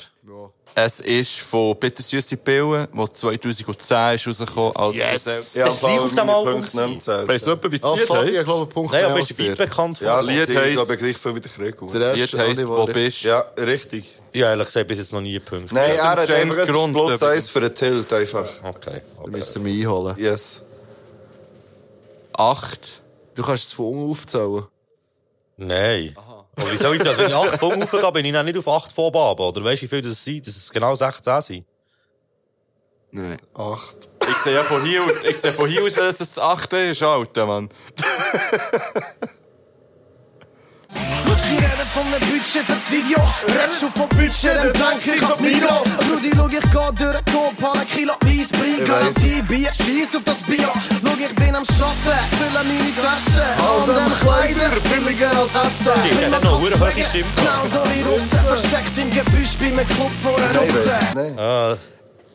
[SPEAKER 2] Es ist von Bittersüße Pillen, wo 2010 ist rausgekommen als yes.
[SPEAKER 3] Ja,
[SPEAKER 1] Das ist
[SPEAKER 3] Paul,
[SPEAKER 1] gleich auf dem
[SPEAKER 3] meine
[SPEAKER 1] Album
[SPEAKER 3] Punkte
[SPEAKER 1] gewesen.
[SPEAKER 3] nicht mehr gezählt.
[SPEAKER 2] Weißt du, jemand, wie
[SPEAKER 4] Ah,
[SPEAKER 2] das
[SPEAKER 4] fuck,
[SPEAKER 2] Lied
[SPEAKER 4] ich
[SPEAKER 2] heisst?
[SPEAKER 4] glaube, Punkt
[SPEAKER 1] Nein,
[SPEAKER 4] mehr
[SPEAKER 1] aber
[SPEAKER 4] als
[SPEAKER 1] ist der Beat
[SPEAKER 4] dir.
[SPEAKER 1] bekannt von
[SPEAKER 3] Ja,
[SPEAKER 1] ja,
[SPEAKER 3] das
[SPEAKER 2] Lied
[SPEAKER 3] Lied
[SPEAKER 2] heisst-
[SPEAKER 3] heisst... glaube gleich viel wie der Krieg.
[SPEAKER 4] Der
[SPEAKER 2] Das Lied
[SPEAKER 4] erste
[SPEAKER 2] heisst, wo
[SPEAKER 4] Oliver.
[SPEAKER 2] bist du?
[SPEAKER 3] Ja, richtig.
[SPEAKER 1] Ich habe ehrlich gesagt bis jetzt noch nie Punkte.
[SPEAKER 3] Nein, er hat
[SPEAKER 2] James
[SPEAKER 3] einfach es ist
[SPEAKER 2] Grund
[SPEAKER 3] plus
[SPEAKER 2] übrigens.
[SPEAKER 3] eins für den Tilt einfach.
[SPEAKER 1] Okay.
[SPEAKER 4] Da
[SPEAKER 1] okay.
[SPEAKER 4] müsst ihr mich einholen.
[SPEAKER 3] Yes.
[SPEAKER 2] Acht.
[SPEAKER 4] Du kannst es von unten aufzählen.
[SPEAKER 1] Nein. Aber wie soll ich das? Wenn ich 8 Punkte aufgehe, bin ich dann nicht auf 8 Vorbaben. Oder weißt du, wie viel das sind? Dass es genau 16 sind.
[SPEAKER 4] Nein.
[SPEAKER 3] Acht.
[SPEAKER 2] Ich sehe ja von hier aus, ich sehe von hier aus, dass es das achte ist, Alter, Mann.
[SPEAKER 13] Schau, sie reden von einem Budget fürs Video. Redest du vom Budget, dann denk ich auf Milo. Rudi, schau, ich geh durch den Kopf, hab ein Kilo Eisbrei.
[SPEAKER 3] Ich
[SPEAKER 13] Garantie, Bier, schieß auf das Bier. Schau, ich bin am Shoppen, fülle meine Tasche. Und dann Kleider, billiger als Essen.
[SPEAKER 1] Shit, der hat noch eine hohe Stimme.
[SPEAKER 13] Genau so wie Russen, versteckt im Gebüsch bei einem Club vor einer
[SPEAKER 3] Nein, weiss
[SPEAKER 13] Nusse.
[SPEAKER 3] es nicht.
[SPEAKER 1] Äh,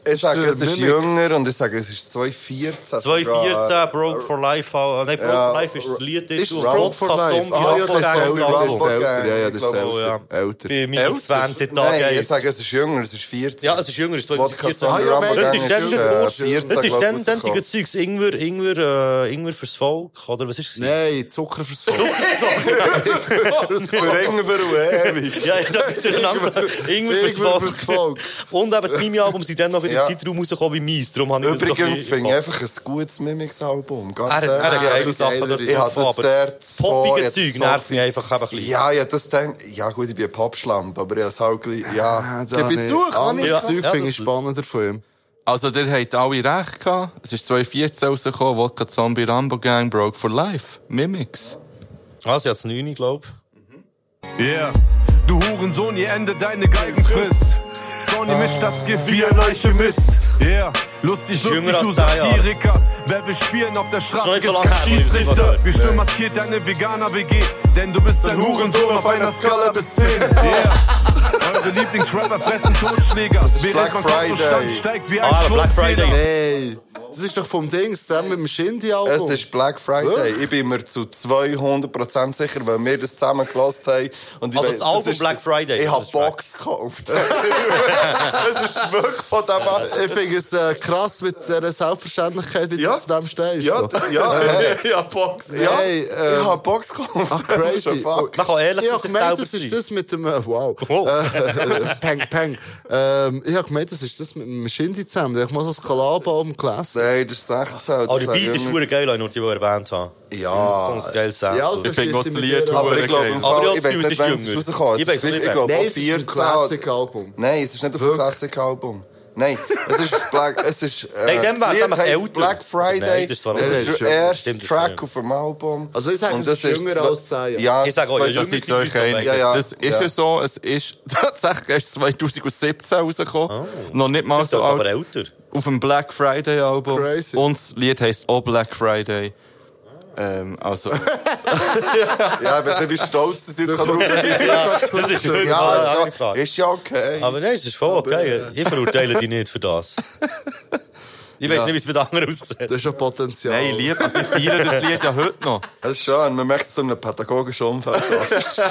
[SPEAKER 3] Ich sage,
[SPEAKER 4] der
[SPEAKER 3] es ist
[SPEAKER 4] Mimik?
[SPEAKER 3] jünger und ich sage, es ist 2014.
[SPEAKER 1] 214, Broke for Life. äh, Nein, Broke
[SPEAKER 3] Ja,
[SPEAKER 1] for Life ist das Lied.
[SPEAKER 4] Ist es
[SPEAKER 1] und
[SPEAKER 4] Broke for
[SPEAKER 1] Cat
[SPEAKER 4] Life?
[SPEAKER 1] Zombie
[SPEAKER 4] Ah, ja,
[SPEAKER 1] hat
[SPEAKER 4] das ist
[SPEAKER 1] Gang
[SPEAKER 4] älter.
[SPEAKER 1] und
[SPEAKER 4] Das ist
[SPEAKER 1] alles.
[SPEAKER 4] älter. Ja, ja, das ist
[SPEAKER 3] Ich glaube,
[SPEAKER 4] älter. Älter.
[SPEAKER 1] Bei mir
[SPEAKER 2] Älter?
[SPEAKER 1] 20 Tage.
[SPEAKER 3] Nein, ich sage, es ist jünger, es ist 14.
[SPEAKER 1] Ja, es ist jünger, es ist
[SPEAKER 3] Vodka
[SPEAKER 1] 2014.
[SPEAKER 3] Sandra
[SPEAKER 4] Ah, ja,
[SPEAKER 3] Rambo
[SPEAKER 4] mega.
[SPEAKER 1] Das
[SPEAKER 3] Gang
[SPEAKER 1] ist dann der
[SPEAKER 3] äh,
[SPEAKER 1] Wurst.
[SPEAKER 3] 14,
[SPEAKER 1] Das ist
[SPEAKER 3] glaub ich,
[SPEAKER 1] dann, dann sind
[SPEAKER 3] rausgekommen.
[SPEAKER 1] das Zeugs Ingwer, Ingwer, äh, Ingwer fürs Volk, oder was ist es?
[SPEAKER 4] Nein, Zucker fürs Volk.
[SPEAKER 3] Für Ingwer und ewig.
[SPEAKER 1] Ja, ja, das ist der Name. Ingwer fürs
[SPEAKER 4] Ingwer
[SPEAKER 1] Volk.
[SPEAKER 4] fürs Volk.
[SPEAKER 1] Und eben das Mimi-Album sind dann noch in den
[SPEAKER 3] Ja.
[SPEAKER 1] Zeitraum rausgekommen wie meins. Darum habe ich das noch
[SPEAKER 3] Übrigens
[SPEAKER 1] ein
[SPEAKER 3] finde ich
[SPEAKER 1] bisschen-
[SPEAKER 3] einfach ein gutes Mimics-Album.
[SPEAKER 1] Er
[SPEAKER 3] Ganz
[SPEAKER 1] hat, er hat
[SPEAKER 3] ehrlich.
[SPEAKER 4] Ja,
[SPEAKER 1] geile
[SPEAKER 4] das
[SPEAKER 1] Sachen
[SPEAKER 4] ist
[SPEAKER 1] dort
[SPEAKER 3] Ich habe das
[SPEAKER 1] drauf, aber
[SPEAKER 3] dort so...
[SPEAKER 1] poppige
[SPEAKER 3] jetzt
[SPEAKER 1] Zeug
[SPEAKER 3] so
[SPEAKER 1] nervt
[SPEAKER 3] viel-
[SPEAKER 1] mich einfach ein bisschen.
[SPEAKER 3] Ja, ja, das denkt... Ja gut, ich bin ein Popschlamp, aber ich habe es halt gleich... Ja, gebe ich zu, kann ich...
[SPEAKER 1] Ja.
[SPEAKER 4] Das Zeug
[SPEAKER 1] das-
[SPEAKER 4] finde ich spannender von ihm.
[SPEAKER 2] Also, ihr habt alle recht gehabt. Es ist 2014 rausgekommen, Wodka Zombie Rambo Gang, Broke for Life. Mimics.
[SPEAKER 1] Also, jetzt 9, glaube
[SPEAKER 5] Yeah, du Hurensohn, ihr Ende deine Geigen frisst. Sony mischt das Gift wie ein Leichemist. Yeah, lustig, lustig,
[SPEAKER 1] jünger
[SPEAKER 5] du
[SPEAKER 1] als drei Jahre.
[SPEAKER 5] Satiriker. Wer will spielen auf der Straße,
[SPEAKER 1] Ist noch
[SPEAKER 5] gibt's keinen
[SPEAKER 1] nicht so lange her, wo ich das
[SPEAKER 5] Schiedsrichter.
[SPEAKER 1] gehört
[SPEAKER 5] Wir stören maskiert deine Veganer-WG, denn du bist ein Hurensohn auf einer Skala bis 10. Yeah. Eure Lieblingsrapper fressen Totschläger.
[SPEAKER 3] Black
[SPEAKER 5] Während mein Kontostand
[SPEAKER 3] Friday.
[SPEAKER 5] steigt wie
[SPEAKER 1] Ah,
[SPEAKER 5] ein
[SPEAKER 1] aber Black
[SPEAKER 5] Schlumpfeder.
[SPEAKER 1] Friday.
[SPEAKER 4] Nein. Das ist doch vom Dings, dem mit dem
[SPEAKER 3] Es
[SPEAKER 4] Shindy-Album.
[SPEAKER 3] ist Black Friday. Ich bin mir zu 200% sicher, weil wir das zusammen gelassen haben. Und ich
[SPEAKER 1] Also
[SPEAKER 3] weiss,
[SPEAKER 1] das Album
[SPEAKER 3] ist-
[SPEAKER 1] Black Friday.
[SPEAKER 3] Ich habe
[SPEAKER 1] Das ist
[SPEAKER 3] Box gekauft. Es ist wirklich von dem Mann.
[SPEAKER 4] Ich finde es äh, krass mit dieser Selbstverständlichkeit, wie
[SPEAKER 3] Ja.
[SPEAKER 4] du zu dem stehst.
[SPEAKER 3] Ja,
[SPEAKER 4] so.
[SPEAKER 3] d- ja, ja.
[SPEAKER 2] Ja, Box.
[SPEAKER 3] ja.
[SPEAKER 4] Hey, ähm,
[SPEAKER 3] ich habe Box gekauft. Ach,
[SPEAKER 4] crazy.
[SPEAKER 3] Oh,
[SPEAKER 4] Oh,
[SPEAKER 1] ich. Man kann ehrlich
[SPEAKER 4] Ich
[SPEAKER 1] zu
[SPEAKER 4] habe
[SPEAKER 1] sich
[SPEAKER 4] gemeint,
[SPEAKER 1] selber
[SPEAKER 4] das ist
[SPEAKER 1] sein.
[SPEAKER 4] das mit dem. äh, Wow.
[SPEAKER 1] Wow.
[SPEAKER 4] Äh, peng, peng. Ähm, ich habe gemeint, das ist das mit dem Shindy zusammen. Da hab Ich mal so das Kalaba-Album gelesen.
[SPEAKER 3] Nein, das ist 16.
[SPEAKER 1] Aber der
[SPEAKER 3] das
[SPEAKER 1] Oh, Beat ist
[SPEAKER 3] jünger.
[SPEAKER 1] verdammt geil, nur die, die ich erwähnt habe.
[SPEAKER 3] Ja.
[SPEAKER 1] Das ist ein geiles Sample.
[SPEAKER 4] Ja, also
[SPEAKER 2] Ich finde,
[SPEAKER 4] schließe
[SPEAKER 2] was
[SPEAKER 4] ich mit
[SPEAKER 2] Lied
[SPEAKER 4] dir an.
[SPEAKER 2] tut.
[SPEAKER 3] Aber ich glaube, im
[SPEAKER 1] Aber ja,
[SPEAKER 3] Fall, ich weiß
[SPEAKER 1] Dude
[SPEAKER 3] nicht,
[SPEAKER 1] ist
[SPEAKER 3] wann es
[SPEAKER 1] jünger.
[SPEAKER 3] rausgekommen
[SPEAKER 1] Ich
[SPEAKER 3] ist.
[SPEAKER 1] weiss
[SPEAKER 3] Ich
[SPEAKER 1] nicht,
[SPEAKER 3] glaube,
[SPEAKER 4] Nein,
[SPEAKER 3] auch
[SPEAKER 4] es ist ein
[SPEAKER 3] 14.
[SPEAKER 4] Classic-Album.
[SPEAKER 3] Nein, es ist nicht auf dem Klassikalbum. Nein, es ist auf Black. Es ist. Äh,
[SPEAKER 1] Nein, dem wär's
[SPEAKER 3] das Lied
[SPEAKER 1] nämlich
[SPEAKER 3] heisst
[SPEAKER 1] älter.
[SPEAKER 3] Black Friday.
[SPEAKER 1] Nein, das ist zwar
[SPEAKER 3] es
[SPEAKER 1] auch-
[SPEAKER 3] ist
[SPEAKER 4] Stimmt,
[SPEAKER 3] der erste
[SPEAKER 1] stimmt, das
[SPEAKER 3] Track
[SPEAKER 1] stimmt.
[SPEAKER 3] auf dem Album.
[SPEAKER 4] Also ich sage,
[SPEAKER 3] Und
[SPEAKER 4] es
[SPEAKER 3] das
[SPEAKER 4] ist jünger
[SPEAKER 3] zwei-
[SPEAKER 4] als zehn Jahre.
[SPEAKER 3] dus Ja,
[SPEAKER 1] Ich sage auch,
[SPEAKER 3] das-
[SPEAKER 1] ja,
[SPEAKER 2] Das
[SPEAKER 1] jünger
[SPEAKER 2] ist
[SPEAKER 1] sind uns
[SPEAKER 2] euch
[SPEAKER 1] noch
[SPEAKER 2] einig.
[SPEAKER 1] weniger.
[SPEAKER 3] Ja, ja.
[SPEAKER 2] Das ist ja. so, es ist tatsächlich erst 2017 rausgekommen. Noch nicht mal
[SPEAKER 1] Das ist
[SPEAKER 2] so
[SPEAKER 1] aber
[SPEAKER 2] alt.
[SPEAKER 1] älter.
[SPEAKER 2] Auf dem Black Friday Album.
[SPEAKER 4] Crazy.
[SPEAKER 2] Und das Lied heisst auch Black Friday. Ähm, also,
[SPEAKER 3] Ja, ich weiß nicht, wie stolz das jetzt drauf ist.
[SPEAKER 1] Das ist wirklich eine
[SPEAKER 3] Ja,
[SPEAKER 1] andere
[SPEAKER 3] ja,
[SPEAKER 1] Frage. Ah,
[SPEAKER 3] ist ja okay.
[SPEAKER 1] Aber nein, es ist voll okay. Ich verurteile dich nicht für das. Ich weiss nicht, wie es bei den anderen aussieht. Das
[SPEAKER 4] ist schon Potenzial.
[SPEAKER 2] Nein, lieb, also ich feiere das Lied ja heute noch.
[SPEAKER 3] Das ist schön, man merkt es so in einem pädagogischen Umfeld.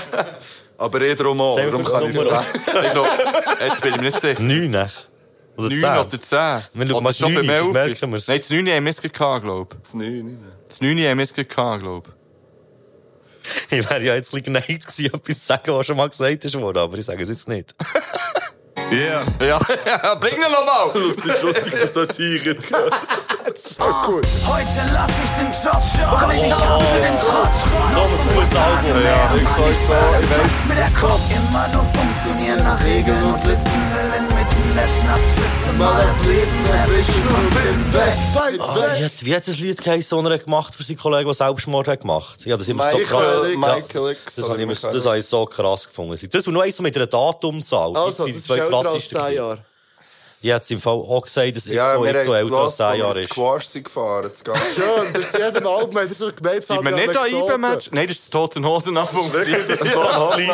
[SPEAKER 3] Aber eh drum auch, darum kann ich
[SPEAKER 2] Nummer.
[SPEAKER 3] es
[SPEAKER 2] Ich glaube, jetzt bin ich mir nicht sicher.
[SPEAKER 1] Neun. Oder
[SPEAKER 2] Neun
[SPEAKER 1] zehn.
[SPEAKER 2] oder zehn.
[SPEAKER 1] Wir schauen
[SPEAKER 2] Oder
[SPEAKER 1] mal
[SPEAKER 2] schon
[SPEAKER 1] die
[SPEAKER 2] bei
[SPEAKER 1] Neune,
[SPEAKER 2] Melfi.
[SPEAKER 1] merken wir's.
[SPEAKER 2] Nein, das Neune haben wir es gehabt, glaube ich.
[SPEAKER 3] Das Neune.
[SPEAKER 2] Das Neune haben wir es gehabt, glaube
[SPEAKER 1] Ich wäre ja jetzt ein bisschen geneigt gewesen, etwas zu sagen, was schon mal gesagt ist worden, aber ich sage es jetzt nicht.
[SPEAKER 2] Yeah. Ja, ja, bring ihn nochmal.
[SPEAKER 3] Lustig, lustig, dass er tiert.
[SPEAKER 8] So gut. Heute lass ich den Job schauen. Ich hasse den Trotz. Noch ein gutes Album, ja. Ich sag so, ich weiß. Mit der Kopf immer nur funktionieren nach Regeln und Listen. Will inmitten der Schnappschüsse mal das Leben erwischen und bin weg. Weit
[SPEAKER 1] Ah,
[SPEAKER 8] weg.
[SPEAKER 1] wie, hat, wie hat das Lied geheißen, das er gemacht hat für seinen Kollegen, der Selbstmord hat gemacht hat? Ja, das, immer so
[SPEAKER 3] Michael
[SPEAKER 1] krass.
[SPEAKER 3] X.
[SPEAKER 1] Ja,
[SPEAKER 3] Michael X.
[SPEAKER 1] das,
[SPEAKER 3] oder
[SPEAKER 1] habe ich, immer-
[SPEAKER 3] Michael
[SPEAKER 1] das habe ich so krass gefunden. Das und noch eins mit einer Datumzahl.
[SPEAKER 4] Also, das
[SPEAKER 1] sind die
[SPEAKER 4] ist älter als 10
[SPEAKER 1] gewesen.
[SPEAKER 4] Jahre.
[SPEAKER 1] Ich hätte es im Fall auch gesagt, dass
[SPEAKER 3] Ja,
[SPEAKER 1] XO
[SPEAKER 3] wir
[SPEAKER 1] jetzt so
[SPEAKER 3] haben
[SPEAKER 1] älter als
[SPEAKER 3] es
[SPEAKER 1] 10
[SPEAKER 3] gehört, als
[SPEAKER 1] Jahre
[SPEAKER 3] wir
[SPEAKER 1] ist.
[SPEAKER 3] zu Quarsi gefahren. Das ganze
[SPEAKER 4] Schön, das ist jedem Album, das ist so gemeinsam.
[SPEAKER 2] Sind wir nicht an IBE-Match? Nein, das ist das Totenhosen-Album.
[SPEAKER 3] Nein, aber ich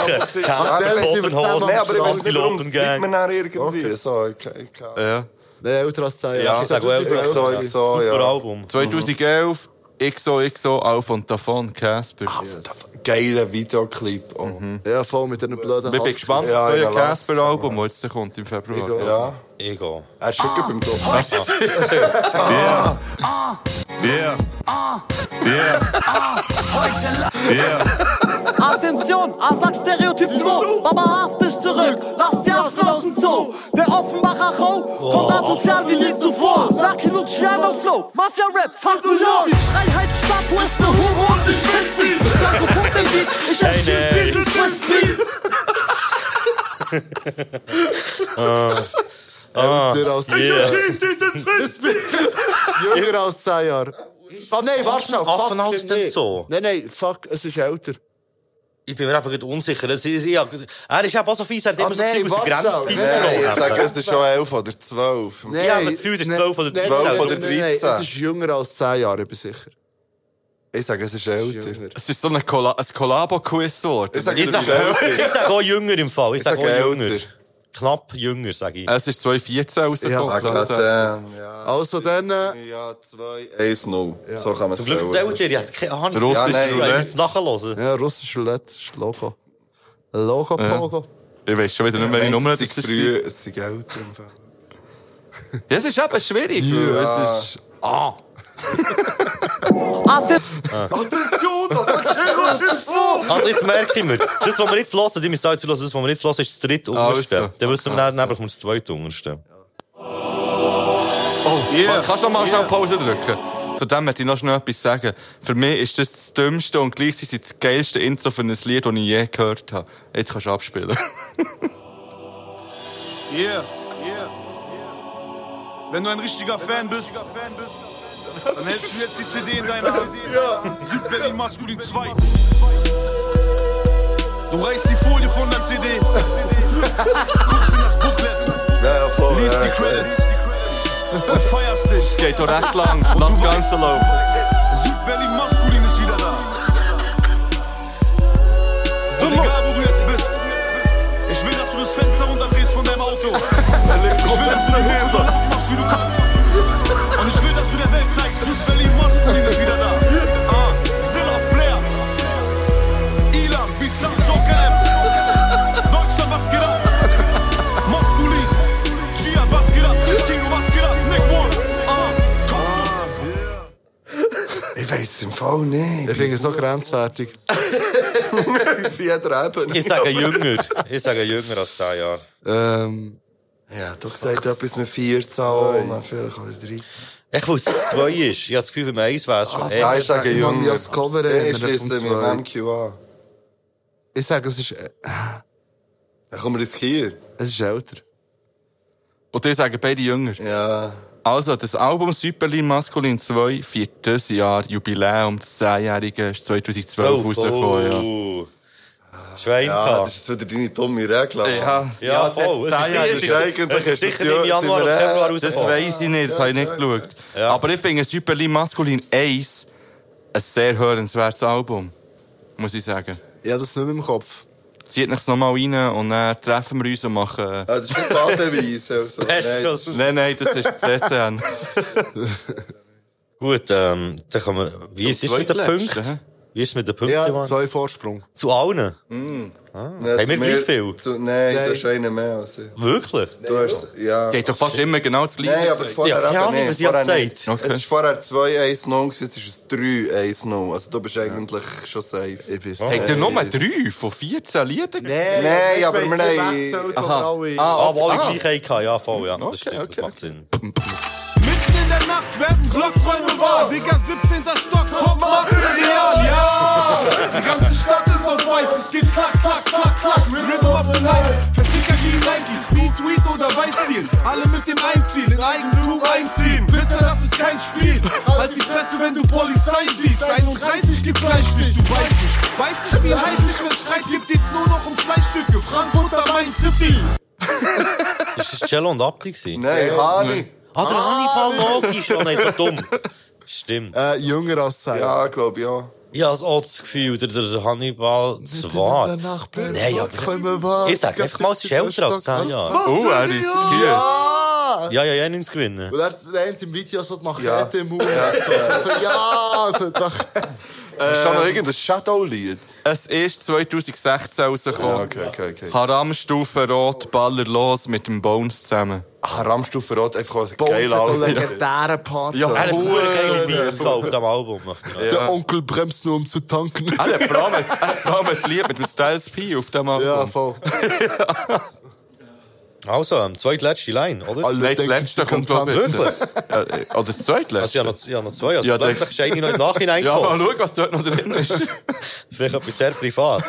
[SPEAKER 3] weiß nicht, warum es Äh, bleibt mir dann irgendwie. So, okay, okay.
[SPEAKER 2] Ja.
[SPEAKER 4] Nein, älter als 10 Jahre.
[SPEAKER 2] Ja, ich sag auch
[SPEAKER 4] älter als 10 Jahre.
[SPEAKER 3] XOXO, ja.
[SPEAKER 1] Super Album.
[SPEAKER 2] 2011, XOXO, Auf und davon, Casper.
[SPEAKER 3] Ah, Geiler Videoclip. Oh.
[SPEAKER 4] Ja, voll mit diesen blöden
[SPEAKER 2] Ich bin
[SPEAKER 4] Husky.
[SPEAKER 2] gespannt
[SPEAKER 3] Ja,
[SPEAKER 2] auf
[SPEAKER 3] ja,
[SPEAKER 2] euer
[SPEAKER 3] lass
[SPEAKER 2] Casper-Album, das jetzt kommt im Februar.
[SPEAKER 4] Egal.
[SPEAKER 3] Ja.
[SPEAKER 1] Ego.
[SPEAKER 3] Er ist
[SPEAKER 4] Ah.
[SPEAKER 3] schon beim Top.
[SPEAKER 2] Yeah.
[SPEAKER 14] Attention, Aslak Stereotyp 2, Baba Haft ist zurück, lass die Affen aus dem Zoo. Der Offenbacher Raum
[SPEAKER 4] Oh.
[SPEAKER 14] kommt asozial wie nie zuvor. Lucky Luciano Flow, Mafia Rap, fuck New York. Die Freiheitsstatue ist eine Hure und ich will sie. Sag du guck den Beat, ich
[SPEAKER 1] Hey,
[SPEAKER 14] erschieß
[SPEAKER 4] Äh,
[SPEAKER 1] nee.
[SPEAKER 14] diesen Swiss Beat.
[SPEAKER 1] Ah. Ah. Yeah.
[SPEAKER 4] Älter als 10 Jahre. Jünger als 10 Jahre. Ah, nein, warte schnell.
[SPEAKER 1] Affen
[SPEAKER 4] fuck,
[SPEAKER 1] halten
[SPEAKER 4] nee.
[SPEAKER 1] so.
[SPEAKER 4] Nein, nein, fuck, es ist älter.
[SPEAKER 1] Ich bin mir einfach gerade unsicher. Das ist, ich, hab- er ist eben auch so fies, er hat immer so
[SPEAKER 4] nein,
[SPEAKER 1] viel aus der
[SPEAKER 4] warte
[SPEAKER 1] Grenzzeit
[SPEAKER 4] schnell.
[SPEAKER 3] Nein, ich
[SPEAKER 1] genommen.
[SPEAKER 3] sage, es ist schon 11 oder
[SPEAKER 1] Ich
[SPEAKER 3] 12.
[SPEAKER 1] habe das Gefühl, es ist 12 oder 13.
[SPEAKER 3] oder
[SPEAKER 4] Nein, nein, es
[SPEAKER 3] 13.
[SPEAKER 4] ist jünger als 10 Jahre, ich bin sicher.
[SPEAKER 3] Ich sage, es ist älter.
[SPEAKER 2] Es ist so ein, Colla ein Collabo-Quiz geworden.
[SPEAKER 3] Ich sage,
[SPEAKER 1] Ich
[SPEAKER 3] es ist
[SPEAKER 1] sage
[SPEAKER 3] älter.
[SPEAKER 1] sag auch jünger im Fall. Ich
[SPEAKER 3] Ich
[SPEAKER 1] sage
[SPEAKER 3] sage
[SPEAKER 1] auch jünger.
[SPEAKER 3] älter.
[SPEAKER 1] Knapp jünger, sage ich.
[SPEAKER 2] Es ist 2014
[SPEAKER 3] Sag
[SPEAKER 2] rausgekommen.
[SPEAKER 3] das,
[SPEAKER 2] also.
[SPEAKER 3] ähm, ja.
[SPEAKER 4] Also dann, äh,
[SPEAKER 3] Ja, 2, 1, 0. So kann man
[SPEAKER 1] Zum
[SPEAKER 3] es
[SPEAKER 1] Glück
[SPEAKER 3] zählen.
[SPEAKER 1] zählt ihr, ich habe keine Ahnung.
[SPEAKER 2] Russisch
[SPEAKER 3] Ja, nein,
[SPEAKER 1] Ich muss
[SPEAKER 2] Roulette.
[SPEAKER 1] es nachhören.
[SPEAKER 4] ja, russisch Roulette ist Logo. Logo,
[SPEAKER 2] Ja.
[SPEAKER 4] Pogo.
[SPEAKER 2] Ich weiß schon wieder nicht mehr, welche Nummer das
[SPEAKER 3] Es ist
[SPEAKER 2] ist.
[SPEAKER 3] früh, es sind älter im Fall.
[SPEAKER 2] Ja, Es ist eben schwierig. weil Es ist... Ah.
[SPEAKER 14] Atten-
[SPEAKER 3] Attention, das ist Terrorist 2!
[SPEAKER 1] Also jetzt merke ich mir, das, was wir jetzt hören, die müssen auch zuhören, das, was wir jetzt hören, ist das dritte
[SPEAKER 2] Ah,
[SPEAKER 1] unterste.
[SPEAKER 2] also.
[SPEAKER 1] Dann wissen wir dann, nämlich wir das zweite unterste.
[SPEAKER 2] Yeah. Kannst du noch mal schnell Pause drücken? Zu dem möchte ich noch schnell etwas sagen. Für mich ist das das dümmste und gleichzeitig das geilste Intro für ein Lied, das ich je gehört habe. Jetzt kannst du abspielen.
[SPEAKER 7] Yeah. Wenn du ein richtiger Fan bist, dann hältst du jetzt die CD in deiner Hand. Südberlin Maskulin 2. Du reißt die Folie von der CD. Guckst in das Booklet,
[SPEAKER 3] Ja, ja, voll.
[SPEAKER 7] liest die
[SPEAKER 3] ja,
[SPEAKER 7] Credits und feierst dich.
[SPEAKER 2] Geht doch recht lang. Lass das Ganze laufen.
[SPEAKER 7] Südberlin Maskulin ist wieder da. Und egal wo du jetzt bist, ich will, dass du das Fenster runterdrehst von deinem Auto. Ich will, dass du den Hof so lang machst, wie du kannst. Und ich will, dass du der Welt zeigst, Südberlin Maskulin ist wieder da. Ah, Silla, Flair, Ilan, Bizarre, Joker F. Deutschland, was geht ab? Maskulin, Gia, was geht ab? Christino, was geht ab? Nick Wall, ah, komm
[SPEAKER 3] Ich weiß im Fall nicht.
[SPEAKER 4] Ich finde es noch grenzwertig.
[SPEAKER 3] Auf jeder Ebene.
[SPEAKER 1] Ich sage jünger. Ich sage jünger als 10 Jahre.
[SPEAKER 4] Ähm,
[SPEAKER 3] Ja, du gesagt etwas mit 14 Ohren, vielleicht oder 3.
[SPEAKER 1] Ich weiß, dass es 2 ist. Ich habe das Gefühl, wenn man 1 wäre, es schon
[SPEAKER 3] Nein, ich
[SPEAKER 1] eher.
[SPEAKER 3] sage
[SPEAKER 4] ich kann mich
[SPEAKER 3] Junge.
[SPEAKER 4] als Cover
[SPEAKER 3] Ich
[SPEAKER 4] erinnern
[SPEAKER 3] schließe
[SPEAKER 4] vom
[SPEAKER 3] mich
[SPEAKER 4] Zwei.
[SPEAKER 3] im MQ an.
[SPEAKER 4] ich sage, es ist, äh,
[SPEAKER 3] Dann kommen wir jetzt hier.
[SPEAKER 4] es ist älter.
[SPEAKER 2] Und ihr sagen beide jünger.
[SPEAKER 3] Ja.
[SPEAKER 2] Also, das Album Süperlin Maskulin 2, viertes Jahr, Jubiläum, das Zehnjährige, ist 2012 rausgekommen.
[SPEAKER 1] Oh.
[SPEAKER 3] Ja,
[SPEAKER 1] Schweinkampf.
[SPEAKER 3] das ist jetzt wieder deine dumme Regel.
[SPEAKER 2] Ja, ja,
[SPEAKER 1] Ja,
[SPEAKER 2] das
[SPEAKER 1] voll. Es ist
[SPEAKER 2] Zehnjährige.
[SPEAKER 1] sicher-
[SPEAKER 3] Das ist eigentlich-
[SPEAKER 1] es ist
[SPEAKER 3] ist
[SPEAKER 1] Äh,
[SPEAKER 3] das
[SPEAKER 1] sicher
[SPEAKER 3] ja-
[SPEAKER 1] im Januar
[SPEAKER 3] sind wir,
[SPEAKER 1] oder
[SPEAKER 3] äh,
[SPEAKER 1] Februar
[SPEAKER 2] Das
[SPEAKER 1] rausgekommen.
[SPEAKER 2] weiss ich nicht, das habe ich nicht geschaut.
[SPEAKER 1] Ja.
[SPEAKER 2] Aber ich finde Superlin Maskulin 1 ein sehr hörenswertes Album. Muss ich sagen.
[SPEAKER 4] Ich habe das nicht mehr im Kopf.
[SPEAKER 2] Zieht euch nochmal rein und dann treffen wir uns und machen... Ah,
[SPEAKER 3] das ist nicht Badeweise. Also.
[SPEAKER 1] Äh,
[SPEAKER 2] Nein, das- nein, nein, das ist ZN.
[SPEAKER 1] Gut, ähm, dann kann man, wie ist es mit den
[SPEAKER 4] zweitletzten,
[SPEAKER 1] Punkten? Wie ist es mit den Punkten,
[SPEAKER 4] Ja,
[SPEAKER 1] Mann?
[SPEAKER 4] zwei Vorsprung.
[SPEAKER 1] Zu allen? Ah, haben wir gleich viel?
[SPEAKER 3] Zu, nein,
[SPEAKER 1] Nein.
[SPEAKER 3] du hast einen mehr als ich.
[SPEAKER 1] Wirklich?
[SPEAKER 3] Du hast, ja.
[SPEAKER 2] Die hat doch fast immer genau das gleiche
[SPEAKER 3] Nein, aber
[SPEAKER 2] gesagt.
[SPEAKER 3] vorher
[SPEAKER 2] Ja, keine
[SPEAKER 3] eben
[SPEAKER 2] Ahnung,
[SPEAKER 3] nicht.
[SPEAKER 2] was sie hat
[SPEAKER 3] vorher
[SPEAKER 2] gesagt.
[SPEAKER 3] nicht.
[SPEAKER 2] Okay.
[SPEAKER 3] Es war vorher 2-1-0, gewesen, jetzt ist es 3-1-0. Also du bist eigentlich schon safe. Ich bin
[SPEAKER 2] Hat er nur drei von 14 Liedern?
[SPEAKER 3] Nein, Nein, aber wir haben...
[SPEAKER 1] Ah, aber alle
[SPEAKER 2] Ah.
[SPEAKER 1] gleich hatten, ja, voll, ja. das stimmt, das macht Sinn.
[SPEAKER 5] In der Nacht werden Glockträume wahr. Digga, 17. Stock, kommt mal ideal, ja. Die ganze Stadt ist auf weiß, es geht zack, zack, zack, zack. Mit Rhythm of the Night. Verticker gegen Nikes, Be Sweet oder Weißstil. Alle mit dem Einziel, in Eigentum einziehen. Wisst ihr, das ist kein Spiel. Halt die Fresse, wenn du Polizei siehst. 31 gibt Fleischstich, du weißt nicht. Weißt nicht, wie heiß nicht, wenn Streit gibt, geht's nur noch um Fleischstücke. Frankfurt am Main City.
[SPEAKER 1] Ist das Cello und Abdi gewesen?
[SPEAKER 3] Nein, Hani.
[SPEAKER 1] Ah, der Hannibal Logisch, oh nein, so dumm. Stimmt.
[SPEAKER 4] Äh, jünger als sein.
[SPEAKER 3] Ja, glaube ich, ja.
[SPEAKER 1] Ich habe auch das Gefühl, der, der Hannibal zwar. Nein, ja, ich sag einfach mal, es ist älter als 10 Jahre.
[SPEAKER 2] Oh, er ist hier.
[SPEAKER 1] Ja, ja, ja, 90 gewinnen.
[SPEAKER 4] Und er rennt im Video so die Machete
[SPEAKER 3] Ja.
[SPEAKER 4] im Mund. So, so, ja, so die Machete.
[SPEAKER 3] Hast du noch irgendein Shadow-Lied?
[SPEAKER 2] Ähm, Es ist 2016 rausgekommen.
[SPEAKER 3] Ja, okay, okay, okay.
[SPEAKER 2] Haramstufe Rot, Baller los mit dem Bones zusammen.
[SPEAKER 3] Ah, Rammstufe Rot, einfach auch ein
[SPEAKER 4] Geil,
[SPEAKER 3] geiler Alter.
[SPEAKER 4] legendären Part.
[SPEAKER 2] Ja,
[SPEAKER 1] Er hat
[SPEAKER 2] er
[SPEAKER 1] nur geile Beats auf dem Album.
[SPEAKER 4] Der Onkel bremst nur, um zu tanken.
[SPEAKER 2] hat vor allem ein- er hat vor allem ein Äh, Lied mit dem Styles P auf dem Album.
[SPEAKER 4] Ja, voll.
[SPEAKER 1] Also, ähm, zweitletzte Line, oder?
[SPEAKER 4] Alle
[SPEAKER 2] Nein, das
[SPEAKER 4] denken,
[SPEAKER 2] letzte
[SPEAKER 4] sie
[SPEAKER 2] kommt,
[SPEAKER 4] kommen
[SPEAKER 2] glaube ich. jetzt. Ja, äh, Oder das
[SPEAKER 1] Also, ich
[SPEAKER 2] zweitletzte.
[SPEAKER 1] habe noch, ich habe noch zwei. Also,
[SPEAKER 2] Ja, der-
[SPEAKER 1] plötzlich ist eine noch im Nachhinein
[SPEAKER 2] Ja, mal
[SPEAKER 1] gekommen.
[SPEAKER 2] schauen, was dort noch drin ist.
[SPEAKER 1] Vielleicht etwas sehr privat.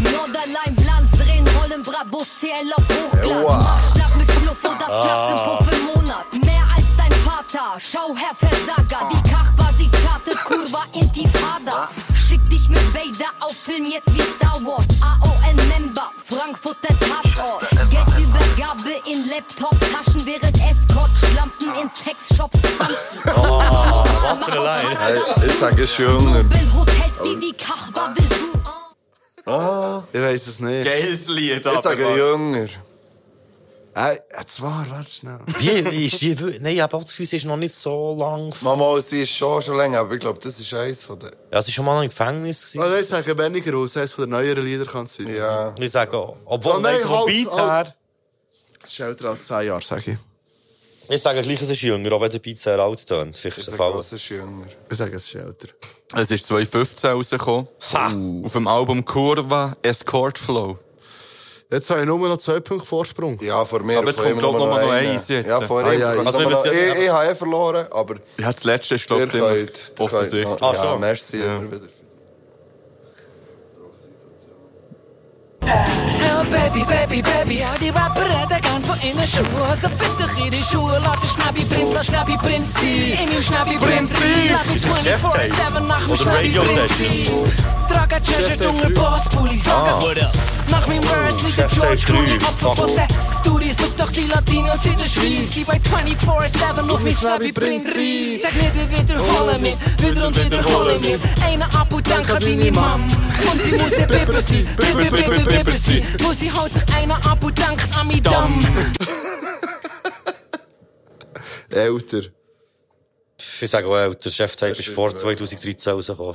[SPEAKER 15] Norderlein, Glanz, drehen, rollen, Brabus, CL auf Hochglanz.
[SPEAKER 3] Aua.
[SPEAKER 15] Abschlag mit Schluff und das Platz im
[SPEAKER 1] Ah.
[SPEAKER 15] Puff im Monat. Mehr als dein Vater, schau Herr Versager. Die Kachbar, sie chartet Kurva Intifada. Schick dich mit Vader auf Film jetzt wie Star Wars. AON-Member, Frankfurt der Tatort. Geldübergabe in Laptop-Taschen, während Escort schlampen in Sexshops tanzen. Oh,
[SPEAKER 1] was für eine Line.
[SPEAKER 3] Ich sage schön.
[SPEAKER 15] Hotels, die die Kachbar besuchen.
[SPEAKER 4] Ich weiß es nicht.
[SPEAKER 2] Geiles Lied,
[SPEAKER 3] Ich sage jünger.
[SPEAKER 4] Hey, jetzt war, warte schnell.
[SPEAKER 1] Wie ist die, wir- nein, ich habe auch das Gefühl, sie ist noch nicht so lang. Ja,
[SPEAKER 3] Mama, sie ist schon, schon länger, aber ich glaube, das ist eins von den...
[SPEAKER 1] sie war schon mal noch im Gefängnis. Gewesen.
[SPEAKER 4] Also, ich sage weniger aus, eines von den neueren Lieder kann es sein.
[SPEAKER 3] Ja.
[SPEAKER 1] Ich sage, obwohl,
[SPEAKER 4] Oh, nein,
[SPEAKER 1] nein, vom
[SPEAKER 4] halt,
[SPEAKER 1] Beat
[SPEAKER 4] halt.
[SPEAKER 1] her,
[SPEAKER 4] Es ist älter als 10 Jahre, sage ich.
[SPEAKER 1] ich sage gleich, es ist jünger, auch wenn der Beat sehr alt tönt. Vielleicht
[SPEAKER 3] Ich
[SPEAKER 1] ist es
[SPEAKER 3] sage,
[SPEAKER 1] falsch.
[SPEAKER 3] was ist jünger?
[SPEAKER 4] Ich sage, es ist älter.
[SPEAKER 2] Es ist 2015 rausgekommen. Auf dem Album Kurva Escort Flow.
[SPEAKER 4] Jetzt habe ich nur noch 2 Punkte Vorsprung.
[SPEAKER 3] Ja, vor mir.
[SPEAKER 2] Aber jetzt
[SPEAKER 3] vor ihm
[SPEAKER 2] kommt, glaub, noch mal
[SPEAKER 3] einen.
[SPEAKER 2] eins jetzt.
[SPEAKER 3] Ja, vor ihm.
[SPEAKER 4] Ah, ja,
[SPEAKER 3] kommt
[SPEAKER 1] also
[SPEAKER 3] noch
[SPEAKER 1] wenn
[SPEAKER 3] mal-
[SPEAKER 1] wir
[SPEAKER 3] ich,
[SPEAKER 1] es jetzt-
[SPEAKER 3] ich habe eh verloren, aber
[SPEAKER 2] Ja, das letzte ist,
[SPEAKER 3] ihr
[SPEAKER 2] glaube ich, immer
[SPEAKER 3] könnt... ihr
[SPEAKER 2] offensichtlich.
[SPEAKER 3] könnt- Ah,
[SPEAKER 1] Ach
[SPEAKER 3] ja,
[SPEAKER 1] so.
[SPEAKER 3] merci
[SPEAKER 2] Ja.
[SPEAKER 3] immer wieder.
[SPEAKER 10] Oh Baby, Baby, Baby, ja die rapper redden gaan voor in een schoen. Ze vindt toch in die schoen, laat de snappy prins, laat snappy prins zien. In die snappy prins zien. Laat die 24-7, nacht mijn
[SPEAKER 1] Op de
[SPEAKER 10] snappy
[SPEAKER 1] radio
[SPEAKER 10] prins
[SPEAKER 1] station.
[SPEAKER 10] zien. Trak uit Cheshire, dongen, boss, poelie, vakken. Nacht mijn words, niet de
[SPEAKER 1] Chef
[SPEAKER 10] George
[SPEAKER 1] heeft
[SPEAKER 10] Clooney,
[SPEAKER 1] ruw,
[SPEAKER 10] opfer voor
[SPEAKER 1] fakkel.
[SPEAKER 10] seks. Studies, look toch die Latino's in de schwies. Die bij 24-7 of mijn snappy prins zien. Zeg niet de witte rollen meer, witter und witter rollen meer. Ene appel, dank gaat die niet mam. Want die moest in pippersie, pipper, pipper, pippersie. Pussy houdt zich einer ab und dankt an mich Damm.
[SPEAKER 4] Älter.
[SPEAKER 1] Ich sage, well, der Cheftape ist vor 2013 rausgekommen.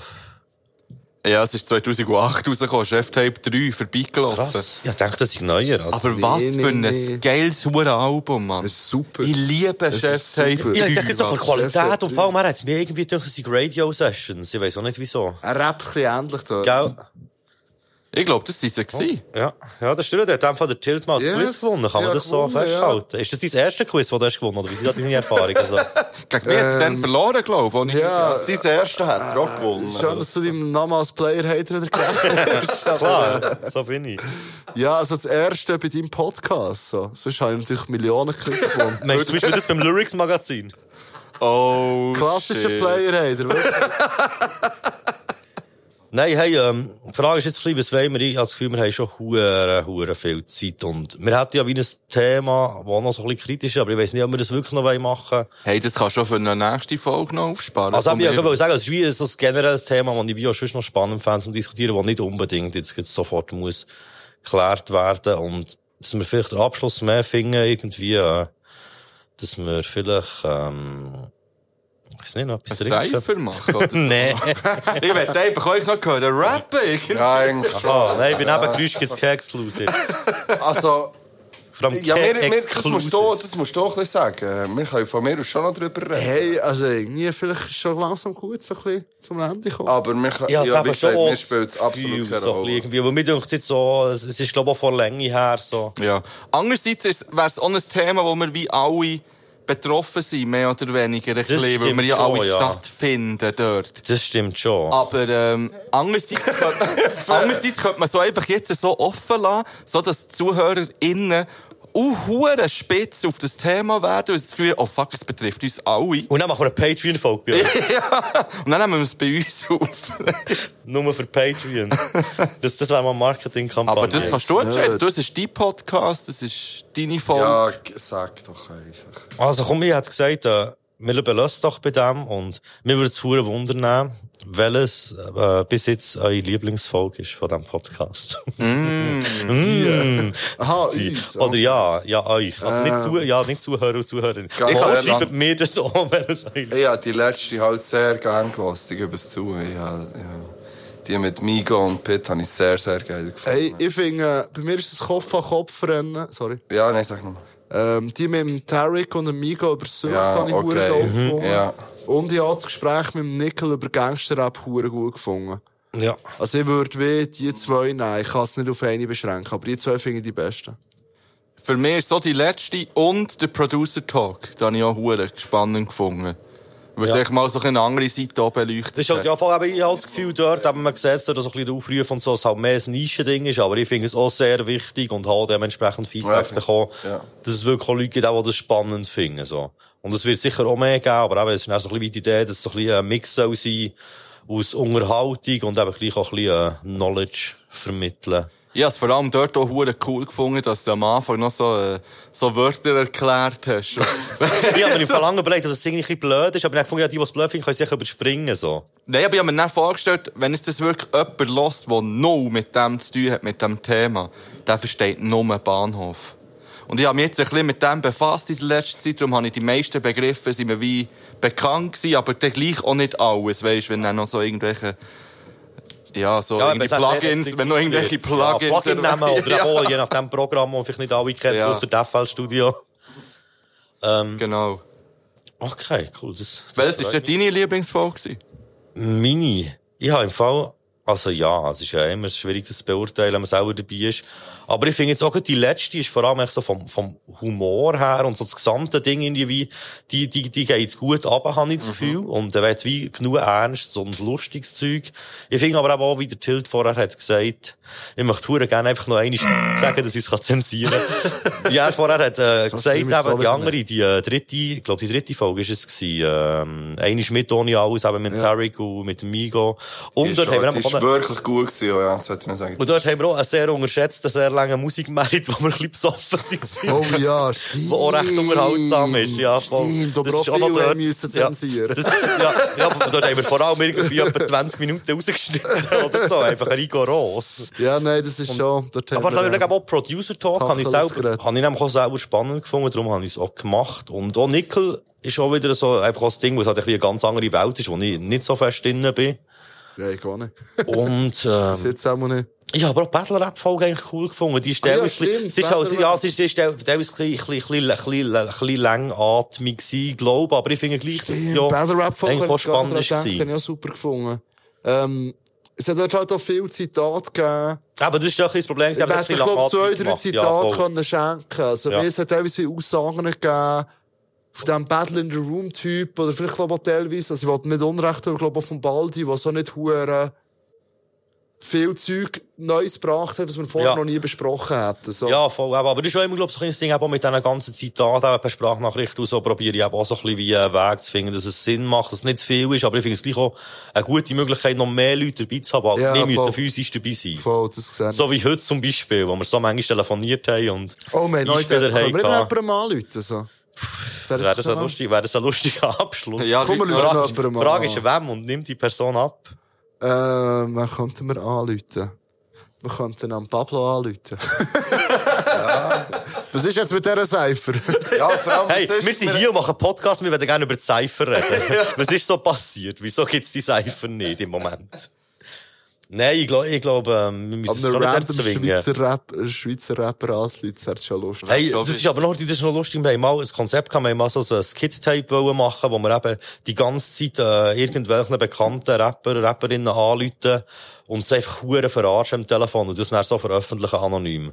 [SPEAKER 2] Ja, es ist 2008 rausgekommen. Cheftape 3 vorbeigelaufen.
[SPEAKER 1] Krass. Ja, ich denke, das ist neuer. Also.
[SPEAKER 2] Aber was
[SPEAKER 4] Nee, nee,
[SPEAKER 2] für ein
[SPEAKER 4] nee.
[SPEAKER 2] geiles Hurenalbum, Mann.
[SPEAKER 4] Das ist super.
[SPEAKER 2] Ich liebe
[SPEAKER 4] ist
[SPEAKER 2] Cheftape
[SPEAKER 4] super.
[SPEAKER 2] 3.
[SPEAKER 1] Ja, ich denke jetzt auch von der Qualität.
[SPEAKER 4] Cheftape
[SPEAKER 1] Und vor allem, er hat es mir irgendwie gedacht, es sind Radio-Sessions. Ich weiß auch nicht wieso.
[SPEAKER 4] Er rappt ein bisschen ähnlich da.
[SPEAKER 1] Gell?
[SPEAKER 2] Ich glaube, das war sie. gewesen.
[SPEAKER 4] Oh.
[SPEAKER 1] Ja, ja das stimmt. Er hat einfach der Tilt mal als
[SPEAKER 4] Yes,
[SPEAKER 1] Quiz gewonnen. Kann man
[SPEAKER 4] ja,
[SPEAKER 1] das so
[SPEAKER 4] gewonnen,
[SPEAKER 1] festhalten? Ist das dein erster Quiz, den du hast gewonnen Oder wie sind da deine Erfahrungen so?
[SPEAKER 2] Gegen mich hat es dann verloren, glaube ich. Ja.
[SPEAKER 4] Ehm, Ja, Äh,
[SPEAKER 3] Sein erster hat er auch gewonnen.
[SPEAKER 4] schön, dass du deinen Namen als Player-Hater nicht hast.
[SPEAKER 1] Klar, Ah, so bin ich.
[SPEAKER 4] Ja, also das erste bei deinem Podcast. So. Sonst habe ich natürlich Millionen Klicks gewonnen.
[SPEAKER 1] Meinst du zum Beispiel das beim Lyrics-Magazin?
[SPEAKER 2] Oh,
[SPEAKER 4] Klassischer
[SPEAKER 2] shit.
[SPEAKER 4] Player-Hater, wirklich.
[SPEAKER 1] Nein, hey, ähm, die Frage ist jetzt ein bisschen, was wollen wir? Ich habe das Gefühl, wir haben schon hure, hure viel Zeit. Und wir hatten ja wie ein Thema, das noch so ein bisschen kritisch ist, aber ich weiß nicht, ob wir das wirklich noch machen wollen.
[SPEAKER 2] Hey, das kannst du schon für eine nächste Folge noch aufsparen.
[SPEAKER 1] Also,
[SPEAKER 2] Komm,
[SPEAKER 1] ich wollte
[SPEAKER 2] wir-
[SPEAKER 1] sagen, es ist wie ein so ein generelles Thema, das ich wie auch sonst noch spannend fände, zum diskutieren, das nicht unbedingt jetzt gleich sofort muss geklärt werden. Und dass wir vielleicht den Abschluss mehr finden, irgendwie, äh, dass wir vielleicht, ähm, ich weiß nicht, noch etwas
[SPEAKER 2] Ein Cypher machen, oder so.
[SPEAKER 1] Nein.
[SPEAKER 2] ich werde einfach euch noch hören, rappen. irgendwie.
[SPEAKER 1] Aha, Oh, nein, ich bin eben gerüstet, Keks raus jetzt.
[SPEAKER 3] Also,
[SPEAKER 1] Vor allem
[SPEAKER 3] ja, wir, wir, das,
[SPEAKER 1] Exclusive.
[SPEAKER 3] musst du, das musst du auch ein bisschen sagen. Wir können von mir aus schon noch drüber reden.
[SPEAKER 4] Hey, eh, also irgendwie vielleicht schon langsam gut so ein bisschen zum Ende kommen.
[SPEAKER 3] Aber wir können, ja, wie gesagt, mir spielt es
[SPEAKER 1] Gefühl,
[SPEAKER 3] absolut keine
[SPEAKER 1] so ein bisschen
[SPEAKER 3] Rolle.
[SPEAKER 1] irgendwie. Weil mir denkt jetzt so, es es ist, glaube ich, auch von der Länge her so.
[SPEAKER 2] Ja. Andererseits wäre es auch ein Thema, wo wir wie alle betroffen sind, mehr oder weniger. Ein bisschen, weil wir
[SPEAKER 1] stimmt
[SPEAKER 2] ja
[SPEAKER 1] schon,
[SPEAKER 2] alle
[SPEAKER 1] ja.
[SPEAKER 2] stattfinden dort.
[SPEAKER 1] Das stimmt schon.
[SPEAKER 3] Ah.
[SPEAKER 2] Aber ähm, andererseits, könnte, andererseits könnte man so einfach jetzt so offen lassen, sodass die ZuhörerInnen auch hure spitz auf das Thema werden und das Gefühl, oh fuck, es betrifft uns alle.
[SPEAKER 1] Und dann machen wir eine Patreon-Folge bei euch.
[SPEAKER 2] ja, und dann nehmen wir es bei uns auf.
[SPEAKER 1] Nur für Patreon. Das, das wäre mal eine Marketingkampagne.
[SPEAKER 2] Aber das kannst du entscheiden. Das ist dein Podcast, das ist deine Folge.
[SPEAKER 3] Ja, g- sag doch einfach.
[SPEAKER 1] Also komm, ich hätte gesagt, äh, wir belassen doch bei dem und mir würde es hure wundern, welches äh, bis jetzt eure Lieblingsfolge ist von diesem Podcast.
[SPEAKER 2] Hm,
[SPEAKER 1] Mm.
[SPEAKER 4] Yeah. Aha,
[SPEAKER 1] Sie-
[SPEAKER 4] uns,
[SPEAKER 1] Oder ja, ja, euch. Also
[SPEAKER 3] Ah.
[SPEAKER 1] nicht, zu, ja, nicht Zuhörer und Zuhörerinnen.
[SPEAKER 3] Ganz
[SPEAKER 1] Ich kann,
[SPEAKER 3] ehrlich.
[SPEAKER 1] schreibt mir das an, wenn es euch
[SPEAKER 3] Ich habe die letzte halt sehr gerne gelassen, ich gebe es zu. Ich habe, ja, die mit Migo und Pitt habe ich sehr, sehr geil gefunden.
[SPEAKER 4] Hey, ich finde, äh, bei mir ist es Kopf an Kopf rennen. Sorry.
[SPEAKER 3] Ja, nein, sag nochmal.
[SPEAKER 4] Ähm, die mit dem Tarek und dem Migo über Sucht
[SPEAKER 3] Ja,
[SPEAKER 4] habe ich
[SPEAKER 3] okay.
[SPEAKER 4] hure doof
[SPEAKER 3] Mhm.
[SPEAKER 4] gefunden.
[SPEAKER 3] Ja.
[SPEAKER 4] Und ich habe das Gespräch mit dem Nickel über Gangster-Rap hure gut gefunden.
[SPEAKER 1] Ja.
[SPEAKER 4] Also ich würde wie die zwei nein, ich kann es nicht auf eine beschränken, aber die zwei finde ich die besten.
[SPEAKER 2] Für mich ist so die letzte und der Producer Talk. Da habe ich auch hure spannend gefunden. Weil es
[SPEAKER 1] Ja.
[SPEAKER 2] echt mal so eine andere Seite auch beleuchtet
[SPEAKER 1] Das ist halt,
[SPEAKER 2] hat.
[SPEAKER 1] ja, vor allem, ich habe das Gefühl dort, aber man sieht es dort, dass ein bisschen der Aufruf und so, dass es halt mehr ein Nischending ist, aber ich finde es auch sehr wichtig und habe dementsprechend Feedback
[SPEAKER 3] Ja.
[SPEAKER 1] bekommen,
[SPEAKER 3] Ja.
[SPEAKER 1] dass es wirklich auch Leute gibt, die das spannend finden, so. Und es wird sicher auch mehr geben, aber eben, es ist auch so ein bisschen die Idee, dass es so ein bisschen ein Mix soll sein aus Unterhaltung und eben gleich auch ein bisschen äh, Knowledge vermitteln.
[SPEAKER 2] Ich habe es vor allem dort auch hure cool gefunden, dass du am Anfang noch so, äh, so Wörter erklärt hast.
[SPEAKER 1] ich habe mir vor langem überlegt, dass das Ding ein bisschen blöd ist, aber ich habe gefunden, ja, die, die es blöd finden, können es sicher überspringen, so.
[SPEAKER 2] Nein, aber ich habe mir dann vorgestellt, wenn es das wirklich jemand lässt, der null mit dem zu tun hat, mit dem Thema, der versteht nur den Bahnhof. Und ich habe mich jetzt ein bisschen mit dem befasst in der letzten Zeit, darum habe ich die meisten Begriffe sind mir wie bekannt gewesen, aber dann gleich auch nicht alles, weißt du, wenn dann noch so irgendwelche ja, so
[SPEAKER 1] Ja,
[SPEAKER 2] irgendwelche
[SPEAKER 1] aber es hat sehr
[SPEAKER 2] Plugins,
[SPEAKER 1] recht
[SPEAKER 2] wenn noch irgendwelche
[SPEAKER 1] existiert.
[SPEAKER 2] Plugins...
[SPEAKER 1] Ja, Plugin nehmen oder
[SPEAKER 2] Ja.
[SPEAKER 1] auch, je nach dem Programm, das vielleicht nicht alle kennen,
[SPEAKER 2] Ja.
[SPEAKER 1] ausser DFL Studio. Ähm,
[SPEAKER 2] genau.
[SPEAKER 1] Okay, cool. Das, das
[SPEAKER 2] Welches
[SPEAKER 1] freut
[SPEAKER 2] war denn deine Lieblingsfolge? gewesen?
[SPEAKER 1] Mini. Ich habe im Fall, also ja, es ist ja immer schwierig, das zu beurteilen, wenn man selber dabei ist. Aber ich finde jetzt auch, gerade die letzte ist vor allem echt so vom, vom Humor her und so das gesamte Ding irgendwie, die, die, die geht gut ab, habe
[SPEAKER 4] Mhm.
[SPEAKER 1] ich das Gefühl. Und er wird wie genug Ernstes und lustiges Zeug. Ich finde aber eben auch, wie der Tilt vorher hat gesagt, ich möchte hure gerne einfach noch einiges sagen, dass ich es kann zensieren kann. ja, er vorher hat äh,
[SPEAKER 4] Sonst
[SPEAKER 1] gesagt,
[SPEAKER 4] nehmen wir es
[SPEAKER 1] eben,
[SPEAKER 4] auch
[SPEAKER 1] die
[SPEAKER 4] wieder
[SPEAKER 1] andere andere, die äh, dritte, ich glaube, die dritte Folge ist es gewesen. Ähm, eine ist mit ohne alles, eben mit Tarek und mit dem Migo. Und dort haben wir
[SPEAKER 3] Das
[SPEAKER 1] einfach
[SPEAKER 3] war
[SPEAKER 1] auch eine-
[SPEAKER 3] wirklich gut, gewesen, ja, das sollte ich noch sagen.
[SPEAKER 1] und dort haben wir auch einen sehr unterschätzten, sehr langen Musik gemacht, wo wir ein bisschen besoffen sind.
[SPEAKER 4] Oh ja,
[SPEAKER 1] Wo auch recht unterhaltsam ist. Ja, voll.
[SPEAKER 4] Stimmt, aber auch
[SPEAKER 1] noch
[SPEAKER 4] viele
[SPEAKER 1] dort-
[SPEAKER 4] müssen
[SPEAKER 1] ja.
[SPEAKER 4] zensieren.
[SPEAKER 1] Das, ja, ja, aber dort haben wir vor allem irgendwie etwa 20 Minuten rausgeschnitten oder so. Einfach rigoros.
[SPEAKER 4] Ja, nein, das ist schon. Dort
[SPEAKER 1] Aber ich
[SPEAKER 4] haben
[SPEAKER 1] glaube,
[SPEAKER 4] wir,
[SPEAKER 1] ich glaube, auch Producer Talk habe ich,
[SPEAKER 4] Tacheles
[SPEAKER 1] selber, habe ich nämlich auch selber spannend gefunden, darum habe ich es auch gemacht. Und auch Nickel ist auch wieder so einfach auch das Ding, wo es halt ein bisschen eine ganz andere Welt ist, wo ich nicht so fest drin bin.
[SPEAKER 4] Nein, gar nicht.
[SPEAKER 1] Und, ähm,
[SPEAKER 4] Bis jetzt auch mal nicht.
[SPEAKER 1] Ich habe aber auch die Battle-Rap-Folge eigentlich cool gefunden. Die ist
[SPEAKER 4] Ah ja,
[SPEAKER 1] teilweise,
[SPEAKER 4] stimmt,
[SPEAKER 1] sie ist halt,
[SPEAKER 4] Battle
[SPEAKER 1] ja,
[SPEAKER 4] Rap.
[SPEAKER 1] sie ist, sie ist teil- teilweise ein bisschen, ein bisschen, ein bisschen, ein bisschen langatmig gewesen, glaube aber ich finde gleich, dass es ja
[SPEAKER 4] Battle Rap von
[SPEAKER 1] eigentlich auch spannend ist
[SPEAKER 4] Das habe ich
[SPEAKER 1] gewesen.
[SPEAKER 4] auch super gefunden. Ähm, es hat dort halt auch viele Zitate gegeben.
[SPEAKER 1] Aber das ist ja dus ein bisschen das Problem,
[SPEAKER 4] Ich
[SPEAKER 1] sie haben das ein
[SPEAKER 4] hätte, ich
[SPEAKER 1] bisschen
[SPEAKER 4] glaube, zwei,
[SPEAKER 1] langatmig
[SPEAKER 4] drei
[SPEAKER 1] gemacht.
[SPEAKER 4] Zitate
[SPEAKER 1] Ja, voll.
[SPEAKER 4] können schenken. Also,
[SPEAKER 1] Ja.
[SPEAKER 4] wie es hat teilweise Aussagen gegeben von diesem Battle in the Room-Typ oder vielleicht, glaube ich, auch teilweise, also ich wollte nicht Unrecht haben, glaube ich, auch von Baldi, was auch nicht hure
[SPEAKER 16] viel Zeug Neues gebracht hat, was wir vorher
[SPEAKER 1] Ja.
[SPEAKER 16] noch nie besprochen hätten. So.
[SPEAKER 1] Ja, voll. eben. Aber das ist auch immer, glaube ich, so ein kleines Ding, eben auch mit diesen ganzen Zitaten eben per Sprachnachricht und so probiere ich eben auch so ein bisschen wie einen Weg zu finden, dass es Sinn macht, dass es nicht zu viel ist. Aber ich finde es gleich auch eine gute Möglichkeit, noch mehr Leute dabei zu haben, als
[SPEAKER 4] Ja,
[SPEAKER 1] nicht müssen
[SPEAKER 4] voll.
[SPEAKER 1] physisch dabei sein.
[SPEAKER 4] Voll, das gesehen.
[SPEAKER 1] So wie heute zum Beispiel, wo wir so manchmal telefoniert haben und
[SPEAKER 16] Oh, mein Gott,
[SPEAKER 1] Einspieler
[SPEAKER 16] können wir
[SPEAKER 1] haben.
[SPEAKER 16] nicht mehr
[SPEAKER 1] gehabt.
[SPEAKER 16] jemandem anrufen? So.
[SPEAKER 1] Wäre das, ein
[SPEAKER 4] genau.
[SPEAKER 1] lustig, wäre das ein lustiger Abschluss?
[SPEAKER 16] Ja, Komm, wir
[SPEAKER 1] die
[SPEAKER 16] rufen noch
[SPEAKER 1] Frage ist-
[SPEAKER 16] jemanden
[SPEAKER 1] die Frage
[SPEAKER 16] an.
[SPEAKER 1] ist, wem und nimmt die Person ab?
[SPEAKER 16] Ähm, wer könnten wir anrufen? Wir könnten an Pablo anrufen. Was ist jetzt mit dieser Cypher?
[SPEAKER 1] Ja,
[SPEAKER 16] Also
[SPEAKER 1] hey, wir sind hier und machen einen Podcast, wir würden gerne über die Cypher reden. Was ist so passiert? Wieso gibt es die Cypher nicht im Moment? Nein, ich glaube, ich glaub, ähm, wir müssen
[SPEAKER 16] Aber
[SPEAKER 1] es
[SPEAKER 16] einen
[SPEAKER 1] schon nicht
[SPEAKER 16] random
[SPEAKER 1] erzwingen.
[SPEAKER 16] Schweizer Rapper, Schweizer Rapper anzuleiten, das wäre schon lustig.
[SPEAKER 1] Hey, das ist aber noch, das ist noch lustig. Wir haben mal ein Konzept gehabt, wir haben mal so ein Skit-Tape wollen machen, wo wir eben die ganze Zeit, äh, irgendwelchen bekannten Rapper, Rapperinnen anrufen und sie einfach hure verarschen am Telefon und das dann so veröffentlichen anonym.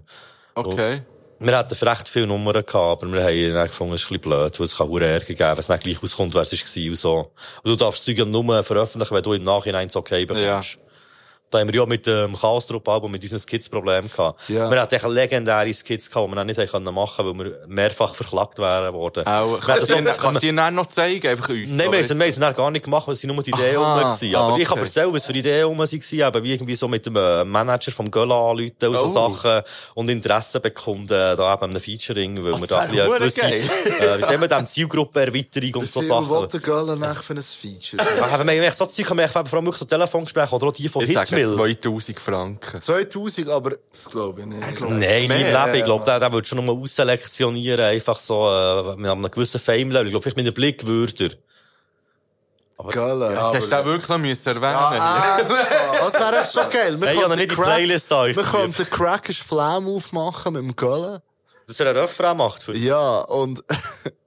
[SPEAKER 2] Okay.
[SPEAKER 1] Und wir hatten recht viele Nummern gehabt, aber wir haben dann gefunden, es ist ein bisschen blöd, weil es kann hure Ärger geben, wenn es nicht gleich auskommt, wer es war und so. Und du darfst Zeug ja nur veröffentlichen, wenn du im Nachhinein es okay bekommst.
[SPEAKER 2] Ja.
[SPEAKER 1] Da haben wir ja mit dem Chaos-Trupp-Album, mit diesen Skits-Problem gehabt.
[SPEAKER 2] Ja.
[SPEAKER 1] Wir hatten echt legendäre Skits gehabt, die wir dann nicht haben machen können, weil wir mehrfach verklagt wären worden.
[SPEAKER 2] Auch,
[SPEAKER 1] Wir hatten
[SPEAKER 2] kannst
[SPEAKER 1] so-
[SPEAKER 2] du dir- kannst du dir dann noch zeigen, einfach uns?
[SPEAKER 1] Nein, wir
[SPEAKER 2] oder?
[SPEAKER 1] haben es- wir haben es dann gar nicht gemacht, weil es sind nur die Ideen
[SPEAKER 2] Aha,
[SPEAKER 1] rum waren. Aber
[SPEAKER 2] ah,
[SPEAKER 1] ich kann
[SPEAKER 2] okay.
[SPEAKER 1] erzählen, was für Ideen rum waren. Eben wie irgendwie so mit dem äh, Manager vom Göla anrufen und so
[SPEAKER 2] Oh.
[SPEAKER 1] Sachen und eh, Interesse bekunden, da eben einem Featuring, weil wir
[SPEAKER 16] das
[SPEAKER 1] da
[SPEAKER 16] wär
[SPEAKER 1] ein bisschen
[SPEAKER 16] verdammt
[SPEAKER 1] eine gewisse,
[SPEAKER 16] geil.
[SPEAKER 1] äh, wie sagen wir, dem Zielgruppenerweiterung und so
[SPEAKER 16] Viel
[SPEAKER 1] Sachen.
[SPEAKER 16] wollte Girl nach für ein Feature.
[SPEAKER 1] Ja, Wenn man echt so Zeug kann, man echt vor allem wirklich so Telefongespräche oder auch die von
[SPEAKER 2] Ich sage
[SPEAKER 1] Hitmill.
[SPEAKER 2] 2000 Franken.
[SPEAKER 16] 2000, aber...
[SPEAKER 3] Das glaube ich nicht.
[SPEAKER 1] Nein, nie im Leben. Ich glaube, der, der würde schon nochmal ausselektionieren, einfach so, äh, mit einem gewissen Fame-Level. Ich glaube, vielleicht mit einem Blickwürder. Aber,
[SPEAKER 16] Geil,
[SPEAKER 2] Ja, das hast du den wirklich noch müssen erwähnen
[SPEAKER 16] Ah, Das wäre echt schon geil. Wir
[SPEAKER 1] Hey, ich habe
[SPEAKER 16] könnten
[SPEAKER 1] nicht die
[SPEAKER 16] Crack-
[SPEAKER 1] Playlist da, ich
[SPEAKER 16] Wir
[SPEAKER 1] lieb.
[SPEAKER 16] könnten den Crackers Flamme aufmachen mit dem Girl.
[SPEAKER 1] Dass er einen Refrain macht. Für
[SPEAKER 16] Ja, und...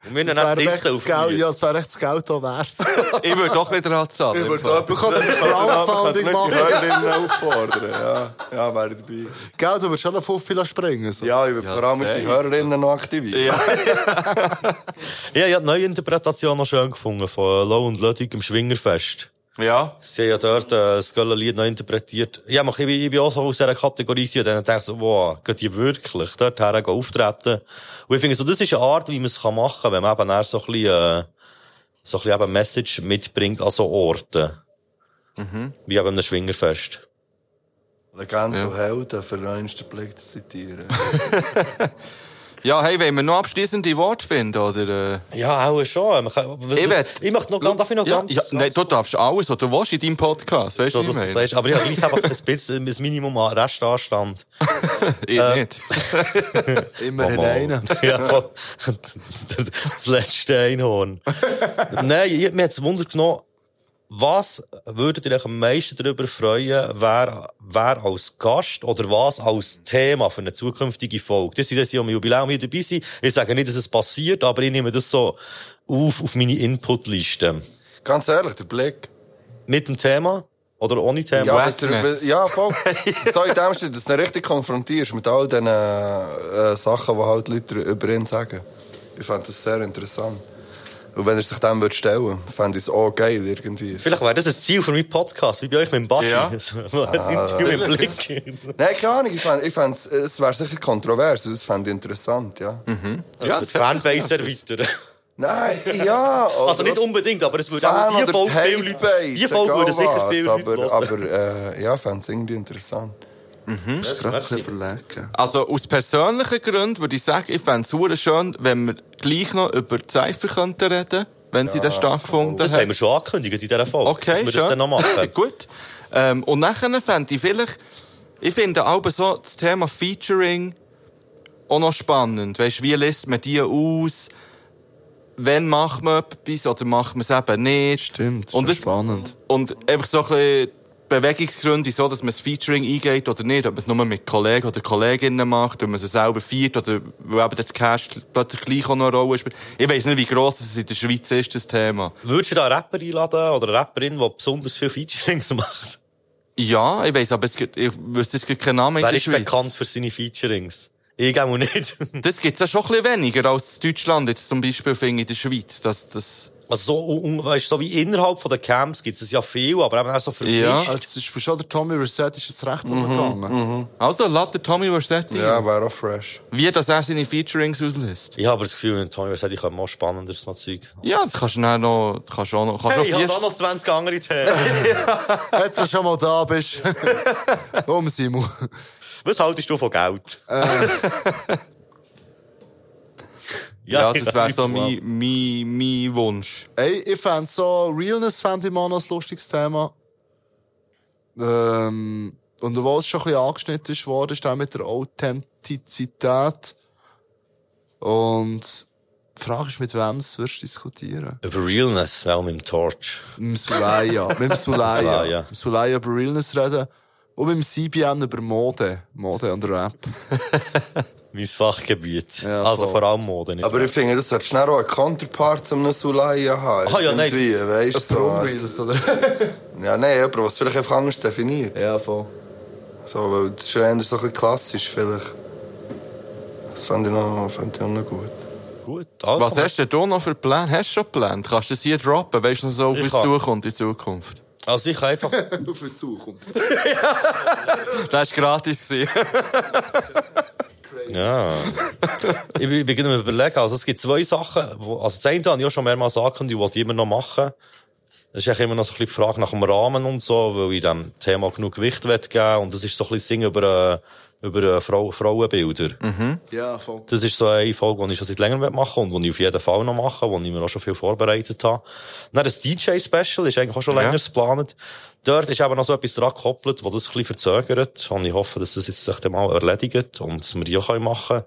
[SPEAKER 1] Und wir
[SPEAKER 4] Dus
[SPEAKER 16] Das
[SPEAKER 1] dann
[SPEAKER 16] wäre
[SPEAKER 1] auch
[SPEAKER 16] echt
[SPEAKER 1] Dissen
[SPEAKER 16] das
[SPEAKER 1] auf
[SPEAKER 16] Geld-
[SPEAKER 1] mir.
[SPEAKER 16] Ja, es wäre echt das Geld da wert.
[SPEAKER 2] Ich würde doch wieder anzahlen.
[SPEAKER 16] Ich würde auch- Wir können ein Crowdfunding machen.
[SPEAKER 3] auffordern, ja. Ja, wäre dabei.
[SPEAKER 16] Gell, du wirst schon auf Fuffila springen. So.
[SPEAKER 3] Ja, ich würde vor allem unsere Hörerinnen noch aktivieren.
[SPEAKER 1] Ja, ich habe die neue Interpretation noch schön gefunden von Low und Ludwig im Schwingerfest.
[SPEAKER 2] Ja.
[SPEAKER 1] Sie haben ja dort äh, das Göllerlied noch interpretiert. Ja, mach, ich, bin- ich bin auch so aus dieser Kategorie gewesen. und dann dachte ich so, wow, geht die wirklich dort her auftreten? Und ich finde so, das ist eine Art, wie man es kann machen kann, wenn man eben dann so ein bisschen, äh, so ein bisschen eben Message mitbringt an so Orte.
[SPEAKER 3] Mhm.
[SPEAKER 1] Wie eben einem Schwingerfest.
[SPEAKER 3] Legende und Helden, für den ersten Blick zu zitieren.
[SPEAKER 2] Ja, hey, wenn wir noch abschließende Worte finden, oder?
[SPEAKER 1] Äh? Ja, auch schon.
[SPEAKER 2] ich, will,
[SPEAKER 1] ich möchte noch, darf ich noch
[SPEAKER 2] ja,
[SPEAKER 1] ganz-
[SPEAKER 2] Ja, nein, du darfst alles, was du willst in deinem Podcast, weißt
[SPEAKER 1] So,
[SPEAKER 2] du, was
[SPEAKER 1] dass du
[SPEAKER 2] ich
[SPEAKER 1] es
[SPEAKER 2] meine?
[SPEAKER 1] sagst. Aber ich habe gleich einfach ein bisschen, ein Minimum an Restanstand.
[SPEAKER 2] Ich
[SPEAKER 1] Äh.
[SPEAKER 2] nicht.
[SPEAKER 1] Oh, Mann. ja, voll. das letzte Einhorn. Nein, ich, mir hat es Wunder genommen, was würdet ihr euch am meisten darüber freuen, wer, wer als Gast oder was als Thema für eine zukünftige Folge? Das sind das ja am Jubiläum hier dabei sind. Ich sage nicht, dass es passiert, aber ich nehme das so auf, auf meine Inputliste.
[SPEAKER 3] Ganz ehrlich, der Blick.
[SPEAKER 1] Mit dem Thema? Oder ohne Thema?
[SPEAKER 3] Ja, aber drüber- ja voll. so in dem Stil, dass du ihn richtig konfrontierst mit all den äh, äh, Sachen, die halt Leute drü- über ihn sagen. Ich fand das sehr interessant. Und wenn er sich dem würde stellen, fände ich es auch geil irgendwie.
[SPEAKER 1] Vielleicht wäre das ein Ziel für meinen Podcast, wie bei euch mit dem Baschi.
[SPEAKER 3] Ja.
[SPEAKER 1] So, ein Interview im Blick.
[SPEAKER 3] Nein, keine Ahnung, ich fände, ich fänd, es wäre sicher kontrovers, und das fände ich interessant, ja.
[SPEAKER 1] Mhm. Ja, das Fanbase erweitern.
[SPEAKER 3] Nein, ja.
[SPEAKER 1] Also
[SPEAKER 3] oder-
[SPEAKER 1] nicht unbedingt, aber es würde
[SPEAKER 3] Fan
[SPEAKER 1] auch die
[SPEAKER 3] oder
[SPEAKER 1] Folge
[SPEAKER 3] Hate oh,
[SPEAKER 1] viel Leute,
[SPEAKER 3] Base,
[SPEAKER 1] die Folge
[SPEAKER 3] egal
[SPEAKER 1] würde sicher
[SPEAKER 3] was,
[SPEAKER 1] viel Leute hören.
[SPEAKER 3] Aber, aber äh, ja, fände es irgendwie interessant. Mhm.
[SPEAKER 2] Muss
[SPEAKER 3] gerade
[SPEAKER 16] überlegen.
[SPEAKER 2] Also aus persönlichen Gründen würde ich sagen, ich fände es super schön, wenn wir gleich noch über die Cypher könnten reden, wenn sie
[SPEAKER 1] Ja.
[SPEAKER 2] dann stattgefunden
[SPEAKER 1] Das haben wir schon angekündigt in dieser Folge,
[SPEAKER 2] Okay,
[SPEAKER 1] dass wir das
[SPEAKER 2] schön.
[SPEAKER 1] dann noch machen.
[SPEAKER 2] Gut. Ähm, und nachher fände ich vielleicht, ich finde auch so das Thema Featuring auch noch spannend. Weißt, wie lässt man die aus? Wenn macht man etwas oder macht man es eben nicht? Stimmt, und das ist
[SPEAKER 16] spannend.
[SPEAKER 2] Und einfach so ein bisschen Bewegungsgründe, so, dass man das Featuring eingeht oder nicht, ob man es nur mit Kollegen oder Kolleginnen macht, ob man es selber feiert oder weil eben das Cash plötzlich gleich auch noch eine Rolle spielt. Ich weiss nicht, wie gross es in der Schweiz ist, das Thema.
[SPEAKER 1] Würdest du da einen Rapper einladen oder eine Rapperin, die besonders viele Featurings macht?
[SPEAKER 2] Ja, ich weiss, aber es gibt, ich wüsste, es gibt keinen Namen in
[SPEAKER 1] Wer
[SPEAKER 2] der
[SPEAKER 1] ist
[SPEAKER 2] Schweiz.
[SPEAKER 1] bekannt für seine Featurings? Ich auch nicht.
[SPEAKER 2] das gibt's ja schon ein bisschen weniger als in Deutschland jetzt zum Beispiel, finde ich, in der Schweiz. Dass, dass,
[SPEAKER 1] Also so, un- weißt, so wie innerhalb von den Camps gibt es ja viel, aber eben auch so vermischt.
[SPEAKER 2] Ja.
[SPEAKER 1] Also,
[SPEAKER 4] zum Beispiel schon der Tommy Reset ist jetzt recht
[SPEAKER 2] Mhm. Also, lass den Tommy Versetti.
[SPEAKER 1] Ja,
[SPEAKER 3] wäre auch fresh.
[SPEAKER 2] Wie das er seine Featurings auslässt.
[SPEAKER 1] Ich habe das Gefühl, wenn Tommy Versetti kommt, mal spannenderes noch Zeug.
[SPEAKER 2] Ja, das kannst du dann noch, kannst du auch noch, kannst
[SPEAKER 1] Hey, ich
[SPEAKER 2] noch
[SPEAKER 1] habe
[SPEAKER 2] vier-
[SPEAKER 1] da noch 20 andere Themen.
[SPEAKER 4] Jetzt, du schon mal da bist. um Simon.
[SPEAKER 1] Was haltest du von Geld?
[SPEAKER 2] Äh. Ja,
[SPEAKER 4] Ja,
[SPEAKER 2] das wäre so
[SPEAKER 4] ja.
[SPEAKER 2] mein, mein, mein Wunsch.
[SPEAKER 4] Ey, ich fand so, Realness fand ich mal noch ein lustiges Thema. Ähm, und obwohl es schon ein bisschen angeschnitten ist worden, ist auch mit der Authentizität. Und die Frage ist, mit wem es wirst du diskutieren?
[SPEAKER 1] Über Realness, auch mit dem Torch.
[SPEAKER 4] Mit dem Sulaya. mit dem Sulaya. Mit dem Sulaya über Realness reden. Und mit dem CBN über Mode. Mode und Rap.
[SPEAKER 1] Mein Fachgebiet. also
[SPEAKER 3] voll.
[SPEAKER 1] vor allem Mode. nicht
[SPEAKER 3] Aber ich finde, du solltest dann auch einen Counterpart um zu einem Sulaya haben.
[SPEAKER 1] Ah, ja, nein.
[SPEAKER 3] Irgendwie, Weißt,
[SPEAKER 1] Ein
[SPEAKER 3] so,
[SPEAKER 1] Brummies,
[SPEAKER 3] also- ja, nein, jemand, was vielleicht einfach anders definiert.
[SPEAKER 4] Ja, voll.
[SPEAKER 3] So, weil das ist ja eher so ein bisschen klassisch vielleicht. Das fände ich, noch- fände ich auch noch gut.
[SPEAKER 1] Gut, also
[SPEAKER 2] Was hast denn du noch für Pläne? Hast du schon Pläne? Kannst du das hier droppen? Weißt du noch so, auf
[SPEAKER 1] Ich
[SPEAKER 2] uns
[SPEAKER 1] kann.
[SPEAKER 2] zukommt in Zukunft?
[SPEAKER 1] Also ich kann einfach...
[SPEAKER 4] Auf die Zukunft.
[SPEAKER 2] Das war gratis. gewesen.
[SPEAKER 1] Ja. ich bin- bin gerade am überlegen. Also, es gibt zwei Sachen. Wo, also, das eine habe ich ja schon mehrmals angekündigt, die wollte ich immer noch machen. Das ist eigentlich immer noch so ein bisschen die Frage nach dem Rahmen und so, weil ich dem Thema genug Gewicht will geben Und das ist so ein bisschen Singen über, äh, über äh, Frau,
[SPEAKER 2] Mhm.
[SPEAKER 1] Frauenbilder.
[SPEAKER 4] Ja, voll.
[SPEAKER 1] Das ist so eine Folge, die ich schon seit längerem machen will und die ich auf jeden Fall noch mache, die ich mir auch schon viel vorbereitet habe. Dann das DJ-Special ist eigentlich auch schon
[SPEAKER 2] Ja.
[SPEAKER 1] länger geplant. Dort ist eben noch so etwas dran gekoppelt, das das ein bisschen verzögert. Und ich hoffe, dass das jetzt sich dann mal erledigt und dass wir die auch machen können.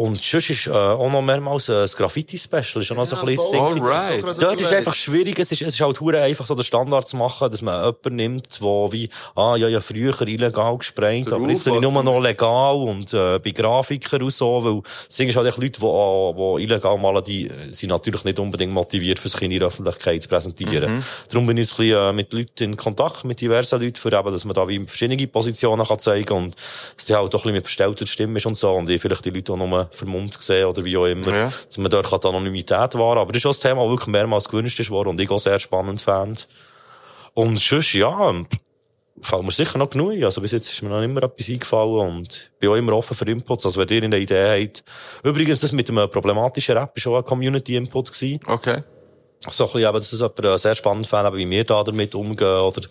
[SPEAKER 1] Und sonst ist äh, auch noch mehrmals äh, das Graffiti-Special ist auch noch so ein bisschen das
[SPEAKER 2] voll.
[SPEAKER 1] Ding gewesen.
[SPEAKER 2] Alright. Das ist auch gerade
[SPEAKER 1] Dort ist
[SPEAKER 2] überlegt.
[SPEAKER 1] einfach schwierig. Es ist, es ist halt hure einfach, so den Standard zu machen, dass man jemanden nimmt, der wie, ah, ja, ja, früher illegal gesprengt,
[SPEAKER 2] Der
[SPEAKER 1] aber jetzt bin ich
[SPEAKER 2] Rufo
[SPEAKER 1] nur noch legal und äh, bei Grafikern und so, weil es sind halt echt Leute, die, die illegal malen, die äh, sind natürlich nicht unbedingt motiviert, für sich in der Öffentlichkeit zu präsentieren.
[SPEAKER 2] Mhm.
[SPEAKER 1] Darum bin ich jetzt ein bisschen äh, mit Leuten in Kontakt, mit diversen Leuten, für eben, dass man da wie verschiedene Positionen kann zeigen und dass die halt auch ein bisschen mit verstellter Stimme ist und so und ich vielleicht die Leute auch nur vermummt gesehen oder wie auch immer,
[SPEAKER 2] Ja.
[SPEAKER 1] dass man dort die Anonymität wahren Aber das ist auch ein Thema, das wirklich mehrmals gewünscht ist worden und ich auch sehr spannend fand. Und sonst, ja, ähm, fällt mir sicher noch genug ein. Also bis jetzt ist mir noch immer etwas eingefallen und ich bin auch immer offen für Inputs. Also wenn ihr eine Idee habt. Übrigens, das mit dem äh, problematischen Rap war auch ein Community-Input. gewesen.
[SPEAKER 2] Okay.
[SPEAKER 1] So ein bisschen eben, dass es jemand äh, sehr spannend fand, eben wie wir da damit umgehen oder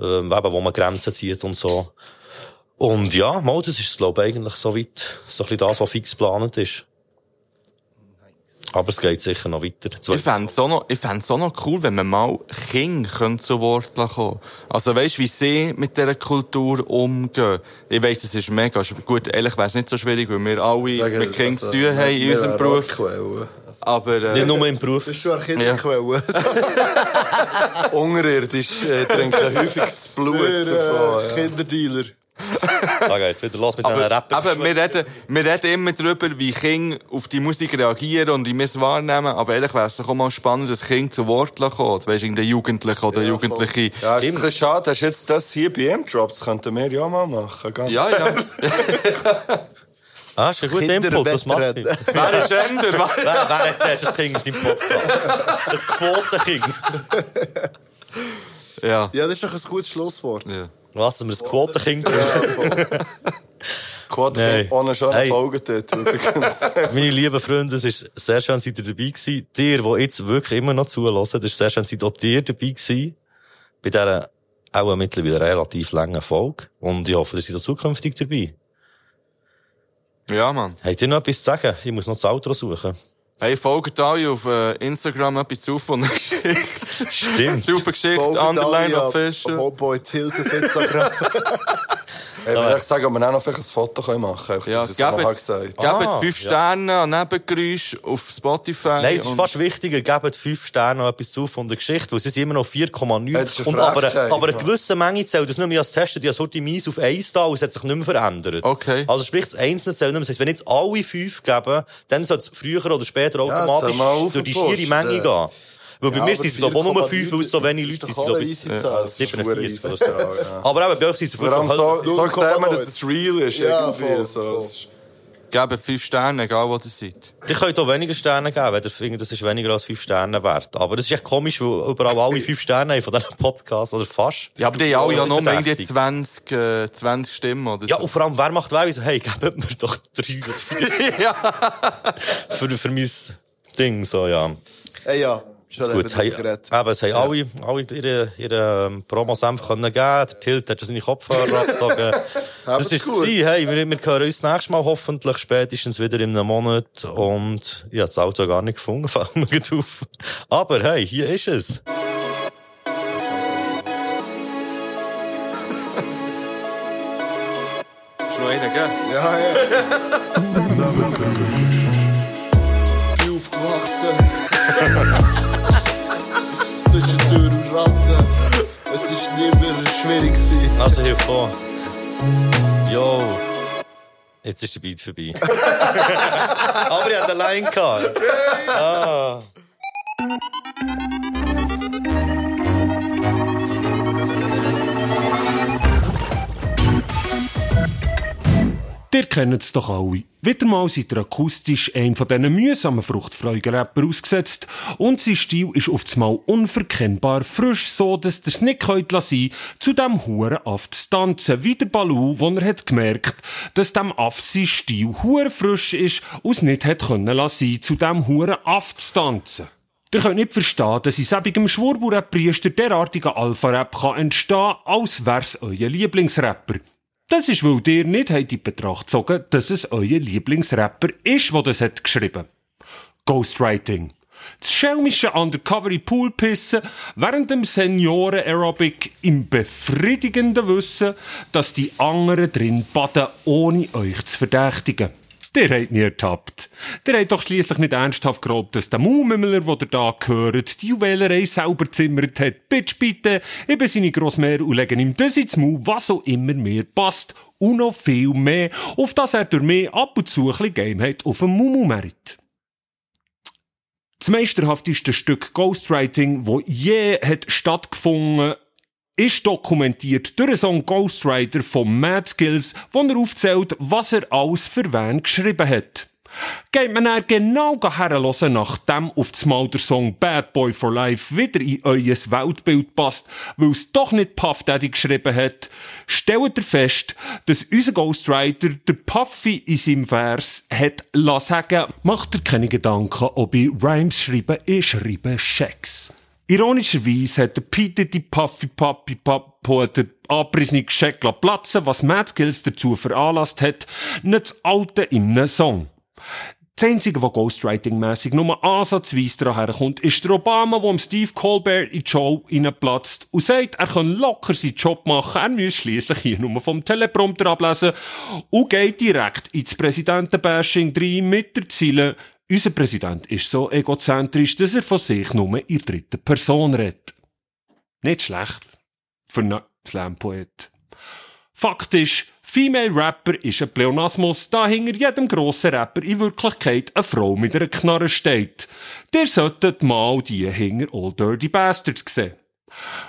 [SPEAKER 1] äh, eben, wo man Grenzen zieht und so. Und ja, mal, das ist, glaube ich, eigentlich so weit, so ein bisschen das, was fix geplant ist. Aber es geht sicher noch weiter. Zwei-
[SPEAKER 2] Ich fände es auch, noch- ich fänd's auch noch cool, wenn man mal Kinder können zu Wort lassen kommen Also weißt wie sie mit dieser Kultur umgehen. Ich weiss, das ist mega schw- Gut, ehrlich wäre es nicht so schwierig, weil wir alle mit Kindern
[SPEAKER 3] also,
[SPEAKER 2] zu tun haben in unserem Beruf. Aber, äh,
[SPEAKER 1] Nicht nur im Beruf.
[SPEAKER 4] Das ist schon eine
[SPEAKER 2] Ja.
[SPEAKER 4] Kinderquelle.
[SPEAKER 3] Unterirdisch äh, trinken häufig das Blut davon. Ja.
[SPEAKER 4] äh, Kinderdealer.
[SPEAKER 1] Da Ah, geht's wieder los mit
[SPEAKER 2] Aber,
[SPEAKER 1] einem Rapper.
[SPEAKER 2] aber wir, reden, wir reden immer darüber, wie Kinder auf die Musik reagieren und wie wir es wahrnehmen. Aber ehrlich wäre es doch auch mal spannend, dass Kind zu Wort kommt. Weißt du, irgendein Jugendlicher oder Jugendliche.
[SPEAKER 3] Ja, ist ein bisschen schade, hast du jetzt das hier bei M-Drops, könnten wir ja mal machen. Ganz
[SPEAKER 2] Ja, ja.
[SPEAKER 1] Ah, ist ein guter Input, das macht ich.
[SPEAKER 2] Wer ist Ender? Wer,
[SPEAKER 1] wer hat zuerst das Kind in seinem Podcast? Das Quotenkind.
[SPEAKER 2] Ja.
[SPEAKER 4] Ja, das ist doch ein gutes Schlusswort.
[SPEAKER 2] Ja.
[SPEAKER 1] Was, dass wir das Quotenkind
[SPEAKER 3] Quotenkind ohne schönen
[SPEAKER 1] Hey.
[SPEAKER 3] Folgentitel übrigens.
[SPEAKER 1] Meine lieben Freunde, es ist sehr schön, seid ihr dabei gewesen. Dir, die jetzt wirklich immer noch zulassen, es ist sehr schön, seid auch ihr dabei gewesen. Bei dieser auch mittlerweile relativ langen Folge. Und ich hoffe, ihr seid auch zukünftig dabei.
[SPEAKER 2] Ja, Mann.
[SPEAKER 1] Habt ihr noch etwas zu sagen? Ich muss noch das Outro suchen.
[SPEAKER 2] Hey, folgt alle auf äh, Instagram etwas zu von der Geschichte.
[SPEAKER 1] Stimmt.
[SPEAKER 2] Super Geschichte, underline official.
[SPEAKER 4] Homeboy tilted Instagram.
[SPEAKER 3] Ich würde echt sagen, ob wir auch noch vielleicht ein Foto können machen können.
[SPEAKER 2] Ja,
[SPEAKER 3] das habe ich
[SPEAKER 2] gebt,
[SPEAKER 3] gesagt.
[SPEAKER 1] Oh,
[SPEAKER 2] gebt fünf Sterne an Nebengeräusch auf Spotify.
[SPEAKER 1] Nein, es ist
[SPEAKER 2] und-
[SPEAKER 1] fast wichtiger, gebt fünf Sterne noch etwas zu von der Geschichte, weil sie sind immer noch
[SPEAKER 2] Das ist
[SPEAKER 1] 4,9.
[SPEAKER 2] eine
[SPEAKER 1] Und aber,
[SPEAKER 2] Frechheit,
[SPEAKER 1] aber eine
[SPEAKER 2] Mann.
[SPEAKER 1] gewisse Menge zählt das nicht mehr als Testen, die sollte mies auf eins da und es hat sich nicht mehr verändert.
[SPEAKER 2] Okay.
[SPEAKER 1] Also sprich, das einzelne zählt nicht mehr. Das heisst, wenn jetzt alle fünf geben, dann soll es früher oder später
[SPEAKER 4] das
[SPEAKER 1] automatisch
[SPEAKER 4] soll mal
[SPEAKER 1] durch die
[SPEAKER 4] aufgepusht,
[SPEAKER 1] schiere Menge
[SPEAKER 4] äh.
[SPEAKER 1] gehen. Weil bei
[SPEAKER 4] Ja,
[SPEAKER 1] mir
[SPEAKER 4] aber
[SPEAKER 1] sind es, glaube ich, auch nur
[SPEAKER 4] 4,9
[SPEAKER 1] fünf, weil es so wenige
[SPEAKER 4] ist
[SPEAKER 1] Leute
[SPEAKER 4] doch
[SPEAKER 1] sind. glaub
[SPEAKER 4] alle
[SPEAKER 1] ich.
[SPEAKER 4] easy Zahl. Das ist
[SPEAKER 1] 47 oder so.
[SPEAKER 4] schwere Zahl, ja.
[SPEAKER 1] Aber eben, bei euch sind es
[SPEAKER 3] Vor allem so, so sieht man, dass es real ist.
[SPEAKER 4] Ja,
[SPEAKER 3] irgendwie.
[SPEAKER 4] voll,
[SPEAKER 3] so.
[SPEAKER 4] voll.
[SPEAKER 3] Es ist-
[SPEAKER 2] Gebt fünf Sterne, egal wo ihr seid.
[SPEAKER 1] Ihr könnt auch weniger Sterne geben, wenn ihr findet, das ist weniger als 5 Sterne wert. Aber das ist echt komisch, weil überall alle 5 Sterne haben von diesen Podcasts, oder fast.
[SPEAKER 2] Ja, aber die haben alle ja noch irgendwie
[SPEAKER 1] 60.
[SPEAKER 2] 20, äh, 20 Stimmen oder
[SPEAKER 1] Ja,
[SPEAKER 2] so.
[SPEAKER 1] und vor allem, wer macht Werbung? So, hey, gebt mir doch drei oder vier. ja. für, für mein Ding, so, ja.
[SPEAKER 4] Hey, ja, schon
[SPEAKER 1] Gut,
[SPEAKER 4] eben
[SPEAKER 1] hey,
[SPEAKER 4] drüber geredet.
[SPEAKER 1] eben, es haben alle, alle ihre, ihre ähm, Promos einfach können geben. Der Tilt hat schon seine Kopfhörer abgezogen.
[SPEAKER 4] Habt's
[SPEAKER 1] das ist
[SPEAKER 4] gut.
[SPEAKER 1] sie, hey, wir, wir hören uns nächstes Mal hoffentlich spätestens wieder in einem Monat. Und ich habe das Auto gar nicht gefunden, fällt mir gerade auf. Aber hey, hier ist es.
[SPEAKER 2] Ist noch einer, gell?
[SPEAKER 4] Ja, ja. Ich bin aufgewachsen. Zwischen Tür und Ratten. Es war nie mehr schwierig. gewesen.
[SPEAKER 1] Also hier vor. Yo. Jetzt ist der Beat vorbei. Aber ich hatte allein gehabt. Ah.
[SPEAKER 17] Ihr kennt es doch alle. Wieder mal seid ihr akustisch einem von diesen mühsamen Fruchtfreugerapper ausgesetzt und sein Stil ist auf einmal unverkennbar frisch, so dass ihr es nicht könnt lassen zu dem Huren Aff zu tanzen, wie der Balu, wo er hat gemerkt, dass dem Aff sein Stil hure frisch ist und es nicht hat können lassen zu dem Huren Aff zu tanzen. Ihr könnt nicht verstehen, dass in selbigem Schwurbur-Rap-Priester derartiger Alpha-Rap kann entstehen, als wär's euer Lieblingsrapper. Das ist, weil ihr nicht habt in Betracht gezogen, dass es euer Lieblingsrapper ist, der das hat geschrieben. Ghostwriting. Das schelmische Undercover in Pool pissen, während dem Senioren-Aerobic im befriedigenden Wissen, dass die anderen drin baden, ohne euch zu verdächtigen. Der hat mich ertappt. Der hat doch schließlich nicht ernsthaft geglaubt, dass der Mummler, der da gehört, die Juwelerei selber zimmert hat. Bitch, bitte, eben seine Grossmär und legen ihm das ins Maul, was auch immer mir passt. Und noch viel mehr, auf das er durch mich ab und zu ein bisschen Game hat auf dem Mumu merit. Das meisterhafteste Stück Ghostwriting, wo je hat stattgefunden, ist dokumentiert durch den Song Ghostwriter von Mad Skills, wo er aufzählt, was er alles für wen geschrieben hat. Geht man dann genau herhören, nachdem auf das Mal der Song Bad Boy for Life wieder in euer Weltbild passt, weil es doch nicht Puff Daddy geschrieben hat, stellt ihr fest, dass unser Ghostwriter der Puffy in seinem Vers hat lassen sagen, macht ihr keine Gedanken, ob ich Rhymes schreibe, ich schreibe Schecks. Ironischerweise hat der Peter die Puffy Puppy Papo der abrissene Geschenk platzen, was Mad Skills dazu veranlasst hat, nicht das Alte in einem Song. Das Einzige, was Ghostwriting-mässig nur ansatzweise daran herkommt, ist der Obama, der dem Steve Colbert in die Show reinplatzt und sagt, er könne locker seinen Job machen, er müsse schliesslich hier nur vom Teleprompter ablesen und geht direkt ins Präsidentenbashing rein mit der Ziele, unser Präsident ist so egozentrisch, dass er von sich nur in dritter Person redet. Nicht schlecht. Für einen Slam-Poet. Fakt ist, Female Rapper ist ein Pleonasmus, da hinter jedem grossen Rapper in Wirklichkeit eine Frau mit einer Knarre steht. Ihr solltet mal die hinter All Dirty Bastards sehen.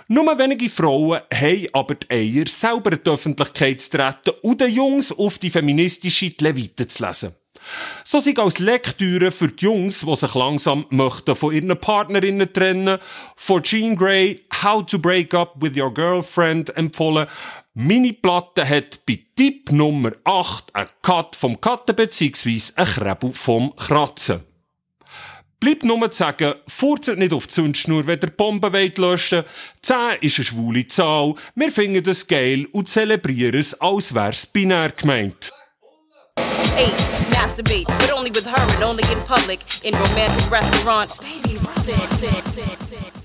[SPEAKER 17] Nur wenige Frauen haben aber die Eier, selber in die Öffentlichkeit zu treten und den Jungs auf die feministische die Leviten zu lesen. So sind als Lektüre für die Jungs, die sich langsam möchten von ihren Partnerinnen trennen, von Jean Grey How to Break Up with Your Girlfriend empfohlen. Meine Platte hat bei Tipp Nummer 8 einen Cut vom Cutten bzw. einen Krebel vom Kratzen. Bleibt nur zu sagen, furzet nicht auf die Zündschnur, wenn ihr Bomben wollt löschen 10 ist eine schwule Zahl. Wir finden das geil und zelebrieren es, als wär's binär gemeint.
[SPEAKER 18] Eight, masturbate, but only with her and only in public, in romantic restaurants. Baby, rub it.